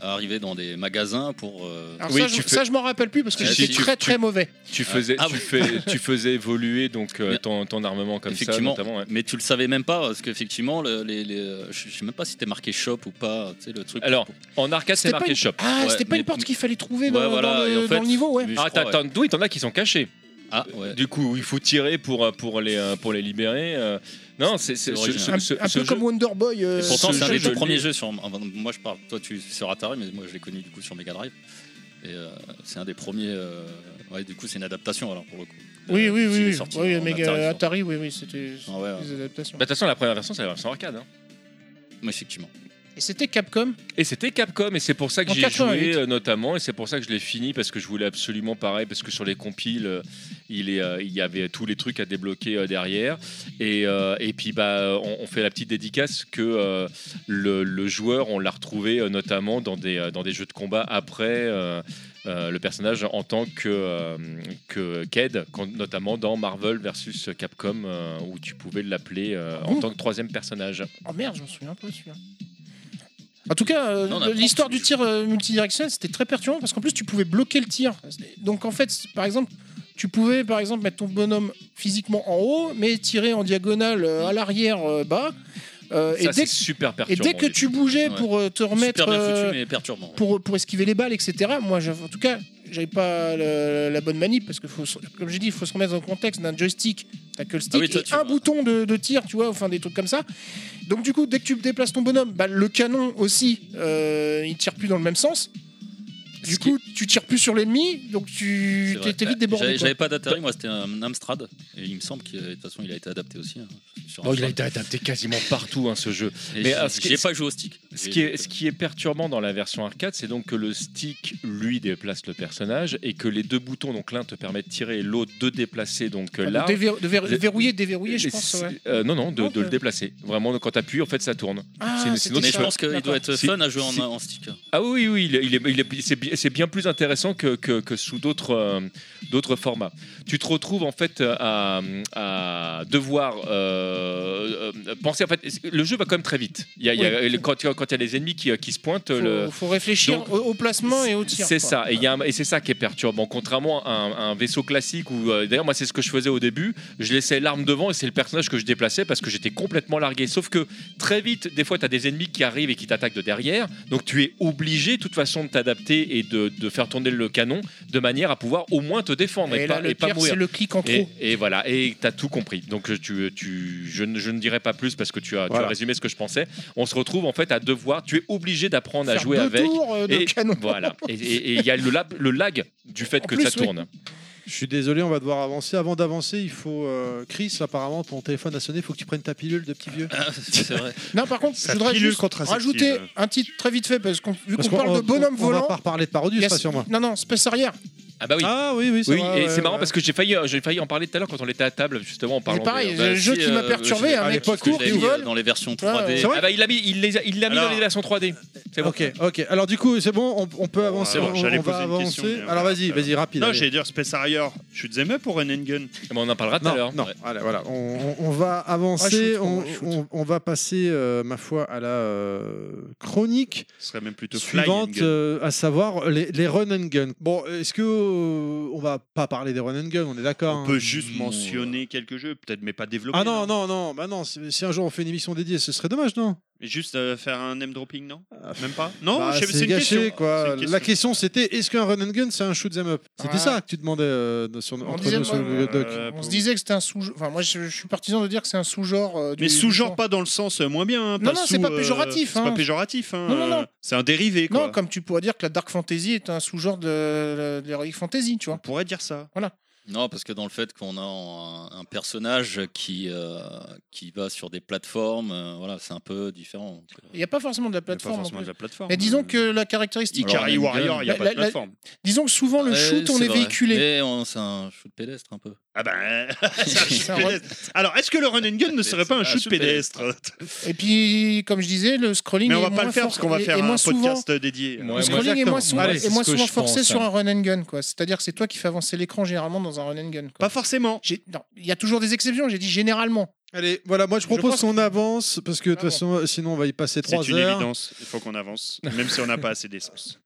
arriver dans des magasins pour. euh, Alors Oui, ça, je- tu fais- ça, je m'en rappelle plus parce que Ah, j'étais si, tu- très tu- très mauvais. Tu faisais, Ah tu, oui. fais, tu faisais évoluer donc euh, ton, ton armement comme ça, Effectivement. notamment. ouais. Mais tu le savais même pas, parce qu'effectivement, le- les, les- je je sais même pas si t'es marqué shop ou pas, tu sais, le truc. Alors, en arcade, c'est C'était pas marqué une- shop. Ah, Ouais, c'était pas mais- une porte qu'il fallait trouver Ouais, dans, voilà, dans et le, en fait, dans le niveau, ouais. mais je Ah, crois, t'as- t'as- oui, t'en as qui sont cachés. Ah, ouais. Du coup, il faut tirer pour, euh, pour, les, euh, pour les libérer. euh. Non, c'est c'est- C'est ce- original. ce- Un, ce- un ce peu jeu- Bah, comme Wonder Boy. euh, Et pourtant, ce c'est un jeu, des je tout l'ai- premiers jeux sur. enfin, moi, je parle. Toi, tu sur Atari, mais moi, je l'ai connu du coup sur Mega Drive. Et euh, c'est un des premiers. euh, ouais, du coup, c'est une adaptation alors pour le coup. Oui, Euh, oui, s'il est oui. oui. sorti Oui, en Mega- Atari, Atari, sur- oui, oui, c'était Ah ouais, des adaptations. Bah, De toute façon, la première version, c'est la version arcade. hein. ouais, effectivement. Et c'était Capcom. Et c'était Capcom, et c'est pour ça que En j'ai 88. joué euh, notamment, et c'est pour ça que je l'ai fini, parce que je voulais absolument pareil, parce que sur les compiles, euh, il, est, euh, il y avait tous les trucs à débloquer euh, derrière. Et, euh, et puis, bah, on, on fait la petite dédicace que euh, le, le joueur, on l'a retrouvé euh, notamment dans des, euh, dans des jeux de combat après. euh, euh, le personnage en tant que, euh, que Ked, quand- notamment dans Marvel versus Capcom, euh, où tu pouvais l'appeler euh, en Ouh. tant que troisième personnage. Oh merde, je m'en souviens pas celui-là. En tout cas, euh, Non, on apprend l'histoire tous les du tir euh, multidirectionnel, c'était très perturbant parce qu'en plus, tu pouvais bloquer le tir. Donc en fait, c'est- par exemple, tu pouvais par exemple mettre ton bonhomme physiquement en haut, mais tirer en diagonale euh, à l'arrière euh, bas. Euh, et, dès Ça, c'est que, super et perturbant. dès que du tu bougeais Ouais. pour euh, te remettre Super bien euh, foutu, mais perturbant. pour, pour esquiver les balles, etc. Moi, je- en tout cas, j'avais pas le- la bonne manip parce que, faut, se- comme j'ai dit, il faut se remettre dans le contexte d'un joystick. T'as que le stick Ah oui, toi, et tu un vois. bouton de, de tir, tu vois, enfin des trucs comme ça. Donc, du coup, dès que tu déplaces ton bonhomme, bah, le canon aussi, euh, il tire plus dans le même sens. Du Ce qui- coup, tu tires plus sur l'ennemi, donc tu t'es C'est vrai. t'es vite J'avais- débordé. quoi. J'avais pas d'Atari, moi, c'était un Amstrad. Et il me semble que de toute façon, il a été adapté aussi. hein, sur Oh, il a Amstrad. été adapté quasiment partout hein, ce jeu. Et Mais, j'ai- ah, ce qui- j'ai pas joué au stick. Ce J'ai- qui, est, ce qui est perturbant dans la version arcade, c'est donc que le stick, lui, déplace le personnage et que les deux boutons, donc l'un te permet de tirer et l'autre de déplacer donc Enfin, euh, Ah, de l'arme. déver- de ver- Le- verrouiller, déverrouiller, je Et pense. c'est- ouais. euh, non, non, de, Non, de le euh, déplacer. Vraiment, quand tu appuies, en fait, ça tourne. Ah, c'est une c'était autre Mais je ça. pense qu'il doit être C'est- fun à jouer en, c'est- en stick. hein. Ah oui, oui, il est- il est- il est- c'est bi- c'est bien plus intéressant que, que- que sous d'autres euh, d'autres formats. Tu te retrouves en fait euh, à, à devoir euh, euh, penser. En fait, le jeu va quand même très vite. Il y a- il y a- quand quand il y a des ennemis qui, euh, qui se pointent, Faut, le, faut réfléchir Donc, au, au placement et au tir. C'est quoi. ça, et, il y a un- et c'est ça qui est perturbant. Contrairement à un, un vaisseau classique, où euh, d'ailleurs moi c'est ce que je faisais au début, je laissais l'arme devant et c'est le personnage que je déplaçais parce que j'étais complètement largué. Sauf que très vite, des fois tu as des ennemis qui arrivent et qui t'attaquent de derrière, donc tu es obligé de toute façon de t'adapter et de, de faire tourner le canon de manière à pouvoir au moins te défendre et, Et pas, là, le et pas pire, mourir. c'est le clic en trop. Et, et voilà, et t'as tout compris. Donc euh, tu, tu, je, ne, je ne dirai pas plus parce que tu as, tu Voilà. as résumé ce que je pensais. On se retrouve en fait à devoir, tu es obligé d'apprendre à Faire jouer deux avec. tours, euh, de Et canon. Voilà. Et- Et et il y a le, lab- le lag du fait En que plus, ça oui. tourne. Je suis désolé, on va devoir avancer. Avant d'avancer, il faut. euh, Chris, apparemment, ton téléphone a sonné, il faut que tu prennes ta pilule de petit vieux. C'est vrai. Non, par contre, je Sa voudrais pilule juste contraceptive. rajouter un titre très vite fait, parce qu'on vu qu'on Parce parle de bonhomme on- On va volant. pas reparler de parodie, il y a- c'est pas sur moi. Non, non, Space Arrière. Ah bah oui. Ah oui, oui, c'est Oui, vrai, et ouais, c'est marrant ouais. parce que j'ai failli, euh, j'ai failli en parler tout à l'heure quand on était à table justement en parlant. C'est pareil, de- le jeu qui m'a perturbé, à un mec qui l'époque, court, je qui l'ai, vole. euh, dans les versions c'est euh, 3D. vrai Ah bah il l'a mis, il les a- il l'a mis Alors- dans les versions 3D. C'est bon. Ok, ok. Alors du coup, c'est bon, on, on peut avancer. c'est bon, on- j'allais on va poser une avancer. question, mais on Alors verra vas-y, tout à vas-y, rapide. Non, allez. j'allais dire Space Harrier. Je suis Zemmour pour Renengen. Mais on en parlera tout à Non, l'heure. non. Ouais. Allez, voilà. On, on- on va avancer. Ah, shoot, on, shoot, shoot. on- on va passer, euh, ma foi, à la euh, chronique Ce serait même plutôt Fly and suivante, Gun. euh, à savoir les, les run and gun. Bon, est-ce que euh, on va pas parler des run and gun On est d'accord. On hein. peut hein. juste Bon, mentionner quelques jeux, peut-être, mais pas développer. Ah non, non, non. Bah non. Si si un jour on fait une émission dédiée, ce serait dommage, non Mais Juste euh, faire un name dropping, non Même pas Non, Bah, je sais- c'est c'est une gâché, question. C'est quoi. une question. La question c'était est-ce qu'un run and gun c'est un shoot 'em up C'était Ouais. ça que tu demandais euh, sur- On entre disait, nous sur moi, le Google Doc. euh, On se disait que c'était un sous-genre. Enfin, moi, je, je suis partisan de dire que c'est un sous-genre. euh, du- Mais sous-genre du- pas dans le sens euh, moins bien. hein, Non, non, c'est sous, pas péjoratif, C'est hein. pas péjoratif. hein, Non, non, non. euh, C'est un dérivé, quoi. Non, comme tu pourrais dire que la Dark Fantasy est un sous-genre de, de l'Heroic Fantasy, tu On vois. pourrait dire ça. Non, parce que dans le fait qu'on a un, un personnage qui, euh, qui va sur des plateformes, euh, voilà, c'est un peu différent. Il n'y a pas forcément de la Il y a pas plateforme. en forcément plus. de la plateforme. euh, Mais hein. disons que la caractéristique. Ikari Alors, Warrior, il n'y a la- pas la- de la- plateforme. Disons que souvent le Ouais, shoot, on c'est est vrai. véhiculé. Mais on- c'est un shoot pédestre un peu. Ah ben, c'est un shoot C'est un pédestre. Alors, est-ce que le run and gun ne serait pas un Un shoot shoot pédestre Et puis, comme je disais, le scrolling. Mais on est va pas moins le faire parce fort- qu'on va est- faire est un moins souvent- podcast dédié. Ouais, Le moi, scrolling est exactement. moins souvent, Allez, est c'est moins ce que souvent je forcé pense, sur hein. un run and gun. quoi. C'est-à-dire que c'est toi qui fais avancer l'écran généralement dans un run and gun. quoi. Pas forcément. J'ai- non, Il y a toujours des exceptions, j'ai dit généralement. Allez, voilà, moi je Je propose pense qu'on avance parce que de toute Ah bon. façon, sinon on va y passer C'est 3 une heures. évidence. Il faut qu'on avance, même si on n'a pas assez d'essence.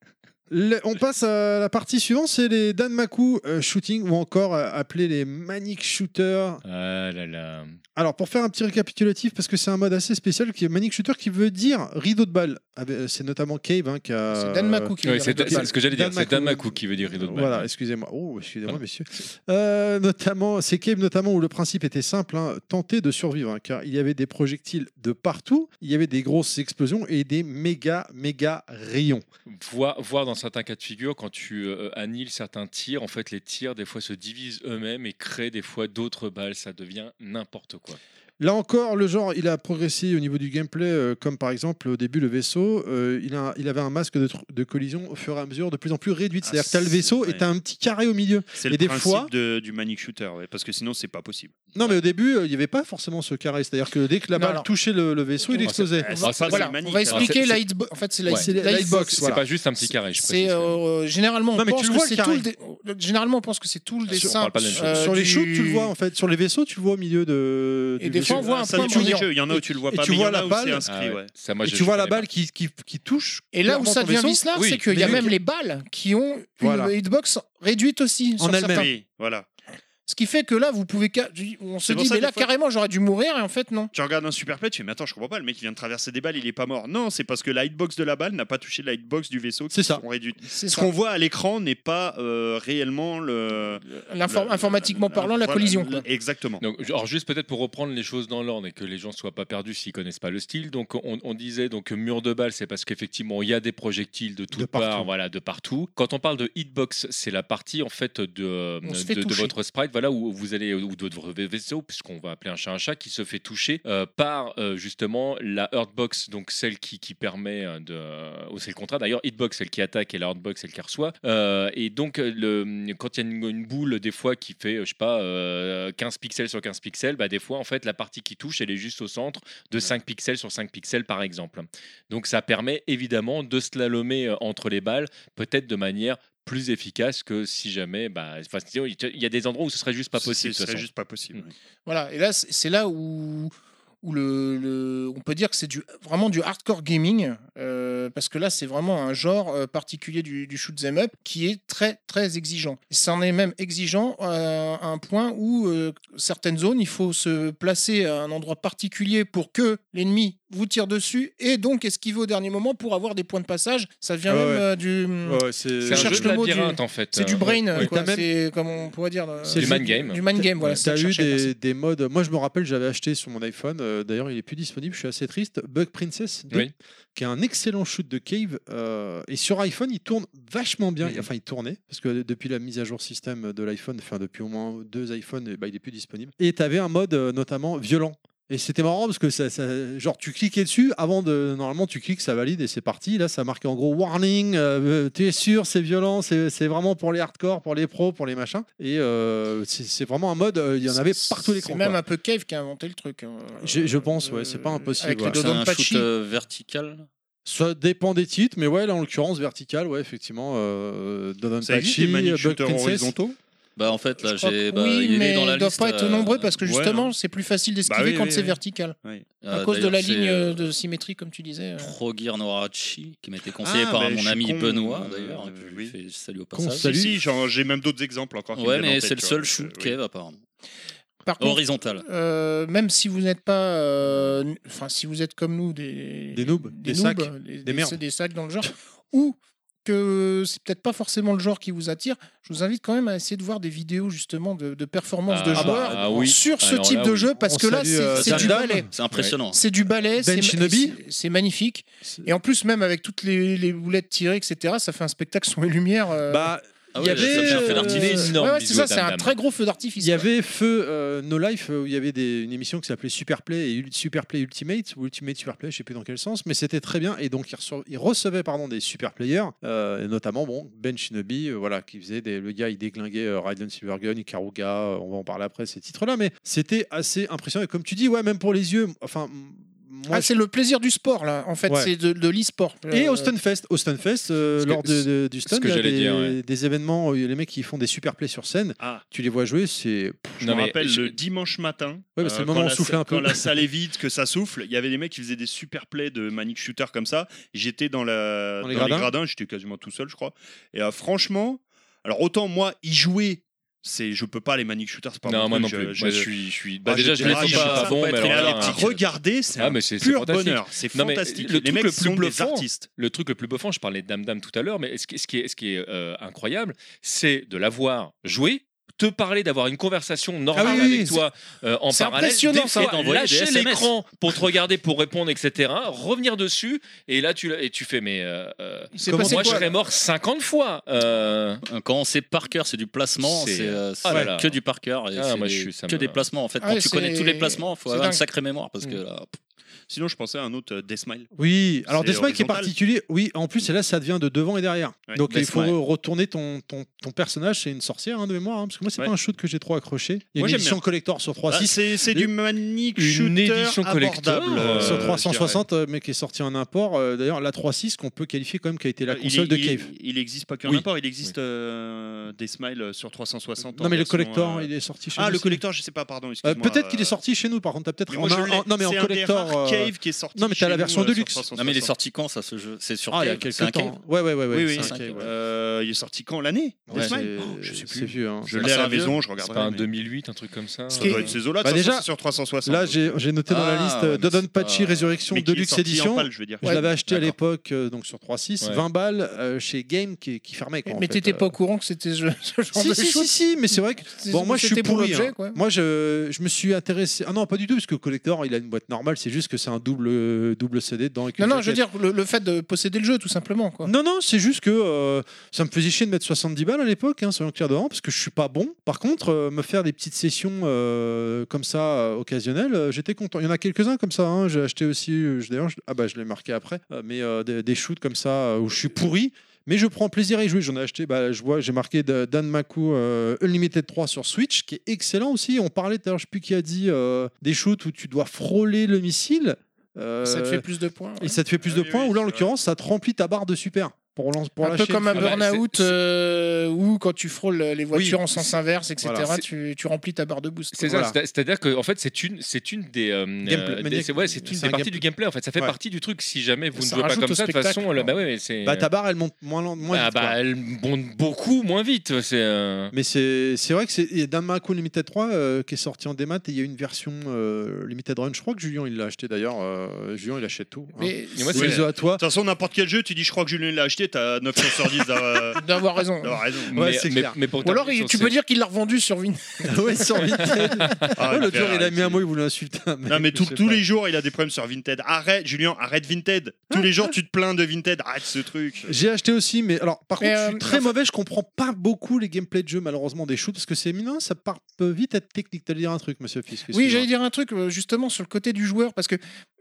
Le- on passe à la partie suivante, c'est les Danmaku euh, shooting ou encore euh, appelés les manic shooters. Ah là là. Alors pour faire un petit récapitulatif parce que c'est un mode assez spécial qui est manic shooter qui veut dire rideau de balle. Ah ben, c'est notamment Cave hein, qui a C'est Dan Makou qui Ouais, le c'est répète. c'est ce que j'allais dire. Dan C'est Makou. Damaku qui veut dire rideau de balle. Voilà, excusez-moi. Oh, excusez-moi, Voilà. messieurs. Euh, notamment, c'est Cave notamment où le principe était simple, hein, tenter de survivre, hein, car il y avait des projectiles de partout, il y avait des grosses explosions et des méga, méga rayons. Voir, voir dans certains cas de figure, quand tu euh, annihiles certains tirs, en fait, les tirs, des fois, se divisent eux-mêmes et créent des fois d'autres balles. Ça devient n'importe quoi. Là encore, le genre, il a progressé au niveau du gameplay, euh, comme par exemple au début le vaisseau, euh, il, a- il avait un masque de, tr- de collision au fur et à mesure de plus en plus réduite. Ah, C'est-à-dire que t'as le c'est vaisseau et vrai. t'as un petit carré au milieu. C'est Et le des principe fois- de- du manic shooter, ouais, parce que sinon, c'est pas possible. Non, mais au début, euh, il n'y avait pas forcément ce carré. C'est-à-dire que dès que la Non, balle alors- touchait le, le vaisseau, il Ah, explosait. Ah, c'est Voilà, pas Voilà, le manic, on va hein. expliquer Alors, c'est- l'hitbox. En fait, c'est la Ouais. C'est la- la hitbox, C'est voilà. pas juste un petit carré, je C'est précise. euh, généralement on Non, mais tu pense le que vois, c'est le tout le dé- euh, généralement on pense que c'est tout le Ah, sûr, on dessin. parle pas de la même chose. euh, Sur les du- shoots, tu le vois en fait. Sur les vaisseaux, tu le vois au milieu de. Et du des vaisseau. fois, on voit un Ah, Ça point dépend des brillant. jeux. Il y en a où tu le vois Et pas, tu mais il y vois en a la où balle. c'est Ah ouais. inscrit. ouais. Ça, moi, Et je- tu vois je la connais pas. balle qui, qui, qui touche. Et là où clairement ça ton devient vaisseau. vicelard, Oui, c'est qu'il y mais a le- même les balles qui ont une Voilà. hitbox réduite aussi En sur elle-même. certains. Oui, voilà. Ce qui fait que là, vous pouvez. ca- On se C'est pour dit, ça mais que là, des fois- carrément, j'aurais dû mourir, et en fait, non. Tu regardes un super play, tu fais, mais attends, je comprends pas, le mec il vient de traverser des balles, il est pas mort. Non, c'est parce que la hitbox de la balle n'a pas touché la hitbox du vaisseau qui C'est ça. sont réduites. C'est Ce ça. qu'on voit à l'écran n'est pas euh, réellement le. L'inform- le- Informatiquement le- parlant, la voilà, collision. le- quoi. Exactement. Donc, alors juste peut-être pour reprendre les choses dans l'ordre et que les gens soient pas perdus s'ils connaissent pas le style. Donc on, on disait donc que mur de balle, c'est parce qu'effectivement il y a des projectiles de toutes partout. parts, voilà, de partout. Quand on parle de hitbox, c'est la partie en fait euh, de, On se fait de, de toucher. votre sprite, voilà où vous allez euh, ou de votre vaisseau, puisqu'on va appeler un chat un chat, qui se fait toucher euh, par euh, justement la hurtbox, donc celle qui, qui permet euh, de, ou c'est le contraire d'ailleurs, hitbox celle qui attaque et la hurtbox celle qui reçoit. Euh, et donc euh, le, quand il y a une, une boule des fois qui fait euh, je sais pas euh, 15 pixels sur 15 pixels, bah, des fois en fait la partie qui touche elle est juste au centre de 5 pixels sur 5 pixels par exemple. Donc ça permet évidemment de slalomer euh, entre les balles, peut-être de manière plus efficace que si jamais bah enfin, sinon, il te- il y a des endroits où ce serait juste pas possible de Ce toute serait façon. juste pas possible. Mm. ouais. Voilà, et là, c'est c'est là où, où le, le- on peut dire que c'est du, vraiment du hardcore gaming, euh, parce que là, c'est vraiment un genre euh, particulier du, du shoot 'em up qui est très, très exigeant. C'en est même exigeant euh, à un point où euh, certaines zones, il faut se placer à un endroit particulier pour que l'ennemi vous tire dessus et donc esquiver au dernier moment pour avoir des points de passage. Ça devient Ah même ouais. euh, du. C'est un cherche jeu de le mot du- labyrinthe en fait. C'est du Euh, brain, ouais. quoi. T'as même- C'est comme on pourrait dire. euh, C'est du man game. Du man game, voilà. c'est ça T'as que je eu cherchais, merci. des, des modes. Moi, je me rappelle, j'avais acheté sur mon iPhone. euh, D'ailleurs, il est plus disponible. Je suis assez triste. Bug Princess, 2, Oui. qui est un excellent shoot de cave. euh, et sur iPhone, il tourne vachement bien. Mhm. Enfin, il tournait parce que depuis la mise à jour bah, système de l'iPhone, enfin depuis au moins deux iPhones, eh ben, il est plus disponible. Et t'avais un mode euh, notamment violent. Et c'était marrant parce que ça, ça- genre tu cliquais dessus avant de normalement tu cliques ça valide et c'est parti là ça marquait en gros warning euh, t'es sûr c'est violent c'est c'est vraiment pour les hardcore pour les pros pour les machins et euh, c'est c'est vraiment un mode euh, il y en avait partout les C'est même un peu Cave qui a inventé le truc. hein. je, je pense ouais Euh, c'est pas impossible avec ouais. les C'est un Dodonpachi. shoot euh, vertical. ça dépend des titres mais ouais là en l'occurrence vertical ouais effectivement euh, Ça Dodonpachi existe des manips Bug shooters Princess. horizontaux Bah en fait là Je crois que j'ai bah, oui, il est mais dans la il doit liste, pas être euh, nombreux parce que ouais, justement, non. c'est plus facile d'esquiver Bah oui, quand oui, c'est oui. vertical. à euh, cause de la d'ailleurs, c'est, ligne euh, euh, de symétrie, comme tu disais. euh. Progir Norachi qui m'a été conseillé Ah, par bah, je mon suis ami con, Benoît euh, d'ailleurs. que je oui. lui fais salut au Con, passage. salut. Si, genre, j'ai même d'autres exemples encore. qui me Ouais, viennent en mais tête, c'est le tu seul vois, shoot donc, euh, Kev apparemment. Par contre, Horizontal. euh, même si vous n'êtes pas. euh, n- Enfin, si vous êtes comme nous, des. Des noobs, des sacs, des, des merdes. des- des sacs dans le genre. ou que c'est peut-être pas forcément le genre qui vous attire, je vous invite quand même à essayer de voir des vidéos justement de, de performances de Ah bah, joueurs ah oui. sur ce Alors type là, de oui. jeu parce On que là, salue, c'est euh, c'est du Dam Dam. ballet. C'est impressionnant. C'est du ballet, Ben c'est- Shinobi c'est- c'est magnifique. Et en plus, même avec toutes les, les boulettes tirées, etc., ça fait un spectacle son et lumière. euh, bah Ah Il ouais, y avait, ça fait un euh, feu d'artifice. un énorme ouais, ouais, c'est bisou ça, à c'est Dame un Dame. très gros feu d'artifice. Il y avait feu euh, No Life euh, où il y avait des- une émission qui s'appelait Superplay et Ul- Superplay Ultimate ou Ultimate Superplay, je sais plus dans quel sens, mais c'était très bien et donc il, reço- il recevait pardon des super players, euh, et notamment bon Ben Shinobi, euh, voilà qui faisait des, le gars il déglinguait euh, Raiden Silvergun, Ikaruga, euh, on va en parler après ces titres là, mais c'était assez impressionnant et comme tu dis ouais même pour les yeux, enfin m- moi Ah, c'est le plaisir du sport, là, en fait, Ouais. c'est de, de l'e-sport. je- et Euh, au Stunfest, au Stunfest, euh, Ce que- lors de- de- du ce Stun, que il y a j'allais des, dire, ouais. des événements, où il y a les mecs qui font des superplays sur scène, Ah. tu les vois jouer, c'est Je Non, me mais rappelle je- le dimanche matin. euh, Ouais, mais c'est le moment quand où on la- soufflait un peu. Quand la salle est vide, que ça souffle, il y avait des mecs qui faisaient des super plays de manic shooter comme ça. J'étais dans, la, Dans les gradins j'étais quasiment tout seul, je crois. Et euh, franchement, alors autant moi, y jouer, c'est, je peux pas les manic shooters, c'est pas Non, mon moi non truc, plus. je- Moi, je- je suis. je suis- Ah, Bah, déjà, j'ai- je les ah, trouve j'ai- pas ça bons, peut mais être Mais alors alors, là, à regarder, c'est Ah, un mais c'est c'est pur fantastique. bonheur. C'est Non, mais fantastique. le les truc mecs le plus sont des bluffant, artistes. le truc le plus bluffant, je parlais de Dame Dame tout à l'heure, mais ce qui, ce qui est, ce qui est, euh, incroyable, c'est de l'avoir joué, te parler, d'avoir une conversation normale Ah oui, oui, avec c'est- toi euh, en c'est parallèle, impressionnant, des ça. fois, Et d'envoyer des lâcher SMS. l'écran pour te regarder, pour répondre, etc., revenir dessus, et là tu, l'as- et tu fais, mais euh, euh, il s'est comment passé moi je quoi, serais mort 50 fois. euh, Quand on sait par cœur, c'est du placement, C'est- c'est euh, Ah là c'est là. que du par cœur et Ah, c'est moi, je des- suis- ça que me- Mm. des placements. En fait, Ah quand ouais, tu connais c'est- tous les placements, faut c'est avoir une dingue. sacrée mémoire parce que euh, là, Sinon, je pensais à un autre euh, Deathmile. Oui, alors C'est Deathmile qui est horizontal. particulier, oui, en plus, et là, ça devient de devant et derrière. Ouais, Donc il faut Deathmile. retourner ton, ton, ton personnage, c'est une sorcière hein, de mémoire, hein, parce que moi, c'est Ouais. pas un shoot que j'ai trop accroché. Il y a Moi, une j'aime édition bien. collector sur Ah, 3.6. c'est c'est le- du manic Oh, une shooter édition collector, abordable, sur euh, je dirais. 360, euh, mais qui est sorti en import. Euh, D'ailleurs, la 3.6 qu'on peut qualifier quand même qui a été la Euh, Il console est- de il- Cave. Il existe pas qu'un Oui. import, il existe euh, des smiles sur 360. en Non, mais le version, collector, euh, il est sorti chez Ah, nous. le c'est- collector, je sais pas, pardon. Euh, excuse-moi, Peut-être qu'il est euh, sorti chez nous, par contre, t'as peut-être. mais moi, en- je l'ai. en- non, mais en C'est un des collector. rares euh, Cave qui est sorti. non, mais t'as chez la version nous, euh, de luxe. sur non mais il est 360. sorti quand ça ce jeu C'est sur Ah, il y a Cave, c'est un quelques Cave. temps. Ouais, ouais, ouais. Oui, ouais, oui. c'est un Cave, ouais. Euh, il est sorti quand l'année Ouais, Des smiles c'est- Oh, Je sais C'est plus. vieux. hein. Je Ah, l'ai à c'est la un vieux maison, je C'est regarderai. pas un mais- 2008, un truc comme ça. Ça doit être ces eaux-là. de Bah, toute façon, déjà- c'est sur 360. Là, j'ai j'ai noté dans la Ah, liste ouais, euh, mais Dodonpachi c'est pas- Résurrection Mais qui est Deluxe sorti en Edition. pâle, je veux dire. Je l'avais acheté à d'accord. l'époque, euh, donc sur 3.6, Ouais. 20 balles euh, chez Game qui, qui fermait. Quoi, Mais en mais fait, t'étais euh. pas au courant que c'était ce, ce genre Si, de si, si, choses si, mais c'est vrai que. Bon, moi je suis C'était pour pourri. l'objet, hein. quoi. Moi je, je me suis intéressé. Ah non, pas du tout, parce que Collector il a une boîte normale, c'est juste que c'est un double, euh, double CD dedans. et qu'une Non, non, je veux jaquette. dire, le, le fait de posséder le jeu, tout simplement, quoi. Non, non, c'est juste que euh, ça me faisait chier de mettre 70 balles à l'époque, hein, soyons clairs devant, parce que je suis pas bon. Par contre, euh, me faire des petites sessions euh, comme ça, euh, occasionnelles, euh, j'étais content. Il y en a quelques-uns comme ça, hein, j'ai acheté aussi, euh, je- d'ailleurs, je- ah bah je l'ai marqué après, euh, mais euh, des, des shoots comme ça euh, où je suis pourri. Mais je prends plaisir à y jouer. J'en ai acheté, bah, je vois, j'ai marqué de- Dan Maku euh, Unlimited 3 sur Switch, qui est excellent aussi. On parlait tout à l'heure, je sais plus qui a dit, euh, des shoots où tu dois frôler le missile. Euh, Ça te fait plus de points. ouais. et ça te fait plus Ah de oui, points, oui, ou là en c'est l'occurrence, ça te remplit ta barre de super pour, lan- pour Un peu lâcher comme le un feu. bah, burn-out c'est- euh, ou quand tu frôles les voitures en sens c'est- inverse, etc. voilà. tu, tu remplis ta barre de boost. C'est Voilà. ça, c'est- c'est-à-dire que en fait c'est une c'est une des, euh, Gameplay, euh, des- maniaque. c'est ouais, c'est une C'est des un gameplay. parties du gameplay en fait, ça fait Ouais. partie du truc si jamais vous Ça ne jouez pas rajoute comme au ça de toute façon spectacle, là, bah non ouais, mais c'est Bah, ta barre, elle monte moins, lent- moins Ah, vite. bah, quoi. elle monte beaucoup moins vite, c'est euh, Mais c'est c'est vrai que c'est et Dan Maku Limited 3 euh, qui est sorti en démat et il y a une version euh, Limited Run. Je crois que Julien il l'a acheté d'ailleurs. euh, Julien il achète tout. hein. Mais Et moi, Bisous à toi. De toute façon, n'importe quel jeu, tu dis je crois que Julien l'a acheté, pitié, t'as 9 sur 10 d'avoir D'avoir raison. d'avoir raison. Ouais, mais, c'est mais- clair. mais pour Ou alors, il- terminer tu sur peux ces- dire qu'il l'a revendu sur Vin. ouais, sur Vinted. Ah, Ouais, il a L'autre jour, fait Bah, il a arrêter. mis un mot, il voulait insulter un mec. Non, mais tout- je sais tous pas. les jours, il a des problèmes sur Vinted. Arrête, Julien, arrête Vinted. Tous les jours, tu te plains de Vinted. Arrête ce truc. J'ai acheté aussi, mais alors par Mais, contre, je euh, suis très enfin- mauvais, je comprends pas beaucoup les gameplays de jeu, malheureusement, des shoots, parce que c'est minant, ça part peut vite être technique. T'allais dire un truc, monsieur Fisk. Oui, excuse-moi. j'allais dire un truc euh, justement sur le côté du joueur, parce que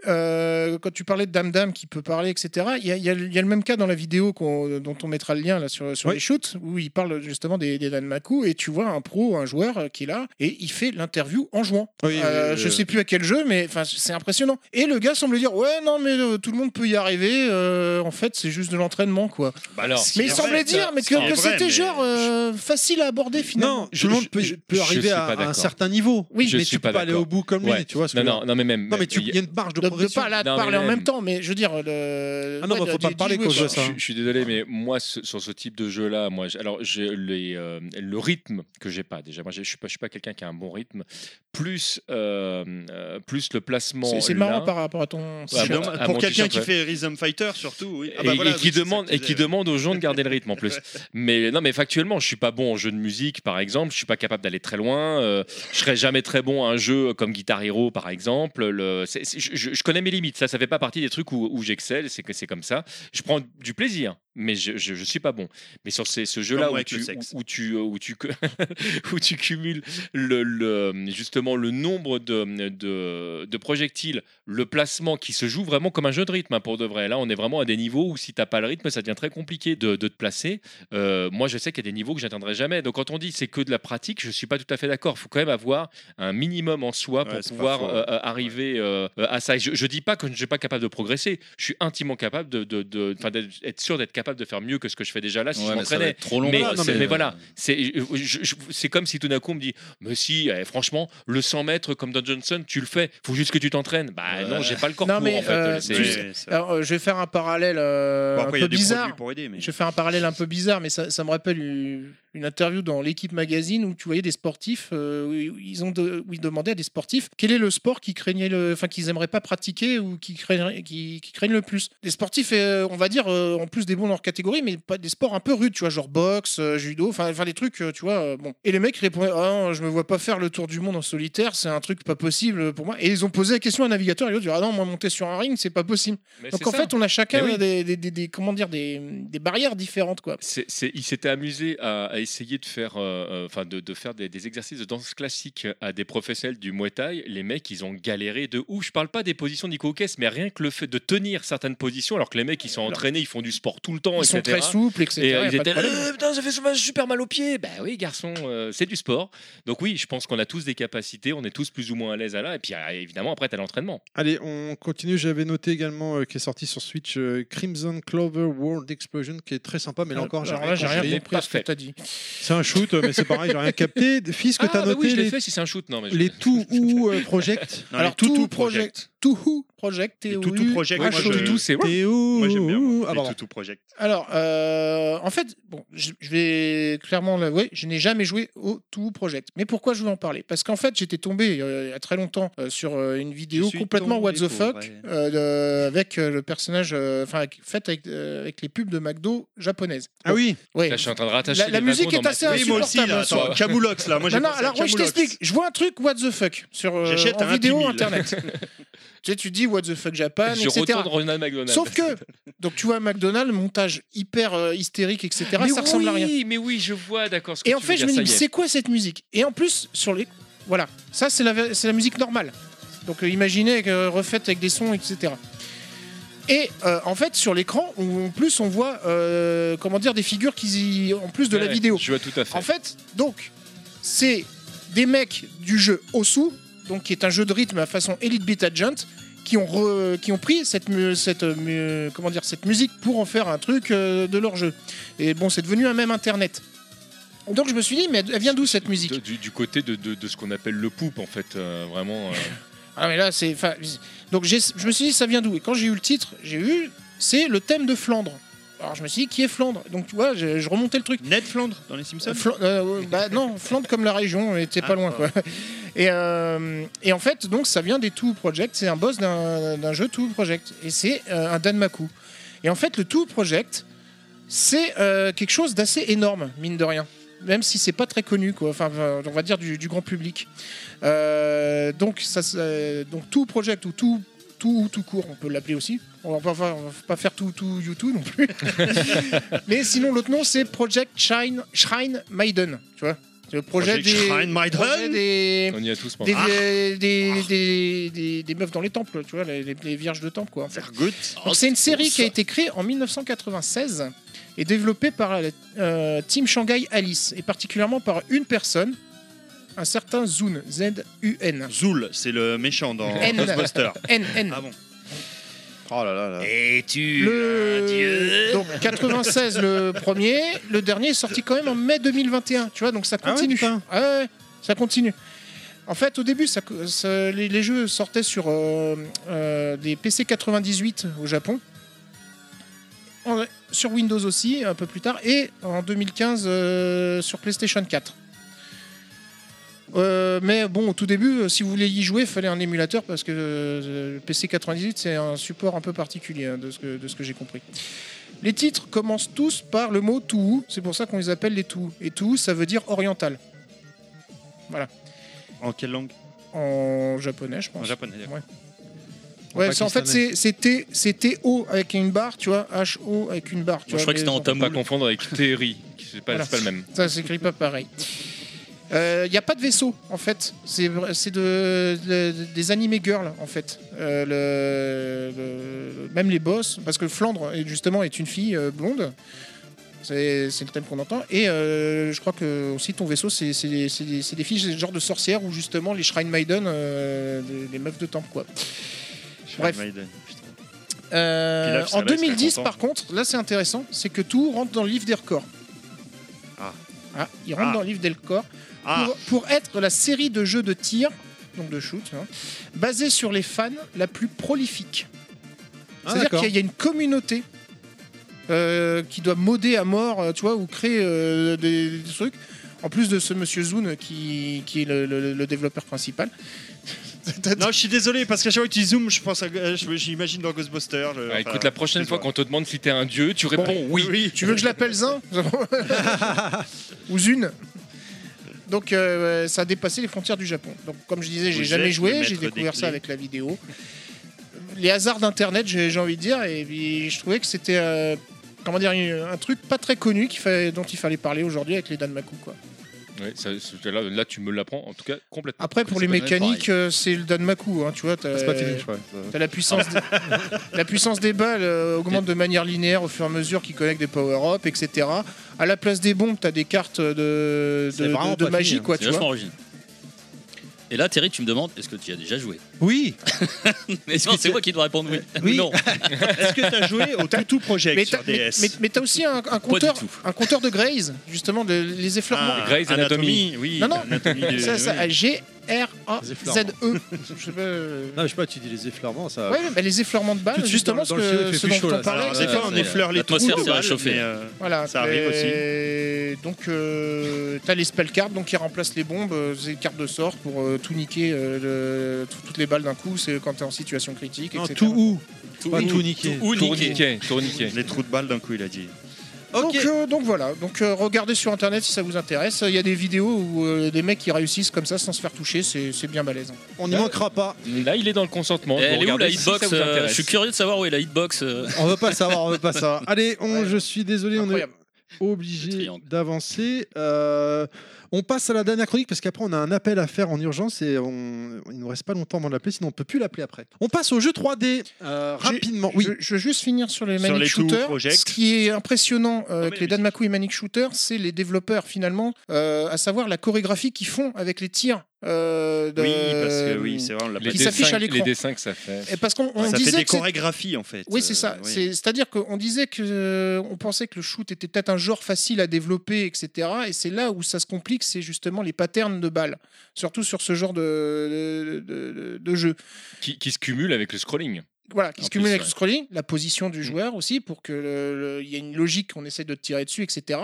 euh, quand tu parlais de Dame Dame qui peut parler, etc., il y a, il y a le- il y a le même cas dans la vidéo qu'on- dont on mettra le lien là, sur, sur Oui. les shoots, où il parle justement des, des Danmaku, et tu vois un pro, un joueur euh, qui est là, et il fait l'interview en jouant. Oui, oui, Euh, oui, je oui. sais plus à quel jeu, mais enfin, c'est impressionnant. Et le gars semble dire Ouais, non, mais euh, tout le monde peut y arriver, euh, en fait, c'est juste de l'entraînement, quoi. Bah, alors, c'est Mais il vrai, semblait ça. dire mais que, C'est vrai, que c'était mais- genre euh, facile à aborder finalement. Non, Je- tout le je- monde peut, je- peut je suis arriver à, pas à un d'accord. certain niveau. Oui, je mais suis tu pas peux pas aller d'accord. au bout comme Ouais. lui, tu vois ce que non, je veux non, non, mais même. dire. Non, mais tu- il il y a une barge de de, de progression. pas là de Non, mais parler en même- même temps mais je veux dire le Ah non, bah, faut pas parler jouer, quand je quoi. vois ça. Je, je suis désolé, mais moi, ce- sur ce type de jeu-là, moi, j'ai- alors j'ai les, euh, le rythme que j'ai pas déjà. Moi, j'ai- je suis pas, je suis pas quelqu'un qui a un bon rythme. Plus, euh, euh, plus le placement. C'est- c'est là, marrant par rapport à ton C'est bon, dommage. à Pour mon quelqu'un t-shirt, qui ouais. fait Rhythm Fighter, surtout. oui. Ah et, bah voilà, et qui oui, c'est ça demande que et qui disait. demande aux gens de garder le rythme en plus. Mais non, mais factuellement, je suis pas bon en jeu de musique, par exemple. Je suis pas capable d'aller très loin. euh, je serais jamais très bon à un jeu comme Guitar Hero, par exemple. Le, c'est- c'est- je- je, je connais mes limites. Ça, ça fait pas partie des trucs où, où j'excelle. C'est que c'est comme ça. Je prends du plaisir, mais je, je, je suis pas bon. Mais sur ces- ce jeu-là Comme où, moi avec tu- le sexe. où, où tu euh, où tu que- où tu cumules le, le- justement le nombre de, de, de projectiles, le placement qui se joue vraiment comme un jeu de rythme hein, pour de vrai. Là, on est vraiment à des niveaux où si t'as pas le rythme, ça devient très compliqué de, de te placer. Euh, moi, je sais qu'il y a des niveaux que j'atteindrai jamais. Donc, quand on dit c'est que de la pratique, je suis pas tout à fait d'accord. faut quand même avoir un minimum en soi pour Ouais, c'est pas pouvoir faux, euh, ouais. euh, arriver euh, euh, à ça. Et Je, je dis pas que je ne suis pas capable de progresser. Je suis intimement capable de, de, de- enfin, d'être être sûr d'être capable de faire mieux que ce que je fais déjà là si Ouais, je mais ça va m'entraînais. être trop long. Mais- quoi, non, c'est- mais voilà. hein. Ah, C'est je- je- je- c'est comme si tout d'un coup on me dit Mais si, eh, franchement, le 100 mètres comme Don Johnson, tu le fais, faut juste que tu t'entraînes. Bah Ouais. non, j'ai pas le corps Non, pour mais, en fait. euh, C'est- tu Oui, sais- c'est vrai. Alors, euh, je vais faire un parallèle euh, Bon, un après, il y peu a des bizarre produits pour aider. mais- je vais faire un parallèle un peu bizarre mais ça, ça me rappelle une une interview dans l'équipe magazine où tu voyais des sportifs euh, où ils ont de- où ils demandaient à des sportifs quel est le sport qu'ils craignaient le enfin qu'ils aimeraient pas pratiquer ou qui craignent qui, qui craignent le plus des sportifs euh, on va dire euh, en plus des bons dans leur catégorie mais pas des sports un peu rudes tu vois genre boxe euh, judo enfin enfin des trucs euh, tu vois euh, bon et les mecs répondaient ah non, je me vois pas faire le tour du monde en solitaire c'est un truc pas possible pour moi et ils ont posé la question à un navigateur et l'autre dit ah non moi monter sur un ring c'est pas possible mais donc c'est en ça. fait on a chacun Mais oui. des, des- des- des- comment dire des, des barrières différentes quoi C'est- c'est- il s'était amusé à, à essayer de faire, euh, euh, enfin de, de faire des, des exercices de danse classique à des professionnels du Muay Thai. Les mecs, ils ont galéré de ouf. Je parle pas des positions de Nico Kess, mais rien que le fait de tenir certaines positions, alors que les mecs, ils sont entraînés, ils font du sport tout le temps, ils sont etc.. très souples etc Et y euh, a pas ils de étaient là, problème. Euh, putain, ça fait souvent super mal aux pieds. Bah oui, garçon, euh, c'est du sport. Donc oui, je pense qu'on a tous des capacités, on est tous plus ou moins à l'aise à là. Et puis euh, évidemment, après, t'as l'entraînement. Allez, on continue. J'avais noté également euh, qui est sorti sur Switch euh, Crimson Clover World Explosion, qui est très sympa, mais Euh, là encore, j'ai Alors rien là, j'ai rien compris. compris à ce que Parfait. t'as dit. C'est un shoot, euh, mais c'est pareil, j'ai rien capté. Fils, que Ah, t'as bah noté oui, je l'ai les, fait si c'est un shoot. Non, mais je- les tout ou euh, project. Non, Alors, mais Toutou tout project. Tout Who Project, Les TOU. Toutou Project, Ah, moi, shoot je- et tout, c'est. Et où Moi, j'aime bien. moi, Ah, les pardon. Toutou Project. Alors, euh, en fait, bon, je, je vais clairement l'avouer, je n'ai jamais joué au tout Project. Mais pourquoi je veux en parler Parce qu'en fait, j'étais tombé euh, il y a très longtemps euh, sur euh, une vidéo suis complètement what tombé the pour fuck vrai. euh, de- avec euh, le personnage, euh, enfin, avec- faite avec, euh, avec les pubs de McDo japonaises. Ah oui, Ouais. Là, je suis en train de rattacher. La, la les musique wagons est dans assez ma- Oui, moi aussi, Ah, insupportable. là. en soi. Attends, Camoulox, là. Moi, j'ai Non, non, pensé à alors ouais, je Camoulox. t'explique. Je vois un truc what the fuck sur euh, J'achète en un vidéo 10 000. internet. tu sais, tu dis what the fuck Japan, Je etc. retourne Ronald McDonald. Sauf que, donc tu vois McDonald's, montage hyper euh, hystérique, etc. Mais ça ressemble à rien. oui, mais oui, je vois, d'accord. ce que Et en tu fait, veux je dire, me dis, ça mais y est. c'est quoi cette musique Et en plus, sur les. Voilà, ça, c'est la, ver- c'est la musique normale. Donc euh, imaginez, euh, refaite avec des sons, etc. Et euh, en fait, sur l'écran, on- en plus, on voit, euh, comment dire, des figures qui, y- en plus de la Ouais, vidéo. Je vois tout à fait. En fait, donc, c'est des mecs du jeu Osu, donc qui est un jeu de rythme à façon Elite Beat Agent, qui ont, re- qui ont pris cette, mu- cette, euh, mu- comment dire, cette musique pour en faire un truc euh, de leur jeu. Et bon, c'est devenu un même internet. Donc je me suis dit, mais elle vient d'où cette musique De- du, du côté de, de- de ce qu'on appelle le poupe, en fait, euh, vraiment. euh, Ah mais là c'est. enfin, Donc j'ai- je me suis dit ça vient d'où Et quand j'ai eu le titre, j'ai eu c'est le thème de Flandre. Alors je me suis dit qui est Flandre Donc tu vois, je, je remontais le truc. Ned Flandre dans les Simpsons Flan- euh, bah non, Flandre comme la région, mais t'es Ah, pas loin quoi. Et, euh, et en fait, donc ça vient des Two Project, c'est un boss d'un d'un jeu Two Project, et c'est euh, un Danmaku. Et en fait, le Two Project, c'est euh, quelque chose d'assez énorme, mine de rien. Même si c'est pas très connu, quoi. Enfin, euh, on va dire du, du grand public. Euh, donc, ça, c'est- euh, donc tout project ou tout tout tout court, on peut l'appeler aussi. On va pas, faire- on va pas faire tout tout YouTube non plus. Mais sinon, l'autre nom c'est Project Shine Shrine Maiden, tu vois. Le projet Project des- Shrine Maiden Ah. projet des, On y a tous pensé. des, des, des- des- des- des meufs dans les temples, tu vois, les, les- les vierges de temple, quoi. Vergout. Donc, Oh, c'est une série qui a été créée en 1996 et développée par la euh, Team Shanghai Alice, et particulièrement par une personne, un certain Zun, Z-U-N. Zool, c'est le méchant dans N. Ghostbusters. N, N. Ah bon Oh là là là. Es-tu Le- Donc 96 le premier, le dernier est sorti quand même en mai 2021, tu vois, donc ça Ah ouais, continue. putain. Ah ouais, ouais, ça continue. En fait, au début, ça, ça- les, les jeux sortaient sur euh, euh, des PC 98 au Japon, En- sur Windows aussi un peu plus tard, et en 2015 euh, sur PlayStation 4. Euh, mais bon, au tout début, euh, si vous voulez y jouer, il fallait un émulateur parce que euh, le PC 98 c'est un support un peu particulier hein, de ce que, de ce que j'ai compris. Les titres commencent tous par le mot Tou, c'est pour ça qu'on les appelle les Tou. Et Tou, ça veut dire oriental En quelle langue en japonais, je En pense. japonais. d'accord. Ouais, En c'est- en fait, pakistanais. c'est c'est T- c'est T-O avec une barre, tu vois, H-O avec une barre. Tu Moi, vois, je crois que mais c'était en bon, Faut pas tamoul. confondre avec Terry, qui c'est pas, Voilà. c'est pas le même. Ça s'écrit pas pareil. Il n'y Euh, a pas de vaisseau en fait, c'est vra- c'est de, de- des animés girls en fait. Euh, le- le- même les boss, parce que Flandre est- justement est une fille euh, blonde, c'est c'est le thème qu'on entend. Et euh, je crois que aussi ton vaisseau c'est c'est des, c'est des- c'est des filles, c'est le genre de sorcières ou justement les Shrine Maiden, euh, les, les meufs de temple quoi. Bref. Maiden, putain. Euh, Pilaf, ça en va, il serait 2010, content. par contre, là c'est intéressant, c'est que tout rentre dans le livre des records. Ah. Ah, il rentre Ah. dans le livre des records Ah, pour, pour être la série de jeux de tir, donc de shoot, hein, basée sur les fans la plus prolifique. Ah, C'est-à-dire d'accord. qu'il y a une communauté euh, qui doit modder à mort, euh, tu vois, ou créer euh, des, des trucs. En plus de ce monsieur Zoon qui, qui est le, le- le développeur principal. non, je suis désolé parce qu'à chaque fois que tu zoomes, je pense à, euh, je- j'imagine dans Ghostbusters. je- Ah, enfin, écoute, la prochaine fois excuse-moi. qu'on te demande si t'es un dieu, tu réponds oui. Tu veux que je l'appelle Zin Ou Zune Donc euh, ça a dépassé les frontières du Japon. Donc comme je disais, j'ai Vous jamais êtes le joué, maître j'ai des découvert clés. ça avec la vidéo. Les hasards d'internet, j'ai j'ai envie de dire, et puis je trouvais que c'était euh, comment dire une- un truc pas très connu qu'il fallait- dont il fallait parler aujourd'hui avec les Danmaku quoi. Ouais, ça- c'est- là, là, tu me l'apprends, en tout cas, complètement. Après pour les pas pareil. mécaniques, euh, c'est le Danmaku hein, tu vois, t'as C'est pas fini, je crois. t'as la puissance des, la puissance des balles euh, augmente de manière linéaire au fur et à mesure qu'ils connectent des power-up, etc. À la place des bombes, t'as des cartes de, C'est de, vraiment de- de pas magie, fini, hein. quoi, C'est tu vois. vachement original. Et là, Terry, tu me demandes, est-ce que tu y as déjà joué Oui, Mais non, c'est moi qui dois répondre oui. Oui. Non. Est-ce que t'as joué au tout Project Mais sur t'as mais- DS mais- mais t'as aussi un, un compteur, tout. un compteur de Grays, justement, de, les effleurements. Ah, Grey's Anatomy. oui. Non, non. Anatomie de- ça, ça, oui. à G R A Les Z E. Je sais pas. euh, Non, mais Ah, je sais pas, tu dis les effleurements, ça. Ouais, mais les effleurements de Tout balles, de suite, justement, dans- ce, dans le ciel, que, il fait ce plus dont chaud, là. on parlait. Alors, des fois, on Ouais, effleure les trous. l'atmosphère s'est normales, réchauffée. mais, euh, Voilà, Ça arrive aussi. mais- Donc, euh, t'as les spellcards donc qui remplacent les bombes, euh, c'est les cartes de sort pour euh, tout niquer, euh, le- tout- toutes les balles d'un coup, c'est quand t'es en situation critique, Non, etc. tout ou. Tout Pas ou- tout niqué. Ou niqué. Tourniquet, tourniquet. Les trous de balles, d'un coup, il a dit. donc, euh, donc voilà, donc euh, regardez sur internet si ça vous intéresse. Il y a des vidéos où euh, des mecs qui réussissent comme ça sans se faire toucher, c'est c'est bien balèze. hein. On n'y manquera pas. Là, il est dans le consentement. Eh, Elle est où la Regardez si ça hitbox vous euh, intéresse. Je suis curieux de savoir où est la hitbox. euh, On veut pas savoir, on veut pas savoir. Allez, on- Ouais. je suis désolé, on est Incroyable. obligé Le triangle. d'avancer. Euh, on passe à la dernière chronique parce qu'après on a un appel à faire en urgence et on, il nous reste pas longtemps avant de l'appeler, sinon on peut plus l'appeler après. On passe au jeu 3D euh, J'ai- rapidement. Oui. Je, je veux juste finir sur les Sur Manic les two Shooter. projects. Ce qui est impressionnant euh, mais avec les oui. Danmaku et Manic Shooter, c'est les développeurs finalement, euh, à savoir la chorégraphie qu'ils font avec les tirs. euh, de- Oui, parce que oui, c'est vrai, on l'a Les pas Qui dessins- s'affichent à l'écran. Les dessins que ça fait. Et parce qu'on on Ça fait disait des que c'est- chorégraphies, en fait. Oui, c'est ça. Euh, oui. C'est- C'est-à-dire qu'on disait que euh, on pensait que le shoot était peut-être un genre facile à développer, etc. Et c'est là où ça se complique, c'est justement les patterns de balles, surtout sur ce genre de, de, de- de jeu. Qui, qui se cumule avec le scrolling. Voilà, qui En se cumule plus, avec ouais. Mmh. le scrolling, la position du joueur aussi, pour que le- le- il y ait une logique qu'on essaie de tirer dessus, etc.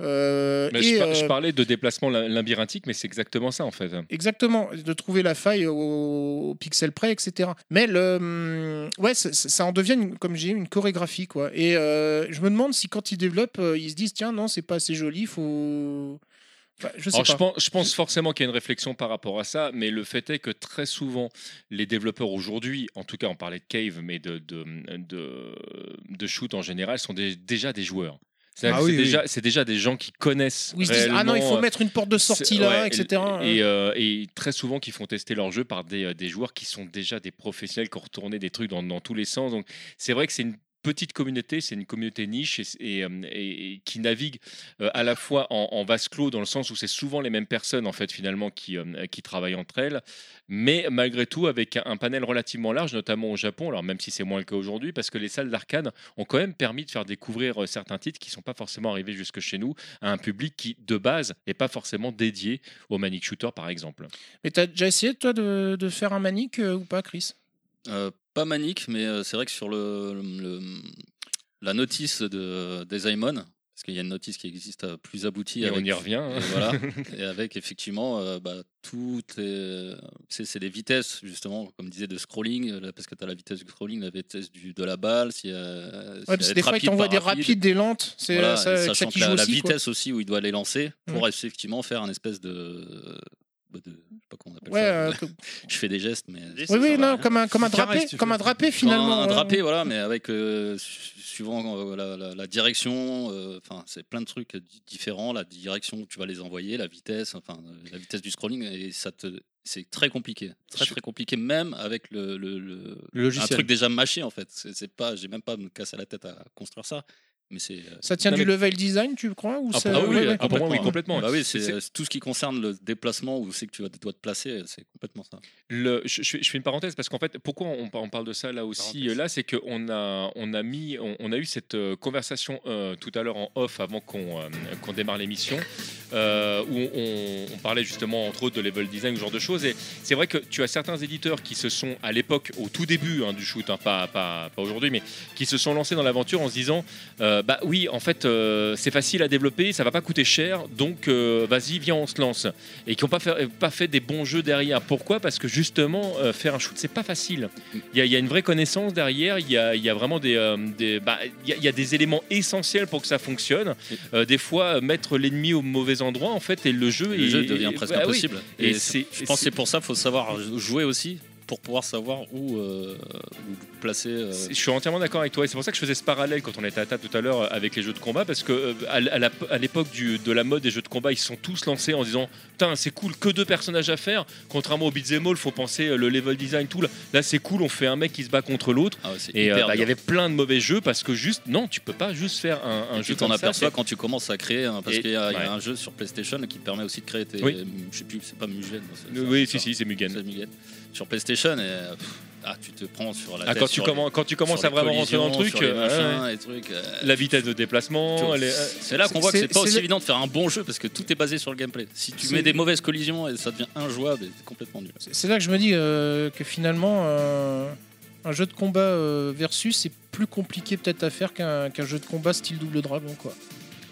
Euh, Mais et, je, par- euh, je parlais de déplacement la- labyrinthique, mais c'est exactement ça en fait. Exactement, de trouver la faille au, au pixel près, etc. Mais le, hum, ouais, ça, ça- ça en devient, une- comme j'ai dit, une chorégraphie. Quoi. Et euh, je me demande si quand ils développent, euh, ils se disent tiens, non, c'est pas assez joli, faut. Enfin, je sais Alors, pas. je, pense, je pense forcément qu'il y a une réflexion par rapport à ça, mais le fait est que très souvent, les développeurs aujourd'hui, en tout cas on parlait de Cave, mais de, de, de, de shoot en général, sont des- déjà des joueurs. C'est-à-dire Ah que oui, c'est oui. déjà, c'est déjà des gens qui connaissent. Où ils se disent ah non, il réellement, euh, faut mettre une porte de sortie C'est- là, hein. ouais, etc. Et, et, euh, et très souvent, qui font tester leur jeu par des, euh, des joueurs qui sont déjà des professionnels, qui ont retourné des trucs dans, dans tous les sens. Donc, c'est vrai que c'est une petite communauté, c'est une communauté niche et, et, euh, et- et qui navigue euh, à la fois en, en vase clos dans le sens où c'est souvent les mêmes personnes en fait finalement qui, euh, qui travaillent entre elles, mais malgré tout avec un, un panel relativement large, notamment au Japon, alors même si c'est moins le cas aujourd'hui, parce que les salles d'arcade ont quand même permis de faire découvrir euh, certains titres qui ne sont pas forcément arrivés jusque chez nous à un public qui, de base, n'est pas forcément dédié au Manic Shooter, par exemple. Mais t'as déjà essayé toi de, de faire un manique euh, ou pas, Chris Euh, pas manique, mais euh, c'est vrai que sur le, le- la notice de Desaimon, parce qu'il y a une notice qui existe euh, plus aboutie. Et avec- on y revient. hein. Et voilà. Et avec effectivement, euh, bah, toutes les. C'est, c'est les vitesses, justement, comme disait, de scrolling, euh, là, parce que tu as la vitesse du scrolling, la vitesse du, de la balle, si, euh, si Ouais, elle parce que est des fois, ils rapide, t'envoient pas des rapides, des lentes, c'est euh, Voilà, ça, et avec ça sachant qui que joue la, la aussi. quoi. Mm. vitesse aussi où il doit les lancer pour effectivement faire un espèce de. bah, de- je sais pas comment on appelle Ouais, ça. euh, que- Je fais des gestes, mais. oui, hein. oui, sert à non, rien. comme un, comme un Une caresse, drapé, tu comme fais. un drapé finalement. hein. euh, Un, un ouais. drapé, voilà, mais avec euh, su- suivant euh, la, la- la direction, euh, enfin c'est plein de trucs di- différents, la direction où tu vas les envoyer, la vitesse, enfin euh, la vitesse du scrolling et ça te, c'est très compliqué, très très compliqué même avec le, le- le- Le un logiciel. truc déjà mâché en fait. C'est c'est pas, j'ai même pas à me casser la tête à construire ça, mais c'est euh, Ça tient Non, du mais- level design, tu crois ou Ah, ça- pour moi, oui, ouais, ouais. ah, pour moi, oui, complètement. Bah oui, c'est C'est- euh, c'est tout ce qui concerne le déplacement où c'est que tu vas- dois te placer, c'est complètement ça. Le- je, je fais- je fais une parenthèse parce qu'en fait, pourquoi on, par- on parle de ça là aussi Parenthèse. euh, Là, c'est qu'on a, on a, mis, on, on a eu cette euh, conversation euh, tout à l'heure en off avant qu'on euh, qu'on démarre l'émission, euh, où on, on- on parlait justement entre autres de level design, ce genre de choses. Et c'est vrai que tu as certains éditeurs qui se sont à l'époque, au tout début hein, du shoot, hein, pas, pas, pas aujourd'hui, mais qui se sont lancés dans l'aventure en se disant euh, Bah oui, en fait, euh, c'est facile à développer, ça va pas coûter cher, donc euh, vas-y, viens, on se lance et qui n'ont pas fait, pas fait des bons jeux derrière. Pourquoi Parce que justement, euh, faire un shoot, c'est pas facile. Il y, a- il y a une vraie connaissance derrière, il y a, il y a vraiment des, euh, des- bah, il y a- il y a des éléments essentiels pour que ça fonctionne. Euh, des fois, euh, mettre l'ennemi au mauvais endroit, en fait, et le jeu, Le est- jeu devient est- presque bah oui. impossible. Et Et, c'est- c'est- je pense c'est- que c'est pour ça qu'il faut savoir jouer aussi pour pouvoir savoir où, euh, où placer. euh, C'est- Je suis entièrement d'accord avec toi et c'est pour ça que je faisais ce parallèle quand on était à table tout à l'heure euh, avec les jeux de combat parce que euh, à l- à la- à l'époque du- de la mode des jeux de combat ils se sont tous lancés en disant putain c'est cool que deux personnages à faire contrairement au beat'em all faut penser euh, le level design tout là, Là, c'est cool on fait un mec qui se bat contre l'autre ah ouais, c'est et euh, hyper bah, il y dur. avait plein de mauvais jeux parce que juste non tu peux pas juste faire un, un Et jeu tu t'en comme ça, aperçois quand tu commences à créer, hein, parce Et- qu'il y, a il y a ouais. un jeu sur PlayStation qui te permet aussi de créer tes. Oui. Je sais plus, c'est pas Mugen. c'est- c'est- c'est- oui c'est si ça. si c'est Mugen C'est Mugen. Sur PlayStation, et, euh, pff, ah, tu te prends sur la Ah, tête. quand, tu sur commen- quand tu les- commences sur à les vraiment rentrer dans le collisions, truc sur les euh, machins, ouais, les trucs, euh, ouais. la vitesse de tu déplacement vois, les- euh, C'est là qu'on voit que c'est- c'est pas c'est aussi le- évident de faire un bon jeu parce que tout est basé sur le gameplay. Si tu C'est- mets des mauvaises collisions, et ça devient injouable et c'est complètement nul. C'est- C'est là que je me dis euh, que finalement, euh, un jeu de combat euh, versus, c'est plus compliqué peut-être à faire qu'un qu'un jeu de combat style double dragon. Quoi.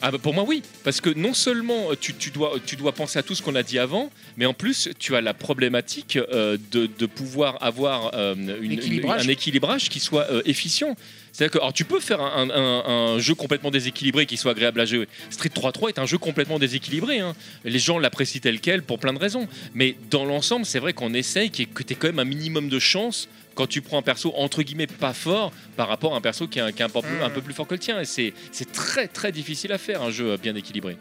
Ah bah pour moi oui, parce que non seulement euh, tu, tu dois, tu dois penser à tout ce qu'on a dit avant, mais en plus tu as la problématique euh, de, de pouvoir avoir euh, une- L'équilibrage. une- un équilibrage qui soit euh, efficient. C'est-à-dire que alors, tu peux faire un, un- un jeu complètement déséquilibré qui soit agréable à jouer. Street 3-3 est un jeu complètement déséquilibré. hein. Les gens l'apprécient tel quel pour plein de raisons. Mais dans l'ensemble, c'est vrai qu'on essaye qu'il y ait- que tu aies quand même un minimum de chance quand tu prends un perso entre guillemets pas fort par rapport à un perso qui est un, qui est un peu, plus- un Hmm. peu plus fort que le tien. Et c'est c'est très très difficile à faire un jeu euh, bien équilibré.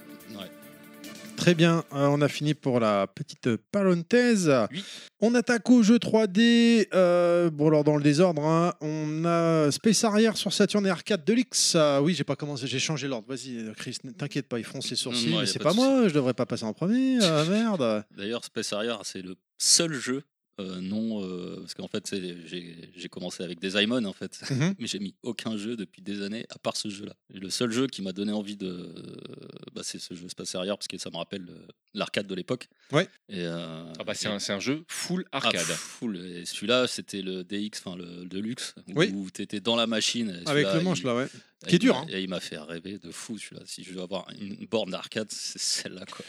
Très bien, euh, on a fini pour la petite parenthèse. Oui. On attaque au jeu 3D. euh, bon, alors dans le désordre, hein, on a Space Arrière sur Saturn et Arcade Deluxe. Ah oui, j'ai pas commencé, j'ai changé l'ordre. Vas-y, euh, Chris, ne t'inquiète pas, ils font ses sourcils. Ouais, y mais a c'est pas pas de moi, je devrais pas passer en premier. Ah merde. D'ailleurs, Space Harrier, c'est le seul jeu euh, non. euh, parce qu'en fait, c'est- j'ai j'ai commencé avec Desaimon, en fait. Mhm. Mais j'ai mis aucun jeu depuis des années, à part ce jeu-là. Et Le seul jeu qui m'a donné envie de. euh, bah, c'est ce jeu Space Harrier, parce que ça me rappelle euh, l'arcade de l'époque. Ouais. Et, euh, Ah bah, c'est et- un, c'est un jeu full arcade. Ah, full. Et celui-là, c'était le DX, enfin le Deluxe, où, Oui. tu étais dans la machine. et Avec celui-là, le manche il- là, ouais. et qui est il dur, m'a- hein. Et il m'a fait rêver de fou celui-là. Si je dois avoir une borne d'arcade, c'est celle-là quoi.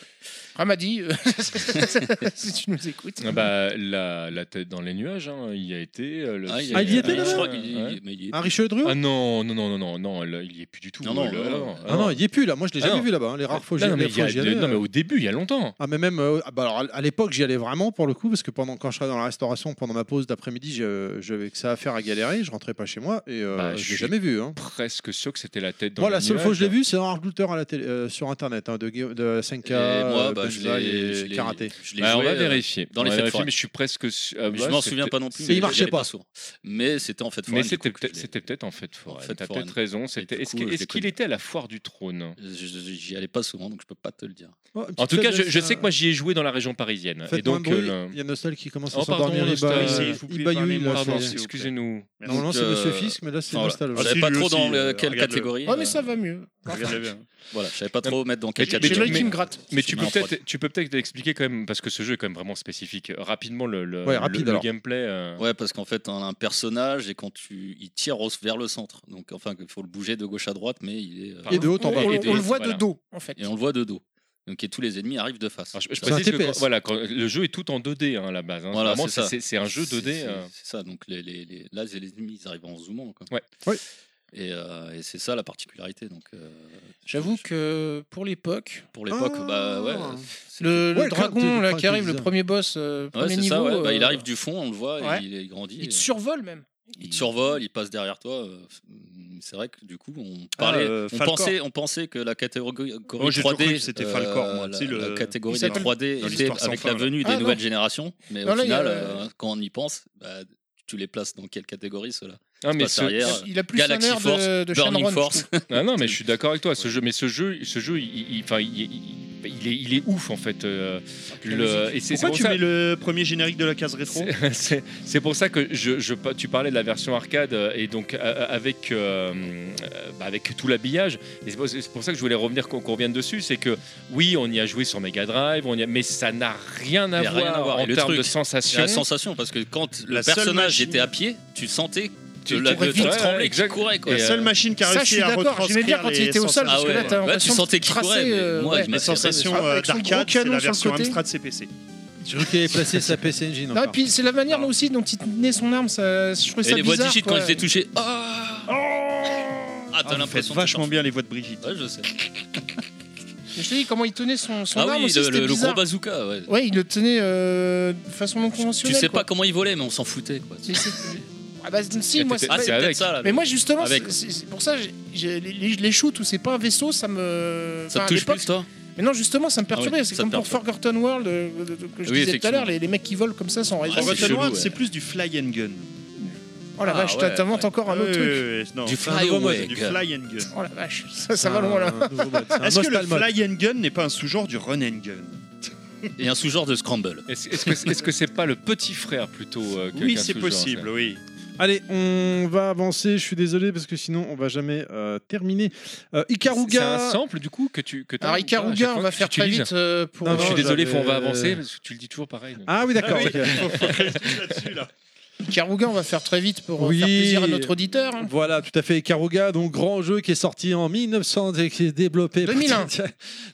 Ramadi, euh, si tu nous écoutes. Ah bah, la, la tête dans les nuages, hein, il y a été. euh, le- Ah, il y était, je là-bas crois qu'il y- Ouais. mais il y- Un Richelieu Dru Ah non, non, non, non, non, non, là, il y est plus du tout. Non, non, là, non, là, non. Ah non, il y est plus là. Moi, je l'ai Ah jamais non. vu là-bas. hein. Les rares fois où j'y Là, non, mais allais, il y a- après, j'y allais, non, mais euh, au début, il y a longtemps. Ah mais même euh, ah, bah alors, à- à l'époque j'y allais vraiment pour le coup parce que pendant quand je travaillais dans la restauration pendant ma pause d'après-midi je- j'avais que ça à faire à galérer je rentrais pas chez moi et euh, Bah, je je l'ai suis jamais vu hein. Presque sûr que c'était la tête dans moi les la seule nuages. fois que je l'ai vu c'est dans Arc Looter à la télé, euh, sur internet hein, de, Guilla- de Senka Et moi, bah, je Banzai l'ai- et je l'ai- Karaté Je l'ai Bah, on joué, va euh, vérifier. dans On les va fêtes vérifier, foraines. mais je suis presque. su- ah bah, mais je m'en c'était- souviens pas non plus. il mais j'y marchait allais pas. souvent. Mais c'était en fait. Mais foraine, c'était du coup, peut-être je l'ai- c'était peut-être en fait foraine. fait, T'as foraine. peut-être raison. Et du C'était- Est-ce coup, que- je l'ai est-ce qu'il connu. était à la foire du trône je- je- J'y allais pas souvent, donc je peux pas te le dire. Oh, une En petite tout cas, fête je, de- je sais que moi j'y ai joué dans la région parisienne. Faites et donc, moins de bruit, euh, le- il y a Nostal qui commence à Oh, pardon, s'endormir il Nostal, bat- essayez, vous il plaît, bat Yui, parlez-moi, là, c'est- pardon, s'il vous plaît. excusez-nous. Merci. normalement c'est euh, Monsieur Fisk mais là c'est Non, voilà. Nostal Je ouais. Ah, savais si, pas lui trop aussi, dans le- euh, quelle regarde-le. catégorie. Ouais, Oh, mais euh, ça va mieux. Regarde-le bien. Voilà, je savais pas trop mettre dans quelle tu- mais J'ai tu- l'œil catégorie. mais- qui me gratte. Mais tu peux Non, peut-être, prod. tu peux peut-être l'expliquer quand même parce que ce jeu est quand même vraiment spécifique. Rapidement le, le, Ouais, le- rapide, le alors. gameplay. euh, Ouais, parce qu'en fait, on a un personnage et quand tu, il tire au- vers le centre. Donc, enfin, il faut le bouger de gauche à droite, mais il est. euh, et de haut On, en bas on- Et des- on le voit de voilà. dos, en fait. et on le voit de dos. Donc, et tous les ennemis arrivent de face. alors, Ah, je, je C'est un précise que TPS. quand- voilà, quand- le jeu est tout en 2D hein, à la base. hein. Voilà, Vraiment, c'est ça. c'est c'est un jeu 2D. C'est- euh, C'est c'est ça, donc les, les, les- là, c'est les ennemis, ils arrivent en zoomant. quoi. Ouais. Oui. Et, euh, et c'est ça la particularité. Donc, euh, J'avoue que pour l'époque, Pour l'époque, Ah. bah ouais. c'était- le, le Ouais, le dragon crâne, là, crâne, qui arrive, le bizarre. premier boss, euh, Ouais, premier c'est niveau, ça, ouais. Bah, il euh, arrive du fond, on le voit, et ouais. il, il grandit. il te et- survole même. Il te survole, il passe derrière toi. euh, C'est vrai que du coup, on parlait, euh, on Falcor. pensait, on pensait que la catégorie euh, Moi, j'ai toujours 3D, cru que c'était Falcor, moi, euh, la, tu sais, le- la catégorie Il des s'appelle- 3D dans était l'histoire sans avec fin, la là. venue des Ah, nouvelles non. générations, mais Non, au là, il y a- final, euh, quand on y pense, bah, tu les places dans quelle catégorie ceux-là Ah, mais passe ce- arrière. Il a plus Galaxy un air Force, de, de Burning Shenron, je Force. trouve. Ah non, mais je suis d'accord avec toi. Ce jeu, mais ce jeu, ce jeu, il, il- enfin, il, il- il est, il est ouf en fait. euh, le, et c'est c'est Pourquoi pour tu ça. mets le premier générique de la case rétro c'est- C'est c'est pour ça que je, je- tu parlais de la version arcade euh, et donc euh, avec, euh, euh, bah, avec tout l'habillage. Et c'est pour- C'est pour ça que je voulais revenir qu'on qu'on revienne dessus. C'est que oui, on y a joué sur Mega Drive, on y a, mais ça n'a rien à Il y a voir rien à voir. en Et le termes truc, de C'est sensation. la sensation parce que quand le La seule personnage machine- était à pied, tu sentais Tu- que la tu pourrais le vite, truc tremblait, ouais, qu'il exact. courait quoi. euh, Et, La seule machine qui a ça, je réussi suis à d'accord, retranscrire j'aimais bien quand il les Ah était au sol, sensations- parce que ouais, là, t'as ouais, tu l'impression de sentais qu'il tracer, courait. mais euh, moi, ouais. je les m'attendais- sensations Ah, euh, avec son gros d'arcade, c'est canon la sur le version côté. Amstrad CPC. je crois qu'il avait placé sa PC Engine Ah, Non, et encore. puis c'est la manière là aussi dont il tenait son arme, ça, je trouvais Et ça les voix bizarre. digites quand quoi. ils étaient touchés. Ah, ah t'as Ah, vous faites l'impression que- vachement bien les voix de Brigitte. Ouais, je sais. Je te dis comment il tenait son, son Ah arme oui, aussi, le- c'était le le gros bizarre. bazooka. ouais. Ouais, il le tenait euh, de façon non Tu conventionnelle. sais quoi. pas comment il volait, mais on s'en foutait. Quoi. Mais c'est- Ah bah si, moi, c'est Ah, Mais c'est avec. peut-être ça là. Mais moi justement, Avec. c'est- c'est c'est pour ça, j'ai- j'ai- les, les- les shoots où c'est pas un vaisseau, ça me. ça enfin, à te touche l'époque, plus, toi Mais non, justement, ça me perturbait. Ah oui, c'est ça comme te pour Forgotten World, euh, euh, que je Oui, disais tout à l'heure, effectivement. les, les mecs qui volent comme ça sans raison. Ah, c'est Forgotten chelou, World, ouais. c'est plus du fly and gun. oh la Ah, vache, ouais, t'inventes ouais. encore un autre Ouais, truc. ouais, ouais, non, Du c'est un nouveau fly mode, away Du gun. fly and gun. Oh la vache, ça, ça va Ah. loin là. Un nouveau mode, c'est un Est-ce que le Nostal mode. fly and gun n'est pas un sous-genre du run and gun Et un sous-genre de Scramble. Est-ce est-ce que est-ce que c'est pas le petit frère plutôt euh, que- Oui, qu'un c'est sous-genre, possible, oui. Allez, on va avancer. Je suis désolé parce que sinon on va jamais euh, terminer. Euh, C'est un Ikaruga. sample du coup que tu que t'as, Alors ou Ah, pas, à chaque Ikaruga, fois on que va tu faire très utilises vite euh, pour. Non, Ah, je suis non, désolé, j'avais- faut- on euh, va avancer parce que tu le dis toujours pareil. donc. Ah oui, d'accord. Ah oui. ok. Là-dessus, là. Ikaruga, on va faire très vite pour euh, Oui. faire plaisir à notre auditeur. hein. Voilà, tout à fait. Ikaruga, donc grand jeu qui est sorti en 1900 et qui est développé. 2001.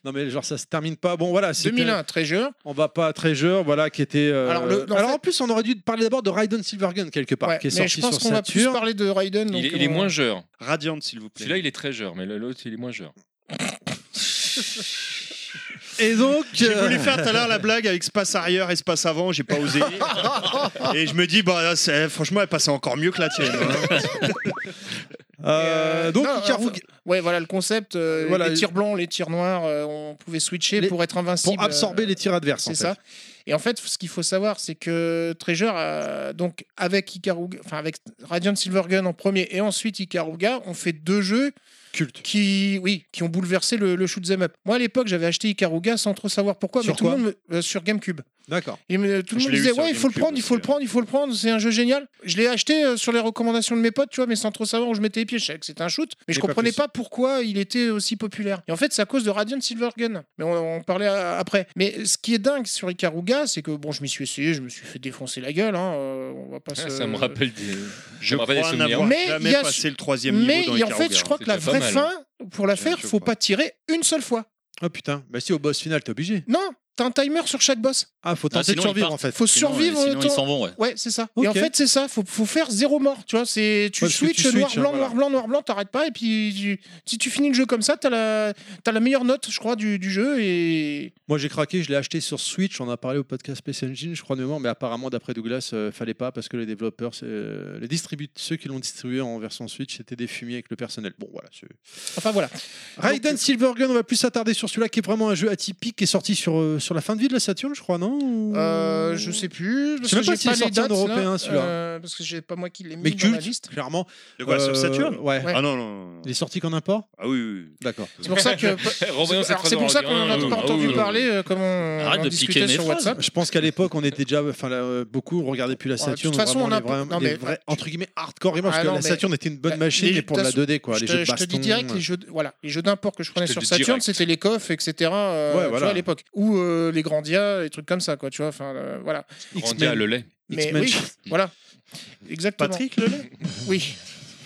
non mais genre ça se termine pas. Bon voilà, c'était- 2001, Treasure. On va pas à Treasure, voilà, qui était. euh, Alors, le- en fait- en plus, on aurait dû parler d'abord de Raiden Silvergun quelque part, Ouais, qui est mais sorti je pense sur qu'on va plus Saturn. parler de Raiden. Il est, donc, il est euh, moins jeune. Radiant, s'il vous plaît. Celui-là, il est très jeune, mais le- l'autre, il est moins jeune. Et donc, J'ai euh, voulu faire tout à l'heure la blague avec espace arrière, espace avant, j'ai pas osé. Et je me dis, bah, là, c'est- franchement, elle passait encore mieux que la tienne. hein. euh, donc Non, enfin, Ikaruga. Ouais, voilà le concept. euh, Voilà. les tirs blancs, les tirs noirs, euh, on pouvait switcher Les- pour être invincible. Pour absorber euh, les tirs adverses. en C'est fait. ça. Et en fait, ce qu'il faut savoir, c'est que Treasure, a- donc avec Ikaruga, enfin avec Radiant Silvergun en premier et ensuite Ikaruga, on fait deux jeux Culte. qui, oui, qui ont bouleversé le, le shoot'em up. Moi, à l'époque, j'avais acheté Ikaruga sans trop savoir pourquoi, Sur mais tout le quoi monde me- euh, sur GameCube. D'accord. Et me- tout le Je monde l'ai eu disait sur ouais, il faut le GameCube prendre, il faut le aussi, prendre, il faut le prendre, c'est un jeu génial. Je l'ai acheté euh, sur les recommandations de mes potes, tu vois, mais sans trop savoir où je mettais les pieds. Je savais que c'était un shoot, mais je Et pas comprenais plus. pas, pourquoi il était aussi populaire. Et en fait, c'est à cause de Radiant Silvergun. Mais on on en parlait euh, après. Mais ce qui est dingue sur Ikaruga, c'est que bon, je m'y suis essayé, je me suis fait défoncer la gueule. hein, euh, on va pas se- Ah, Ça me rappelle des. Je me rappelle des crois souvenirs. n'avoir Mais jamais il y a- passé le troisième niveau Mais dans en fait, Ikaruga. je crois que C'est la déjà vraie pas mal, fin, pour la Ouais, faire, je faut crois. pas tirer une seule fois. Oh putain. Bah si, au boss final, t'es obligé. Non, t'as un timer sur chaque boss. Ah, faut tenter sinon, de ils survivre partent. en fait. Faut Sinon, euh, survivre Sinon, ils autant- s'en vont, ouais. Ouais, c'est ça. Et Ok. en fait, c'est ça. Faut, faut faire zéro mort. Tu vois, c'est tu Ouais, parce que switches tu noir switches, hein, blanc, voilà. noir blanc, noir blanc. T'arrêtes pas. Et puis tu- si tu finis le jeu comme ça, t'as la t'as la meilleure note, je crois, du, du jeu. Et Moi j'ai craqué, je l'ai acheté sur Switch, on en a parlé au podcast Space Engine, je crois de mémoire, mais apparemment d'après Douglas, euh, fallait pas parce que les développeurs, euh, les distributeurs, ceux qui l'ont distribué en version Switch, c'était des fumiers avec le personnel. Bon voilà. c'est- enfin voilà. Raiden euh, Silvergun, on va plus s'attarder sur celui-là qui est vraiment un jeu atypique qui est sorti sur, euh, sur la fin de vie de la Saturn, je crois, non Euh, je sais plus. Parce sais que même pas j'ai s'il est les sorti en dates, là. européen, celui-là. Euh, parce que j'ai pas moi qui l'ai mis Mais dans la culte. liste. Clairement. De quoi Euh, Sur Saturn ouais. Ouais. Ah non, non. non. Il est sorti qu'en import Ah oui, oui, oui. D'accord. C'est pour ça que Renvoyons cette Alors, c'est phrase en pour ça qu'on en a radio. pas Ah, entendu oui, parler euh, comme on Arrête on de discutait piquer mes sur phrases. WhatsApp. Je pense qu'à l'époque, on était déjà, enfin, là, euh, beaucoup regardaient plus la de toute Saturn. façon, vraiment, on a les pas- vrais- non, les mais- vrais, entre guillemets, hardcore gamers, Ah, parce que non, la mais- Saturn était une bonne Bah, machine, les- mais pour de la 2D, quoi. je, Les te, jeux de je te baston. euh. dis direct, les jeux, de- voilà, les jeux d'import que je prenais te sur le dis Saturn, direct. c'était les coffs, etc. euh, Ouais, tu voilà. vois, à l'époque. Ou euh, les Grandia, des trucs comme ça, quoi. Tu vois, enfin, euh, voilà. Mm. oui. Grandia, le lait. Mais X-Men. oui, voilà. Exactement. Patrick Lelay Oui.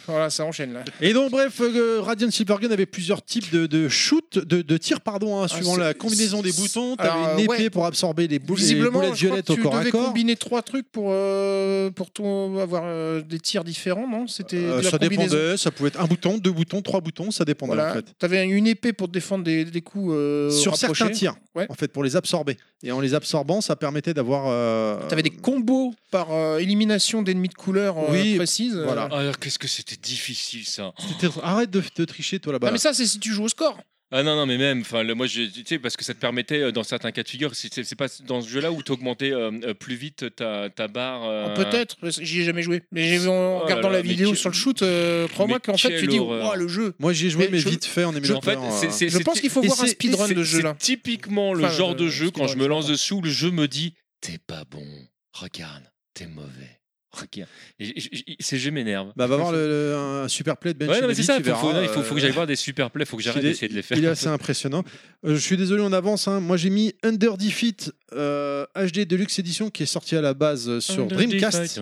Voilà, ça enchaîne là. Et donc, bref, euh, Radiant Silvergun avait plusieurs types de, de shoot, de, de tirs, pardon, hein, suivant Ah, c'est- la combinaison des c'est- boutons. T'avais alors, une épée ouais. pour absorber les, boules, les Visiblement, boulettes je crois violettes que au tu corps à devais corps. combiner trois trucs pour, euh, pour ton- avoir euh, des tirs différents, non C'était Euh, de la ça combinaison. dépendait, ça pouvait être un bouton, deux boutons, trois boutons, ça dépendait Voilà. en fait. T'avais une épée pour te défendre des, des coups. euh, Sur certains rapprochés. tirs, Ouais. en fait, pour les absorber. Et en les absorbant, ça permettait d'avoir. euh, T'avais des combos par euh, élimination d'ennemis de couleur euh, Oui, précise. euh, voilà. Ah, Alors qu'est-ce que c'était difficile ça. C'était- Arrête de, de tricher, toi là-bas. Ah, mais ça, c'est si tu joues au score. Ah non non mais même enfin le- moi je tu sais parce que ça te permettait euh, dans certains cas de figure c'est- c'est c'est pas dans ce jeu-là où t'augmentais euh, euh, plus vite ta, ta barre. euh, Ah, Peut-être, parce que j'y ai jamais joué. Mais j'ai vu en Oh là regardant là, la mais vidéo que- sur le shoot, euh, crois-moi mais qu'en fait, quelle tu dis, horreur. Ouah, le jeu. Moi, j'y ai joué, Mais mais je- vite fait en Je, en fait, émulateur. c'est- euh. c'est- Je pense qu'il faut et voir un c'est- speedrun c'est- de ce c'est jeu-là. Typiquement le Enfin, genre euh, de jeu quand speedrun, je me lance pardon. dessus où le jeu me dit t'es pas bon, regarde, t'es mauvais, oh, regarde. Et j- j- j- C'est je m'énerve. Bah, va voir le, le- un super play de Ben Ouais, non, mais Shelby, c'est ça, tu faut, faut- verras, non, il faut, faut que euh, j'aille voir des super plays, faut que j'arrête Il est- d'essayer de les faire. Il est assez impressionnant. Euh, je suis désolé, on avance. hein. Moi, j'ai mis Under Defeat euh, HD Deluxe Edition qui est sorti à la base euh, sur Dreamcast,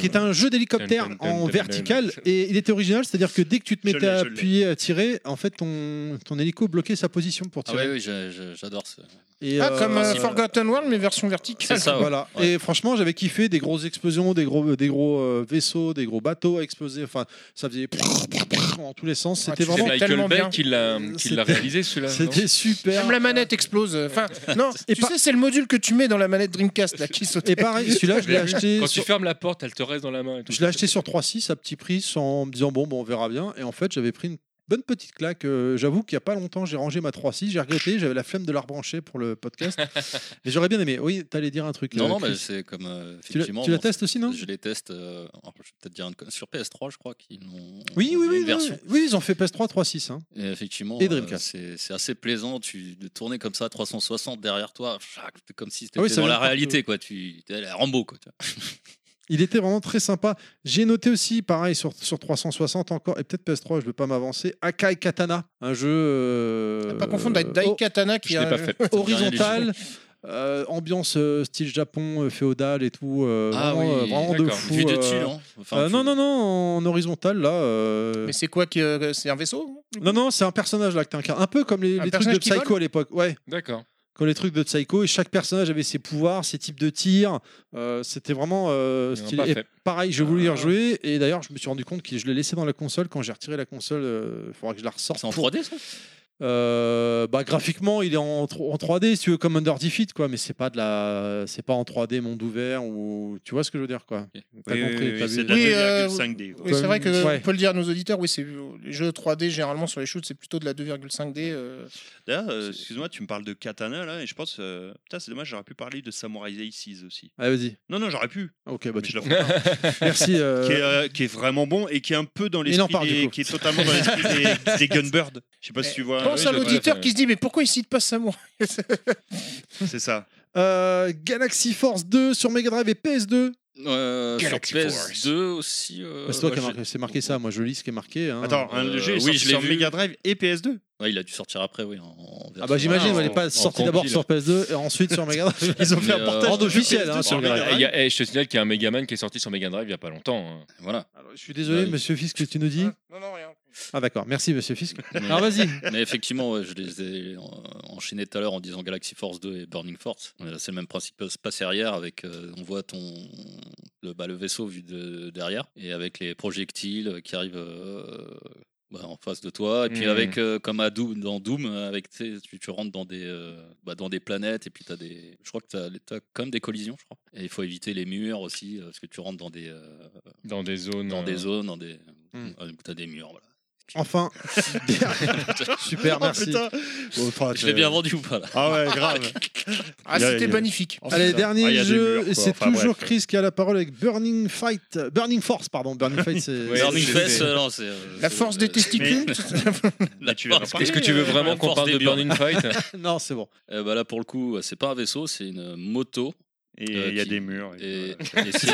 qui est un jeu d'hélicoptère Dun, dun, dun, en dun, vertical. dun. Et il était original, c'est-à-dire que dès que tu te Je mettais à l'ai, je l'ai. appuyer, à tirer, en fait, ton, ton hélico bloquait sa position pour Ah oui, tirer. oui, je- je- j'adore ce. Et, Ah, euh, comme euh, euh, Forgotten World, mais version verticale. C'est ça, Ah ouais. Voilà. Ouais. Et franchement, j'avais kiffé des grosses explosions, des gros, des gros euh, vaisseaux, des gros bateaux à exploser. Enfin, ça faisait en tous les sens. Ah, C'était tu fais C'est vraiment. la- Michael tellement Bay bien. qui l'a qui l'a C'était- réalisé celui-là. non C'était super. Même la manette explose. Enfin, non, Et tu par- sais, c'est le module que tu mets dans la manette Dreamcast là, qui saute. Et pareil, celui-là, je l'ai acheté. Quand sur- tu fermes la porte, elle te reste dans la main. et tout. Je l'ai acheté sur 3.6 à petit prix sans me disant bon, bon on verra bien et en fait j'avais pris une bonne petite claque Euh, j'avoue qu'il n'y a pas longtemps j'ai rangé ma 3.6 j'ai regretté j'avais la flemme de la rebrancher pour le podcast mais j'aurais bien aimé oui t'allais dire un truc euh, Non, non, mais Chris. c'est comme. euh, tu la, effectivement, tu la bon, testes aussi non Je les teste. euh, alors, je vais peut-être dire une con- sur PS3, je crois qu'ils l'ont. oui ils oui ont oui, une version. oui, oui, ils ont fait PS3 3.6 hein. Et effectivement, Et euh, Dreamcast. c'est- c'est assez plaisant tu, de tourner comme ça, 360 derrière toi, chac, comme si c'était Ah oui, ça dans vient la partout. réalité, quoi. Tu t'es à la Rambo, quoi. tu vois. il était vraiment très sympa j'ai noté aussi pareil sur, sur 360 encore et peut-être PS3 je ne veux pas m'avancer Akai Katana un jeu euh, Pas confondre avec euh, Daikatana qui oh, Je a l'ai pas fait. horizontal euh, ambiance euh, style Japon euh, féodal et tout euh, Ah vraiment, oui, euh, vraiment de d'accord. fou Vu de euh, dessus, non Enfin, euh, tu- non non non en horizontal là euh, Mais c'est quoi que euh, c'est un vaisseau non non c'est un personnage là que t'incarnes un peu comme les, Un les trucs personnage de qui Psycho vole à l'époque ouais D'accord. comme les trucs de Psycho et chaque personnage avait ses pouvoirs ses types de tirs euh, c'était vraiment euh, Non, stylé pas Et fait. pareil je Euh, voulais y rejouer et euh, d'ailleurs je me suis rendu compte que je l'ai laissé dans la console quand j'ai retiré la console il faudra que je la ressorte C'est en 3D, ça Euh, bah, graphiquement, il est en, tro- en 3D, si tu veux, comme Under Defeat, quoi, mais c'est pas de la, c'est pas en 3D monde ouvert ou tu vois ce que je veux dire, quoi. T'as Oui, oui, compris, oui, t'as c'est vu. de la Oui, euh, 2,5D. quoi. Oui, c'est vrai que Ouais. on peut le dire à nos auditeurs, oui, c'est les jeux 3D généralement sur les shoots, c'est plutôt de la 2,5D. euh. D'ailleurs, euh, excuse-moi, tu me parles de katana là, et je pense. euh, Putain, c'est dommage, j'aurais pu parler de Samurai Aces aussi. Allez, vas-y. Non, non, j'aurais pu. Ok, bah mais tu je la ferai pas. Merci. euh, qui, est, euh, qui est vraiment bon et qui est un peu dans Il en l'esprit. parle, du des- coup. Qui est totalement dans l'esprit des, des Gunbird. Je sais pas si tu vois. Pense oui, à je- l'auditeur ouais, qui se dit mais pourquoi il cite pas Samouraï C'est ça. euh, Galaxy Force 2 sur Mega Drive et PS2. Euh, sur Galaxy Force. PS2 aussi. euh, Bah, c'est toi ouais, qui as j'ai- marqué, c'est marqué ça. Moi, je lis ce qui est marqué. hein. Attends, hein, euh, le jeu est oui, sorti je l'ai sur vu. Mega Drive et PS2. Ouais, il a dû sortir après, oui. en- en Ah version- bah j'imagine, en- il n'est pas en sorti d'abord compile. sur PS2 et ensuite sur Mega Drive. Ils ont Mais, fait un euh, portage en de officiel, PS2 hein, sur sur Mega Mega Eh, Drive. y a- eh, je te signale qu'il y a un Megaman qui est sorti sur Mega Drive il y a pas longtemps. hein. Voilà. Je suis désolé, Bah Ouais, oui. monsieur Fisk, que tu nous dis. Non, non, rien. Ah d'accord, merci monsieur Fisk. Mais- Alors vas-y. Mais effectivement, ouais, je les ai euh, enchaînés tout à l'heure en disant Galaxy Force 2 et Burning Force. Euh, C'est le même principe que Space Arrière avec euh, on voit ton le, bah, le vaisseau vu de derrière et avec les projectiles euh, qui arrivent euh, bah, en face de toi et puis Mhm. avec euh, comme à Doom, dans Doom euh, avec tu, sais, tu- tu rentres dans des euh, bah, dans des planètes et puis t'as des je crois que t'as as comme des collisions je crois et il faut éviter les murs aussi euh, parce que tu rentres dans des euh, Dans des zones. dans des euh, zones dans des Mhm. euh, où t'as des murs voilà. Enfin. Super, Oh, merci. putain. Enfin, Je l'ai bien vendu ou pas là Ah ouais, grave. Ah, Il y a- c'était il y a- magnifique. Oh, Allez, putain. dernier Ah, il y a des jeu, murs, quoi. et c'est Enfin, toujours bref. Chris qui a la parole avec Burning Fight, euh, Burning Force, pardon, Burning Fight, c'est. Ouais, Burning c'est- Fest, c'est- euh, non, c'est. euh, La c'est- force des euh, testicules. Mais tu verras pas. Est-ce que tu veux vraiment La qu'on euh, force parle de des murs. Burning Fight non, c'est bon. Euh, bah là, pour le coup, c'est pas un vaisseau, c'est une moto. Et il y a qui- des murs. et Et, et c'est-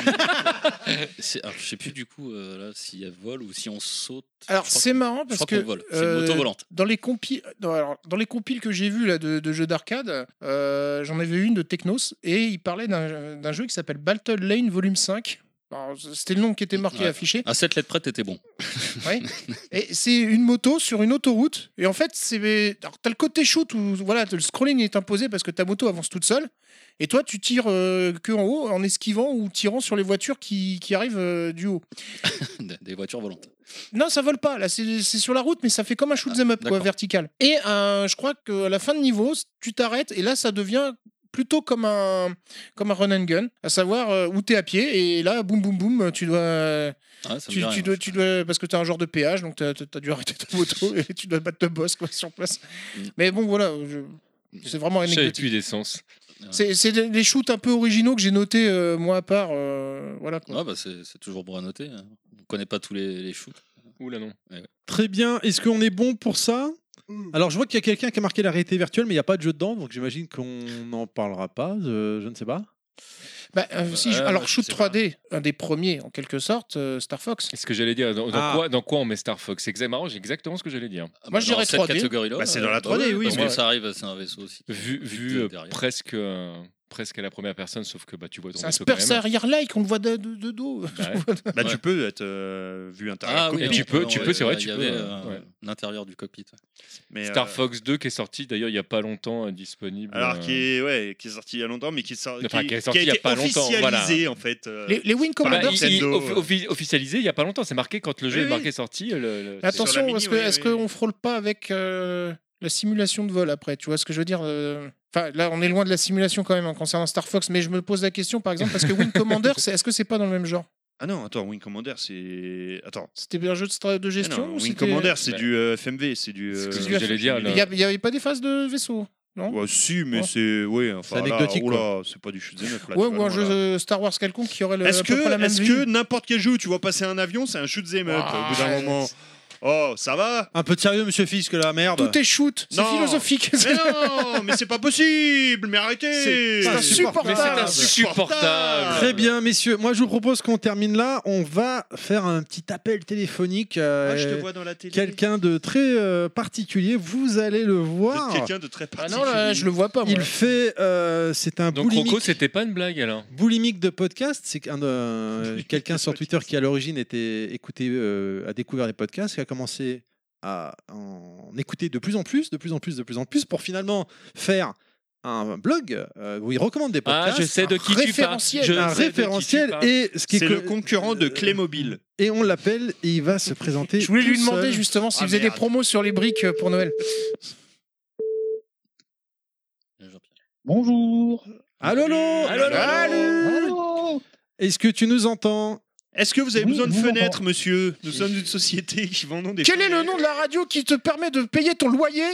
c'est- alors, je sais plus du coup euh, là, si elle vole ou si on saute. Alors Je crois c'est marrant que- parce je crois que qu'on vole. C'est euh, une moto volante. dans les compiles, dans, alors, dans les compiles que j'ai vus là de, de jeux d'arcade, euh, j'en avais une de Technos et il parlait d'un d'un jeu qui s'appelle Battle Lane Volume 5. Alors, C'était le nom qui était marqué Ouais. affiché. À 7 lettres près, t'étais bon. Ouais. Et c'est une moto sur une autoroute. Et en fait, c'est. Alors, t'as le côté shoot où voilà, le scrolling est imposé parce que ta moto avance toute seule. Et toi, tu tires euh, que en haut en esquivant ou tirant sur les voitures qui, qui arrivent euh, du haut. Des des voitures volantes. Non, ça vole pas. Là, c'est c'est sur la route, mais ça fait comme un shoot 'em up quoi, Ah, d'accord. vertical. Et euh, je crois qu'à la fin de niveau, tu t'arrêtes et là, ça devient plutôt comme un comme un run and gun, à savoir euh, où t'es à pied et là, boum boum boum, tu dois Ah, ça me tu, dit rien, tu dois, je- tu dois- parce que tu as un genre de péage, donc tu as, dû arrêter ta moto et tu dois battre le boss quoi, sur place. Mm. Mais bon, voilà, je- c'est vraiment J'avais anecdotique. plus d'essence. C'est c'est des des shoots un peu originaux que j'ai notés, euh, moi à part. euh, voilà, quoi. Ouais, bah, c'est c'est toujours bon à noter. hein. On connaît pas tous les, les shoots. Oula non. Très bien, est-ce qu'on est bon pour ça Alors, je vois qu'il y a quelqu'un qui a marqué la réalité virtuelle, mais il n'y a pas de jeu dedans, donc j'imagine qu'on n'en parlera pas, euh, je, je ne sais pas. Bah, euh, si, je- ouais, alors, je shoot sais pas. 3D, un des premiers en quelque sorte, euh, Star Fox. Est-ce que j'allais dire dans, dans Ah. quoi, dans quoi on met Star Fox C'est exact- marrant, c'est exactement ce que j'allais dire. Ah, Moi, je dans dirais cette 3D. catégorie-là. Bah, c'est euh, dans la 3D, oui, Parce mais- que ça arrive, c'est un vaisseau aussi. Vu, vu de- euh, derrière. presque, euh, presque à la première personne, sauf que bah, tu vois ton C'est un vaisseau quand Spurs même. arrière-like, on le voit de, de- de dos. Ouais. bah, Ouais. tu peux être euh, vu intérieur. Ah, oui, cockpit, Et tu peux- pardon, tu ouais, peux, c'est vrai, il y tu avait, peux, hein. euh, ouais. L'intérieur du cockpit. mais, Star euh, Fox 2 qui est sorti d'ailleurs il n'y a pas longtemps, euh, disponible. Alors euh, qui est ouais qui est sorti il y a longtemps mais qui sort Enfin, qui est qui sorti a il y a été pas longtemps, officialisé en fait. euh, Les, les Wing bah, Bah, Commander, il- c'est- il- Nintendo, offi- offi- officialisé il n'y a pas longtemps. C'est marqué quand le jeu Oui, est oui. marqué sorti. le- le- sur la Attention, mini, est-ce oui, que- est-ce oui. qu'on ne frôle pas avec euh, la simulation de vol après Tu vois ce que je veux dire euh, Enfin, là, on est loin de la simulation quand même en concernant Star Fox, mais je me pose la question, par exemple, parce que Wing Commander, c'est- est-ce que c'est pas dans le même genre Ah non attends Wing Commander c'est attends. C'était un jeu de, stra- de Ah gestion non, ou Wing c'était- Commander c'est Bah. du euh, FMV c'est du. C'est ce que euh, j'allais dire, là. Il n'y avait pas des phases de vaisseau non Ouais, si, mais Ouais. c'est. Oui, enfin. C'est là, anecdotique, oula, c'est pas du shoot 'em up, Ouais, là, Bah, tu ou vois, un jeu là. euh, Star Wars quelconque qui aurait le, Est-ce à peu près la que, même est vie. que n'importe quel jeu où tu vois passer un avion, c'est un shoot 'em up Ah, Au bout d'un moment. Oh, ça va Un peu de sérieux, monsieur Fisk, là, merde. Tout est shoot, c'est Non. philosophique. Mais non Mais c'est pas possible Mais arrêtez C'est insupportable. Mais c'est Ah, insupportable. Très bien, messieurs. Moi, je vous propose qu'on termine là. On va faire un petit appel téléphonique. euh, Ah, je te vois dans la télé. Quelqu'un de très euh, particulier, vous allez le De voir. Quelqu'un de très Ah non, particulier. là, je le vois pas. moi. Il fait, euh, c'est un Donc boulimique, Rocco, c'était pas une blague alors. boulimique de podcast. C'est qu'un, euh, quelqu'un sur Twitter qui à l'origine était écouté, euh, a découvert les podcasts, qui a commencé à en écouter de plus en plus, de plus en plus, de plus en plus, pour finalement faire un blog euh, où il recommande des Ah, podcasts. je sais de qui tu parles. référentiel, Je un sais de qui tu référentiel parles. et ce qui est C'est que- le concurrent de Clé Mobile. et on l'appelle et il va se présenter. Je voulais lui tout seul. demander justement s'il Ah, faisait des merde. promos sur les briques euh, pour Noël. Bonjour. Allô, allô, Allô, allô. Allô Est-ce que tu nous entends Est-ce que vous avez Oui, besoin de vous fenêtres, monsieur Nous sommes une société qui vendons des. Quel est le nom de la radio qui te permet de payer ton loyer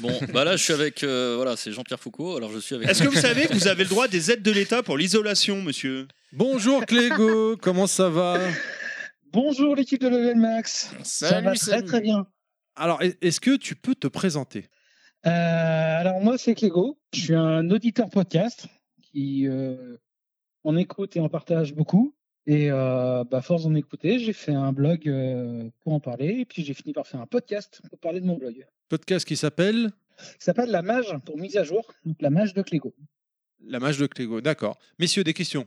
Bon, bah là, je suis avec. euh, voilà, c'est Jean-Pierre Foucault. Alors, je suis avec. Est-ce que vous savez que vous avez le droit des aides de l'État pour l'isolation, monsieur Bonjour Clégo, comment ça va Bonjour l'équipe de Level Max. ça va très très bien. Alors, est- est-ce que tu peux te présenter Euh, alors moi c'est Clégo. Je suis un auditeur podcast qui euh, on écoute et on partage beaucoup. Et euh, bah, force d'en écouter, j'ai fait un blog euh, pour en parler. Et puis j'ai fini par faire un podcast pour parler de mon blog. Podcast qui s'appelle Ça s'appelle La Mage pour mise à jour. Donc La Mage de Clégo. La mage de Clégo. D'accord. Messieurs, des questions.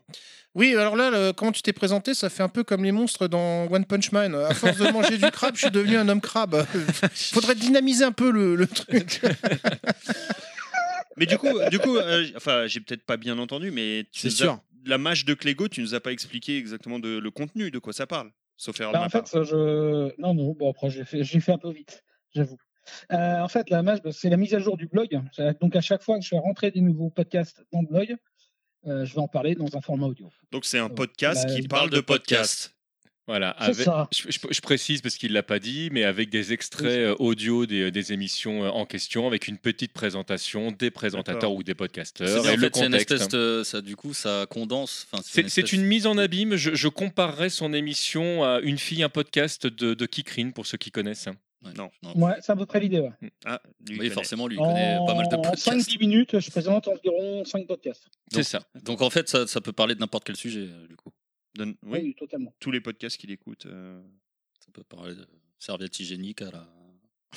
Oui, alors là, le- comment tu t'es présenté Ça fait un peu comme les monstres dans One Punch Man. À force de manger du crabe, je suis devenu un homme crabe. Faudrait dynamiser un peu le, le truc. Mais du coup, du coup, euh, j- enfin, j'ai peut-être pas bien entendu, mais tu C'est nous as- sûr. La mâche de Clégo, tu nous as pas expliqué exactement de- le contenu, de quoi ça parle, sauf erreur de Bah, ma en part. fait, je... non, non, bon, après, j'ai fait, j'ai fait un peu vite, j'avoue. Euh, en fait, la mage, c'est la mise à jour du blog. Donc, à chaque fois que je vais rentrer des nouveaux podcasts dans le blog, euh, je vais en parler dans un format audio. Donc c'est un podcast Bah, qui il parle de podcast. Voilà. C'est avec- ça. Je, je- je précise parce qu'il l'a pas dit, mais avec des extraits euh, audio des, des émissions euh, en question, avec une petite présentation des présentateurs D'accord. ou des podcasteurs C'est et en le fait, c'est une contexte. espèce de. Ça, du coup, ça condense. Enfin, C'est c'est espèce- une mise en abîme. Je, je comparerais son émission à Une fille, un podcast de, de Kikrine, pour ceux qui connaissent. Ouais, Non. Ouais, c'est à peu près l'idée. ouais. Ah, lui, il Oui, connaît. forcément, lui, il connaît En, pas mal de en podcasts. 5-10 minutes, je présente environ 5 podcasts. C'est ça. Donc, en fait, ça, ça peut parler de n'importe quel sujet, euh, du coup. Donne- Oui, oui, totalement. tous les podcasts qu'il écoute. euh, Ça peut parler de serviette hygiénique à la...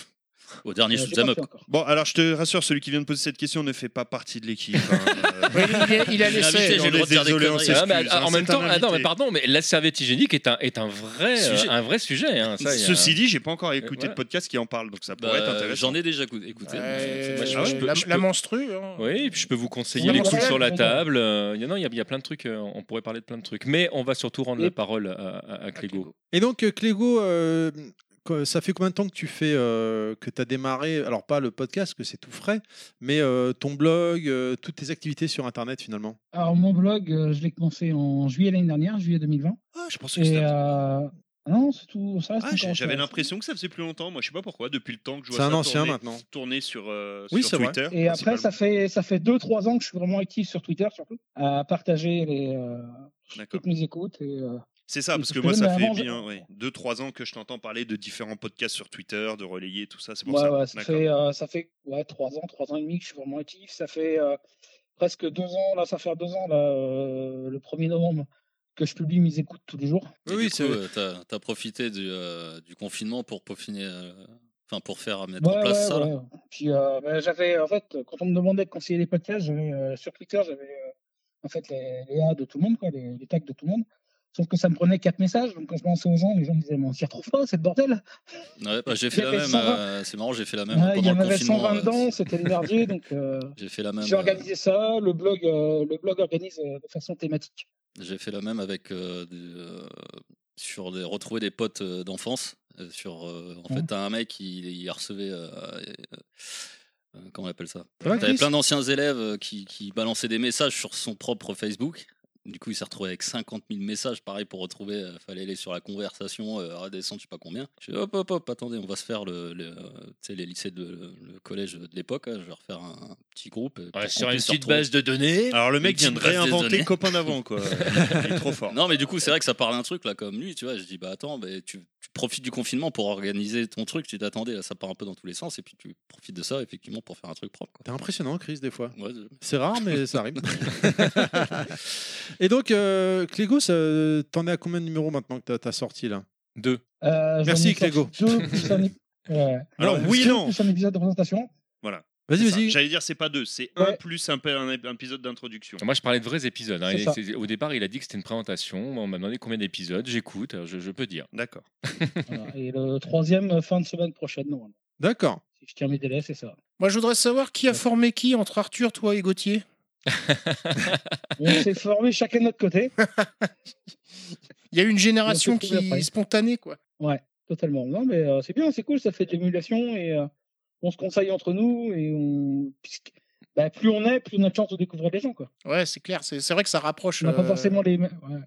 au dernier Euh, shoot j'ai pas shoot'em up. fait encore. Bon, alors je te rassure, celui qui vient de poser cette question ne fait pas partie de l'équipe. hein, euh, Oui, il, est- il a Il est laissé. invité, on j'ai le droit les de dire des désolé, on conneries. s'excuse, Ah, mais, hein, ah, en c'est même un temps, ah, non, invité. mais pardon, mais la serviette hygiénique est un, est un vrai euh, Sujet. un vrai sujet. hein, ça, il y a- Ceci dit, j'ai pas encore écouté voilà. de podcast qui en parle, donc ça Bah, pourrait être intéressant. J'en ai déjà écou- écouté. donc, Euh, c'est- c'est- moi, je peux- la, je peux- la menstru. hein. Oui, et puis je peux vous conseiller Non, les mais coups voilà, sur la mais- table. euh, Il y, a- non, il y a, il y a plein de trucs. euh, On pourrait parler de plein de trucs. Mais on va surtout rendre Et- la parole euh, à, à- à Clégo. Et donc, euh, Clégo, euh, quoi- ça fait combien de temps que tu fais, euh, que tu as démarré, alors pas le podcast, que c'est tout frais, mais euh, ton blog, euh, toutes tes activités sur Internet finalement Alors, mon blog, euh, je l'ai commencé en juillet l'année dernière, juillet 2020. Ah, je pensais que Et c'était- euh, non, c'est tout. Ça reste Ah, encore j'ai- j'avais ça. l'impression que ça faisait plus longtemps. Moi, je sais pas pourquoi, depuis le temps que je vois C'est un ça ancien tourner, maintenant. tourner sur, euh, Oui, sur c'est vrai. Twitter. Et après, ça principalement. fait ça fait deux trois ans que je suis vraiment actif sur Twitter surtout, à partager les euh, D'accord. toutes mes écoutes. Et, euh, C'est ça, Oui, parce que parce moi, que ça même fait avant, je- bien 2-3 ans que je t'entends parler de différents podcasts sur Twitter, de relayer, tout ça. C'est pour ouais, ça. ouais, ça D'accord. fait euh, ça fait ouais trois ans, trois ans et demi que je suis vraiment actif. Ça fait euh, presque deux ans là, ça fait deux ans là, euh, le 1er novembre que je publie mes écoutes tous les jours. Et Oui, du coup, c'est- euh, t'as as profité du, euh, du confinement pour peaufiner, euh, enfin pour faire mettre en Ouais, place ouais, ça. là. ouais. Puis euh, bah, j'avais en fait quand on me demandait de conseiller des podcasts, j'avais, euh, sur Twitter j'avais euh, en fait les, les A de tout le monde, quoi, les, les tags de tout le monde. Sauf que ça me prenait quatre messages, donc quand je lançais aux gens, les gens me disaient mais on s'y retrouve pas, c'est le bordel. Ouais, bah, j'ai Il y fait la avait même. 120. euh, c'est marrant, j'ai fait la même Ah, il y pendant en le avait confinement. 120 euh, dedans, c'était le merdier, donc euh, J'ai fait la même. j'ai euh, organisé ça. Le blog, euh, le blog organise euh, de façon thématique. J'ai fait la même avec euh, des, euh, sur des retrouver des potes euh, d'enfance. euh, sur euh, en fait, Mmh. Mhm. t'as un mec il, il recevait. euh, euh, euh, comment on appelle ça Ça va, T'avais Chris plein d'anciens élèves euh, qui, qui balançaient des messages sur son propre Facebook. Du coup, il s'est retrouvé avec 50 000 messages. Pareil pour retrouver, euh, fallait aller sur la conversation, euh, redescendre, je sais pas combien. Je fais, hop, hop, hop, attendez, on va se faire le, le, euh, tu sais, les lycées de le collège de l'époque. hein, je vais refaire un, petit groupe. euh, pour qu'on sur une puisse se petite retrouver. base de données. Alors, le mec Une vient petite de race réinventer désolée. le copain d'avant, quoi. Il est trop fort. Non, mais du coup, c'est vrai que ça parle un truc là, comme lui, tu vois. Je dis, bah attends, mais tu, tu profites du confinement pour organiser ton truc. Tu t'attendais, là, ça part un peu dans tous les sens, et puis tu profites de ça, effectivement, pour faire un truc propre. T'es impressionnant, Chris, des fois. Quoi. Ouais, je- C'est rare, mais ça arrive. Et donc, euh, Clégo, ça- t'en es à combien de numéros maintenant que t'as- t'as sorti là Deux. Euh, j'en ai Merci, sorti Clégo. Deux plus un, ép- ouais. Alors, Ouais, oui, deux non. plus un épisode de présentation. Vas-y, C'est ça. vas-y. J'allais dire, c'est pas deux, c'est un Ouais. plus un, pa- un ép- un épisode d'introduction. Ah. Moi, je parlais de vrais épisodes. hein. C'est Et ça. c'est- Au départ, il a dit que c'était une présentation. On m'a demandé combien d'épisodes. J'écoute. Je, je peux dire. D'accord. Voilà. Et le troisième, euh, fin de semaine prochaine, normalement. D'accord. Si je tiens mes délais, c'est ça. Moi, je voudrais savoir qui a formé qui entre Arthur, toi et Gauthier. On s'est formés chacun de notre côté. Il y a une génération trouver qui après. est spontanée, quoi. Ouais, totalement. Non, mais euh, c'est bien, c'est cool, ça fait de l'émulation et euh, on se conseille entre nous et on. puisque- bah, plus on est, plus on a de chance de découvrir les gens, quoi. Ouais, c'est clair. C'est c'est vrai que ça rapproche. On n'a pas euh, forcément les mêmes. ouais.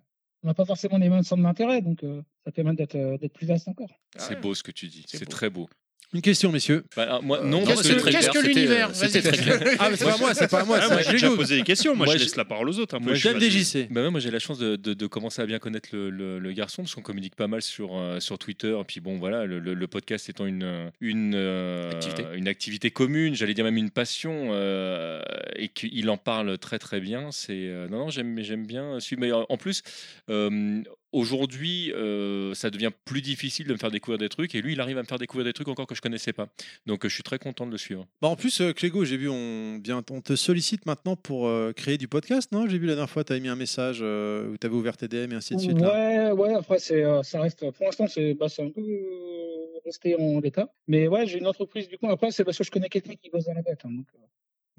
On n'a pas forcément les mêmes centres d'intérêt, donc euh, ça permet d'être euh, d'être plus vaste encore. Ah C'est beau ce que tu dis. C'est C'est beau. très beau. Une question, messieurs. Bah, alors, moi, Euh, non, non, parce Qu'est-ce c'est que- que, très qu'est-ce clair, que c'était, l'univers euh, c'était Vas-y. très clair. Ah, mais c'est pas moi, c'est pas moi. Ah, c'est moi, les j'ai déjà Lego. posé des questions. Moi, Moi, je j'ai- laisse la parole aux autres. hein. moi, Moi, j'ai- je suis- LDJC. Bah ouais, moi j'ai la chance de, de- de commencer à bien connaître le, le- le garçon parce qu'on communique pas mal sur, euh, sur Twitter. Et puis bon, voilà, le, le- le podcast étant une, euh, une, euh, Activité. une activité commune, j'allais dire même une passion, euh, et qu'il en parle très très bien. C'est euh, non, non, j'aime j'aime bien. suivre. Mais en en plus, euh, aujourd'hui, euh, ça devient plus difficile de me faire découvrir des trucs, et lui, il arrive à me faire découvrir des trucs encore que je connaissais pas. Donc euh, je suis très content de le suivre. Bah, en plus, euh, Clégo, j'ai vu, on, bien, on te sollicite maintenant pour euh, créer du podcast, non J'ai vu la dernière fois, tu avais mis un message euh, où tu avais ouvert tes DM et ainsi de suite. là. Ouais, ouais, après, c'est, euh, ça reste, pour l'instant, c'est bah, c'est un peu euh, resté en l'état. Mais ouais, j'ai une entreprise, du coup, après, c'est parce que je connais quelqu'un qui bosse dans la boîte. hein, donc, euh,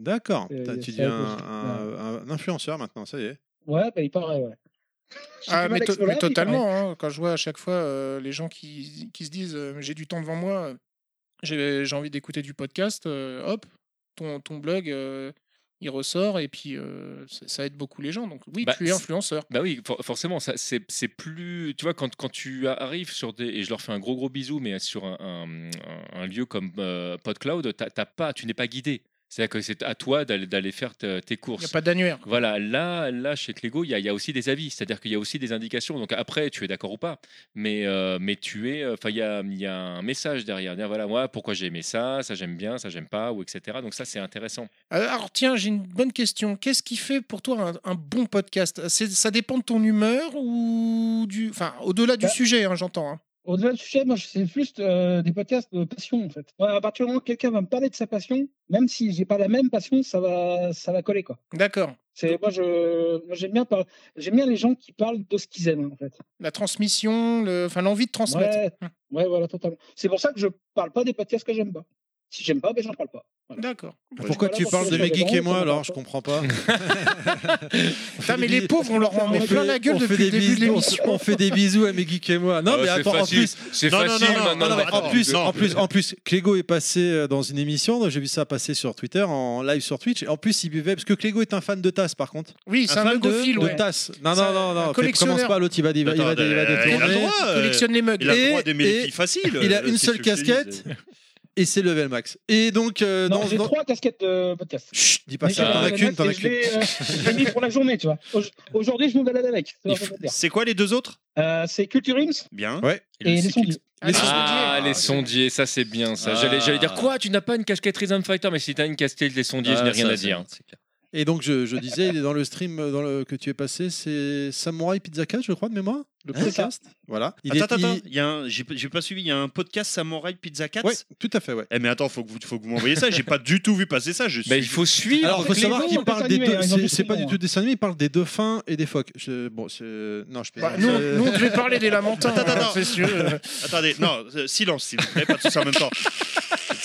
D'accord. Euh, T'as- y a Tu ça, deviens gros, un, un- un influenceur maintenant, ça y est. ouais, bah, il paraît, ouais. J'ai Ah, du mal mais, avec to- ce mot-là, mais mais il paraît. totalement. hein, quand je vois à chaque fois euh, les gens qui, qui se disent euh, j'ai du temps devant moi, euh, j'ai j'ai envie d'écouter du podcast, euh, hop, ton, ton blog. euh, il ressort et puis euh, ça, ça aide beaucoup les gens. Donc oui, Bah, tu es c'est- influenceur. Bah oui, for- forcément, ça, c'est, c'est plus. Tu vois, quand, quand tu arrives sur des. Et je leur fais un gros gros bisou, mais sur un, un- un- un lieu comme euh, PodCloud, t'as, t'as pas, tu n'es pas guidé. C'est-à-dire que c'est à toi d'aller, d'aller faire te- tes Il n'y a courses. pas d'annuaire. Voilà, là, là chez Clégo, il y, a- il y a aussi des avis, c'est-à-dire qu'il y a aussi des indications. Donc après, tu es d'accord ou pas, mais, euh, mais tu es. Enfin, il y a, il y a un message derrière. Dire, voilà, moi, pourquoi j'ai aimé ça, ça j'aime bien, ça j'aime pas, ou etc. Donc ça, c'est intéressant. Alors tiens, j'ai une bonne question. Qu'est-ce qui fait pour toi un, un bon podcast C'est- Ça dépend de ton humeur ou du... Enfin, au-delà du Bah. sujet, hein, j'entends. hein. Au-delà du sujet, moi, c'est plus euh, des podcasts de passion, en fait. Ouais, à partir du moment où quelqu'un va me parler de sa passion, même si j'ai pas la même passion, ça va, ça va coller, quoi. D'accord. C'est, moi, je, moi, j'aime bien, par- j'aime bien les gens qui parlent de ce qu'ils aiment, en fait. La transmission, le... enfin l'envie de transmettre. Ouais, Hum. ouais, voilà, totalement. C'est pour ça que je parle pas des podcasts que j'aime pas. Si j'aime pas, ben j'en parle pas. D'accord. Pourquoi voilà, tu parce parles que de je mes suis geeks et vraiment moi pas alors Je d'accord. comprend pas. Putain, mais les pauvres, on leur en On met fait- plein la gueule on fait des depuis le début de bisous- on- l'émission. On fait des bisous à mes geeks et moi. Non, Ah, mais c'est attends, facile. en plus, c'est Non, non, facile. non, non, maintenant, Ah non, mais d'avoir- en plus, non. en plus, en plus, Clégo est passé euh, dans une émission. donc J'ai vu ça passer sur Twitter, en live sur Twitch. Et en plus, il buvait parce que Clégo est un fan de tasse, par contre. Oui, c'est un, fan logophile, de, de ouais. tasses. Non, C'est non, un- non, un non. fais- collectionneur. Commence pas l'autre. Il va, dé- il va, Attends, dé- il va euh, il a le détourner. droit. Il euh, collectionne les mugs. Il a Et- le droit d'aimer et- les filles faciles. Il a euh, une c'est seule ce que je te dis. casquette et c'est level max. Et donc, euh, Bah, Non, dans- j'ai dans- trois casquettes de podcast. Chut, dis pas ça. j'ai T'en as j'en ai qu'une, neuf t'en et as je qu'une. l'ai, euh, je l'ai mis pour la journée, tu vois. Au- Aujourd'hui, je me balade avec. c'est Il vrai que f- je veux dire. C'est quoi les deux autres Euh, C'est Culture Ims Bien. Ouais. et, les sondiers. Ah, les Ah, sondiers. les sondiers, ça c'est bien ça. Ah. J'allais, j'allais dire quoi Tu n'as pas une casquette Rhythm Fighter, mais si t'as une casquette les sondiers, je n'ai Ah, rien ça, à c'est- dire. c'est clair. Et donc, je, je disais, il est dans le stream euh, dans le, que tu es passé, c'est Samurai Pizza Cat, je crois, de mémoire, le C'est Hein, ça. podcast. Voilà. Il Attends, est- attends, il- attends. Il y a un- J'ai j'ai pas suivi. Il y a un podcast Samurai Pizza Cat. Ouais, tout à fait, ouais. Eh mais attends, faut que vous, faut que vous m'envoyez ça. J'ai pas du tout vu passer ça. Je suis. Ben, Mais Ben, il faut suivre. Alors, Alors, faut c'est savoir les qu'il noms, parle les des animés, deux. hein, ils ont C'est tous c'est les pas noms, du hein. tout des dessins animés, il parle des dauphins et des phoques. Je- bon, c'est. Non, je euh, Bah, plaisante. nous, on- C'est- nous, on devait parler des lamentins. Attends, hein, attends, c'est sûr. Attendez, non, euh, silence, s'il vous plaît, pas tous en même temps.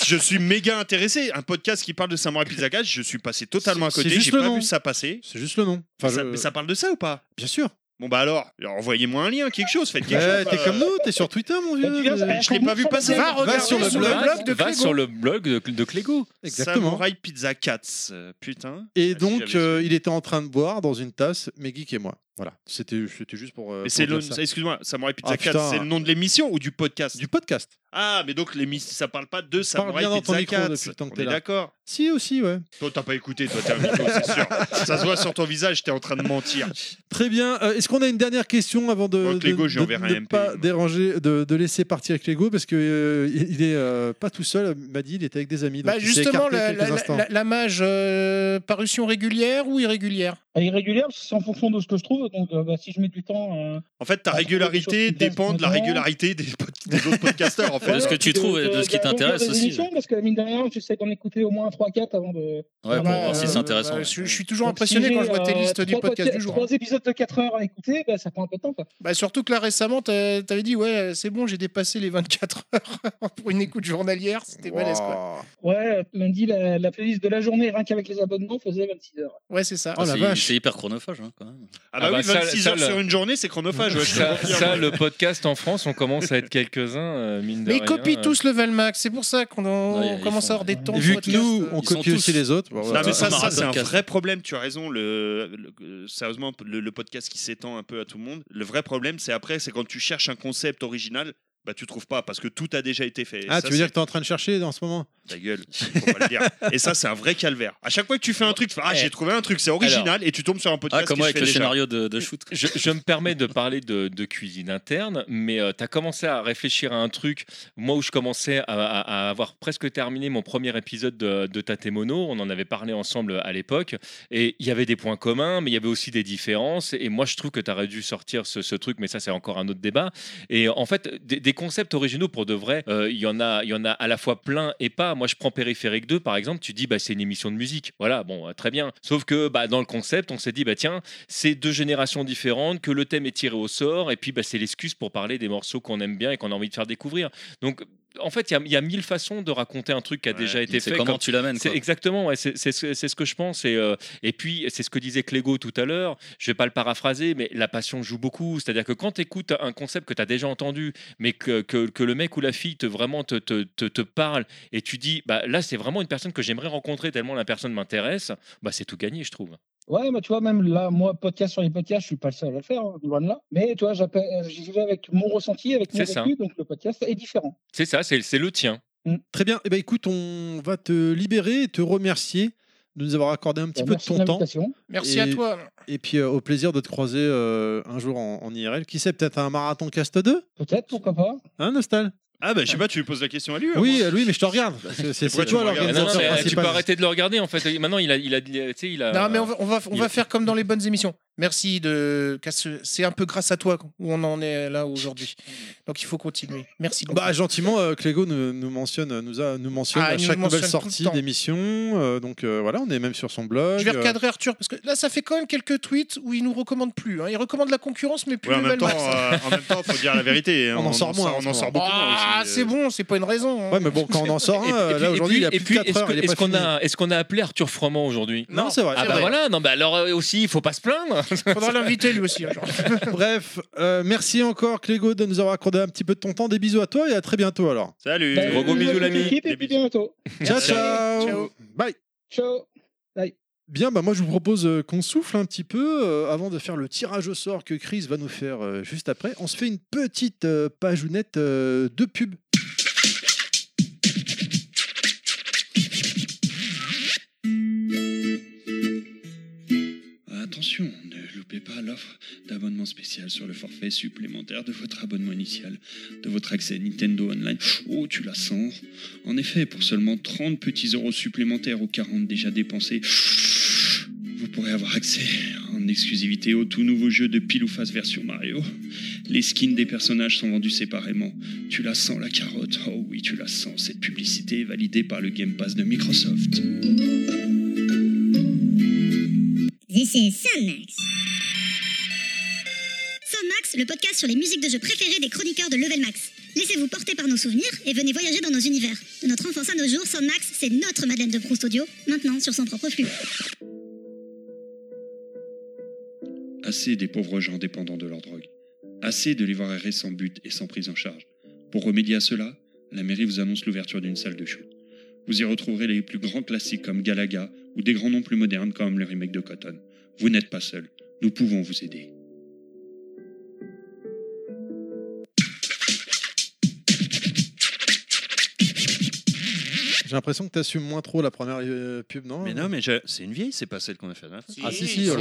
Je suis méga intéressé. Un podcast qui parle de Samurai Pizza Cat, je suis passé totalement à C'est- c'est côté. J'ai juste le pas nom. vu ça passer. C'est juste le nom. Enfin, Ça- je- Mais ça parle de ça ou pas Bien sûr. Bon bah alors, alors, envoyez-moi un lien, quelque chose, faites quelque Ouais, chose. T'es euh, comme nous, t'es sur Twitter, mon Et Bah, tu viens, vieux. Euh, ça- je l'ai pas vu passer. Va Regarde, regarder sur le sur blog. le blog de va Clégo. sur le blog de, de Clégo. Exactement. Samurai Pizza Cats, euh, putain. Et Ah, si donc, j'avais euh, su. il était en train de boire dans une tasse, mes geeks et moi. Voilà. C'était c'était juste pour. euh, Mais pour c'est dire le, ça. excuse-moi, Samurai Pizza Ah, Cats, putain. c'est le nom de l'émission ou du podcast du podcast. Ah, mais donc l'émission, ça parle pas de Samurai bien dans ton Pizza micro Cats. depuis le temps que On t'es est là. d'accord. Si aussi, ouais. Toi, t'as pas écouté, toi, t'es un micro, c'est sûr. Ça se voit sur ton visage, t'es en train de mentir. Très bien. Euh, Est-ce qu'on a une dernière question avant de Bon, avec de- Lego, je lui de- enverrai de un MP, pas moi. déranger, de, de laisser partir avec Lego parce que euh, il il est euh, pas tout seul. il M'a dit, il était avec des amis. Donc Bah, il s'est justement, écarté la, quelques la- la- instants. la- la mage, euh, parution régulière ou irrégulière Ah, Irrégulière, parce que c'est en fonction de ce que je trouve. Donc, euh, bah, si je mets du temps. euh, En fait, ta Bah, je trouve quelque chose régularité qui me plaise dépend de la maintenant. régularité des, pod- des autres podcasteurs en fait. De ce que tu trouves et de ce qui t'intéresse des aussi. émissions, Parce que mine de rien, j'essaie d'en écouter au moins 3-4 avant de. Ouais, pour Voilà, voir si c'est euh, intéressant. Bah, je, je suis toujours Donc, impressionné si quand j'ai, je vois tes euh, listes du trois podcast podca- du jour. Trois épisodes de 4 heures à écouter, bah, ça prend un peu de temps. Quoi. Bah, surtout que là récemment, t'as- t'avais dit ouais, c'est bon, j'ai dépassé les 24 heures pour une écoute journalière, c'était balèze quoi. Wow. Ouais, lundi, la, la playlist de la journée, rien qu'avec les abonnements, faisait 26 heures. Ouais, c'est ça. Oh la C'est- vache. Ah, bah C'est hyper chronophage hein, quand même. Ah bah, Ah bah oui, ça, 26 ça, heures le- sur une journée, c'est chronophage. ouais, je te ça, confirme. ça, le podcast en France, on commence à être quelques-uns, euh, mine de Mais ils rien. copient euh. tous le Valmax, c'est pour ça qu'on en- Ouais, ils on commence à font- avoir des temps. Et de vu que podcast, nous, euh, on Ils sont copie aussi tous- les autres. bon, Non, voilà. Ah, Ah, mais ça, Marathon ça, c'est un Podcast. vrai problème, tu as raison. Le, le- euh, sérieusement, le, le podcast qui s'étend un peu à tout le monde, le vrai problème, c'est après, c'est quand tu cherches un concept original, bah tu trouves pas parce que tout a déjà été fait. Et Ah, ça, tu veux dire c'est- que t'es en train de chercher en ce moment Ta gueule, faut pas le dire. Et ça, c'est un vrai calvaire. À chaque fois que tu fais un truc, tu fais, ah, Eh. j'ai trouvé un truc, c'est original, et tu tombes sur un podcast Ah, comme qui se moi avec fait le déjà. scénario de, de shoot. Je, je me permets de parler de, de cuisine interne, mais tu as commencé à réfléchir à un truc, moi où je commençais à, à- à avoir presque terminé mon premier épisode de, de Tatemono, on en avait parlé ensemble à l'époque, et il y avait des points communs, mais il y avait aussi des différences, et moi je trouve que tu aurais dû sortir ce, ce truc, mais ça c'est encore un autre débat. Et en fait, des, des concepts originaux pour de vrai, euh, il y en a, il y en a à la fois plein et pas. Moi je prends Périphérique 2 par exemple, tu dis bah, c'est une émission de musique, voilà, bon, euh, très bien. Sauf que bah, dans le concept, on s'est dit, bah, tiens, c'est deux générations différentes, que le thème est tiré au sort, et puis bah, c'est l'excuse pour parler des morceaux qu'on aime bien et qu'on a envie de faire découvrir. Donc, en fait, il y a- il y, a mille façons de raconter un truc qui a Ouais, déjà été C'est fait. comment comme- tu l'amènes. C'est quoi. exactement, ouais, c'est c'est ce c'est ce que je pense. Et, euh, et puis, c'est ce que disait Clégo tout à l'heure. Je vais pas le paraphraser, mais la passion joue beaucoup. C'est-à-dire que quand tu écoutes un concept que tu as déjà entendu, mais que, que, que le mec ou la fille te, vraiment te, te, te, te parle, et tu dis, bah, là, c'est vraiment une personne que j'aimerais rencontrer tellement la personne m'intéresse, bah, c'est tout gagné, je trouve. Ouais, bah, tu vois, même là, moi, podcast sur les podcasts, je suis pas le seul à le faire, hein, loin de là. Mais tu vois, j'appelle- euh, j'y vais avec mon ressenti, avec mon C'est ça. vécu, donc le podcast est différent. C'est ça, c'est c'est le tien. Très bien. Eh ben, écoute, on va te libérer et te remercier de nous avoir accordé un petit peu de Bah, merci ton de temps. l'invitation. Merci Et- à toi. Et puis, euh, au plaisir de te croiser euh, un jour en, en IRL. Qui sait, peut-être à un marathon cast 2 Peut-être, pourquoi pas. Hein, Nostal Ah, bah, je sais pas, tu lui poses la question à lui. hein, Oui, moi. euh, lui, mais je te regarde. C'est- C'est pourquoi c'est tu toi me regardes Ah non, non, l'organisateur mais, euh, tu peux principal. arrêter de le regarder en fait. Maintenant, il a, il a, il a- tu sais, il a. Non, mais on va, on va, on Euh, il- va faire comme dans les bonnes émissions. Merci de. car ce- C'est un peu grâce à toi où on en est là aujourd'hui. Donc il faut continuer. Merci. beaucoup. Bah, gentiment, euh, Clégo nous, nous mentionne, euh, nous, a, nous mentionne Ah, à il nous chaque mentionne nouvelle tout le sortie temps. d'émission. euh, donc euh, voilà, on est même sur son blog. je vais euh, recadrer Arthur parce que là, ça fait quand même quelques tweets où il nous recommande plus. hein. Il recommande la concurrence, mais plus Ouais, en, le hein. même temps, Valmax. euh, en même temps, faut dire la vérité. hein, On en sort moins, en On ce en moment. sort beaucoup moins aussi, Ah, euh. c'est bon, c'est pas une raison. hein. euh. Ouais, mais bon, quand on en sort un, Et- et euh, puis- là et aujourd'hui, puis- il a plus et de puis, 4 est-ce heures. que- il est Est-ce pas qu'on fini. a, est-ce qu'on a appelé Arthur Froment aujourd'hui Non, c'est vrai. Ah c'est bah vrai. voilà, non, bah alors euh, aussi, il faut pas se plaindre. Faudra l'inviter lui aussi. un jour. Bref, euh, merci encore, Clégo, de nous avoir accordé un petit peu de ton temps. Des bisous à toi et à très bientôt alors. Salut. Bah, gros bisous à bisous, toute l'ami. l'équipe, Des Et puis bisous. bientôt. Ciao, ciao. Ciao. Bye. Ciao. Bien, bah moi je vous propose euh, qu'on souffle un petit peu euh, avant de faire le tirage au sort que Chris va nous faire euh, juste après. On se fait une petite euh, pageounette euh, de pub. Attention, ne loupez pas l'offre d'abonnement spécial sur le forfait supplémentaire de votre abonnement initial, de votre accès Nintendo Online. Oh, tu la sens En effet, pour seulement 30 petits euros supplémentaires aux 40 déjà dépensés, vous pourrez avoir accès en exclusivité au tout nouveau jeu de pile ou face version Mario. Les skins des personnages sont vendus séparément. Tu la sens la carotte Oh oui, tu la sens. Cette publicité est validée par le Game Pass de Microsoft. This is Sonmax. Sonmax, le podcast sur les musiques de jeux préférées des chroniqueurs de Level Max. Laissez-vous porter par nos souvenirs et venez voyager dans nos univers. De notre enfance à nos jours, Sonmax, c'est notre Madeleine de Proust audio, maintenant sur son propre flux. Assez des pauvres gens dépendants de leur drogue. Assez de les voir errer sans but et sans prise en charge. Pour remédier à cela, la mairie vous annonce l'ouverture d'une salle de shoot. Vous y retrouverez les plus grands classiques comme Galaga ou des grands noms plus modernes comme le remake de Cotton. Vous n'êtes pas seul. Nous pouvons vous aider. J'ai l'impression que t'assumes moins trop la première euh, pub, non Ah, Mais non, mais je- c'est une vieille, c'est pas celle qu'on a fait. la dernière fois. Ah si, si. euh,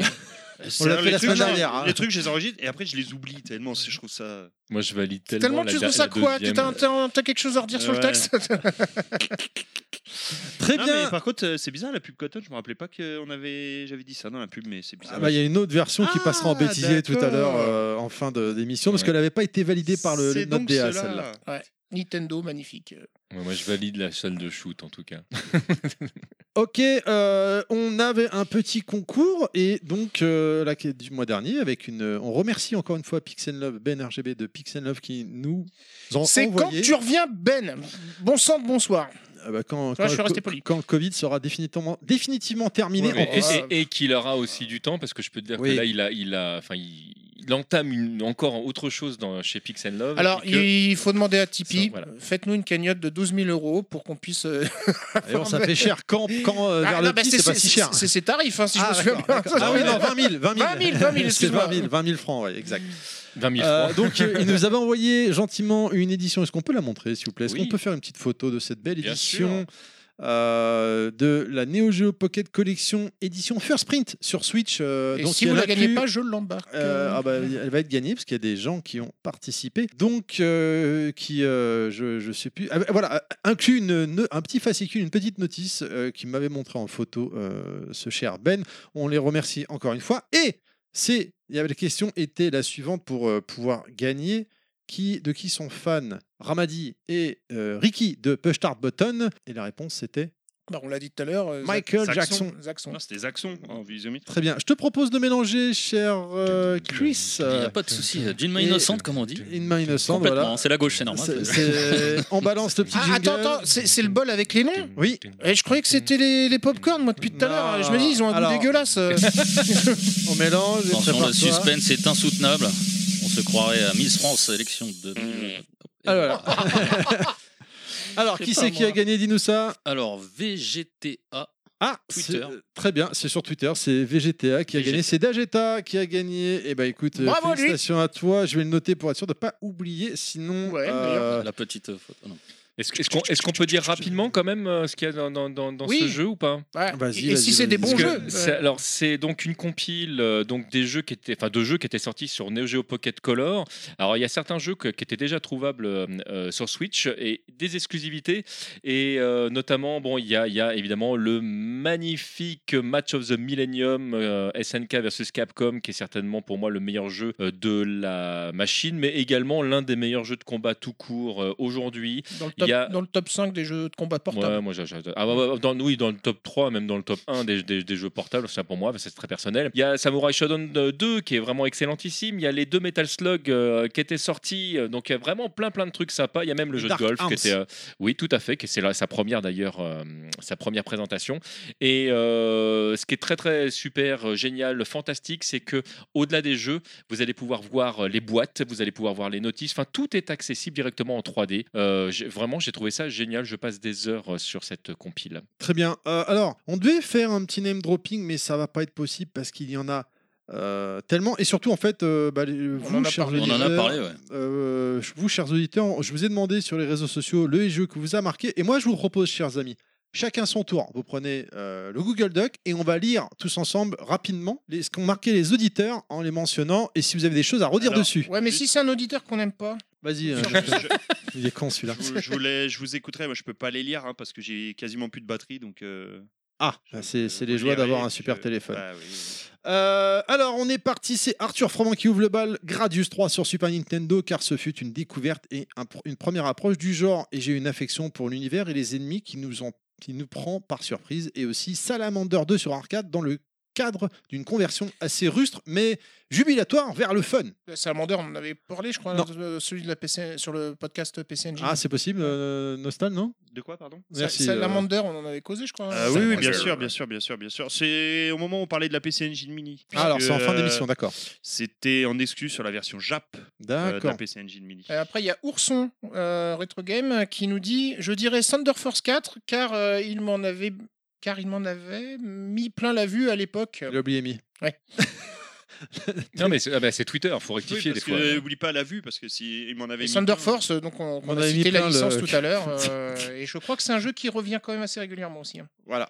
On l'a fait la semaine je- dernière. hein. Les trucs, je les enregistre et après, je les oublie tellement. c'est- Je trouve ça. Moi, je valide tellement. Tellement la tu trouves da- ça la quoi Tu deuxième. euh. t'as- T'as t'as quelque chose à redire sur le Ouais. texte Très Non, bien. mais par contre, euh, c'est bizarre la pub Cotton. Je me rappelais pas que on avait, j'avais dit ça dans la pub, mais c'est bizarre. Ah bah, Il y a une autre version qui passera en Ah, bêtisier tout à d'accord. l'heure euh, en fin de- d'émission parce Ouais. qu'elle n'avait pas été validée par le, C'est le Note donc DA cela. celle-là. Ouais. Nintendo, magnifique. euh. euh, Ouais, moi, je valide la salle de shoot en tout cas. Ok, euh, on avait un petit concours et donc euh, la quête du mois dernier avec une. On remercie encore une fois Pixel Love, Ben RGB de Pixel Love qui nous ont C'est quand envoyé- tu reviens, Ben. Bon sang, bonsoir. Ah bah, quand, je quand suis le resté co- poli. quand le Covid sera définitivement, définitivement terminé. Ouais, en mais- euh, plus. Ouais. et et- et qu'il aura aussi du temps parce que je peux te dire Oui. que là, il a, il a, enfin, il, il entame une- encore autre chose dans, chez Pix and Love. Alors, et que- il faut demander à Tipeee, Ça, voilà. faites-nous une cagnotte de 12 000 euros pour qu'on puisse. euh, Et bon, ça fait cher. Quand, quand euh, Ah, vers non, le bah, petit, c'est pas si cher. C'est ses tarifs, hein, si je Ah, me souviens bien. Ah oui, non, 20 000. 20 000, 20 000, 20 000, c'est 20 excuse-moi. 000, 20 000 francs, ouais, exact. 20 000 Euh, francs. donc, euh, il nous avait envoyé gentiment une édition. Est-ce qu'on peut la montrer, s'il vous plaît Est-ce Oui. qu'on peut faire une petite photo de cette belle Bien édition euh, de la Neo Geo Pocket Collection édition First Print sur Switch euh, Et donc si il vous y a la gagnez l'inclus- pas, je l'embarque. euh, ah bah, elle va être gagnée parce qu'il y a des gens qui ont participé. Donc, euh, qui, euh, je, je sais plus. Ah, voilà, inclus une, ne- un petit fascicule, une petite notice euh, qui m'avait montré en photo euh, ce cher Ben. On les remercie encore une fois. Et c'est, il y avait la question était la suivante pour euh, pouvoir gagner. Qui, de qui sont fans Ramadi et euh, Ricky de Push Start Button Et la réponse c'était Bah, on l'a dit tout à l'heure. euh, Michael Zac- Jackson. Zaxxon. Ah, c'était les axons en visiométrie. Très bien. Je te propose de mélanger, cher euh, Chris. Il n'y euh, a pas de souci. D'une main Et- innocente, comme on dit. une main innocente, Complètement. voilà. C'est la gauche, c'est normal. C'est- c'est- On balance le petit Ah, jingle. attends, attends, c'est c'est le bol avec les noms Oui. et je croyais que c'était les, les pop-corn, moi, depuis tout à l'heure. Non. Je me dis, ils ont un Alors- goût dégueulasse. euh. On mélange. et Attention, prépare-toi. le suspense est insoutenable. On se croirait à Miss France, élection de. Alors, Ah, voilà. Alors, Je sais qui pas, c'est qui a moi. gagné Dis-nous ça. Alors, VGTA. Ah, Twitter. c'est- Très bien, c'est sur Twitter, c'est VGTA qui a VGTA. gagné, c'est Dageta qui a gagné. Et bah écoute, euh, Bravo, lui. félicitations à toi, je vais le noter pour être sûr de ne pas oublier, sinon. Ouais, euh, La petite euh, photo. non. Est-ce est-ce qu'on est-ce qu'on peut dire rapidement quand même euh, ce qu'il y a dans, dans- dans- dans Oui. ce jeu ou pas Vas-y, Ouais. Et- Et vas-y, si c'est des vas-y. bons Parce jeux euh, que c'est- alors c'est donc une compile euh, donc des jeux qui étaient enfin de jeux qui étaient sortis sur Neo Geo Pocket Color. Alors il y a certains jeux que- qui étaient déjà trouvables euh, euh, sur Switch et des exclusivités et euh, notamment bon il y a, il y a évidemment le magnifique Match of the Millennium euh, SNK versus Capcom qui est certainement pour moi le meilleur jeu euh, de la machine mais également l'un des meilleurs jeux de combat tout court euh, aujourd'hui. dans, le il top, y a- dans le top 5 des jeux de combat portables. Ouais, moi, j'ai- j'ai- ah, ouais, ouais, dans, oui, dans le top 3, même dans le top 1 des, des- des jeux portables, ça pour moi, c'est très personnel. Il y a Samurai Shodown 2 qui est vraiment excellentissime. Il y a les deux Metal Slug euh, qui étaient sortis. Euh, Donc il y a vraiment plein plein de trucs sympas. Il y a même le jeu Dark de golf Arms. qui était. euh, oui, tout à fait. qui- C'est là sa première d'ailleurs, euh, sa première présentation. Et euh, ce qui est très très super, euh, génial, fantastique, c'est que au-delà des jeux, vous allez pouvoir voir euh, les boîtes, vous allez pouvoir voir les notices. Enfin, tout est accessible directement en 3D. Euh, j'ai- vraiment, j'ai trouvé ça génial. Je passe des heures euh, sur cette compile. Très bien. Euh, alors, on devait faire un petit name dropping, mais ça va pas être possible parce qu'il y en a euh, tellement. Et surtout, en fait, euh, bah, les- vous, en a chers On en a auditeurs, parlé, ouais. euh, vous, chers auditeurs, je vous ai demandé sur les réseaux sociaux le jeu que vous a marqué. Et moi, je vous propose, chers amis, chacun son tour. Vous prenez euh, le Google Doc et on va lire tous ensemble rapidement les, ce qu'ont marqué les auditeurs en les mentionnant. Et si vous avez des choses à redire Alors, dessus. Ouais, mais si c'est un auditeur qu'on n'aime pas. Vas-y, euh, Je, Jean-Pierre. je- il est con celui-là. je vous- je voulais, je vous écouterai. Moi, je peux pas les lire hein, parce que j'ai quasiment plus de batterie, donc. euh, Ah, je- c'est c'est les vous joies lirez, d'avoir un puis super je- téléphone. Bah oui. Euh, alors, on est parti. C'est Arthur Froment qui ouvre le bal. Gradius 3 sur Super Nintendo, car ce fut une découverte et un pr- une première approche du genre. Et j'ai une affection pour l'univers et les ennemis qui nous, ont, qui nous prend par surprise. Et aussi Salamander 2 sur arcade dans le cadre d'une conversion assez rustre, mais jubilatoire vers le fun. Salamander, on en avait parlé, je crois, Non. euh, celui de la PC, sur le podcast PC Engine. Ah, c'est possible, euh, Nostal, non De quoi, pardon Sa- Merci. euh, Ah Salamander, on en avait causé, je crois. hein. Euh, oui, oui, bien sûr, bien sûr, bien sûr, bien sûr. C'est au moment où on parlait de la PC Engine Mini. ah, alors, c'est en puisque, fin euh, d'émission, d'accord. C'était en exclu sur la version Jap euh, de D'accord. Ah, la PC Engine Mini. Euh, Après, il y a Ourson, euh, Retro Game, qui nous dit Je dirais Thunder Force 4, car euh, il m'en avait. Car il m'en avait mis plein la vue à l'époque. Il a oublié Mi. Non, mais c'est ah bah, c'est Twitter, faut rectifier Oui, parce des fois. que, euh, oublie pas la vue parce que si il m'en avait mis Thunder plein. Force, euh, donc On on, on a avait mis cité la plein le- licence tout à l'heure. euh, et je crois que c'est un jeu qui revient quand même assez régulièrement aussi. hein. Voilà.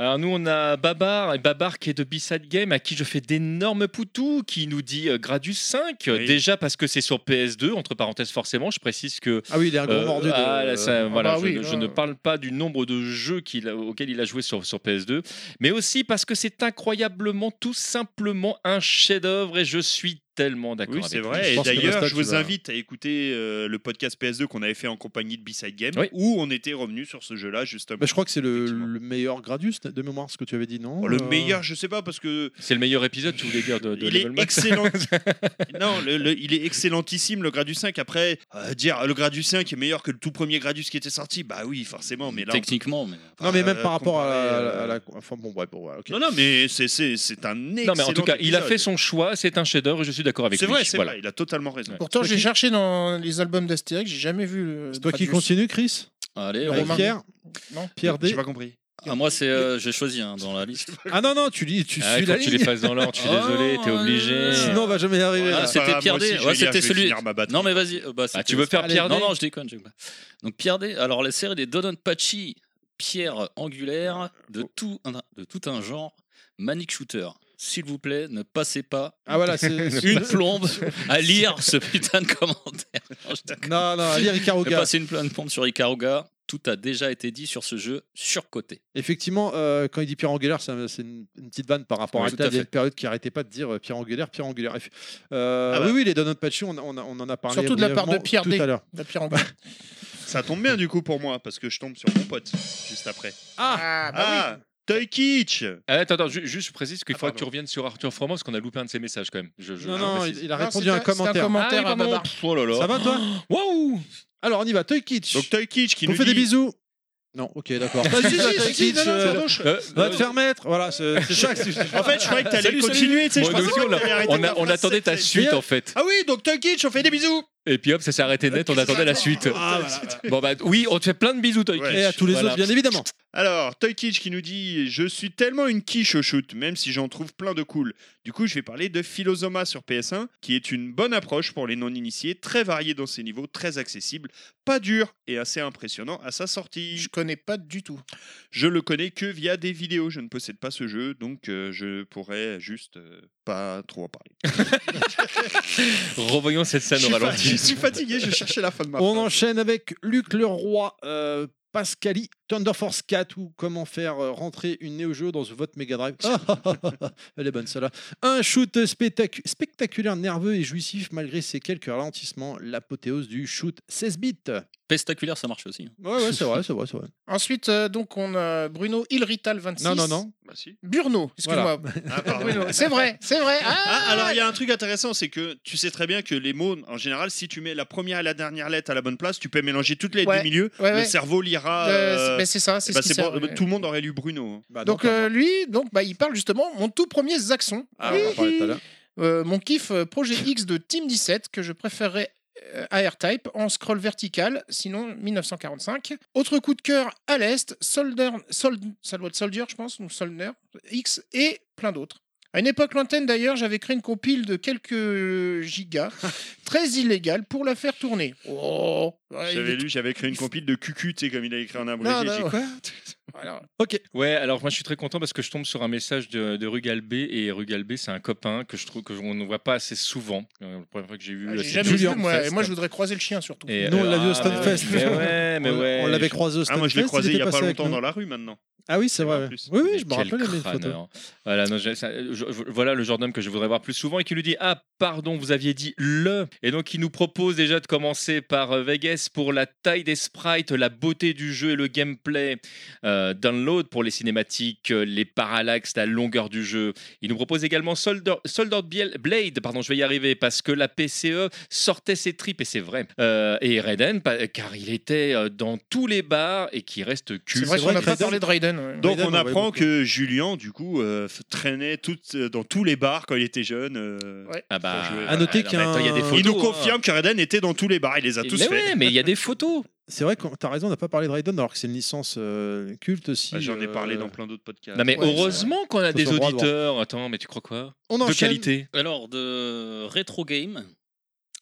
Alors nous, on a Babar, et Babar qui est de B-Side Game, à qui je fais d'énormes poutous, qui nous dit euh, Gradus 5, euh, Oui. déjà parce que c'est sur PS2, entre parenthèses forcément, je précise que... Ah oui, il est un Euh, gros mordu de- ah, là, ça, Ah voilà, bah je, oui, ne- je là. ne parle pas du nombre de jeux qu'il a- auxquels il a joué sur, sur PS2, mais aussi parce que c'est incroyablement, tout simplement un chef-d'œuvre, et je suis tellement d'accord Oui, avec c'est lui. vrai. Et pense que d'ailleurs, Nostal, je tu vous vas- invite à écouter euh, le podcast PS2 qu'on avait fait en compagnie de B-Side Game, Oui. où on était revenu sur ce jeu-là, justement. Bah, je crois que c'est le, le meilleur Gradus de mémoire, ce que tu avais dit, non Oh, le Euh, meilleur, je sais pas, parce que C'est le meilleur épisode, tu voulais dire, de, de il Level est Max. excellent. non, le- le- il est excellentissime le Gradus 5. Après, euh, dire le Gradus 5 est meilleur que le tout premier Gradus qui était sorti, bah oui, forcément. Mais là, on- Techniquement, mais. Non, mais même Euh, par rapport à la, comparé, euh, à la- Enfin, bon, bref, bon, voilà, ok. Non, non, mais c'est c'est- c'est un Non, excellent. mais en tout cas, il a épisode. fait son choix, c'est un chef-d'œuvre, et je suis d'accord avec C'est lui. vrai, c'est Voilà. vrai. Il a totalement raison. Pourtant, C'est j'ai qui- cherché dans les albums d'Astérix, j'ai jamais vu. le C'est toi qui Gradius. continue, Chris euh, Allez, Avec Romain. Bah, Pierre Non. Pierre D. J'ai pas compris. Ah, moi, c'est, euh, j'ai choisi hein, dans la liste. Ah non, non, tu lis, tu Ah, suis faut la que tu les ligne. fasses dans l'ordre, je suis désolé, t'es obligé. Sinon, on va jamais y arriver. Ah, là. c'était grave, Pierre moi aussi, D. je vais Ouais, dire, c'était je vais celui- finir ma batterie. Non, mais vas-y. euh, bah, Ah, c'était- tu veux faire Allez, Pierre D Non, non, je déconne. je déconne. Donc Pierre D. Alors la série des Donpachi, pierre angulaire de tout un, de tout un genre, Manic Shooter. S'il vous plaît, ne passez pas Ah voilà, c'est. une plombe à lire ce putain de commentaire. Non, je déconne. Non, non, lire Ne Ikaruga. passez une pleine plombe sur Ikaruga. Tout a déjà été dit sur ce jeu surcoté. Effectivement, euh, quand il dit Pierre Anguillard, c'est un- c'est une, une petite vanne par rapport Oui, à tout Ted. à Il y a fait. une période qui arrêtait pas de dire euh, Pierre Anguillard, Pierre Anguillard. Euh, Ah bah. Oui, oui, les Donut Patchy, on, a- on a- on en a parlé. Surtout de la part de brièvement Pierre tout D. à l'heure. La pierre angulaire. Ça tombe bien du coup pour moi, parce que je tombe sur mon pote juste après. Ah, bah oui. Ah, Toy Kitsch Ah, attends, attends, ju- juste je précise qu'il Ah, faudra pardon. que tu reviennes sur Arthur Froment parce qu'on a loupé un de ses messages quand même. Je, je- Non, je non, précise. il, il a Non, répondu c'est à un Ah, un- c'est un commentaire. commentaire Ah oui, à pardon. Babar. Pff, Oh là là. Ça va toi Waouh Alors on y va, Toy Kitsch. Donc Toy Kitsch qui on nous fait des dit- bisous. Non, ok, d'accord. Ah, si, si, Toy si, si, Kitsch, non, non, euh, pardon, je- Euh, Va te faire mettre. Voilà, c'est c'est ça que c'est- En fait, je croyais que t'allais Salut, continuer, tu sais, je Bon, nous pensais aussi, on, que a- t'allais arrêter on, a- ta on phrase, attendait ta c'est- suite c'est- en fait. Ah oui, donc Toy Kitsch, on fait des bisous Et puis hop, ça s'est arrêté net, on attendait la suite. Ah, voilà. Bon bah oui, on te fait plein de bisous, Toy Ouais. Kitsch. Et à tous les Voilà. autres, bien évidemment. Alors, Toy Kitsch qui nous dit Je suis tellement une quiche au shoot, même si j'en trouve plein de cool. Du coup, je vais parler de Philosoma sur PS1, qui est une bonne approche pour les non-initiés, très variée dans ses niveaux, très accessible, pas dur et assez impressionnant à sa sortie. Je connais pas du tout. Je le connais que via des vidéos, je ne possède pas ce jeu, donc euh, je pourrais juste euh, pas trop en parler. Revoyons cette Je scène au suis, fa- je ralenti. suis fatigué, je cherchais la fin de ma On phrase. enchaîne avec Luc Leroy, euh, Pascali, Thunder Force 4 ou comment faire euh, rentrer une Neo Geo dans votre Mega Drive. Ah, ah, ah, ah, Elle est bonne celle-là. Un shoot spectacu- spectaculaire, nerveux et jouissif malgré ses quelques ralentissements. L'apothéose du shoot 16 bits. Pestaculaire, ça marche aussi. hein. Ouais, ouais, c'est vrai, c'est vrai, c'est vrai. Ensuite, euh, donc, on a Bruno Ilrital 26. Non, non, non. Bah, si. Burno, excuse-moi. Ah, pardon. Bruno, c'est vrai, c'est vrai. Ah, Ah, alors il y a un truc intéressant, c'est que tu sais très bien que les mots, en général, si tu mets la première et la dernière lettre à la bonne place, tu peux mélanger toutes les lettres Ouais, du milieu, ouais, le ouais. cerveau lira. Euh, euh, c'est- ben, c'est ça, eh c'est ben, ce qui c'est sert, euh, pour- ouais. Tout le monde aurait lu Bruno. hein. Bah, Donc non, euh, lui, donc bah, il parle justement mon tout premier Zaxxon. Ah, on en parlait tout à l'heure. Euh, mon kiff euh, projet X de Team 17 que je préférerais euh, à R-Type en scroll vertical, sinon 1945. Autre coup de cœur à l'est, Solder, Sold, ça doit être Soldier je pense, ou Soldier X et plein d'autres. À une époque lointaine d'ailleurs, j'avais créé une compile de quelques gigas, très illégale, pour la faire tourner. Oh, ouais, il est J'avais tout- lu, j'avais créé une compile de cucu, tu sais, comme il a écrit en Non, abrégé. non, j'ai- ouais. Voilà. Ouais, alors moi je suis très content parce que je tombe sur un message de, de Rugalbé et Rugalbé c'est un copain que je trouve qu'on ne voit pas assez souvent. Euh, La première fois que j'ai vu, Ah, euh, J'ai c'est jamais Julien vu, moi, Fest. et moi je voudrais croiser le chien surtout. Et, Nous, on l'a vu au ah, Stunfest. Mais ouais, mais On- ouais. on l'avait croisé au Ah, moi je l'ai Stunfest, croisé il n'y était a pas passé avec longtemps nous. dans la rue maintenant. Ah oui, c'est C'est vrai, en vrai. plus. Oui, oui, Mais je me quel rappelle les photos. crâneur. Voilà, non, j'ai- ça- je- je- voilà le genre d'homme que je voudrais voir plus souvent et qui lui dit Ah, pardon, vous aviez dit le. Et donc, il nous propose déjà de commencer par euh, Vegas pour la taille des sprites, la beauté du jeu et le gameplay. Euh, download pour les cinématiques, euh, les parallaxes, la longueur du jeu. Il nous propose également Soldier, Soldier Biel- Blade, pardon, je vais y arriver, parce que la PCE sortait ses tripes, et c'est vrai. Euh, et Raiden, pa- car il était euh, dans tous les bars et qui reste cul. C'est c'est vrai qu'on vrai n'a que pas Raiden- parlé de Raiden. euh. Ah, ouais. Donc Raiden, on on va apprend beaucoup. que Julien, du coup, euh, f- traînait tout, euh, dans tous les bars quand il était jeune. euh, Ouais. Ah bah, Faut jouer. À noter alors, mais attends, il y a des qu'un- photos. il nous hein. confirme que Reden était dans tous les bars, il les a tous mais faits. ouais, mais il y a des photos. C'est vrai que t'as raison, on n'a pas parlé de Raiden alors que c'est une licence euh, culte aussi. Bah, J'en ai euh, parlé dans plein d'autres podcasts. Non mais Ouais, heureusement qu'on a Faut des sur le droit de auditeurs. Attends, mais tu crois quoi On De enchaîne. qualité. Alors de rétro game.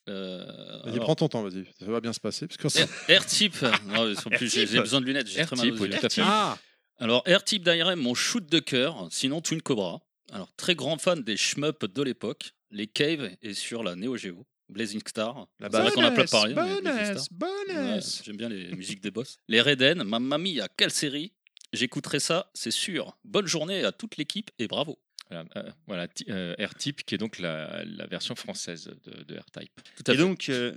Euh, Vas-y, alors, prends ton temps, vas-y. Ça va bien se passer. Parce que R- R-Type. Non, mais en plus, j'ai R-Type. j'ai besoin de lunettes. J'ai très mal R-Type, aux oui, yeux. tout à fait. Ah Alors, R-Type d'IRM, mon shoot de cœur, sinon Twin Cobra. Alors, très grand fan des shmup de l'époque, les Caves et sur la Neo Geo. Blazing Star, La c'est vrai base. qu'on appelle par rien. mais Blazing Star. Bonus, bonus. Ouais, J'aime bien les musiques des boss. Les Reden, ma mamie, à quelle série J'écouterai ça, c'est sûr. Bonne journée à toute l'équipe et bravo. Voilà, euh, voilà ti- euh, R-Type, qui est donc la, la version française de, de R-Type. Tout à Et fait. donc, euh,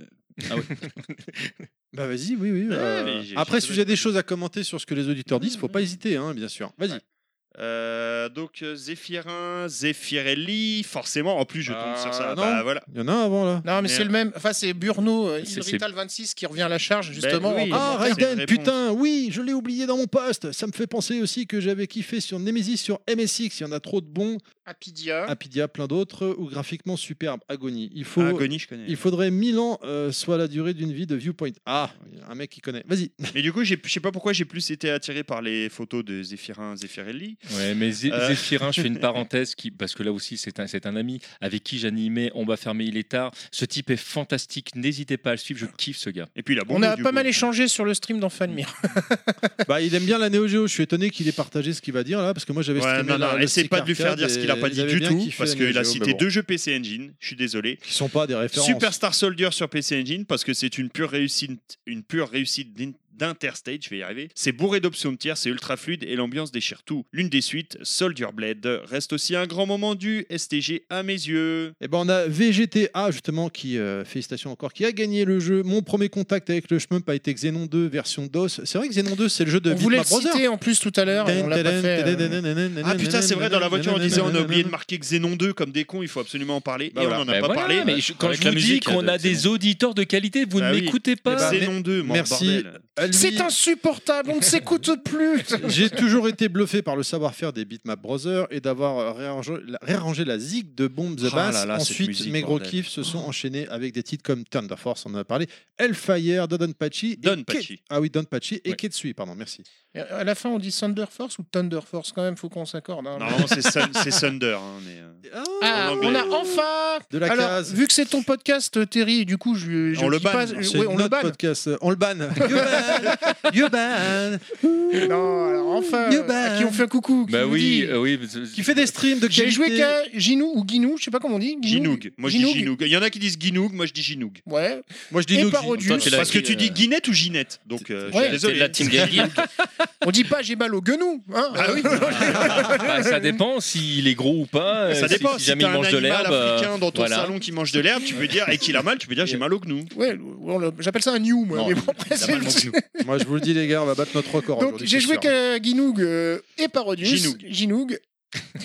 Ah ouais. Bah vas-y, oui, oui. euh, mais j'ai- Après, j'ai si vous avez des choses à commenter sur ce que les auditeurs disent, faut pas hésiter, hein, bien sûr. Vas-y. euh, donc euh, Zéphirin, Zéphirelli, forcément. En plus, je tombe Ah, sur ça. non. Bah, voilà. Il y en a un avant là. Non, mais Merde. c'est le même. Enfin, c'est Burno, euh, C'est- Ilrital 26 qui revient à la charge, justement. Ben oui. en Ah, commentaire. c'est une Raiden, réponse. putain, oui, je l'ai oublié dans mon poste. Ça me fait penser aussi que j'avais kiffé sur Nemesis, sur MSX. Il y en a trop de bons. Apidia. Ah. Apidia, plein d'autres, ou graphiquement superbe. Agonie. Il faut. Ah, Goni, je connais. Il faudrait 1000 ans euh, soit la durée d'une vie de Viewpoint. Ah, un mec qui connaît. Vas-y. Mais du coup, j'ai- je sais pas pourquoi j'ai plus été attiré par les photos de Zéphirin, Zéphirelli. Ouais, mais Zé- Euh. Zéphirin, je fais une parenthèse qui, parce que là aussi, c'est un, c'est un ami avec qui j'animais On va fermer, il est tard. Ce type est fantastique. N'hésitez pas à le suivre. Je kiffe ce gars. Et puis la On a pas mal échangé sur le stream d'Enfanmir. Bah, il aime bien la Neo Geo. Je suis étonné qu'il ait partagé ce qu'il va dire là, parce que moi j'avais. Ouais, streamé non, la- non, le essayez stick pas de lui faire arcade dire ce qu'il a et pas dit j'avais du bien tout, kiffé parce la Neo qu'il a Geo, cité mais bon. deux jeux PC Engine, je suis désolé. qui sont pas des références. Superstar Soldier sur PC Engine, parce que c'est une pure réussite, une pure réussite d'in- d'Interstate, je vais y arriver. C'est bourré d'options de tir, c'est ultra fluide et l'ambiance déchire tout. L'une des suites, Soldier Blade, reste aussi un grand moment du STG à mes yeux. Et ben on a VGTA justement qui euh, félicitations encore qui a gagné le jeu. Mon premier contact avec le shmup a été Xenon 2 version DOS. C'est vrai que Xenon 2 c'est le jeu de on voulait Bitmap le Brothers. citer en plus tout à l'heure. et On l'a pas fait. euh. Ah putain, c'est vrai, dans la voiture on disait on a oublié de marquer Xenon 2 comme des cons, il faut absolument en parler. Bah et voilà. on en a Bah pas voilà, parlé. euh, mais je- quand Avec je la vous dis musique, qu'on Adèle, a c'est des auditeurs de qualité, vous Bah ne oui. m'écoutez pas. bah, Xenon 2, mort, merci. bordel. C'est insupportable, on ne s'écoute plus. J'ai toujours été bluffé par le savoir-faire des Bitmap Brothers et d'avoir euh, réarrangé, la- réarrangé la zig de Bomb the Ah Bass. là là, cette Ensuite, musique, mes gros bordel. kiffs se sont enchaînés avec des titres comme Thunder Force, on en a parlé, Hellfire, Dodonpachi. et Dodonpachi. Ke- Ah oui, Dodonpachi et Ouais. Ketsui, pardon, merci. À la fin, on dit Thunder Force ou Thunder Force quand même, faut qu'on s'accorde. hein. Normalement c'est Sun- c'est Thunder. hein, mais, euh, Ah, En on anglais. a enfin De la Alors, case. vu que c'est ton podcast, euh, Terry, du coup, je, je On le dis banne. pas- Non, je- C'est ouais, on notre le banne. podcast. euh, On le banne. You ban. You ban. Non, alors enfin, You euh, ban. à qui on fait un coucou ben, qui Bah nous oui, dit- euh, oui. mais- Qui fait des streams de J'ai qualité. joué qu'à Ginou ou Guinou, je sais pas comment on dit. Ginoug. Moi je dis Ginoug. Ginoug. Il y en a qui disent Ginoug, moi je dis Ginoug. Ouais. Moi je dis Et nous. Parodius. Toi, tu l'as Parce que écrit, tu dis euh, Guinette ou Ginette. Donc euh, je suis Ouais, c'est désolé. de la team Guinguille. On dit pas j'ai mal au guenou. Hein Ah oui. Bah, ça dépend s'il est gros ou pas. Ça euh, si- dépend. Si, Si, jamais t'as il un mange de animal l'herbe. euh, africain dans ton voilà. salon qui mange de l'herbe, tu peux dire et qu'il a mal, tu peux dire j'ai mal au gnou. Ouais, on le- j'appelle ça un new, moi. Non, mais bon, après, c'est le- Moi je vous le dis les gars, on va battre notre record. Donc, aujourd'hui, j'ai c'est joué sûr. qu'à Guinoug euh, et Parodius. Ginoug. Ginoug.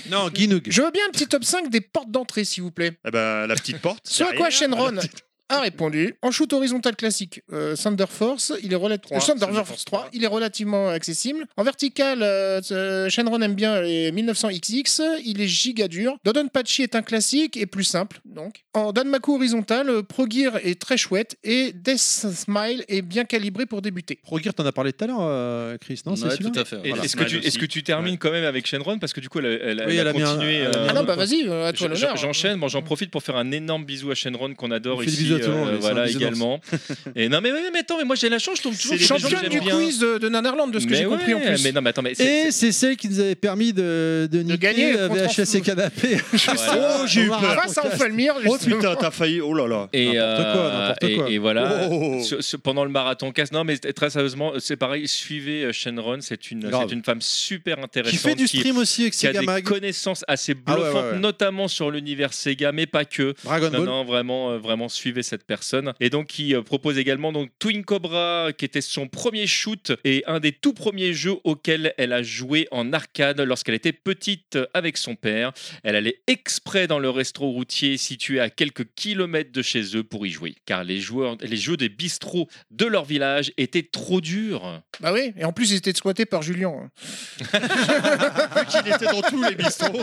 Non, Guinoug. Je veux bien un petit top 5 des portes d'entrée, s'il vous plaît. Eh ben, la petite porte. Ce à derrière, quoi la Shenron petite- a répondu en shoot horizontal classique euh, Thunder Force il est relat- Trois, euh, Thunder Thunder Force Force 3 il est relativement accessible en vertical euh, euh, Shenron aime bien les 1900XX il est giga dur Dodonpachi est un classique et plus simple donc en Danmaku horizontal euh, Progear est très chouette et Death Smile est bien calibré pour débuter Progear, t'en as parlé tout à l'heure, euh, Chris, non C'est Ouais, celui-là tout à fait. Et- voilà. Est-ce que, tu- Smile est-ce que aussi. tu termines quand même avec Shenron Parce que du coup, elle, a- elle a- Oui, elle elle a a mis un- continué. elle a mis euh, un ah non bah vas-y euh, à toi Je- je- l'honneur J'enchaîne, moi j'en profite pour faire un énorme bisou à Shenron Mm. qu'on On adore fait des ici. bisous à tout le monde, euh, mais c'est un voilà bisou également. Et non mais, mais, mais attends, mais moi j'ai la chance, je tombe toujours C'est sur les des championne gens que du j'aime bien. quiz de, de Nanarland de ce que Mais j'ai compris en ouais, plus Mais non mais attends, mais c'est- Et c'est celle qui nous avait permis de, de, niquer gagner euh, contre VHS et canapé. Voilà. Oh, j'ai eu peur. face à Enfalmir Oh justement. putain, t'as failli. Oh là là. Et, N'importe quoi, euh, n'importe et- quoi. oh. et voilà, Oh. ce- ce- pendant le marathon casse. Non, mais très sérieusement, euh, c'est pareil. Suivez euh, Shenron, c'est une, Grave. c'est une femme super Qui intéressante. fait du stream aussi avec qui a Sega des Mag, connaissances assez Ah ouais, bluffantes, ouais, ouais. notamment sur l'univers Sega, mais pas que. Dragon Non, Ball. non, vraiment, euh, vraiment suivez cette personne. Et donc, qui euh, propose également donc Twin Cobra, qui était son premier shoot et un des tout premiers jeux auxquels elle a joué en arcade lorsqu'elle était petite euh, avec son père. Elle allait exprès dans le resto routier situé à quelques kilomètres de chez eux pour y jouer, car les joueurs, les jeux des bistrots de leur village étaient trop durs. bah oui et en plus ils étaient squattés par Julien Vu qu'il était dans tous les bistrots.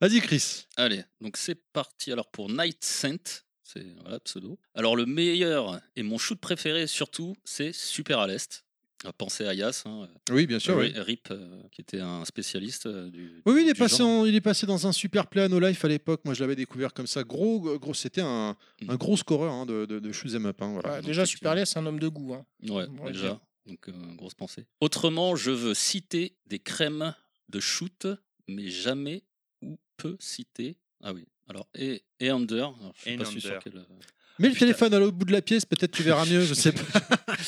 Vas-y, Chris. Allez, donc c'est parti alors pour Night Scent. C'est voilà, pseudo. Alors le meilleur et mon shoot préféré surtout, c'est Super à l'Est. On va penser à Yas, hein, Oui, bien Ah sûr. Ri- Oui, Rip, euh, qui était un spécialiste euh, du. oui, oui, il, est du passé genre. en- il est passé dans un super play à No Life à l'époque. Moi, je l'avais découvert comme ça. Gros, gros c'était un, un gros scoreur hein, de, de, de shoot'em up. hein, voilà. Bah, déjà Super Less, c'est un homme de goût hein. Ouais, Ouais, déjà. Donc, euh, grosse pensée. Autrement, je veux citer des crèmes de shoot, mais jamais ou peu citer. Ah oui. Alors, et, et Under. Alors, je suis Et pas sûr Under. sur quel. euh, Mets le téléphone à l'autre bout de la pièce, peut-être tu verras mieux, je sais pas.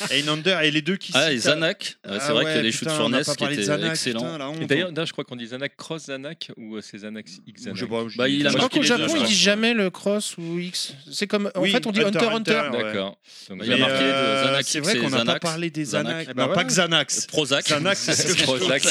Einander et les deux qui Ah, citent, et Zanak. euh, Ouais, c'est ah vrai ouais, qu'il y a les putain, shoots sur on n'a NES pas qui parlé de étaient Zanak, excellents. putain, la honte. Et D'ailleurs, d'ailleurs, je crois qu'on dit Zanac Cross Zanac ou euh, c'est Zanac X Zanac. Je sais pas, je- Bah, il a Je crois marqué qu'au les deux, Japon, je ils crois. disent jamais le cross ou X. C'est comme. En Oui, fait, on dit Hunter, Hunter Hunter. Hunter. ouais. D'accord. Donc, Il a Mais, marqué les deux. euh, Xanax, C'est c'est vrai qu'on n'a pas Xanax. parlé des Xanax. Xanax. Eh ben Non, pas voilà. Xanax. Prozac. Xanax, c'est ce que je Prozac.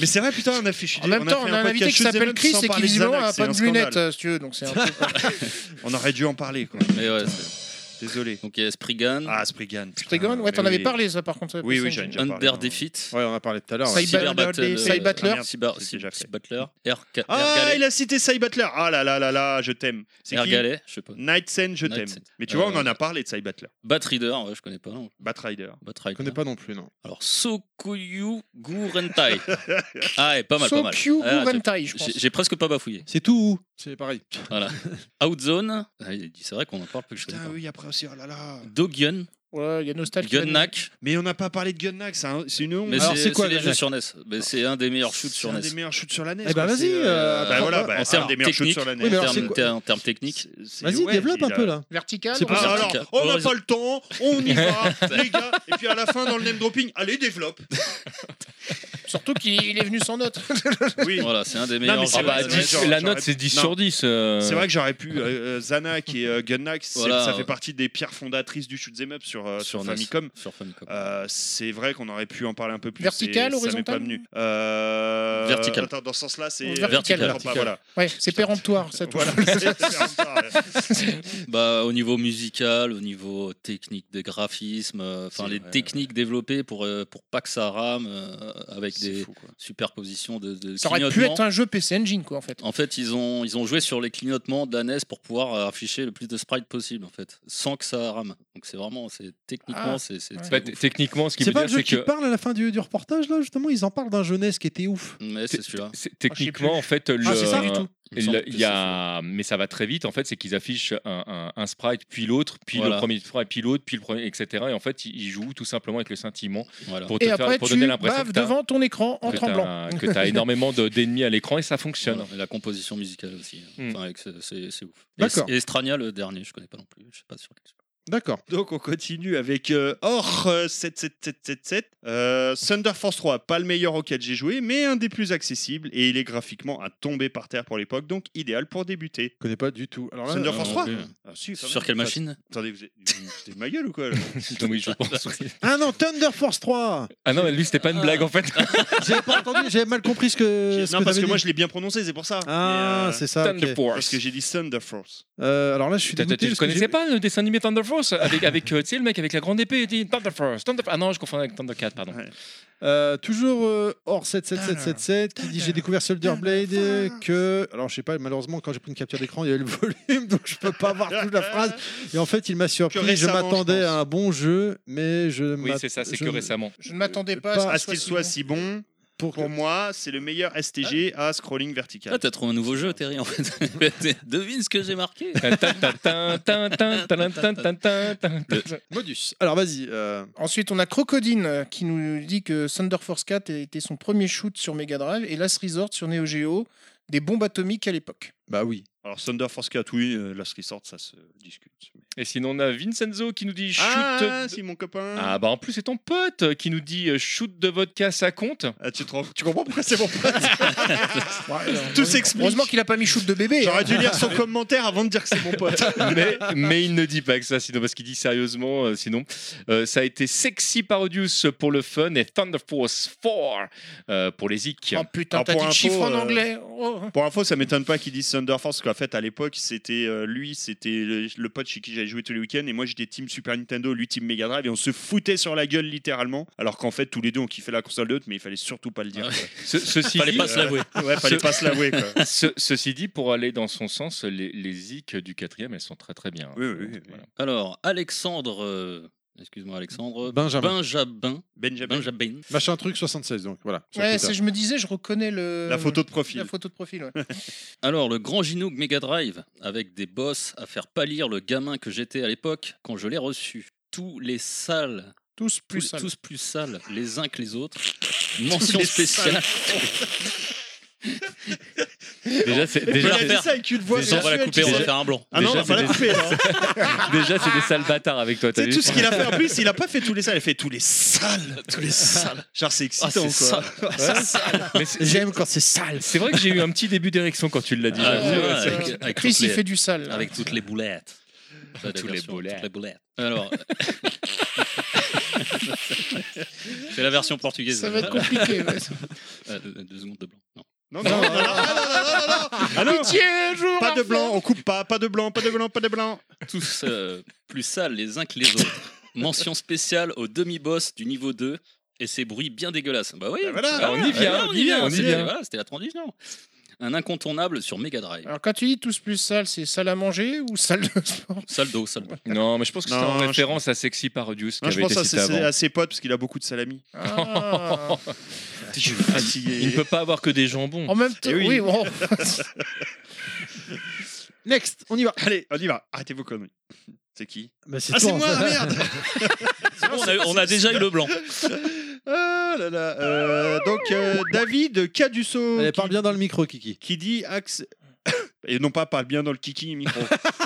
Mais c'est vrai, putain, on a fait. je suis En dé- même temps, fait on a un invité podcast qui s'appelle Shoot the Moon Chris sans et qui parler de visiblement Xanax, a c'est pas un de scandale. lunettes, euh, si tu veux. Donc c'est un peu- On aurait dû en parler, quoi. Mais ouais, c'est- Désolé. Donc, il y a Spriggan, Ah, Spriggan. Tu rigoles Ouais, t'en mais avais oui. parlé, ça, par contre. Oui, oui, j'ai j'en ai déjà parlé. Under non. Defeat, Ouais, on en a parlé tout à l'heure. Ça ouais. y Cyber Under Battle, Defeat. euh, Cy Battler. merde, Cyber Ah, C'est déjà fait. Cy Battler, Air Ca- Air Ah, Galley. il a cité Cy Butler. Ah là là là là, je t'aime. C'est Air qui Galley, je sais pas. Nightsen, je t'aime. Nightsen. Mais tu vois, on Euh, en a parlé de Cy Butler. Batrider, ouais, je connais pas. non. Batrider. Je Batrider. connais pas non plus, non. Alors, Sokuyu Gurentai. ah, et pas mal, pas mal. Sokyu Ah, j'ai- Gurentai, je pense. j'ai j'ai presque pas bafouillé. C'est tout ou C'est pareil. Outzone, ah, il dit, c'est vrai qu'on en parle plus que je connais Putain, pas. oui, après aussi, oh là là. Dogion, Ouais, il y a Nostal qui va Gunnak, Mais on n'a pas parlé de Gunnack, c'est un- c'est une honte. mais Alors, c'est c'est quoi, c'est les Gunnak jeux sur NES. Mais c'est un des meilleurs shoots sur C'est un NES. des meilleurs shoots sur la NES. Eh ben, quoi, vas-y, c'est, euh, bah voilà, bah, En c'est un termes des meilleurs shoots techniques, sur la E NES. Oui, mais en, alors, c'est termes, quoi ter- en termes techniques, C'est- Vas-y, ouais, développe il un a- peu là. Vertical. C'est pour Ah, ça. alors, Vertical. on n'a Horizon- pas le temps, on y va, les gars. Et puis à la fin, dans le name dropping, allez, développe. Surtout qu'il il est venu sans note. Oui. voilà, c'est un des mais meilleurs c'est jeux Ah bah, vrai, de c'est NES. dix- genre- la genre- note c'est 10 non. sur 10. euh. C'est vrai que j'aurais pu. euh, euh, Zanak et euh, Gunnack, c'est- Voilà, ça ouais. fait partie des pierres fondatrices du shoot 'em up sur, euh, sur, Sur NES. Famicom. Sur Famicom. Euh, c'est vrai qu'on aurait pu en parler un peu plus. Vertical, et Ça m'est horizontal pas venu. Euh, Vertical. Attends, dans ce sens-là, c'est. Vertical. Attends, bah, voilà. Ouais, c'est péremptoire, ça. tout. Voilà. Bah, au niveau musical, au niveau technique des graphismes, euh, enfin C'est les vrai, techniques développées pour, euh, pour pas que ça rame euh, avec C'est des fou, quoi. superpositions de, de Ça aurait pu clignotements. être un jeu PC Engine, quoi, en fait. En fait, ils ont, ils ont joué sur les clignotements de la NES pour pouvoir euh, afficher le plus de sprites possible, en fait, sans que ça rame. Donc c'est vraiment, c'est techniquement, Ah, c'est c'est- ouais. c'est Bah, t- ouf. techniquement, ce qui veut C'est pas dire le jeu c'est qui que parle à la fin du, du reportage là, justement, ils en parlent d'un jeunesse qui était ouf. mais c'est celui-là. c'est- Ah, techniquement en fait le c'est ça, du tout. Il me Il semble que y a, mais ça va très vite en fait, c'est qu'ils affichent un, un- un sprite, puis l'autre, puis Voilà. le premier sprite, puis l'autre, puis le premier, etc. Et en fait, ils ils jouent tout simplement avec le sentiment c'est- voilà. pour te Et faire- après, pour tu donner l'impression que baves t'as- devant ton écran en que tremblant. t'as- que tu as énormément de- d'ennemis à l'écran et ça fonctionne. Voilà. Et la composition musicale aussi. hein. Hmm. Enfin, avec ce- c'est c'est ouf. Et- D'accord. Et Strania, le dernier, je connais pas non plus. Je sais pas sur quel- D'accord. Donc on continue avec euh, Or euh, 7777 euh, Thunder Force 3, pas le meilleur auquel j'ai joué, mais un des plus accessibles et il est graphiquement à tomber par terre pour l'époque, donc idéal pour débuter. Je connais pas du tout. Alors là, Thunder euh, Force non 3 plus. Ah, si, quand Sur même. quelle Ça, machine Attendez, vous êtes vous vous foutez de ma gueule ou quoi là Oui, je pense. oui. Ah non, Thunder Force 3 Ah non, mais lui, c'était pas une blague en fait. J'avais pas entendu, j'avais mal compris ce que. ce Non, que parce t'avais que moi dit. je l'ai bien prononcé, c'est pour ça. Ah, Mais, euh, c'est ça. ok. Parce que j'ai dit Thunder Force. Euh, alors là, je suis T'as- t'as- dégoûté. Tu ne parce que connaissais j'ai- pas le dessin animé Thunder Force avec, avec euh, tu sais, le mec avec la grande épée, il dit Thunder Force, Thunder Ah non, je confonds avec Thundercat, pardon. Euh, toujours euh, hors 77777 qui dit j'ai découvert Soldier Blade euh, que alors je sais pas malheureusement quand j'ai pris une capture d'écran il y avait le volume donc je peux pas voir Ah, toute la phrase Ah, et en fait il m'a Que surpris je récemment, je m'attendais pense. à un bon jeu mais je Oui, m'att- c'est ça, c'est bah, je que m- récemment. Je ne m'attendais pas, pas À ce qu'il soit si bon, pour, pour moi, c'est le meilleur STG à scrolling vertical. Ah, t'as trouvé un nouveau jeu, Terry, en fait. Devine ce que j'ai marqué. modus alors vas-y euh, Ensuite, on a Crocodine euh, qui nous dit que Thunder Force 4 était son premier shoot sur Mega Drive et Last Resort sur Neo Geo, des bombes atomiques à l'époque. bah oui Alors Thunder Force 4, oui, euh, là ce qui sort, ça se discute. Et sinon, on a Vincenzo qui nous dit shoot. Ah, de- c'est mon copain. Ah bah en plus c'est ton pote euh, qui nous dit euh, shoot de vodka ça compte. Ah, tu, te rends- tu comprends pourquoi c'est mon pote Tout Tout s'explique. Heureusement qu'il a pas mis shoot de bébé. hein. J'aurais dû lire son commentaire avant de dire que c'est mon pote. mais, mais il ne dit pas que ça, sinon, parce qu'il dit sérieusement, euh, sinon. Euh, ça a été Sexy Parodius pour le fun et Thunder Force 4 euh, pour les zik. Oh putain, Alors, t'as pour dit le info, chiffre en euh, anglais. Oh. Pour info, ça m'étonne pas qu'ils disent Thunder Force, parce qu'en fait, à l'époque, c'était euh, lui, c'était le, le pote chez qui j'allais jouer tous les week-ends, et moi j'étais Team Super Nintendo, lui Team Mega Drive, et on se foutait sur la gueule littéralement, alors qu'en fait, tous les deux, on kiffait la console de l'autre, mais il fallait surtout pas le dire. Ce- ceci, Fallait dit, euh, pas se l'avouer. ouais, fallait pas se l'avouer, quoi. ce- ceci dit, pour aller dans son sens, les, les zik du quatrième, elles sont très très bien. Oui, oui, oui. Voilà. Alors, Alexandre. euh, Excuse-moi, Alexandre. Benjamin Benjamin. Benjamin. Benjamin. machin truc 76 donc voilà sur Ouais, Twitter. c'est- je me disais, je reconnais le... La photo de La profil. photo de profil, ouais. Alors, le grand Ginoog Mega Drive, avec des boss à faire pâlir le gamin que j'étais à l'époque quand je l'ai reçu. Tous les sales Tous plus tous, sales. tous plus sales les uns que les autres. Mention spéciale. Déjà, c'est Déjà, déjà, il a dit ça avec une voix. Déjà, on va sensuelle, la couper, tu on va sais. faire un blond. Ah non, Déjà, on c'est va la des- couper. alors. déjà, c'est des sales bâtards avec toi. t'as C'est vu tout ce qu'il a fait. En plus, il a pas fait tous les sales, il a fait tous les sales. Tous les sales. Genre, c'est excitant, Ah, c'est quoi. sale. Ouais. Mais c'est- J'aime quand c'est sale. C'est vrai que j'ai eu un petit début d'érection quand tu l'as dit. Ah, j'avoue. ouais, Ouais, avec- avec Chris, toutes il les- fait du sale. hein. là. Avec toutes les boulettes. Tous les boulettes. Toutes les boulettes. Alors. C'est la version portugaise. Ça va être compliqué. ouais. Euh, deux deux secondes de blanc. Non. Non, non, non, non, non, non, non, non, non, non. Ah non, Pitié, un jour, pas de Raphaël. blanc, on coupe pas, pas de blanc, pas de blanc, pas de blanc. Tous euh, plus sales les uns que les autres. Mention spéciale au demi-boss du niveau 2 et ses bruits bien dégueulasses. Bah oui, Bah voilà, bah on y vient, voilà, Ah, on y vient, on y c'était- vient. voilà, C'était la transition. Un incontournable sur Mega Drive. Alors, quand tu dis tous plus sale, c'est salle à manger ou salle de sport Saldo, saldo. Non, mais je pense que c'est en Non, je- référence à Sexy Parodius qui Non, je avait pense été à, cité ses- avant. à ses potes parce qu'il a beaucoup de salami. Ah. Je suis fatigué. Il ne peut pas avoir que des jambons. En même temps, Eh oui, oui. bon. Next, on y va. Allez, on y va. Arrêtez vos conneries. C'est qui Bah, Ah, toi, c'est en moi, fait. ah, merde on, a, on a déjà eu le blanc. Ah là là. euh, donc, euh, David Cadusso Allez, qui, parle bien dans le micro, Kiki. qui dit axe. Et non pas parle bien dans le kiki micro.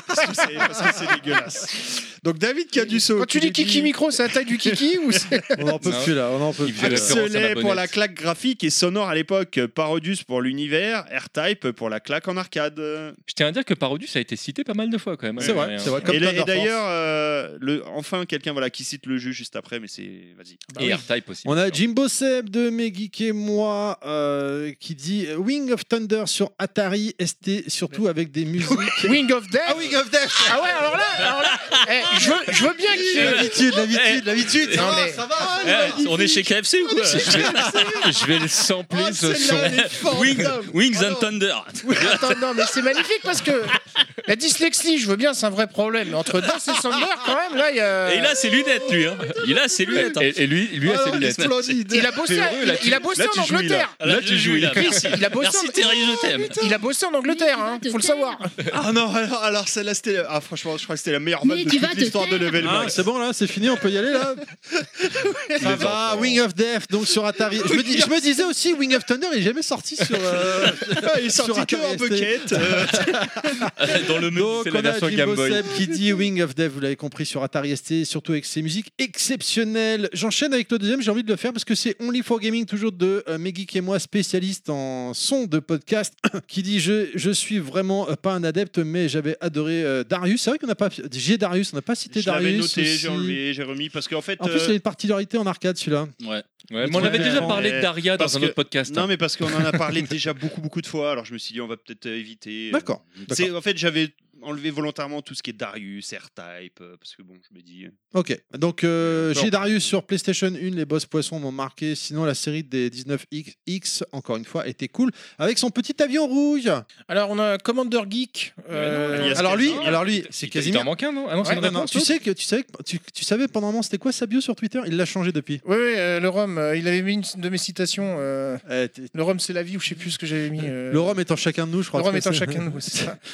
parce que c'est parce que c'est dégueulasse. Donc, David Cadusso. Quand tu dis kiki micro, c'est la taille du kiki ou c'est On en peut Non. plus là, on en peut Il plus. là. faisait la référence à ma Axelet pour bonnette. la claque graphique et sonore à l'époque, euh, Parodius pour l'univers, R-Type pour la claque en arcade. Je tiens à dire que Parodius a été cité pas mal de fois quand même. euh, C'est vrai, Ouais, c'est vrai. Comme Et, Thunder et Force. d'ailleurs, euh, le- enfin quelqu'un voilà qui cite le jeu juste après, mais c'est vas-y. Et R-Type aussi. On a Jimbo Seb de Megik et moi euh, qui dit euh, Wing of Thunder sur Atari ST, surtout avec des musiques. Wing of Death Wing of Death Ah ouais, alors là, alors là eh, je, veux, je veux bien que. L'habitude, l'habitude, l'habitude Non, ça va, mais- Ah, Ça va Eh, on est chez KFC ou quoi Je vais le sampler Ah, Oh, ce son. celle-là, elle est forte. Wings, Wings Ah and Oh Thunder. Attends, non, mais c'est magnifique parce que la dyslexie, je veux bien, c'est un vrai problème. Mais entre Death et Thunder, quand même, là, il y Ah. a. Et il a ses lunettes, lui. Hein. Il a ses lunettes. hein. Et, et lui, lui a ses lunettes. Il a bossé, C'est vrai, là, tu- il a bossé là, en tu jouis, là. Angleterre. Ah, Là, tu je joues, jouis, là. là. Merci, Il a bossé Merci en- Thérèse, je t'aime. Il a bossé en Angleterre, hein, faut le savoir. Ah non, alors, alors celle-là c'était ah franchement, je crois que c'était la meilleure Mais mode de tu vas toute te l'histoire de taire. Level Ah, Max. c'est bon là, c'est fini, on peut y aller là. Ça va, Wing of Death donc sur Atari. Je me, dis- je me disais aussi Wing of Thunder, il est jamais sorti sur. euh, Ah, il est Sur sorti que en Atari ST. bucket. euh, Dans le menu, Donc c'est on la version a Jimbo Game Boy. Seb qui dit Wing of Death, vous l'avez compris sur Atari ST, surtout avec ses musiques exceptionnelles. J'enchaîne avec le deuxième, j'ai envie de le faire parce que c'est Only for Gaming toujours de euh, Meggeek et moi, spécialiste en son de podcast, qui dit je je suis vraiment euh, pas un adepte, mais j'avais adoré euh, Darius. C'est vrai qu'on n'a pas j'ai Darius, on n'a pas cité je l'avais Darius. noté, aussi. j'ai enlevé, j'ai remis parce qu'en fait En plus, euh, il y a une particularité en arcade celui-là. Ouais. Ouais, mais on avait déjà parlé de Daria Parce dans un que- autre podcast. hein. non mais parce qu'on en a parlé déjà beaucoup beaucoup de fois, alors je me suis dit on va peut-être euh, éviter. euh, D'accord. d'accord. C'est en fait j'avais enlevé volontairement tout ce qui est Darius, R-Type euh, parce que bon, je me dis euh, Ok, donc euh, Non. j'ai Darius sur PlayStation 1, les boss poissons m'ont marqué, sinon la série des 19XX, encore une fois, était cool, avec son petit avion rouge. Alors, on a Commander Geek. euh, Mais non, alias- Alors lui, Casimir. alors lui, c'est Il- Il Casimir. t'en manque un, non Ah non, c'est Ouais, une Non, non, réponse. tu sais que tu savais que- tu, tu savais pendant un moment c'était quoi sa bio sur Twitter Il l'a changé depuis. Oui, oui, euh, le Rhum, euh, il avait mis une de mes citations. euh, Euh, t'es- le Rhum, c'est la vie, ou je sais plus ce que j'avais mis. euh, le Rhum étant chacun de nous, je crois. le Rhum que étant c'est- chacun de nous, c'est ça.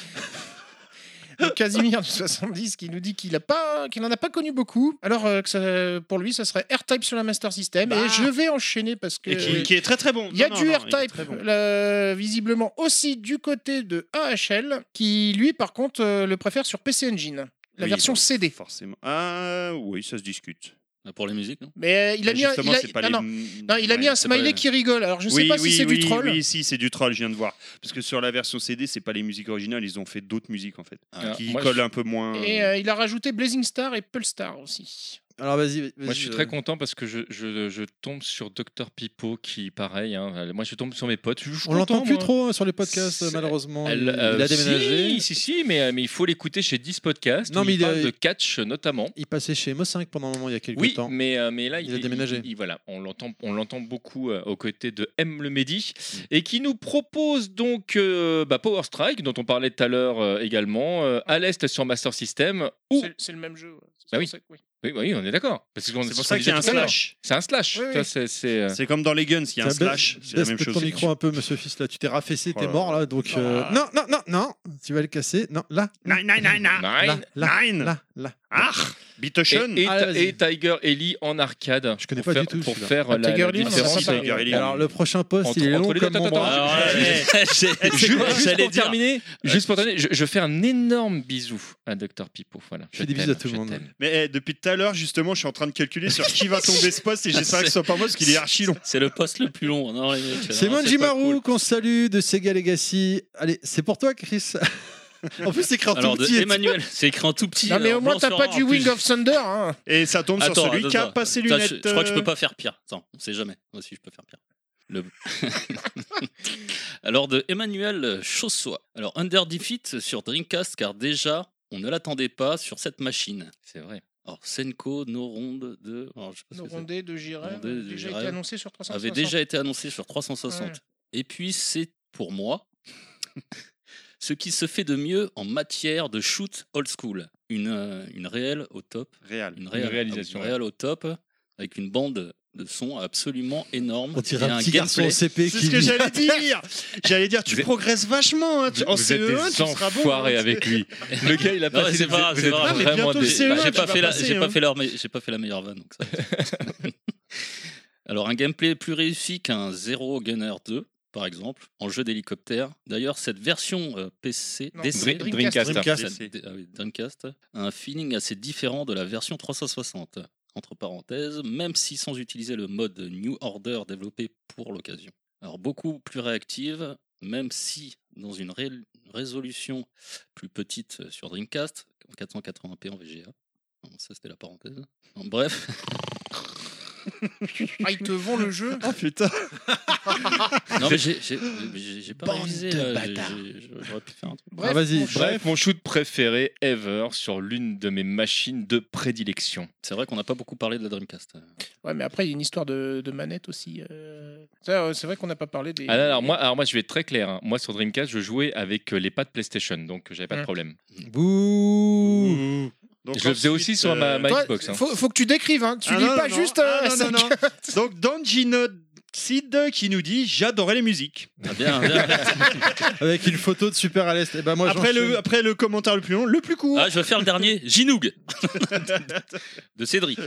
Donc, Casimir du 70 qui nous dit qu'il a pas, qu'il n'en a pas connu beaucoup. Alors euh, que ça- pour lui, ça serait R-Type sur la Master System. Bah. Et je vais enchaîner parce que et euh, qui, qui est très très bon. il y a Non, du non, non, il est R-Type, très bon. là, visiblement aussi du côté de AHL, qui lui, par contre, euh, le préfère sur PC Engine, la Oui, version bon. CD. Forcément. Ah oui, ça se discute. Ah, Bah, Pour les musiques, non Mais euh, il a mis, un, Justement, il a- c'est pas non, les- non. Non, il a Ouais. mis un c'est pas smiley les- qui rigole. Alors je sais oui, pas si oui, c'est oui, du troll. Oui, si, c'est du troll, je viens de voir. Parce que sur la version CD, c'est pas les musiques originales, ils ont fait d'autres musiques en fait. Ah, qui moi, collent je- un peu moins. Et euh, il a rajouté Blazing Star et Pulse Star aussi. Alors vas-y. vas-y, Moi, je suis euh, très content parce que je, je, je tombe sur Dr Pipo qui, pareil, hein, moi je tombe sur mes potes. Je- je suis On l'entend content, plus moi. trop hein, sur les podcasts, C'est- malheureusement. Elle, il, euh, il a déménagé. Si, si, si, mais, euh, mais il faut l'écouter chez 10 podcasts. Non, Non, mais mais il, il parle est- de catch euh, notamment. Il passait chez Mo5 pendant un moment il y a quelques Oui, temps. mais, euh, mais là, Il a déménagé. il- voilà, on l'entend, on l'entend beaucoup euh, aux côtés de M le Mehdi et qui nous propose donc euh, bah, Power Strike dont on parlait tout à l'heure euh, également euh, à l'est sur Master System. Ou C'est- C'est le même jeu. ouais. C'est Bah pour oui. ça que- oui, oui, on est d'accord. Parce qu'on- C'est ce qu'on pour ça qu'il y a un disait tout à l'heure. slash. C'est un slash. Oui, oui. Tu vois, c'est- c'est, euh, C'est comme dans les guns, il y a Tiens, un slash. baisse- C'est la baisse même peut-être chose. ton micro un peu, monsieur Fils. Là, tu t'es rafaissé, Oh t'es là mort là. Donc euh, Ah. non, non, non, non, tu vas le casser. Non, là, Nine, nine, nine, nine. Nine. là, là, Nine. là, là. Ah Beat Ocean Et, et- Allez, vas-y. et Tiger Ellie en arcade. Je connais pas pour faire, du tout, Pour celui-là. faire euh, la, Tiger la Ah, Lily, non, différence. c'est sympa. Tiger Lily. Alors le prochain poste, Entre- il est entre long les deux, comme mon attends, bras. attends, Ah, ouais, j'ai- Ju- j'ai- Juste J'allais pour dire. euh, terminer, juste pour terminer, je, je fais un énorme bisou à Dr Pipo. Voilà. Je fais des t'aime, bisous à tout le je monde. t'aime. Mais eh, depuis tout à l'heure, justement, je suis en train de calculer sur qui va tomber ce poste et j'espère que ce soit pas moi parce qu'il est archi long. C'est le poste le plus long. Non, les mecs, C'est non, Manji pas Maru cool. qu'on salue de Sega Legacy. Allez, c'est pour toi, Chris. en plus, c'est écrit en Alors, tout de petit. Emmanuel, c'est écrit en tout petit. Non, mais alors, au moins, blanc t'as sur pas un, du en plus. Wing of Thunder. hein. Et ça tombe Attends, sur celui attends, qui a attends. pas ses Putain, lunettes. Je, je crois que je euh, peux pas faire pire. Attends, on sait jamais. Moi aussi, je peux faire pire. Le- Alors, de Emmanuel Chaussois. Alors, Under Defeat sur Dreamcast, car déjà, on ne l'attendait pas sur cette machine. C'est vrai. Alors, Senko, No Ronde de. Alors, je sais pas ce Le que c'est. Rondé de Jirel Rondé de déjà Jirel été annoncé sur 360. avait déjà été annoncé sur 360. Ouais. Et puis c'est pour moi ce qui se fait de mieux en matière de shoot old school. Une, euh, une réelle au top, euh, Réal. une, réelle- réalisation, une réelle au top, avec une bande de son absolument énorme. On dirait et un petit garçon au gameplay- CP C'est qui ce que lit. j'allais dire. J'allais dire, tu Vous êtes- progresses vachement. hein, tu- Vous, en vous êtes CE1, des tu seras bon. enfoirés hein, avec lui. Le gars, il a Non, passé. c'est vous pas êtes- grave, vous c'est êtes pas grave. Mais vraiment bientôt le des- CE1, Bah, j'ai tu pas vas fait la- passer, j'ai pas hein. fait leur me- j'ai pas fait la meilleure vanne donc ça va. alors un gameplay plus réussi qu'un Zero Gunner 2 par exemple en jeu d'hélicoptère d'ailleurs cette version euh, PC Non, DC, Dream- Dreamcast. Dreamcast. cette- ah oui, Dreamcast a un feeling assez différent de la version 360 entre parenthèses même si sans utiliser le mode New Order développé pour l'occasion alors beaucoup plus réactive même si dans une ré- résolution plus petite euh, sur Dreamcast, en 480p en VGA. Non, ça, c'était la parenthèse. Non, bref, Ah, ils te vend le jeu Oh putain. non, mais j'ai j'ai- j'ai- j'ai pas Bande révisé. de là. J'ai- bâtards. j'ai- J'aurais pu faire un truc. Ah, vas-y, mon cher. Bref, mon shoot préféré ever sur l'une de mes machines de prédilection. C'est vrai qu'on n'a pas beaucoup parlé de la Dreamcast. Ouais, mais après, il y a une histoire de, de manette aussi. euh. Ça, euh, c'est vrai qu'on n'a pas parlé des. Ah, non, alors, moi, alors moi, je vais être très clair. hein. Moi, sur Dreamcast, je jouais avec euh, les pads PlayStation, donc euh, j'avais pas de Mm. problème. Bouh. Donc, euh, Je le faisais aussi sur ma- ma- Toi, Xbox, hein. faut, faut que tu décrives, hein. tu Ah lis non, pas non, juste. non. euh, Ah, non, cinq- non, non. Donc, Dangino Sid qui nous dit J'adorais les musiques. Ah, bien, bien, bien. Avec une photo de Super à l'Est. Et ben moi, Après le, j'enchaîne. après le commentaire le plus long, le plus court. Ah, je vais faire le dernier. Ginoug Ah, De Cédric.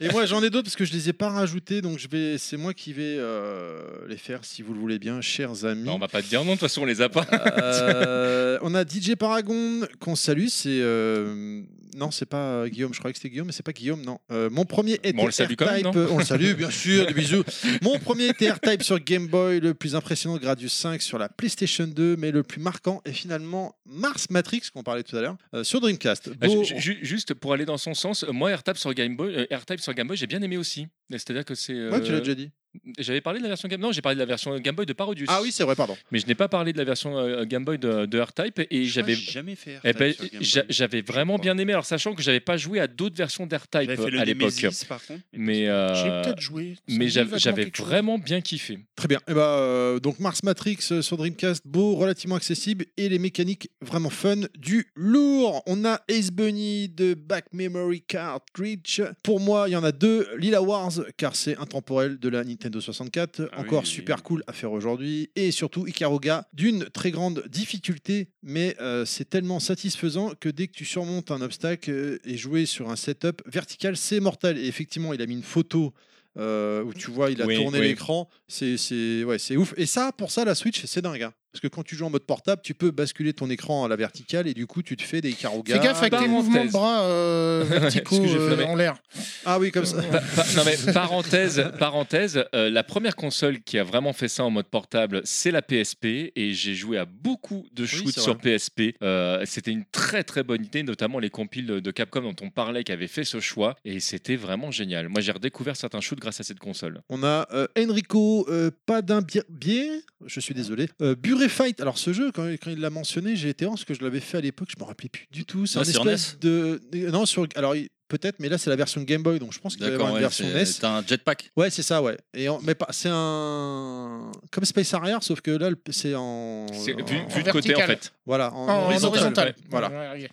Et moi, j'en ai d'autres parce que je les ai pas rajoutés. Donc, je vais... c'est moi qui vais euh, les faire si vous le voulez bien, chers amis. Non, on va pas te dire non, de toute façon, on les a pas. Euh, on a DJ Paragon qu'on salue. C'est euh, non, c'est pas euh, Guillaume. Je croyais que c'était Guillaume, mais c'est pas Guillaume. Non. Euh, mon premier était on le salue quand même, R-Type. non Euh, on le salue, bien sûr. Des bisous. Mon premier était R-Type sur Game Boy, le plus impressionnant Gradius 5 sur la PlayStation 2, mais le plus marquant est finalement Mars Matrix qu'on parlait tout à l'heure euh, sur Dreamcast. Ah, Beau- ju- ju- Juste pour aller dans son sens, euh, moi, AirType sur Game Boy, euh, AirType sur Game Boy, j'ai bien aimé aussi. C'est-à-dire que c'est. euh, Ouais, tu l'as déjà dit. J'avais parlé de la version Game. Non, j'ai parlé de la version Game Boy de Parodius. Ah oui, c'est vrai. Pardon. Mais je n'ai pas parlé de la version euh, Game Boy de, de R-Type et Je crois que j'avais. j'ai jamais fait. eh ben, R-Type sur Game j'a- Boy. j'avais je vraiment crois. bien aimé, alors sachant que j'avais pas joué à d'autres versions d'AirType euh, J'avais fait le à l'époque. Nemesis, par contre. Mais, euh, J'ai peut-être joué. Ça me mais dit j'avais vaguement j'avais quelque chose. vraiment bien kiffé. Très bien. Et ben, euh, donc Mars Matrix euh, sur Dreamcast, beau, relativement accessible et les mécaniques vraiment fun du lourd. On a Ace Bunny de Back Memory Cartridge. Pour moi, il y en a deux. Lila Wars, car c'est intemporel de la Nintendo 64. Ah oui, Encore oui, super oui. cool à faire aujourd'hui. Et surtout Ikaruga, d'une très grande difficulté, mais euh, c'est tellement satisfaisant que dès que tu surmontes un obstacle euh, et jouer sur un setup vertical, c'est mortel. Et effectivement, il a mis une photo euh, où tu vois, il a Oui, tourné oui. l'écran. C'est c'est- ouais, c'est ouf. Et ça, pour ça, la Switch, c'est dingue. hein. Parce que quand tu joues en mode portable, tu peux basculer ton écran à la verticale et du coup, tu te fais des Fais carougas. gaffe avec tes Parenthèse. mouvements de bras euh, verticaux Excusez, euh, non, mais- en l'air. Ah oui, comme ça. Pa- pa- non mais parenthèse, parenthèse euh, la première console qui a vraiment fait ça en mode portable, c'est la PSP et j'ai joué à beaucoup de shoots c'est sur PSP. Euh, c'était une très très bonne idée, notamment les compiles de, de Capcom dont on parlait qui avaient fait ce choix et c'était vraiment génial. Moi j'ai redécouvert certains shoots grâce à cette console. On a euh, Enrico, euh, pas d'un bi- biais, je suis désolé. Euh, Buret Fight, alors ce jeu, quand, quand il l'a mentionné, j'ai été en ce que je l'avais fait à l'époque, je me rappelais plus du tout. C'est Ah, un sur espèce de. Non, sur. Alors il- peut-être, mais là c'est la version Game Boy, donc je pense qu'il va y avoir D'accord, une version ouais, E c'est NES. c'est un jetpack. Ouais, c'est ça, ouais. Et en- Mais pas... c'est un. Comme Space Harrier, sauf que là le- c'est en. Oh C'est- en- vu, vu de en côté en vertical. fait. Voilà, en, Ah, En, en horizontal. horizontal. Voilà. Ouais, ouais, ouais.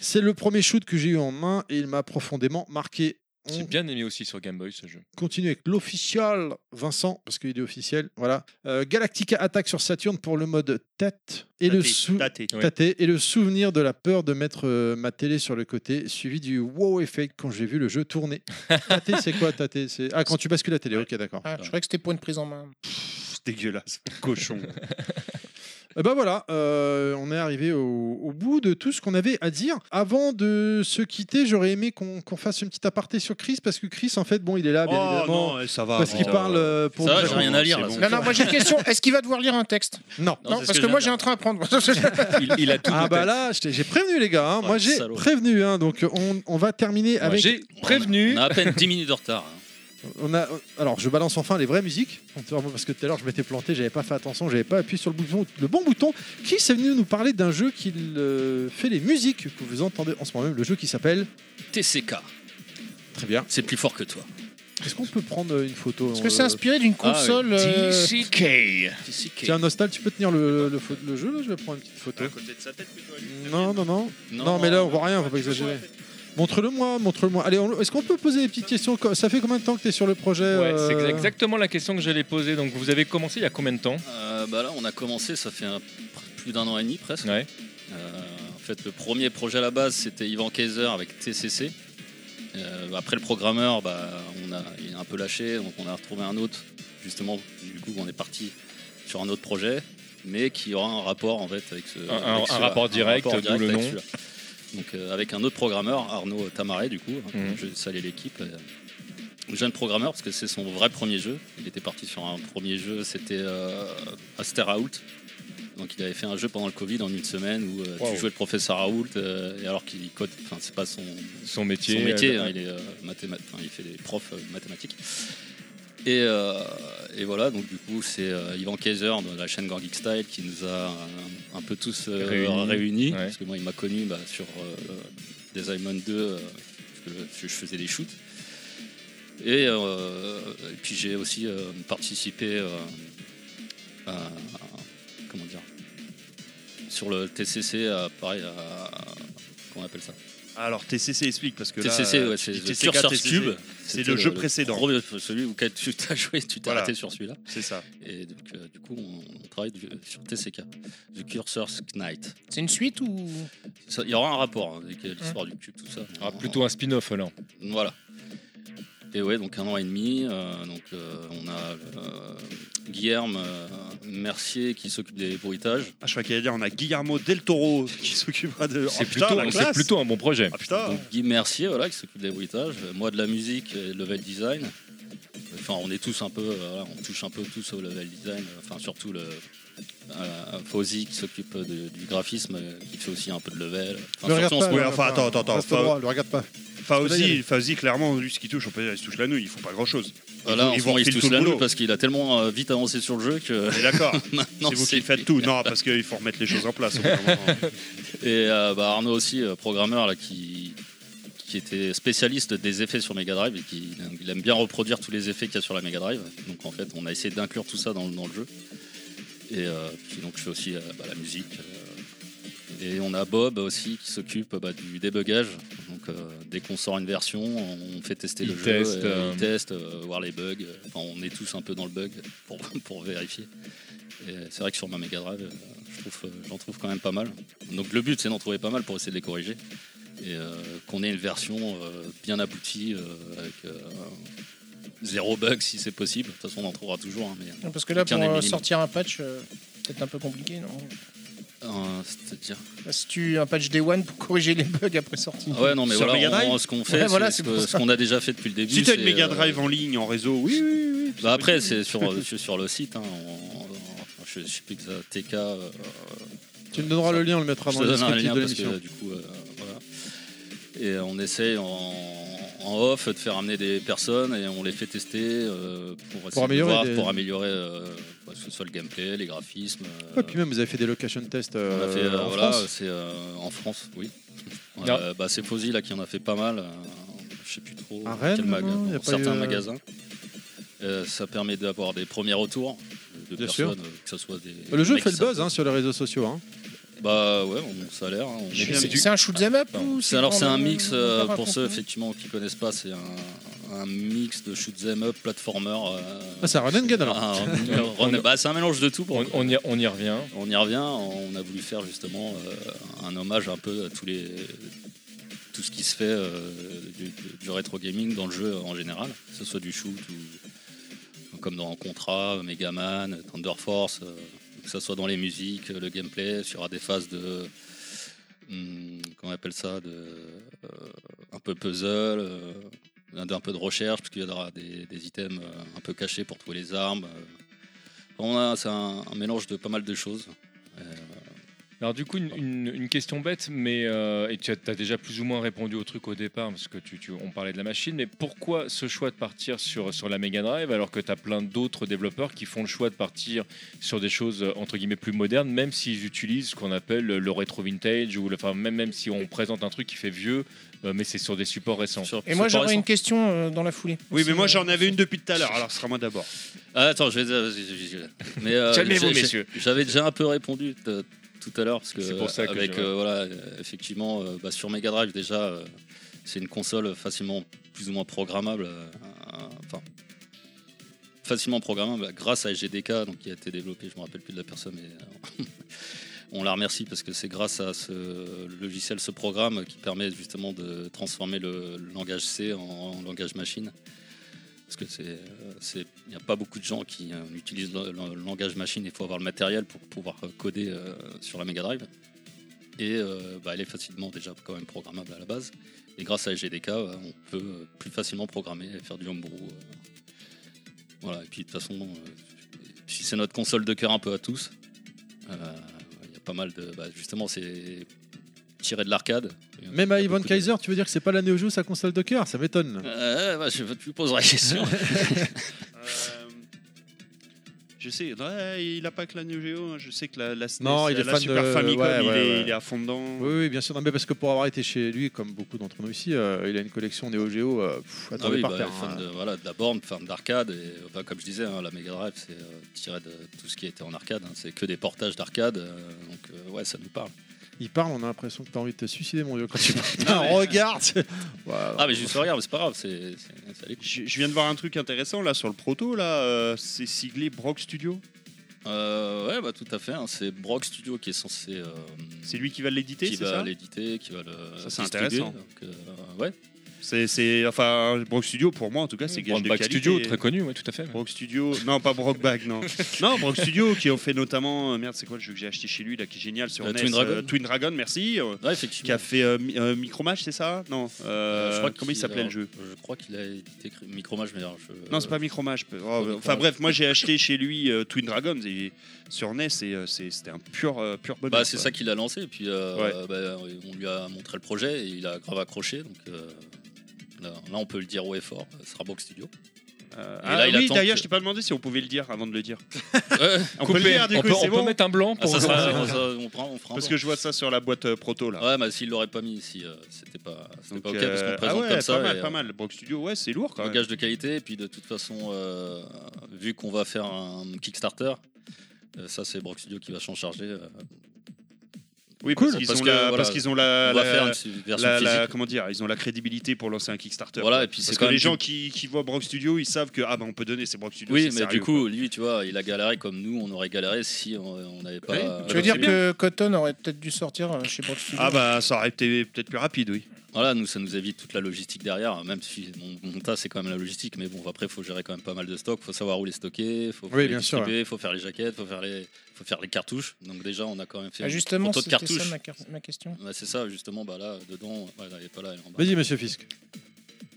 C'est le premier shoot que j'ai eu en main et il m'a profondément marqué. J'ai bien aimé aussi sur Game Boy ce jeu. continue avec l'official Vincent, parce qu'il est officiel. Voilà. Euh, Galactica attaque sur Saturn pour le mode tête et le Tâté, sou- tâté. tâté et le souvenir de la peur de mettre euh, ma télé sur le côté, suivi du wow effect quand j'ai vu le jeu tourner. Tâté, c'est quoi tâté C'est- Ah, quand tu bascules la télé, ok, d'accord. Ah, je croyais que c'était pour une prise en main. Pff, dégueulasse. Cochon. Eh ben voilà, euh, on est arrivé au, au bout de tout ce qu'on avait à dire. Avant de se quitter, j'aurais aimé qu'on qu'on fasse une petite aparté sur Chris, parce que Chris, en fait, bon, il est là, bien oh évidemment. non, ça va. parce qu'il oh. Ah, bon. parle euh, pour. Ça va, dire- j'ai rien à lire. c'est là, bon. ça. Non, non, moi j'ai une question. Est-ce qu'il va devoir lire un texte Non. Non, Non, c'est parce ce que que je moi j'ai viens un train à prendre. Il, il a tout Ah en bah tête. là, je t'ai- j'ai prévenu les gars. hein. Oh, Moi le j'ai salaud. prévenu. hein. Donc on, on va terminer Moi, avec. J'ai prévenu. On a à peine 10 minutes de retard. hein. On a. Alors je balance enfin les vraies musiques. Parce que tout à l'heure je m'étais planté, j'avais pas fait attention, j'avais pas appuyé sur le bouton, le bon bouton. Qui s'est venu nous parler d'un jeu qui euh, fait les musiques que vous entendez en ce moment même. Le jeu qui s'appelle. TCK, Très bien. c'est plus fort que toi. Est-ce qu'on peut prendre une photo Est-ce on, que c'est euh, inspiré d'une Ah, console euh, TCK. TCK. Tiens Nostal, tu peux tenir le, le, pho- le jeu là Je vais prendre une petite photo. À côté de sa tête plutôt. à lui. Non non non. Non, mais là on voit rien, faut pas exagérer. Montre-le moi, montre-le moi. Allez, on- est-ce qu'on peut poser des petites questions Ça fait combien de temps que t'es sur le projet Ouais, euh, c'est exa- exactement la question que j'allais poser. Donc vous avez commencé il y a combien de temps Euh, bah là, on a commencé, ça fait un- plus d'un an et demi presque. Ouais. Euh, en fait, le premier projet à la base, c'était Ivan Kaiser avec TCC. Euh, après le programmeur, bah, on a, il a un peu lâché, donc on a retrouvé un autre. Justement, du coup, on est parti sur un autre projet, mais qui aura un rapport en fait avec ce. Un- avec un celui-là. rapport direct, rapport d'où le avec nom. celui-là. Donc euh, avec un autre programmeur, Arnaud Tamaret, du coup, hein, Mhm. je salue l'équipe. euh, jeune programmeur parce que c'est son vrai premier jeu. Il était parti sur un premier jeu, c'était euh, Aster Out. Donc il avait fait un jeu pendant le Covid en une semaine où euh, Wow. tu jouais le professeur Raoult euh, et alors qu'il code, enfin c'est pas son, Son son métier. métier, euh, hein, il est euh, mathémat- enfin, il fait des profs euh, mathématiques. Et, euh, et voilà, donc du coup c'est euh, Ivan Kaiser de la chaîne Gorgic Style qui nous a euh, un peu tous euh, Réunis. réunis, Ouais. parce que moi il m'a connu bah, sur euh, Design 2 euh, parce que je- je faisais des shoots. Et, euh, et puis j'ai aussi euh, participé euh, à- à- comment dire sur le TCC à, pareil à, comment on appelle ça Alors TCC explique parce que là, TCC euh, ouais, tu c'est dis The TCK, Cursor's TCC. Cube C'est C'était le jeu précédent. premier, euh, celui où tu as joué tu t'es Voilà. arrêté sur celui-là C'est ça. et donc, euh, du coup on, on travaille du- sur TCK The Cursor's Knight C'est une suite ou Ça- il y aura un rapport hein, avec euh, l'histoire du cube tout ça ah, plutôt un spin-off alors. Ah, Voilà. Et ouais, donc un an et demi. euh, donc euh, on a euh, Guillerme euh, Mercier qui s'occupe des bruitages. Ah, je crois qu'il allait dire on a Guillermo Del Toro qui s'occupera de. C'est oh, putain, la plutôt, c'est classe. plutôt un bon projet. Ah putain. Donc Guy Mercier, voilà, qui s'occupe des bruitages. Euh, Moi de la musique et level design. Enfin, on est tous un peu, euh, voilà, on touche un peu tous au level design. Enfin, surtout le euh, Fozzy qui s'occupe de- du graphisme, euh, qui fait aussi un peu de level. Enfin, Le surtout regarde en pas, ce Ouais, le enfin, regarde attends, pas. attends, Reste attends. droit, le regarde pas. Fauzi, Fauzi, clairement, lui, ce qu'il touche, on peut dire, il se touche la nouille, ils font pas grand chose. Voilà, en ils ce vont moment, il se refiler touche tout le la boulot. nouille parce qu'il a tellement euh, vite avancé sur le jeu que On est d'accord. maintenant C'est vous qui faites tout. Non, parce qu'il faut remettre les choses en place. au bout d'un moment. Et euh, bah, Arnaud aussi, euh, programmeur, là, qui, qui était spécialiste des effets sur Mega Drive et qui il aime bien reproduire tous les effets qu'il y a sur la Mega Drive. Donc en fait, on a essayé d'inclure tout ça dans, le- dans le jeu. Et euh, puis, donc je fais aussi euh, bah, la musique. euh. et on a Bob aussi qui s'occupe bah, du débugage. Donc euh, dès qu'on sort une version, on fait tester Il le teste, jeu, et, euh, il teste, euh, voir les bugs. Enfin, on est tous un peu dans le bug pour, pour vérifier. Et c'est vrai que sur ma Mega Drive, euh, je trouve, euh, j'en trouve quand même pas mal. Donc le but, c'est d'en trouver pas mal pour essayer de les corriger. Et euh, qu'on ait une version euh, bien aboutie, euh, avec euh, zéro bug si c'est possible. De toute façon, on en trouvera toujours. hein, mais Non, Parce que là, Aucun pour des euh, minimum. sortir un patch, euh, c'est peut-être un peu compliqué, non Euh, c'est-à-dire- Bah, Si tu un patch day one pour corriger les bugs après sortie. Ah ouais, non, mais Sur Mega voilà, on- Drive on- ce qu'on fait, Ouais, c'est voilà, ce c'est que- pour ce ça. qu'on a déjà fait depuis le début. Si t'as une c'est, méga euh, drive en ligne, en réseau, oui, oui, oui. Bah après, c'est sur, euh, sur sur le site. hein, on- on- je, je sais plus que ça, TK. euh, Tu me donneras le lien, on le mettra je dans te le donne un descriptif lien de parce que l'émission. euh, du coup, euh, voilà. Et on essaye en, en off de faire amener des personnes et on les fait tester euh, pour, essayer de améliorer voir, des- pour améliorer euh, bah, que ce soit le gameplay, les graphismes. euh, Ouais, puis même, vous avez fait des location tests on a euh, fait, euh, en voilà, France. c'est euh, en France, oui. Non. Euh, bah, c'est Fozzy là qui en a fait pas mal. euh, je sais plus trop. À Rennes, quel non, dans y a pas certains eu, euh, magasins. Euh, ça permet d'avoir des premiers retours de Bien personnes, euh, que ce soit des. Le jeu mecs fait qui le buzz hein, sur les réseaux sociaux. hein. savent- Bah ouais, on- ça a l'air. hein, on- C'est- c'est un shoot'em up ou C'est- Alors c'est un vraiment- mix, on euh, va pour raconter, ceux hein. effectivement qui connaissent pas, c'est un, un mix de shoot'em up, platformer. euh, Ah, c'est un run and gun alors. un- un- run- bah, c'est un mélange de tout. On, y, revient. On y revient. On a voulu faire justement euh, un hommage un peu à tous les tout ce qui se fait euh, du, du rétro gaming dans le jeu en général, que ce soit du shoot ou comme dans Contra, Megaman, Thunder Force, euh, que ce soit dans les musiques, le gameplay, sur des phases de hum, comment on appelle ça, de euh, un peu puzzle. euh, d'un peu de recherche, parce qu'il y aura des, des items euh, un peu cachés pour trouver les armes. euh. On a- c'est un, un mélange de pas mal de choses. Alors du coup, une, une- une question bête, mais euh, et tu as, t'as déjà plus ou moins répondu au truc au départ, parce que tu, tu- on parlait de la machine, mais pourquoi ce choix de partir sur, sur la Mega Drive alors que tu as plein d'autres développeurs qui font le choix de partir sur des choses euh, entre guillemets plus modernes, même s'ils utilisent ce qu'on appelle le rétro vintage, ou le- enfin même, même si on présente un truc qui fait vieux, euh, mais c'est sur des supports récents. Et moi j'aurais une question euh, dans la foulée. Oui, mais moi C'est- j'en avais une depuis tout à l'heure, alors ce sera moi d'abord. Ah, attends, je vais dire. vas-y, vas-y, vas-y. Mais, euh, Calmez-vous, j'ai- j'ai- messieurs. J'avais déjà un peu répondu t- tout à l'heure, parce que. C'est pour ça que avec, je- euh, voilà, euh, effectivement, euh, bah, sur Mega Drive, déjà, euh, c'est une console facilement plus ou moins programmable. euh, euh, Enfin. facilement programmable bah, grâce à GDK, donc qui a été développé, je me rappelle plus de la personne, mais euh, on la remercie parce que c'est grâce à ce logiciel, ce programme qui permet justement de transformer le, le langage C en, en langage machine. Parce que c'est, euh, c'est, il n'y a pas beaucoup de gens qui euh, utilisent le, le- le langage machine. Il faut avoir le matériel pour pouvoir euh, coder euh, sur la Mega Drive. Et euh, bah, elle est facilement déjà quand même programmable à la base. Et grâce à GDK, ouais, on peut euh, plus facilement programmer et faire du homebrew. euh, voilà, et puis de toute façon, euh, si c'est notre console de cœur un peu à tous, euh, il y a pas mal de. bah, justement, c'est tiré de l'arcade. Et, euh, Même à Yvonne de- Kaiser, tu veux dire que c'est pas la Neo Geo sa console de cœur Ça m'étonne. Euh, bah, je tu me poseras la question. Euh, Je sais, ouais, il a pas que la Neo Geo, hein, je sais que la, la SNES, Non, il est la fan Super de Famicom, ouais, il, ouais, est, ouais. il est à fond dedans. Oui, oui, bien sûr. Non, mais parce que pour avoir été chez lui, comme beaucoup d'entre nous ici, euh, il a une collection Neo Geo euh, pff, à Ah tomber oui, par bah, terre. fan hein. de, voilà, de la borne, fan d'arcade. Et euh, bah, comme je disais, hein, la Mega Drive, c'est euh, tiré de tout ce qui était en arcade. hein, c'est que des portages d'arcade. euh, donc, euh, ouais, ça nous parle. Il parle, on a l'impression que t'as envie de te suicider, mon vieux, quand tu parles. Non, mais- Regarde Ah, mais juste regarde, mais c'est pas grave. C'est, c'est- ça les- Je, je viens de voir un truc intéressant là sur le proto, là, euh, c'est siglé Brock Studio. Euh, ouais, bah tout à fait. hein, C'est Brock Studio qui est censé. euh, C'est lui qui va l'éditer, qui c'est va ça l'éditer, qui va le. Ça, c'est distribuer, intéressant. donc, euh, ouais. C'est, c'est- enfin, Brock Studio pour moi en tout cas, c'est gage de Brockback qualité. Studio, très connu, ouais, tout à fait. Brock Studio, non pas Brock Bag, non. non, Brock Studio qui ont fait notamment, euh, merde, c'est quoi le jeu que j'ai acheté chez lui là qui est génial sur Euh, NES, Twin Dragon. euh, Twin Dragon, merci. euh, Ouais, effectivement. Qui a fait euh, mi- euh, Micromatch, c'est ça Non. euh, Euh, je crois comment il qu'il- s'appelait le alors, jeu Je crois qu'il a édité Cri- Micromatch, mais alors je. Non, c'est pas Micromatch. peu- oh, Micromatch. enfin bref, moi j'ai acheté chez lui euh, Twin Dragons et sur NES et euh, c'est- c'était un pur, euh, pur bonheur. Bah, c'est quoi. ça qu'il a lancé, et puis euh, Ouais. bah, on lui a montré le projet, et il a grave accroché, donc euh, là, là, on peut le dire haut et fort, ce sera Brock Studio. Euh, Et ah là, il oui, attend d'ailleurs, que- je t'ai pas demandé si on pouvait le dire avant de le dire. Euh, on peut le coupé. dire, du On coup, peut- c'est on bon peut mettre un blanc pour- Ah, euh, ça sera- ça sera- on prend- on prend un Parce blanc. que je vois ça sur la boîte euh, proto là. Ouais, bah s'il l'aurait pas mis, si euh, c'était pas, c'était Donc, pas ok, parce qu'on euh, le présente ah ouais, comme ça. Pas mal, et, pas euh, mal. Brock Studio, ouais, c'est lourd quand un même. gage de qualité. Et puis de toute façon, euh, vu qu'on va faire un Kickstarter, euh, ça c'est Brock Studio qui va s'en charger. euh. Oui, parce qu'ils ont, que, la, voilà, parce qu'ils ont la, on va Euh, la- faire une version la- la- physique. comment dire, ils ont la crédibilité pour lancer un Kickstarter. Voilà, quoi. et puis c'est parce que quand même les du- gens qui, qui voient Brock Studio, ils savent que ah bah on peut donner, c'est Brock Studio. Oui, c'est mais sérieux, du coup, lui, tu vois, il a galéré comme nous, on aurait galéré si on on n'avait pas. Oui, Tu veux dire que Cotton aurait peut-être dû sortir euh, chez Brock Studio Ah bah ça aurait été peut-être plus rapide, oui. Voilà, nous, ça nous évite toute la logistique derrière, hein. même si mon, mon tas, c'est quand même la logistique, mais bon, après, il faut gérer quand même pas mal de stocks, il faut savoir où les stocker, il faut, faut Oui, les bien sûr, distribuer, il faut faire les jaquettes, il faut, faire les- faut faire les cartouches. Donc déjà, on a quand même fait Ah, un Justement, taux de c'était ça cartouches. ma, car- ma question. Ouais, c'est ça, justement, bah là, dedans, ouais, là, elle est pas là, elle est en bas. Vas-y, monsieur Fisk.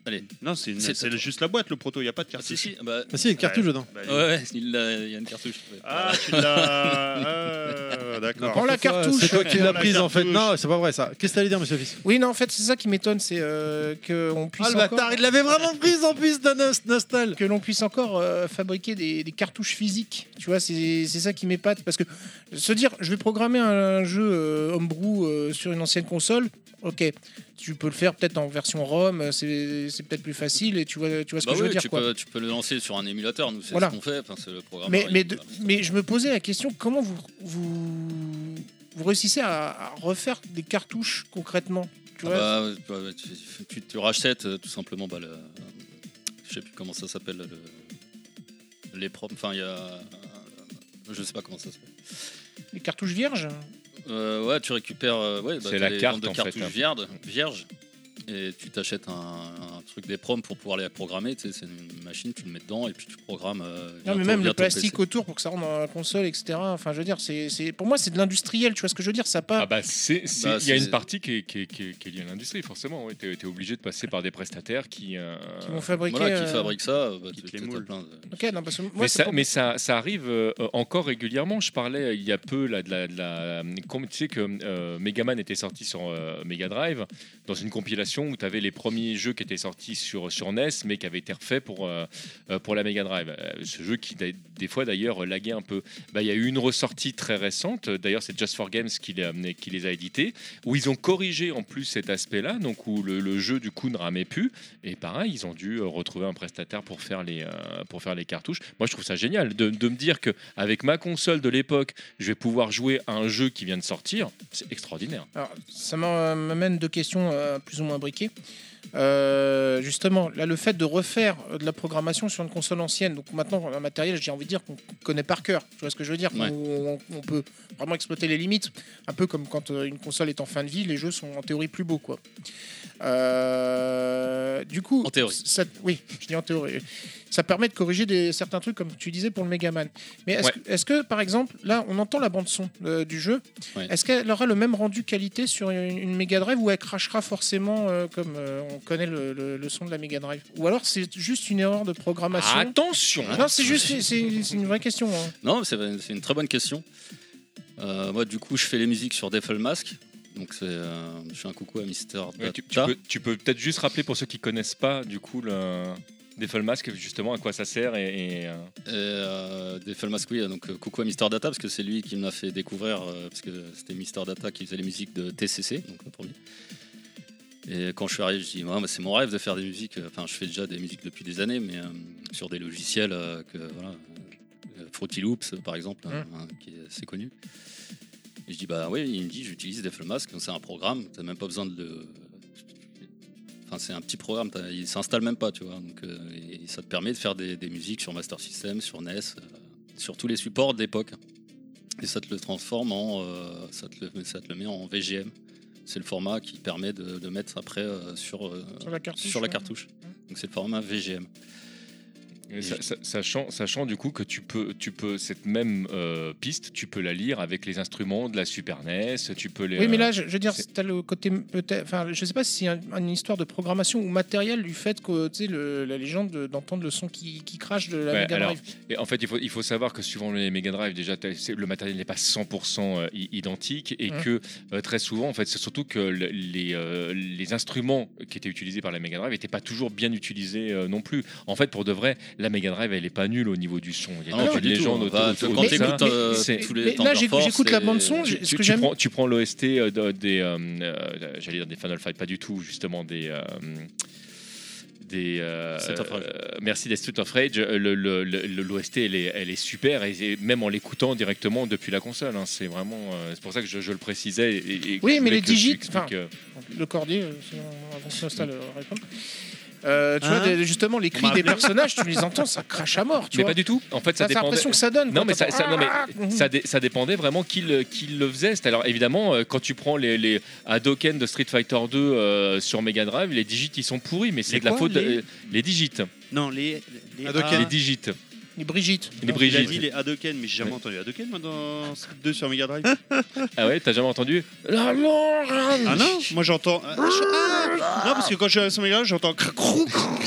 Allez. Non, c'est une- C'est- c'est juste la boîte, le proto, il n'y a pas de cartouche. si, bah- Ah, si, il y a une cartouche dedans. bah, ouais, ouais, il l'a- il y a une cartouche. ouais. Ah, tu l'as. Ah, D'accord. Prends la cartouche. C'est toi qui Prends l'as la prise en fait. cartouche. Non, c'est pas vrai ça. Qu'est-ce que t'allais dire, monsieur Fisk Oui, non, en fait, c'est ça qui m'étonne, c'est euh, que on puisse Ah, le encore- bâtard, il l'avait vraiment prise en plus, Danos, Nostal que l'on puisse encore euh, fabriquer des, des cartouches physiques. Tu vois, c'est c'est ça qui m'épate. Parce que se dire, je vais programmer un, jeu euh, homebrew euh, sur une ancienne console, ok, tu peux le faire peut-être en version ROM, euh, c'est c'est peut-être plus facile, et tu vois, tu vois ce Bah que je oui, veux dire. tu, quoi. peux, tu peux le lancer sur un émulateur, nous, c'est Voilà. ce qu'on fait, enfin, c'est le programme. Mais, mais, de- mais je me posais la question, comment vous, vous, vous réussissez à, à refaire des cartouches concrètement tu vois Ah bah, ouais, ouais, tu, tu- tu rachètes euh, tout simplement bah, le. Je sais plus comment ça s'appelle. le- Les propres. Enfin, il y a. euh, Je sais pas comment ça s'appelle. Les cartouches vierges Euh, ouais, tu récupères. euh, ouais, bah, C'est la t'as des carte, ventes de en fait, cartouches hein. vierges, vierges. Et tu t'achètes un, un truc des proms pour pouvoir les programmer. Tu sais, c'est une machine, tu le mets dedans et puis tu programmes. euh, via Non, mais ton- même via le ton plastique PC. autour pour que ça rentre dans la console, etc. Enfin, je veux dire, c'est, c'est- pour moi, c'est de l'industriel, tu vois ce que je veux dire Ça pas. Ah bah c'est, c'est- Bah, il y a c'est- une partie qui est, qui est- qui est- qui est liée à l'industrie forcément. Ouais, t'es, t'es obligé de passer par des prestataires qui. euh, Ils vont fabriquer. Voilà, qui euh, fabrique ça, euh, bah, qui te t'as- les t'as moule. plein de- Ok, non, parce que moi, mais c'est ça, pour- mais ça, ça arrive euh, euh, encore régulièrement. Je parlais euh, il y a peu là, de la. de la- comme tu sais que euh, Megaman était sorti sur euh, Mega Drive dans une compilation où tu avais les premiers jeux qui étaient sortis sur, sur NES mais qui avaient été refaits pour, euh, euh, pour la Mega Drive. Euh, Ce jeu qui, d'a- des fois d'ailleurs, euh, laguait un peu. Bah, Il y a eu une ressortie très récente. D'ailleurs, c'est Just for Games qui, l'a- qui les a édités où ils ont corrigé en plus cet aspect-là, donc où le, le jeu du coup ne ramait plus. Et pareil, ils ont dû euh, retrouver un prestataire pour faire les, euh, pour faire les cartouches. Moi, je trouve ça génial de, de me dire que avec ma console de l'époque, je vais pouvoir jouer à un jeu qui vient de sortir. C'est extraordinaire. Alors, ça m'en- euh, m'amène deux questions euh, plus ou moins briquées. Euh, justement, là, le fait de refaire euh, de la programmation sur une console ancienne, donc maintenant, un matériel, j'ai envie de dire qu'on connaît par cœur. Tu vois ce que je veux dire Ouais. on, on- on peut vraiment exploiter les limites, un peu comme quand euh, une console est en fin de vie, les jeux sont en théorie plus beaux, quoi. Euh, du coup, En théorie. ça- oui, je dis en théorie. Ça permet de corriger des, certains trucs, comme tu disais pour le Megaman. Mais est-ce Ouais. que- est-ce que, par exemple, là, on entend la bande son euh, du jeu, Ouais. est-ce qu'elle aura le même rendu qualité sur une, une Mega Drive ou elle crachera forcément euh, comme euh, on connaît le, le- le son de la Mega Drive Ou alors c'est juste une erreur de Ah, programmation Attention Non, c'est juste c'est- c'est c'est une vraie question. hein. Non, c'est c'est une très bonne question. Euh, moi, du coup, je fais les musiques sur Devil Mask. Donc, c'est, euh, je fais un coucou à Mister Ouais, Euh, Data. tu, tu peux, tu peux peut-être juste rappeler pour ceux qui connaissent pas du coup le Default Mask justement à quoi ça sert et, et, euh, Et, euh, Devil Mask, oui, donc euh, coucou à Mister Data, parce que c'est lui qui me l'a fait découvrir, euh, parce que c'était Mister Data qui faisait les musiques de TCC, donc le premier. Et quand je suis arrivé, je dis, Ouais, bah, c'est mon rêve de faire des musiques. euh, Enfin, je fais déjà des musiques depuis des années, mais euh, sur des logiciels euh, que voilà, euh, Fruity Loops, par exemple, hein, Mm. hein, qui est assez connu. Et je dis, bah oui, il me dit, j'utilise Devil Mask, c'est un programme, t'as même pas besoin de le. Enfin, c'est un petit programme, t'as- il s'installe même pas, tu vois. Donc, euh, et ça te permet de faire des, des musiques sur Master System, sur NES, euh, sur tous les supports de l'époque. Et ça te le transforme en. euh, ça, te le, ça te le met en VGM. C'est le format qui permet de, de mettre après euh, sur, euh, Sur la cartouche, sur la ouais. cartouche. Donc, c'est le format VGM. et sa- sa- sachant, sachant du coup que tu peux, tu peux cette même euh, piste, tu peux la lire avec les instruments de la Super NES, tu peux les. Oui, mais euh, là, je, je veux dire, c'est- t'as le côté peut-être. Enfin, je sais pas si c'est un- une histoire de programmation ou matériel du fait que tu sais le- la légende de- d'entendre le son qui, qui crache de la Ouais, Mega alors, Drive. Et en fait, il faut, il faut savoir que suivant les Mega Drive, déjà, t'as- c'est- le matériel n'est pas 100% euh, i- identique et Mhm. que euh, très souvent, en fait, c'est surtout que le- les, euh, les instruments qui étaient utilisés par la Mega Drive n'étaient pas toujours bien utilisés euh, non plus. En fait, pour de vrai, la Mega Drive, elle n'est pas nulle au niveau du son. Il y a Ah non, toute pas une du tout. légende On autour- va- autour quand de Mais- ça. t'écoutes, euh, mais- tous mais- les mais temps euh, là, de j'éc- force, j'écoute la les- bande son. Tu, je- Ce tu- que tu j'aime, prends, tu prends l'OST euh, de- des, euh, euh, j'allais dire des Final Fight, pas du tout, justement des. euh, des euh, Street of Rage. euh, merci des Street of Rage. euh, le- le- le- le- L'OST, elle est, elle est super, et, et même en l'écoutant directement depuis la console, hein, c'est vraiment. euh, c'est pour ça que je, je le précisais. et- et- et que Oui, mais je voulais les que tu digits, expliques, enfin, euh, le cordier, euh, si on avance nostal, euh, répond. Euh, tu Hein vois, des- justement, les Bah, cris des personnages, tu les entends, ça crache à mort. Tu mais vois. pas du tout. En fait, ça T'as dépendait. l'impression que ça donne. Non quoi, mais, ça, t'entends, ça- non, mais Ah, ah, ça, dé- ça dépendait vraiment qui le, qui le faisait. C'est- Alors évidemment, euh, quand tu prends les, les Hadoken de Street Fighter 2 euh, sur Mega Drive, les digits ils sont pourris, mais Les c'est de la quoi, faute. les- euh, les digits. Non, les. les Hadoken. Les digits. Les Ah, hum, Brigitte. Bah, Les Il a dit Brigitte. les Hadoken, mais j'ai jamais Ouais. entendu Hadoken moi dans Street 2 sur Mega Drive. Ah ouais, t'as jamais entendu La Lorraine. ah non, moi j'entends. euh, je- ah non, parce que quand je suis sur Mega Drive, j'entends. crac, crou, crou.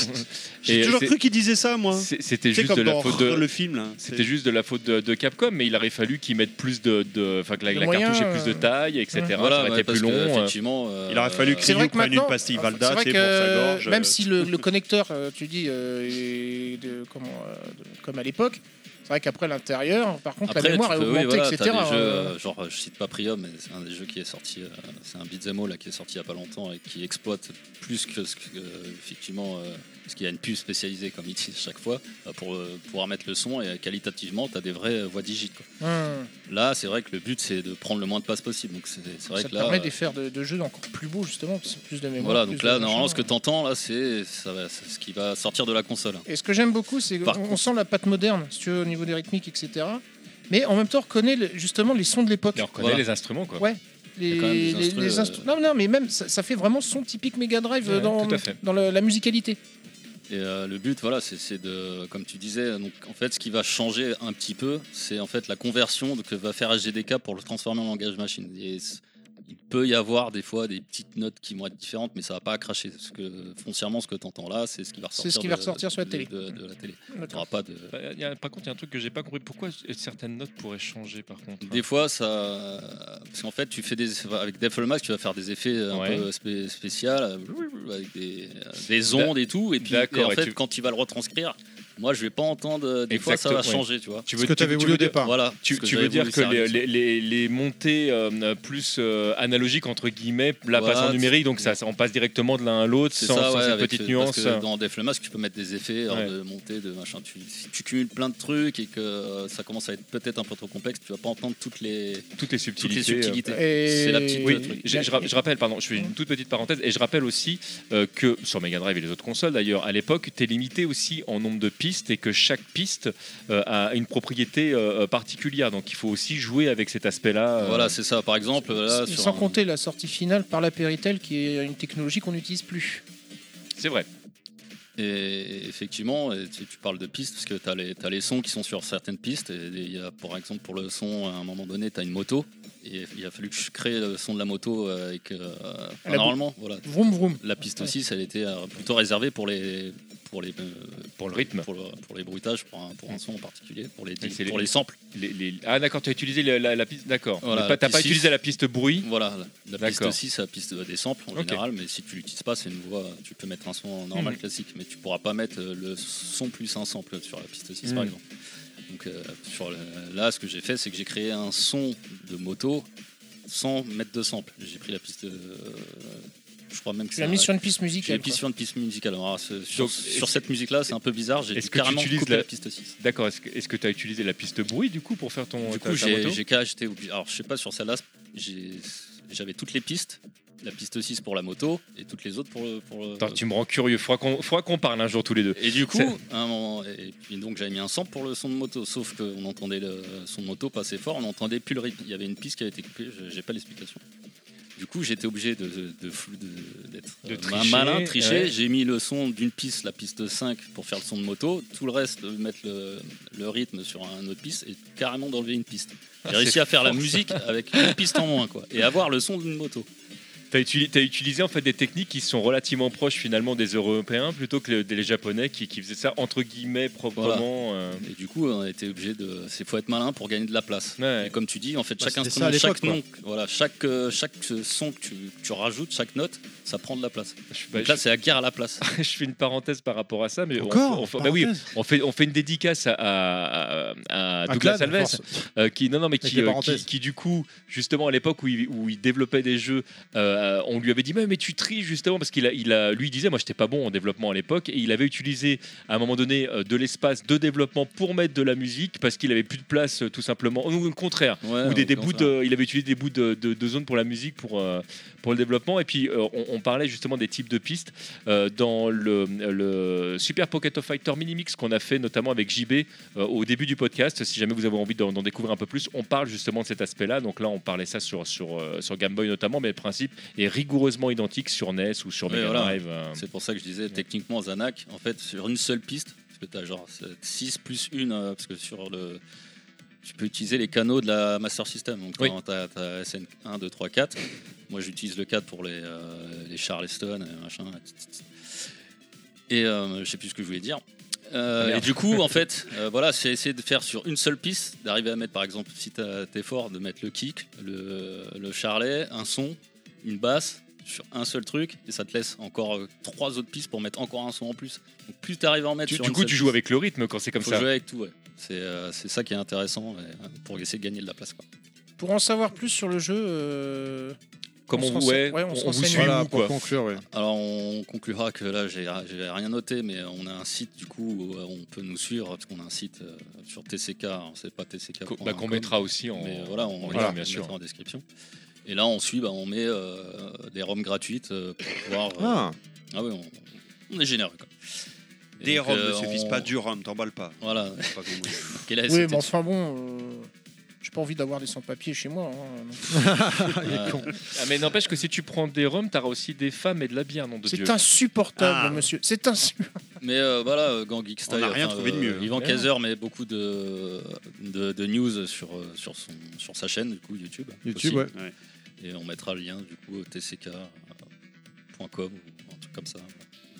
J'ai Et toujours c'est- cru qu'il disait ça, moi. C'est- C'était Tu sais, juste comme de la dans faute de. le film. là. C'était juste de la faute de, de Capcom, mais il aurait fallu qu'ils mettent plus de, de- enfin que la, De la moyens, cartouche ait plus de euh. taille, etc. Voilà, ça aurait ouais, été parce plus que, long. euh. effectivement, euh, Il aurait fallu que C'est vrai Ryu que prenne maintenant, une pastille enfin, Valda, c'est vrai tu sais, que, pour sa gorge. même si le, le connecteur, euh, tu dis, euh, est de- comment, euh, de- comme à l'époque, c'est vrai qu'après l'intérieur, par contre, Après, la mémoire tu est peux- oui, augmentée, voilà, t'as etc. des jeux, euh, euh, genre, je cite pas Prium, mais c'est un des jeux qui est sorti, euh, c'est un beat'em all là, qui est sorti il y a pas longtemps et qui exploite plus que ce que, euh, effectivement, euh, parce qu'il y a une puce spécialisée comme ici chaque fois euh, pour euh, pouvoir mettre le son et qualitativement tu as des vraies euh, voix digites quoi. Hum. Là, c'est vrai que le but c'est de prendre le moins de passes possible. Donc c'est c'est vrai Ça que te là permet euh, de faire de, de jeux encore plus beaux, justement, parce que plus de mémoire. voilà, plus donc de euh, là machin. normalement ce que tu entends là c'est ça va- c'est ce qui va sortir de la console. Et ce que j'aime beaucoup, c'est qu'on Par on contre- sent la patte moderne, si tu veux, au niveau des rythmiques, etc. Mais en même temps, on reconnaît le- justement les sons de l'époque. Et on reconnaît Voilà. les instruments, quoi. Ouais. Les, y a quand même des les- instrus, les euh, instru- Non, non, mais même, ça, ça fait vraiment son typique Mega Drive euh, Ouais, dans, tout à fait. dans le- la musicalité. Et euh, le but, voilà, c'est- c'est de, comme tu disais, donc en fait, ce qui va changer un petit peu, c'est en fait la conversion que va faire HGDK pour le transformer en langage machine. Et c- il peut y avoir des fois des petites notes qui vont être différentes, mais ça va pas cracher. Parce que foncièrement, ce que tu entends là, c'est ce qui va ressortir. ce qui de- va ressortir sur la de- télé. De, de la télé. D'accord. T'auras pas de. Bah, y a- par contre, il y a un truc que j'ai pas compris. Pourquoi certaines notes pourraient changer, par contre Des fois, ça, parce qu'en fait, tu fais des avec Devil Max, tu vas faire des effets un Ouais. peu spé- spécial, euh, avec des, des ondes et tout, et puis et D'accord, en et fait, tu- quand tu vas le retranscrire, moi, je vais pas entendre. euh, Des fois, ça va Exactement, ouais. changer, tu vois. Tu Ce que t'avais tu voulu au dire- départ. Voilà. Tu, ce que tu j'avais veux dire voulu, que ça les, arrive. les, les- les montées euh, plus euh, analogiques, entre guillemets, la Voilà, passe en c'est- numérique, donc ça, ça- on passe directement de l'un à l'autre C'est sans, ça, sans ouais, ces avec- petites parce nuances. que dans Def Mask, tu peux mettre des effets hein, euh. Ouais. de montée, de machin. Tu, si tu cumules plein de trucs et que euh, ça commence à être peut-être un peu trop complexe. Tu vas pas entendre toutes les, Toutes les toutes subtilités. les euh, subtilités. Et- Oh, C'est la petite Oui, euh, truc. je, je ra- je rappelle, pardon, je fais une toute petite parenthèse, et je rappelle aussi euh, que sur Mega Drive et les autres consoles d'ailleurs, à l'époque, tu es limité aussi en nombre de pistes et que chaque piste euh, a une propriété euh, particulière. Donc il faut aussi jouer avec cet aspect-là. euh, Voilà, c'est ça. Par exemple, Et là, euh, sur sans un- compter la sortie finale par la Péritel, qui est une technologie qu'on n'utilise plus. c'est vrai. Et effectivement, et tu, tu parles de pistes parce que tu as, les sons qui sont sur certaines pistes. Et il y a, par exemple, pour le son, à un moment donné, tu as une moto. Et il a fallu que je crée le son de la moto euh, avec. euh, enfin, La bou- normalement, voilà. Vroom vroom. La piste aussi, ça elle était euh, plutôt réservée pour les pour les euh, Pour le rythme. pour, le- pour les bruitages, pour un, pour un son en particulier, pour les Et c'est pour les- les samples. Les- les- Ah d'accord, tu as utilisé la, la- la piste, d'accord. Voilà, Mais pas- T'as la pas piste utilisé six. la piste bruit. Voilà, la piste D'accord. 6, c'est la piste des samples en Ok. Mhm. général, mais si tu l'utilises pas, c'est une voix. Tu peux mettre un son normal classique, mais tu pourras pas mettre euh, le son plus un sample sur la piste 6 par Mhm. exemple. Donc euh, sur le- là, ce que j'ai fait, c'est que j'ai créé un son de moto sans mettre de sample. J'ai pris la piste. euh, je crois même que Tu c'est l'as un- mis sur une piste j'ai musicale. mis sur une piste musicale. Alors, ce- sur, Donc, sur est-ce- cette musique-là, c'est un peu bizarre. J'ai est-ce dû que tu carrément utilises coupé la- la... piste 6. D'accord, est-ce que- est-ce que tu as utilisé la piste bruit du coup pour faire ton Du ta- coup, ta j'ai moto j'ai qu'à acheter. au- Alors, je sais pas, sur celle-là, j'ai- j'avais toutes les pistes. La piste 6 pour la moto et toutes les autres pour le. Pour le- Attends, tu me rends curieux, faudra qu'on faudra qu'on parle un jour tous les deux. Et du coup, C'est- à un moment- et puis donc j'avais mis un sample pour le son de moto, sauf qu'on entendait le son de moto passer fort, on n'entendait plus le rythme. Il y avait une piste qui avait été coupée, je- j'ai pas l'explication. Du coup, j'étais obligé de, de, de flou- de- d'être De euh, tricher, malin, tricher. ouais. J'ai mis le son d'une piste, la piste 5, pour faire le son de moto. Tout le reste, euh, mettre le, le rythme sur un autre piste et carrément d'enlever une piste. Ah, J'ai réussi à faire la musique avec une piste en moins, quoi, et avoir le son d'une moto. T'as utili- t'as utilisé en fait des techniques qui sont relativement proches finalement des Européens plutôt que le- des les Japonais qui, qui faisaient ça entre guillemets proprement. euh, Et du coup, on était obligé de. C'est faut être malin pour gagner de la place. Ouais. Et comme tu dis, en fait, Bah, chaque c'était ça instrument, à l'époque, chaque nom, voilà, chaque, euh, chaque son que tu, que tu rajoutes, chaque note, ça prend de la place. Je, bah, Donc là, c'est la guerre à la place. je- je fais une parenthèse par rapport à ça, mais on- Encore on, bah oui, Parenthèse. on fait on fait une dédicace à, à- à- à Un Douglas clan, Alves force. euh, qui non non mais Avec qui, les euh, qui- parenthèses. qui, du coup justement à l'époque où il, où il développait des jeux, euh, on lui avait dit mais mais tu tries justement parce qu'il a il a lui il disait moi j'étais pas bon en développement à l'époque et il avait utilisé à un moment donné euh, de l'espace de développement pour mettre de la musique parce qu'il avait plus de place euh, tout simplement ou le contraire Ah, ou des, des bouts de- il avait utilisé des bouts de, de, de zones pour la musique pour, euh, pour le développement et puis euh, on, on parlait justement des types de pistes euh, dans le, le Super Pocket of Fighter Mini Mix qu'on a fait notamment avec JB euh, au début du podcast si jamais vous avez envie d'en d'en découvrir un peu plus on parle justement de cet aspect là donc là on parlait ça sur, sur, euh, sur Game Boy notamment mais le principe est rigoureusement identique sur NES ou sur Oui, Mega voilà. Drive euh. C'est pour ça que je disais, techniquement, Zanac, en fait, sur une seule piste, parce que tu as genre 6 plus 1, parce que sur le. Tu peux utiliser les canaux de la Master System. Donc, Oui. tu as, SN 1, 2, 3, 4. Moi, j'utilise le 4 pour les, euh, les Charleston, et machin. Et euh, je sais plus ce que je voulais dire. Euh, Ah, merde. et du coup, en fait, euh, voilà, c'est essayer de faire sur une seule piste, d'arriver à mettre, par exemple, si t'as- t'es fort, de mettre le kick, le, le charlet, un son, une basse sur un seul truc, et ça te laisse encore euh, trois autres pistes pour mettre encore un son en plus. Donc plus t'arrives à en mettre Tu- sur du une coup seule tu joues piste, avec le rythme quand c'est comme faut ça jouer avec tout. ouais. C'est euh, c'est ça qui est intéressant euh, pour essayer de gagner de la place. quoi. Pour en savoir plus sur le jeu, euh, Comment On vous, se ouais, renseigne- ouais, on on, se on vous renseigne. suit Voilà, où, pour quoi. conclure, oui. Alors on conclura que là j'ai j'ai rien noté mais on a un site du coup où euh, on peut nous suivre parce qu'on a un site euh, sur TCK, on sait pas TCK. Co- bah, qu'on mettra aussi en- euh, mais, euh, voilà, on, en voilà, lien, on bien sûr. mettra en description. Et là on suit, bah, on met euh, des roms gratuites euh, pour pouvoir. euh, Ah. ah oui, on, on est généreux quoi. Et Des donc, roms ne euh, suffisent on- pas, du rhum, t'emballe pas. Voilà. J'ai pas compris. Et là, oui, c'était- mais enfin bon, euh, j'ai pas envie d'avoir des sans-papiers chez moi. hein, non. Ah. Ah, mais n'empêche que si tu prends des roms, t'auras aussi des femmes et de la bière, nom de Dieu. C'est insupportable, Ah. monsieur. C'est insupportable. Mais euh, voilà, euh, Gang Geek Style. On n'a rien trouvé de mieux. euh, Yvan Ouais. Kaiser met beaucoup de, de, de news sur, euh, sur, son, sur sa chaîne, du coup, YouTube. YouTube, ouais. Ouais. Et on mettra le lien, du coup, au tck.com ou un truc comme ça.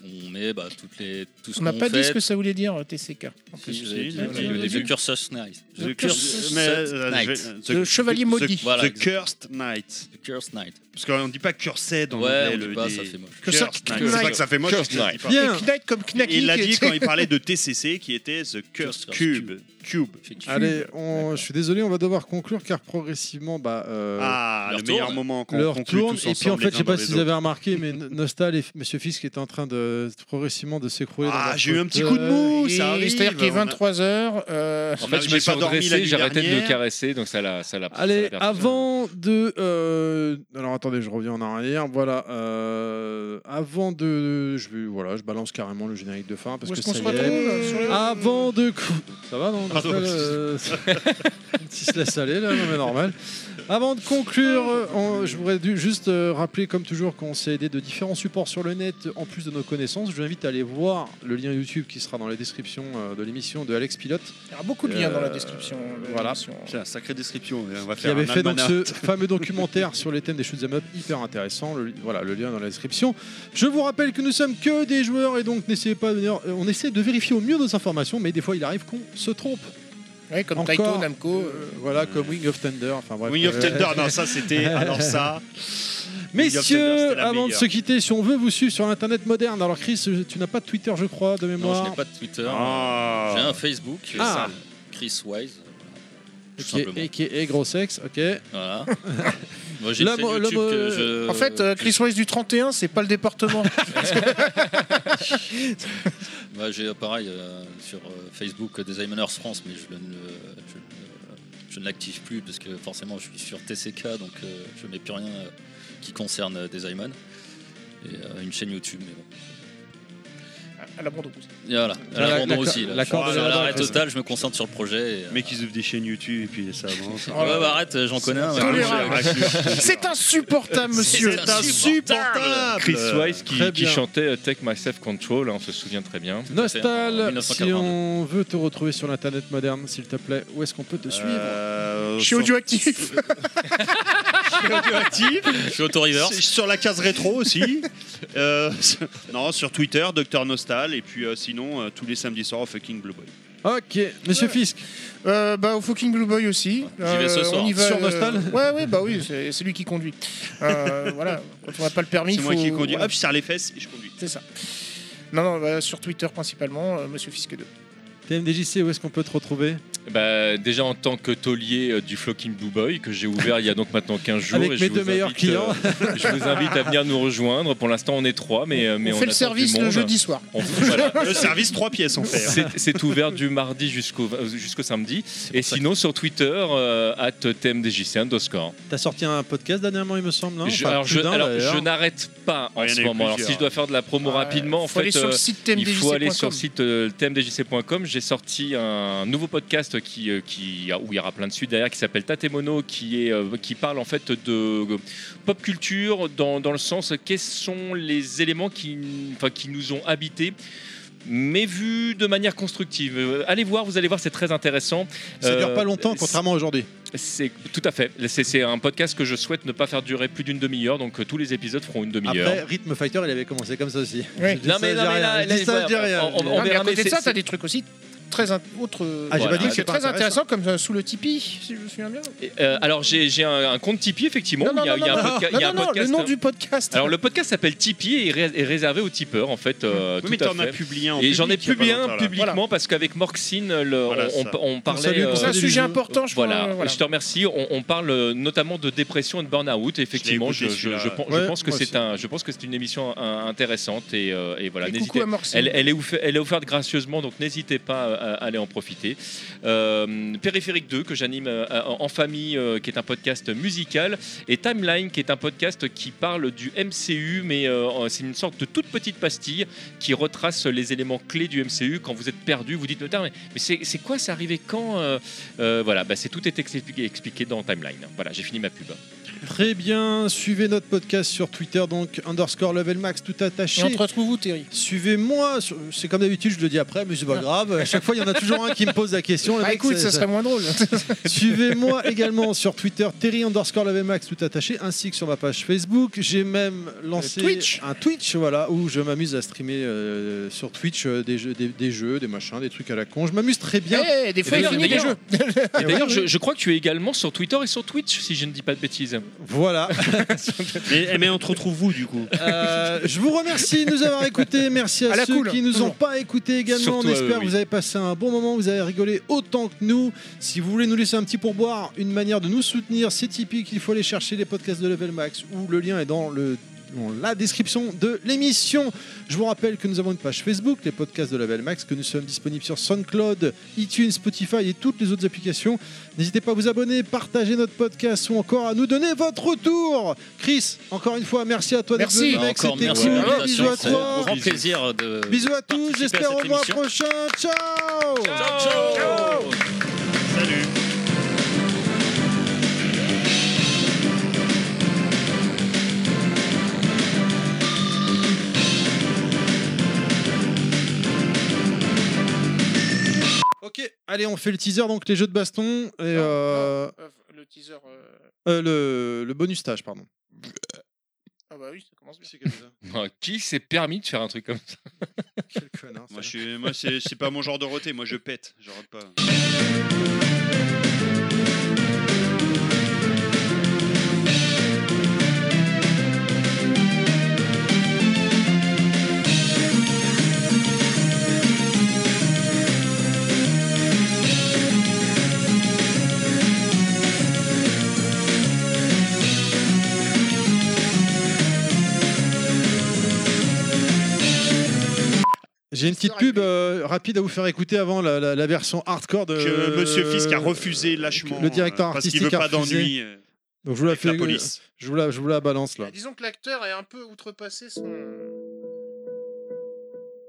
On met bah, toutes les, tout On ce qu'on n'a pas fait. dit ce que ça voulait dire euh, TCK. En plus. Si, j'avais Si, dit voilà. au début. euh, The Cursed Knight. The Cursed Knight. Mais, euh, je- Le Chevalier maudit. The, Voilà, the Cursed Knight. The Cursed Knight. Parce qu'on dit pas cursed en Ouais, anglais. on dit le- pas, des- ça fait moche. Que ça- Cursed Knight. C'est pas que ça fait moche. Cursed je le dis Knight. pas. Bien. Et Knight comme Knacky Il l'a qui dit était- quand il parlait de TCC qui était The Cursed Cube. Cube. Allez, on- je suis désolé, on va devoir conclure car progressivement, bah, euh, Ah, le l'heure meilleur tourne. moment qu'on L'heure conclut tourne, tous et puis en ensemble, fait, les je sais uns dans pas les si vous autres. avez remarké, mais N- Nostal et Monsieur Fisk étaient en train de progressivement de s'écrouler. dans Ah, leur j'ai eu un petit coup de mou, fauteuil. ça arrive. C'est-à-dire qu'il est 23h. En fait, je me suis redressé, j'ai arrêté de le caresser, donc ça l'a. ça l'a- ça l'a Allez, perturbé. avant de. euh, alors attendez, je reviens en arrière. Voilà. euh, avant de. Je, vais- voilà, je balance carrément le générique de fin parce Où que est-ce qu'on ça se y retrouve, sur est. le- Avant de. cou- Ça va, Ah, non Pardon, Pascal, euh, Si se laisse aller, là, non mais normal. Avant de conclure, euh, on- je voudrais du- juste euh, rappeler, comme toujours, qu'on s'est aidé de différents supports sur le net en plus de nos connaissances. Je vous invite à aller voir le lien YouTube qui sera dans la description euh, de l'émission de Alex Pilote. Il y aura beaucoup de liens dans la Euh, description. voilà. Tiens, sacrée description. On va qui faire avait un fait donc ce almanach. fameux documentaire sur les thèmes des shoot'em up hyper intéressant le, voilà le lien dans la description je vous rappelle que nous sommes que des joueurs et donc n'essayez pas de venir- euh, on essaie de vérifier au mieux nos informations mais des fois il arrive qu'on se trompe Ouais, comme Encore, Taito, Namco. euh, voilà comme Wing of Thunder enfin bref, Wing of euh, Thunder, non, ça c'était. Alors ça. Wing of Thunder, c'était Messieurs, la avant de meilleure. se quitter, si on veut vous suivre sur l'internet moderne, alors Chris, tu n'as pas de Twitter, je crois, de Non, mémoire. je n'ai pas de Twitter. Ah. oh, J'ai un Facebook. Ah. Chris Wise. Qui Tout est- simplement. et qui est gros sexe, ok. Voilà. Moi, j'ai une L'homme- chaîne YouTube l'homme, que euh, je. En fait, euh, Chris Wise du 31, c'est pas le département. Bah, j'ai euh, pareil euh, sur euh, Facebook euh, Designers France, mais je, ne- je ne- je ne l'active plus parce que forcément je suis sur TCK, donc euh, je mets plus rien euh, qui concerne euh, Desigman. Et euh, une chaîne YouTube, mais bon. à l'abandon. Et voilà, à La- l'abandon la- aussi. là. la Je suis corde de à la l'arrêt drogue. total, je me concentre sur le projet. et, euh, Mec, ils ouvrent des chaînes YouTube et puis ça avance. Ouais, bah, arrête, euh, j'en connais un. ouais. Tolérable. C'est insupportable, monsieur. C'est insupportable. Chris Wise qui, Euh, Très qui bien. chantait euh, Take Myself Control, hein, on se souvient très bien. en Nostal, si 1982. on veut te retrouver sur l'internet moderne, s'il te plaît, où est-ce qu'on peut te suivre Euh, Je suis sur- audioactif. Je suis auto-reverse. Sur- Sur la case rétro aussi. Euh, sur- non, sur Twitter, Dr Nostal. Et puis euh, sinon, euh, tous les samedis soirs au fucking Blue Boy. Ok, Monsieur Fisk, Euh, bah, au fucking Blue Boy aussi. J'y vais ce Euh, soir. on y va, Sur euh, Nostal Ouais, ouais, bah oui, c'est c'est lui qui conduit. Euh, voilà, quand on n'a pas le permis, C'est moi faut- qui conduis. voilà, Hop, je serre les fesses et je conduis. c'est ça. Non, non, bah, sur Twitter principalement, euh, Monsieur Fisque 2. TMDJC, où est-ce qu'on peut te retrouver Bah, déjà en tant que taulier euh, du Flocking Blue Boy que j'ai ouvert il y a donc maintenant 15 jours. Avec et je mes vous deux meilleurs invite, euh, je vous invite à venir nous rejoindre. Pour l'instant, on est trois, mais euh, mais on on fait le attend service du le monde. jeudi soir. On- voilà. Ah, Le service, trois pièces en fait. C'est c'est ouvert du mardi jusqu'au euh, jusqu'au samedi. Et sinon, sur Twitter, euh, at TMDJC underscore. T'as sorti un podcast dernièrement, il me semble, non Je- Hein, Enfin, alors, plus je, d'un, alors, d'ailleurs. je n'arrête pas en Ouais, il y en ce a eu moment. Alors, plusieurs. si je dois faire de la promo Ouais, rapidement, en faut fait, aller sur le euh, site il faut aller sur tmdjc.com. le site euh, tmdjc.com. J'ai sorti un nouveau podcast qui, euh, qui, où il y aura plein de suites derrière qui s'appelle Tatemono, qui, est, euh, qui parle en fait de euh, pop culture dans, dans le sens euh, quels sont les éléments qui, enfin, qui nous ont habités. Mais vu de manière constructive. Euh, Allez voir, vous allez voir, c'est très intéressant. Ça dure Euh, pas longtemps, contrairement à aujourd'hui. c'est tout à fait. C'est c'est un podcast que je souhaite ne pas faire durer plus d'une demi-heure, donc euh, tous les épisodes feront une Après, demi-heure. Rhythm Fighter, il avait commencé comme ça aussi. Ouais. Je dis ça, je dis rien. Je dis ça, je dis rien. on, on Ah, mais verra, à côté mais de ça, c'est- t'as des trucs aussi très in- autre. Ah, j'ai pas dit que c'est c'est pas très intéressant. intéressant, comme euh, sous le Tipeee, si je me souviens bien. Euh, alors j'ai j'ai un, un compte Tipeee effectivement. Non, non, il y a, non, il y a non, un, podca- non, il y a un non, non, podcast. euh, le nom du podcast. Alors le podcast s'appelle Tipeee et est ré- est réservé aux tipeurs en fait. euh, Oui, mais tout à t'en as fait. publié un. en Et j'en ai public il y publié a pas un longtemps, là. publiquement parce qu'avec Morxine, le- Voilà, on, ça. on parlait. euh, salue, on C'est un salue les sujet jeux. important, je voilà. crois. euh, voilà. je te remercie. On, on parle euh, notamment de dépression et de burn-out. Effectivement, Je je, l'ai écouté, je- je celui-là. pense- je Ouais, pense que moi c'est aussi. un, je pense que c'est une émission euh, intéressante et, euh, et voilà. Et n'hésitez- coucou à Morsi. elle, elle est ouf- elle est offerte gracieusement, donc n'hésitez pas euh, à aller en profiter. Euh, Périphérique 2, que j'anime euh, en famille, euh, qui est un podcast musical. Et Timeline, qui est un podcast qui parle du MCU, mais euh, c'est une sorte de toute petite pastille qui retrace les éléments clés du MCU. Quand vous êtes perdu, vous dites, mais, mais c'est c'est quoi, c'est arrivé quand Euh, euh, Voilà, bah, c'est tout est expliqué, expliqué dans Timeline. Voilà, j'ai fini ma pub. Très bien, suivez notre podcast sur Twitter, donc underscore level max tout attaché. Et on te retrouve où, Thierry Suivez-moi, sur- c'est comme d'habitude, je le dis après, mais c'est pas grave. À chaque fois, il y en a toujours un qui me pose la question. Le Bah mec, écoute, c'est- ça c'est- serait moins drôle. Suivez-moi également sur Twitter, Terry underscore LaveMax tout attaché, ainsi que sur ma page Facebook. J'ai même lancé Twitch. un Twitch, voilà, où je m'amuse à streamer euh, sur Twitch euh, des, jeux, des, des jeux, des machins, des trucs à la con. Je m'amuse très bien. Eh, des fois, il d'ailleurs, finit les d'ailleurs- jeux. Et D'ailleurs, je, je crois que tu es également sur Twitter et sur Twitch, si je ne dis pas de bêtises. Voilà. Mais, mais on te retrouve vous du coup Euh, je vous remercie de nous avoir écoutés. Merci à, À la ceux cool, qui nous ont toujours. pas écoutés également. Surtout On à eux, espère que oui. vous avez passé un bon moment, vous avez rigolé autant que nous. Si vous voulez nous laisser un petit pourboire, une manière de nous soutenir, c'est typique. Il faut aller chercher les podcasts de Level Max où le lien est dans le dans la description de l'émission. Je vous rappelle que nous avons une page Facebook, les podcasts de Level Max, que nous sommes disponibles sur SoundCloud, iTunes, Spotify et toutes les autres applications. N'hésitez pas à vous abonner, partager notre podcast ou encore à nous donner votre retour. Chris, encore une fois, merci à toi d'être Merci. venu, mec. Bah, Encore C'était merci cool. pour Ouais, l'invitation, Bisous à c'est toi. un grand plaisir de. Bisous à tous, participer à j'espère au cette mois émission. prochain. Ciao Ciao Salut Ok, allez, on fait le teaser, donc les jeux de baston et euh, Euh, Le teaser. euh, euh, le, le bonus stage, pardon. Ah bah oui, ça commence bien. Oh, Qui s'est permis de faire un truc comme ça Quel connard. Moi, je suis- moi, c'est c'est pas mon genre de roté, moi je pète, j'arrête pas. J'ai une petite pub euh, rapide à vous faire écouter avant la, la- la version hardcore de. Que Monsieur Fisk a refusé lâchement. Euh, Le directeur euh, parce qu'il artistique veut a pas refusé d'ennui euh, Donc je vous la avec fais. la police. Je vous la, je vous la balance là. Bah, Disons que l'acteur est un peu outrepassé son.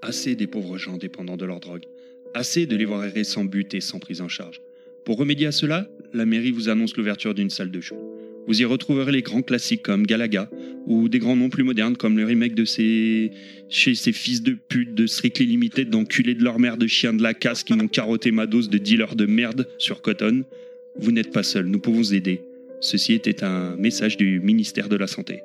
Assez des pauvres gens dépendants de leur drogue. Assez de les voir errer sans but et sans prise en charge. Pour remédier à cela, la mairie vous annonce l'ouverture d'une salle de show. Vous y retrouverez les grands classiques comme Galaga, ou des grands noms plus modernes comme le remake de ces... chez ces fils de pute de Strictly Limited d'enculés de leur mère de chien de la casse qui m'ont carotté ma dose de dealer de merde sur Cotton. Vous n'êtes pas seul, nous pouvons vous aider. Ceci était un message du ministère de la Santé.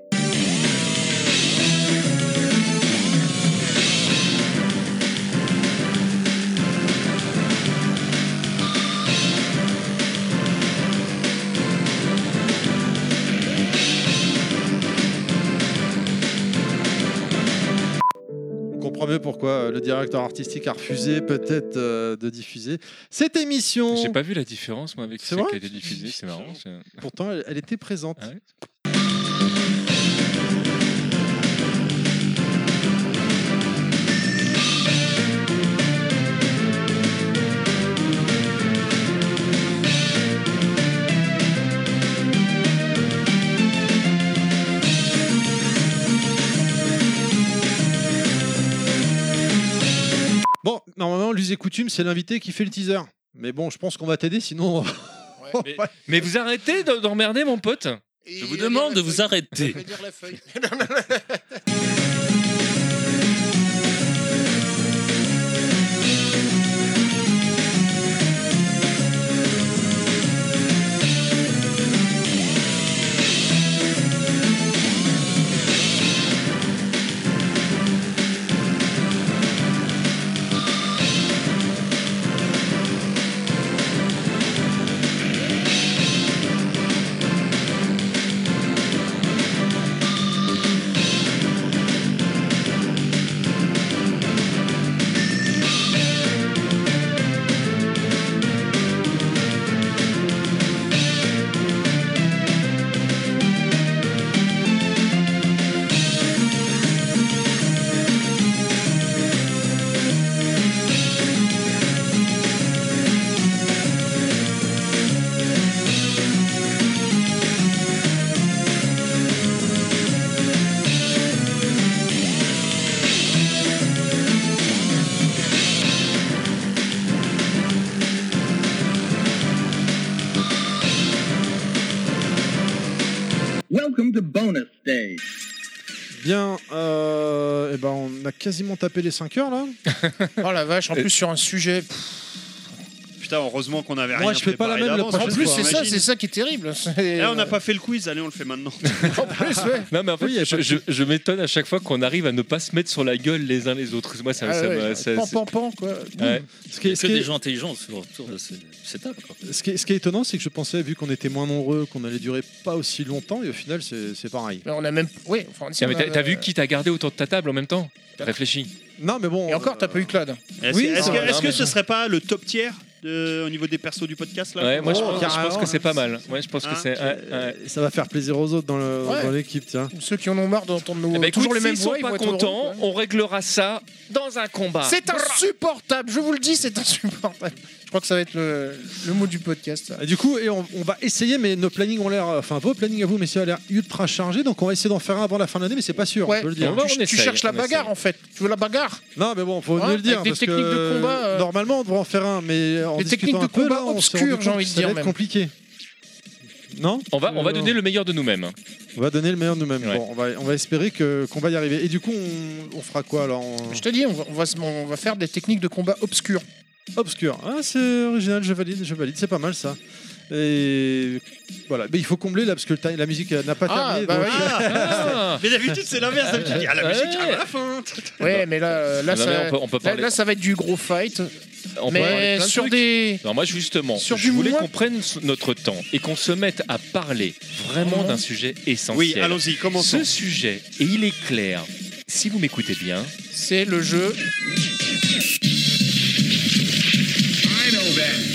On comprend mieux pourquoi euh, le directeur artistique a refusé peut-être euh, de diffuser cette émission. J'ai pas vu la différence moi avec C'est ce vrai qui a été diffusé, c'est marrant. c'est- Pourtant, elle, elle était présente. Ah ouais Bon, normalement, l'usé coutume, c'est l'invité qui fait le teaser. Mais bon, je pense qu'on va t'aider, sinon. Mais, mais vous arrêtez de- d'emmerder mon pote Je vous demande de vous arrêter. lire la feuille. Welcome to bonus stage. Bien, euh, eh ben on a quasiment tapé les 5 heures là. Oh la vache, en plus sur un sujet. pff, Putain, heureusement qu'on avait Moi, rien je fais pas la préparé même la d'avance. prochaine En plus, c'est ça, c'est ça qui est terrible. C'est- euh, Là, on n'a pas fait le quiz, allez, on le fait maintenant. euh, En plus, ouais. Non, mais en fait, Oui, y a je, pas de je- je m'étonne à chaque fois qu'on arrive à ne pas se mettre sur la gueule les uns les autres. Moi, ça, Ah ça ouais, me- ça- pan, c'est- pan, pan, quoi. ouais. Ce Il qui y est, a ce que qui est- des gens intelligents autour autour de ce- cette table. quoi. ce qui est- ce qui est étonnant, c'est que je pensais, vu qu'on était moins nombreux, qu'on allait durer pas aussi longtemps, et au final, c'est c'est pareil. Mais on a même. Oui, enfin, si Tiens, on mais a- t'as t'as vu qui t'a gardé autour de ta table en même temps Réfléchis. Non, mais bon. euh, Et encore, t'as pas eu Claude. Est-ce Oui, est-ce ça que, va, est-ce non, que mais- ce serait pas le top tiers de- au niveau des persos du podcast là Ouais, moi, je Oh, pense, je pense carrément. que c'est pas mal. Ouais, je pense que Hein, c'est. ouais, ouais. euh, Ça va faire plaisir aux autres dans le- Ouais. dans l'équipe, tiens. Ceux qui en ont marre d'entendre nous. Eh ben, toujours écoute, les mêmes s'ils sont voix, ils vont pas être heureux, contents, quoi. on réglera ça dans un combat. hein. C'est insupportable, je vous le dis, c'est insupportable. Je crois que ça va être le, le mot du podcast. ça. Et du coup, et on, on va essayer, mais nos plannings ont l'air, enfin vos plannings à vous, messieurs, ont l'air ultra chargés, donc on va essayer d'en faire un avant la fin de l'année, mais c'est pas sûr, Ouais. on peut le dire. On va- tu, tu essaye, cherches la on bagarre en fait. Tu veux la bagarre Non, mais bon, faut Ouais, mieux le dire. avec des parce techniques que de combat, euh, Normalement, on devrait en faire un, mais en Des techniques discutant un de peu, combat là, on s'est obscures, rendu compte j'ai envie que de ça dire va être même. compliqué. Non On va, on va Euh, donner le meilleur de nous-mêmes. On va donner le meilleur de nous-mêmes. Ouais. Bon, on va, on va espérer que- qu'on va y arriver. Et du coup, on, on fera quoi alors on- Je te dis, on va, on va se- on va faire des techniques de combat obscures. Obscur. Ah, c'est original, je valide, je valide, c'est pas mal ça. Et voilà, mais il faut combler là parce que le time- la musique euh, n'a pas Ah, terminé. bah donc- oui. Ah Mais d'habitude, c'est l'inverse. d'habitude, il y a la musique Ouais. à la fin. Ouais, mais là, euh, là, Non, ça, mais on peut- on peut là- parler- là, ça va être du gros fight. On peut parler de mais plein de sur trucs. des. Alors moi justement, Sur je du voulais moins- qu'on prenne s- notre temps et qu'on se mette à parler vraiment Mmh. d'un sujet Oui, essentiel. allons-y, commençons. Ce sujet, et il est clair, si vous m'écoutez bien, C'est le jeu.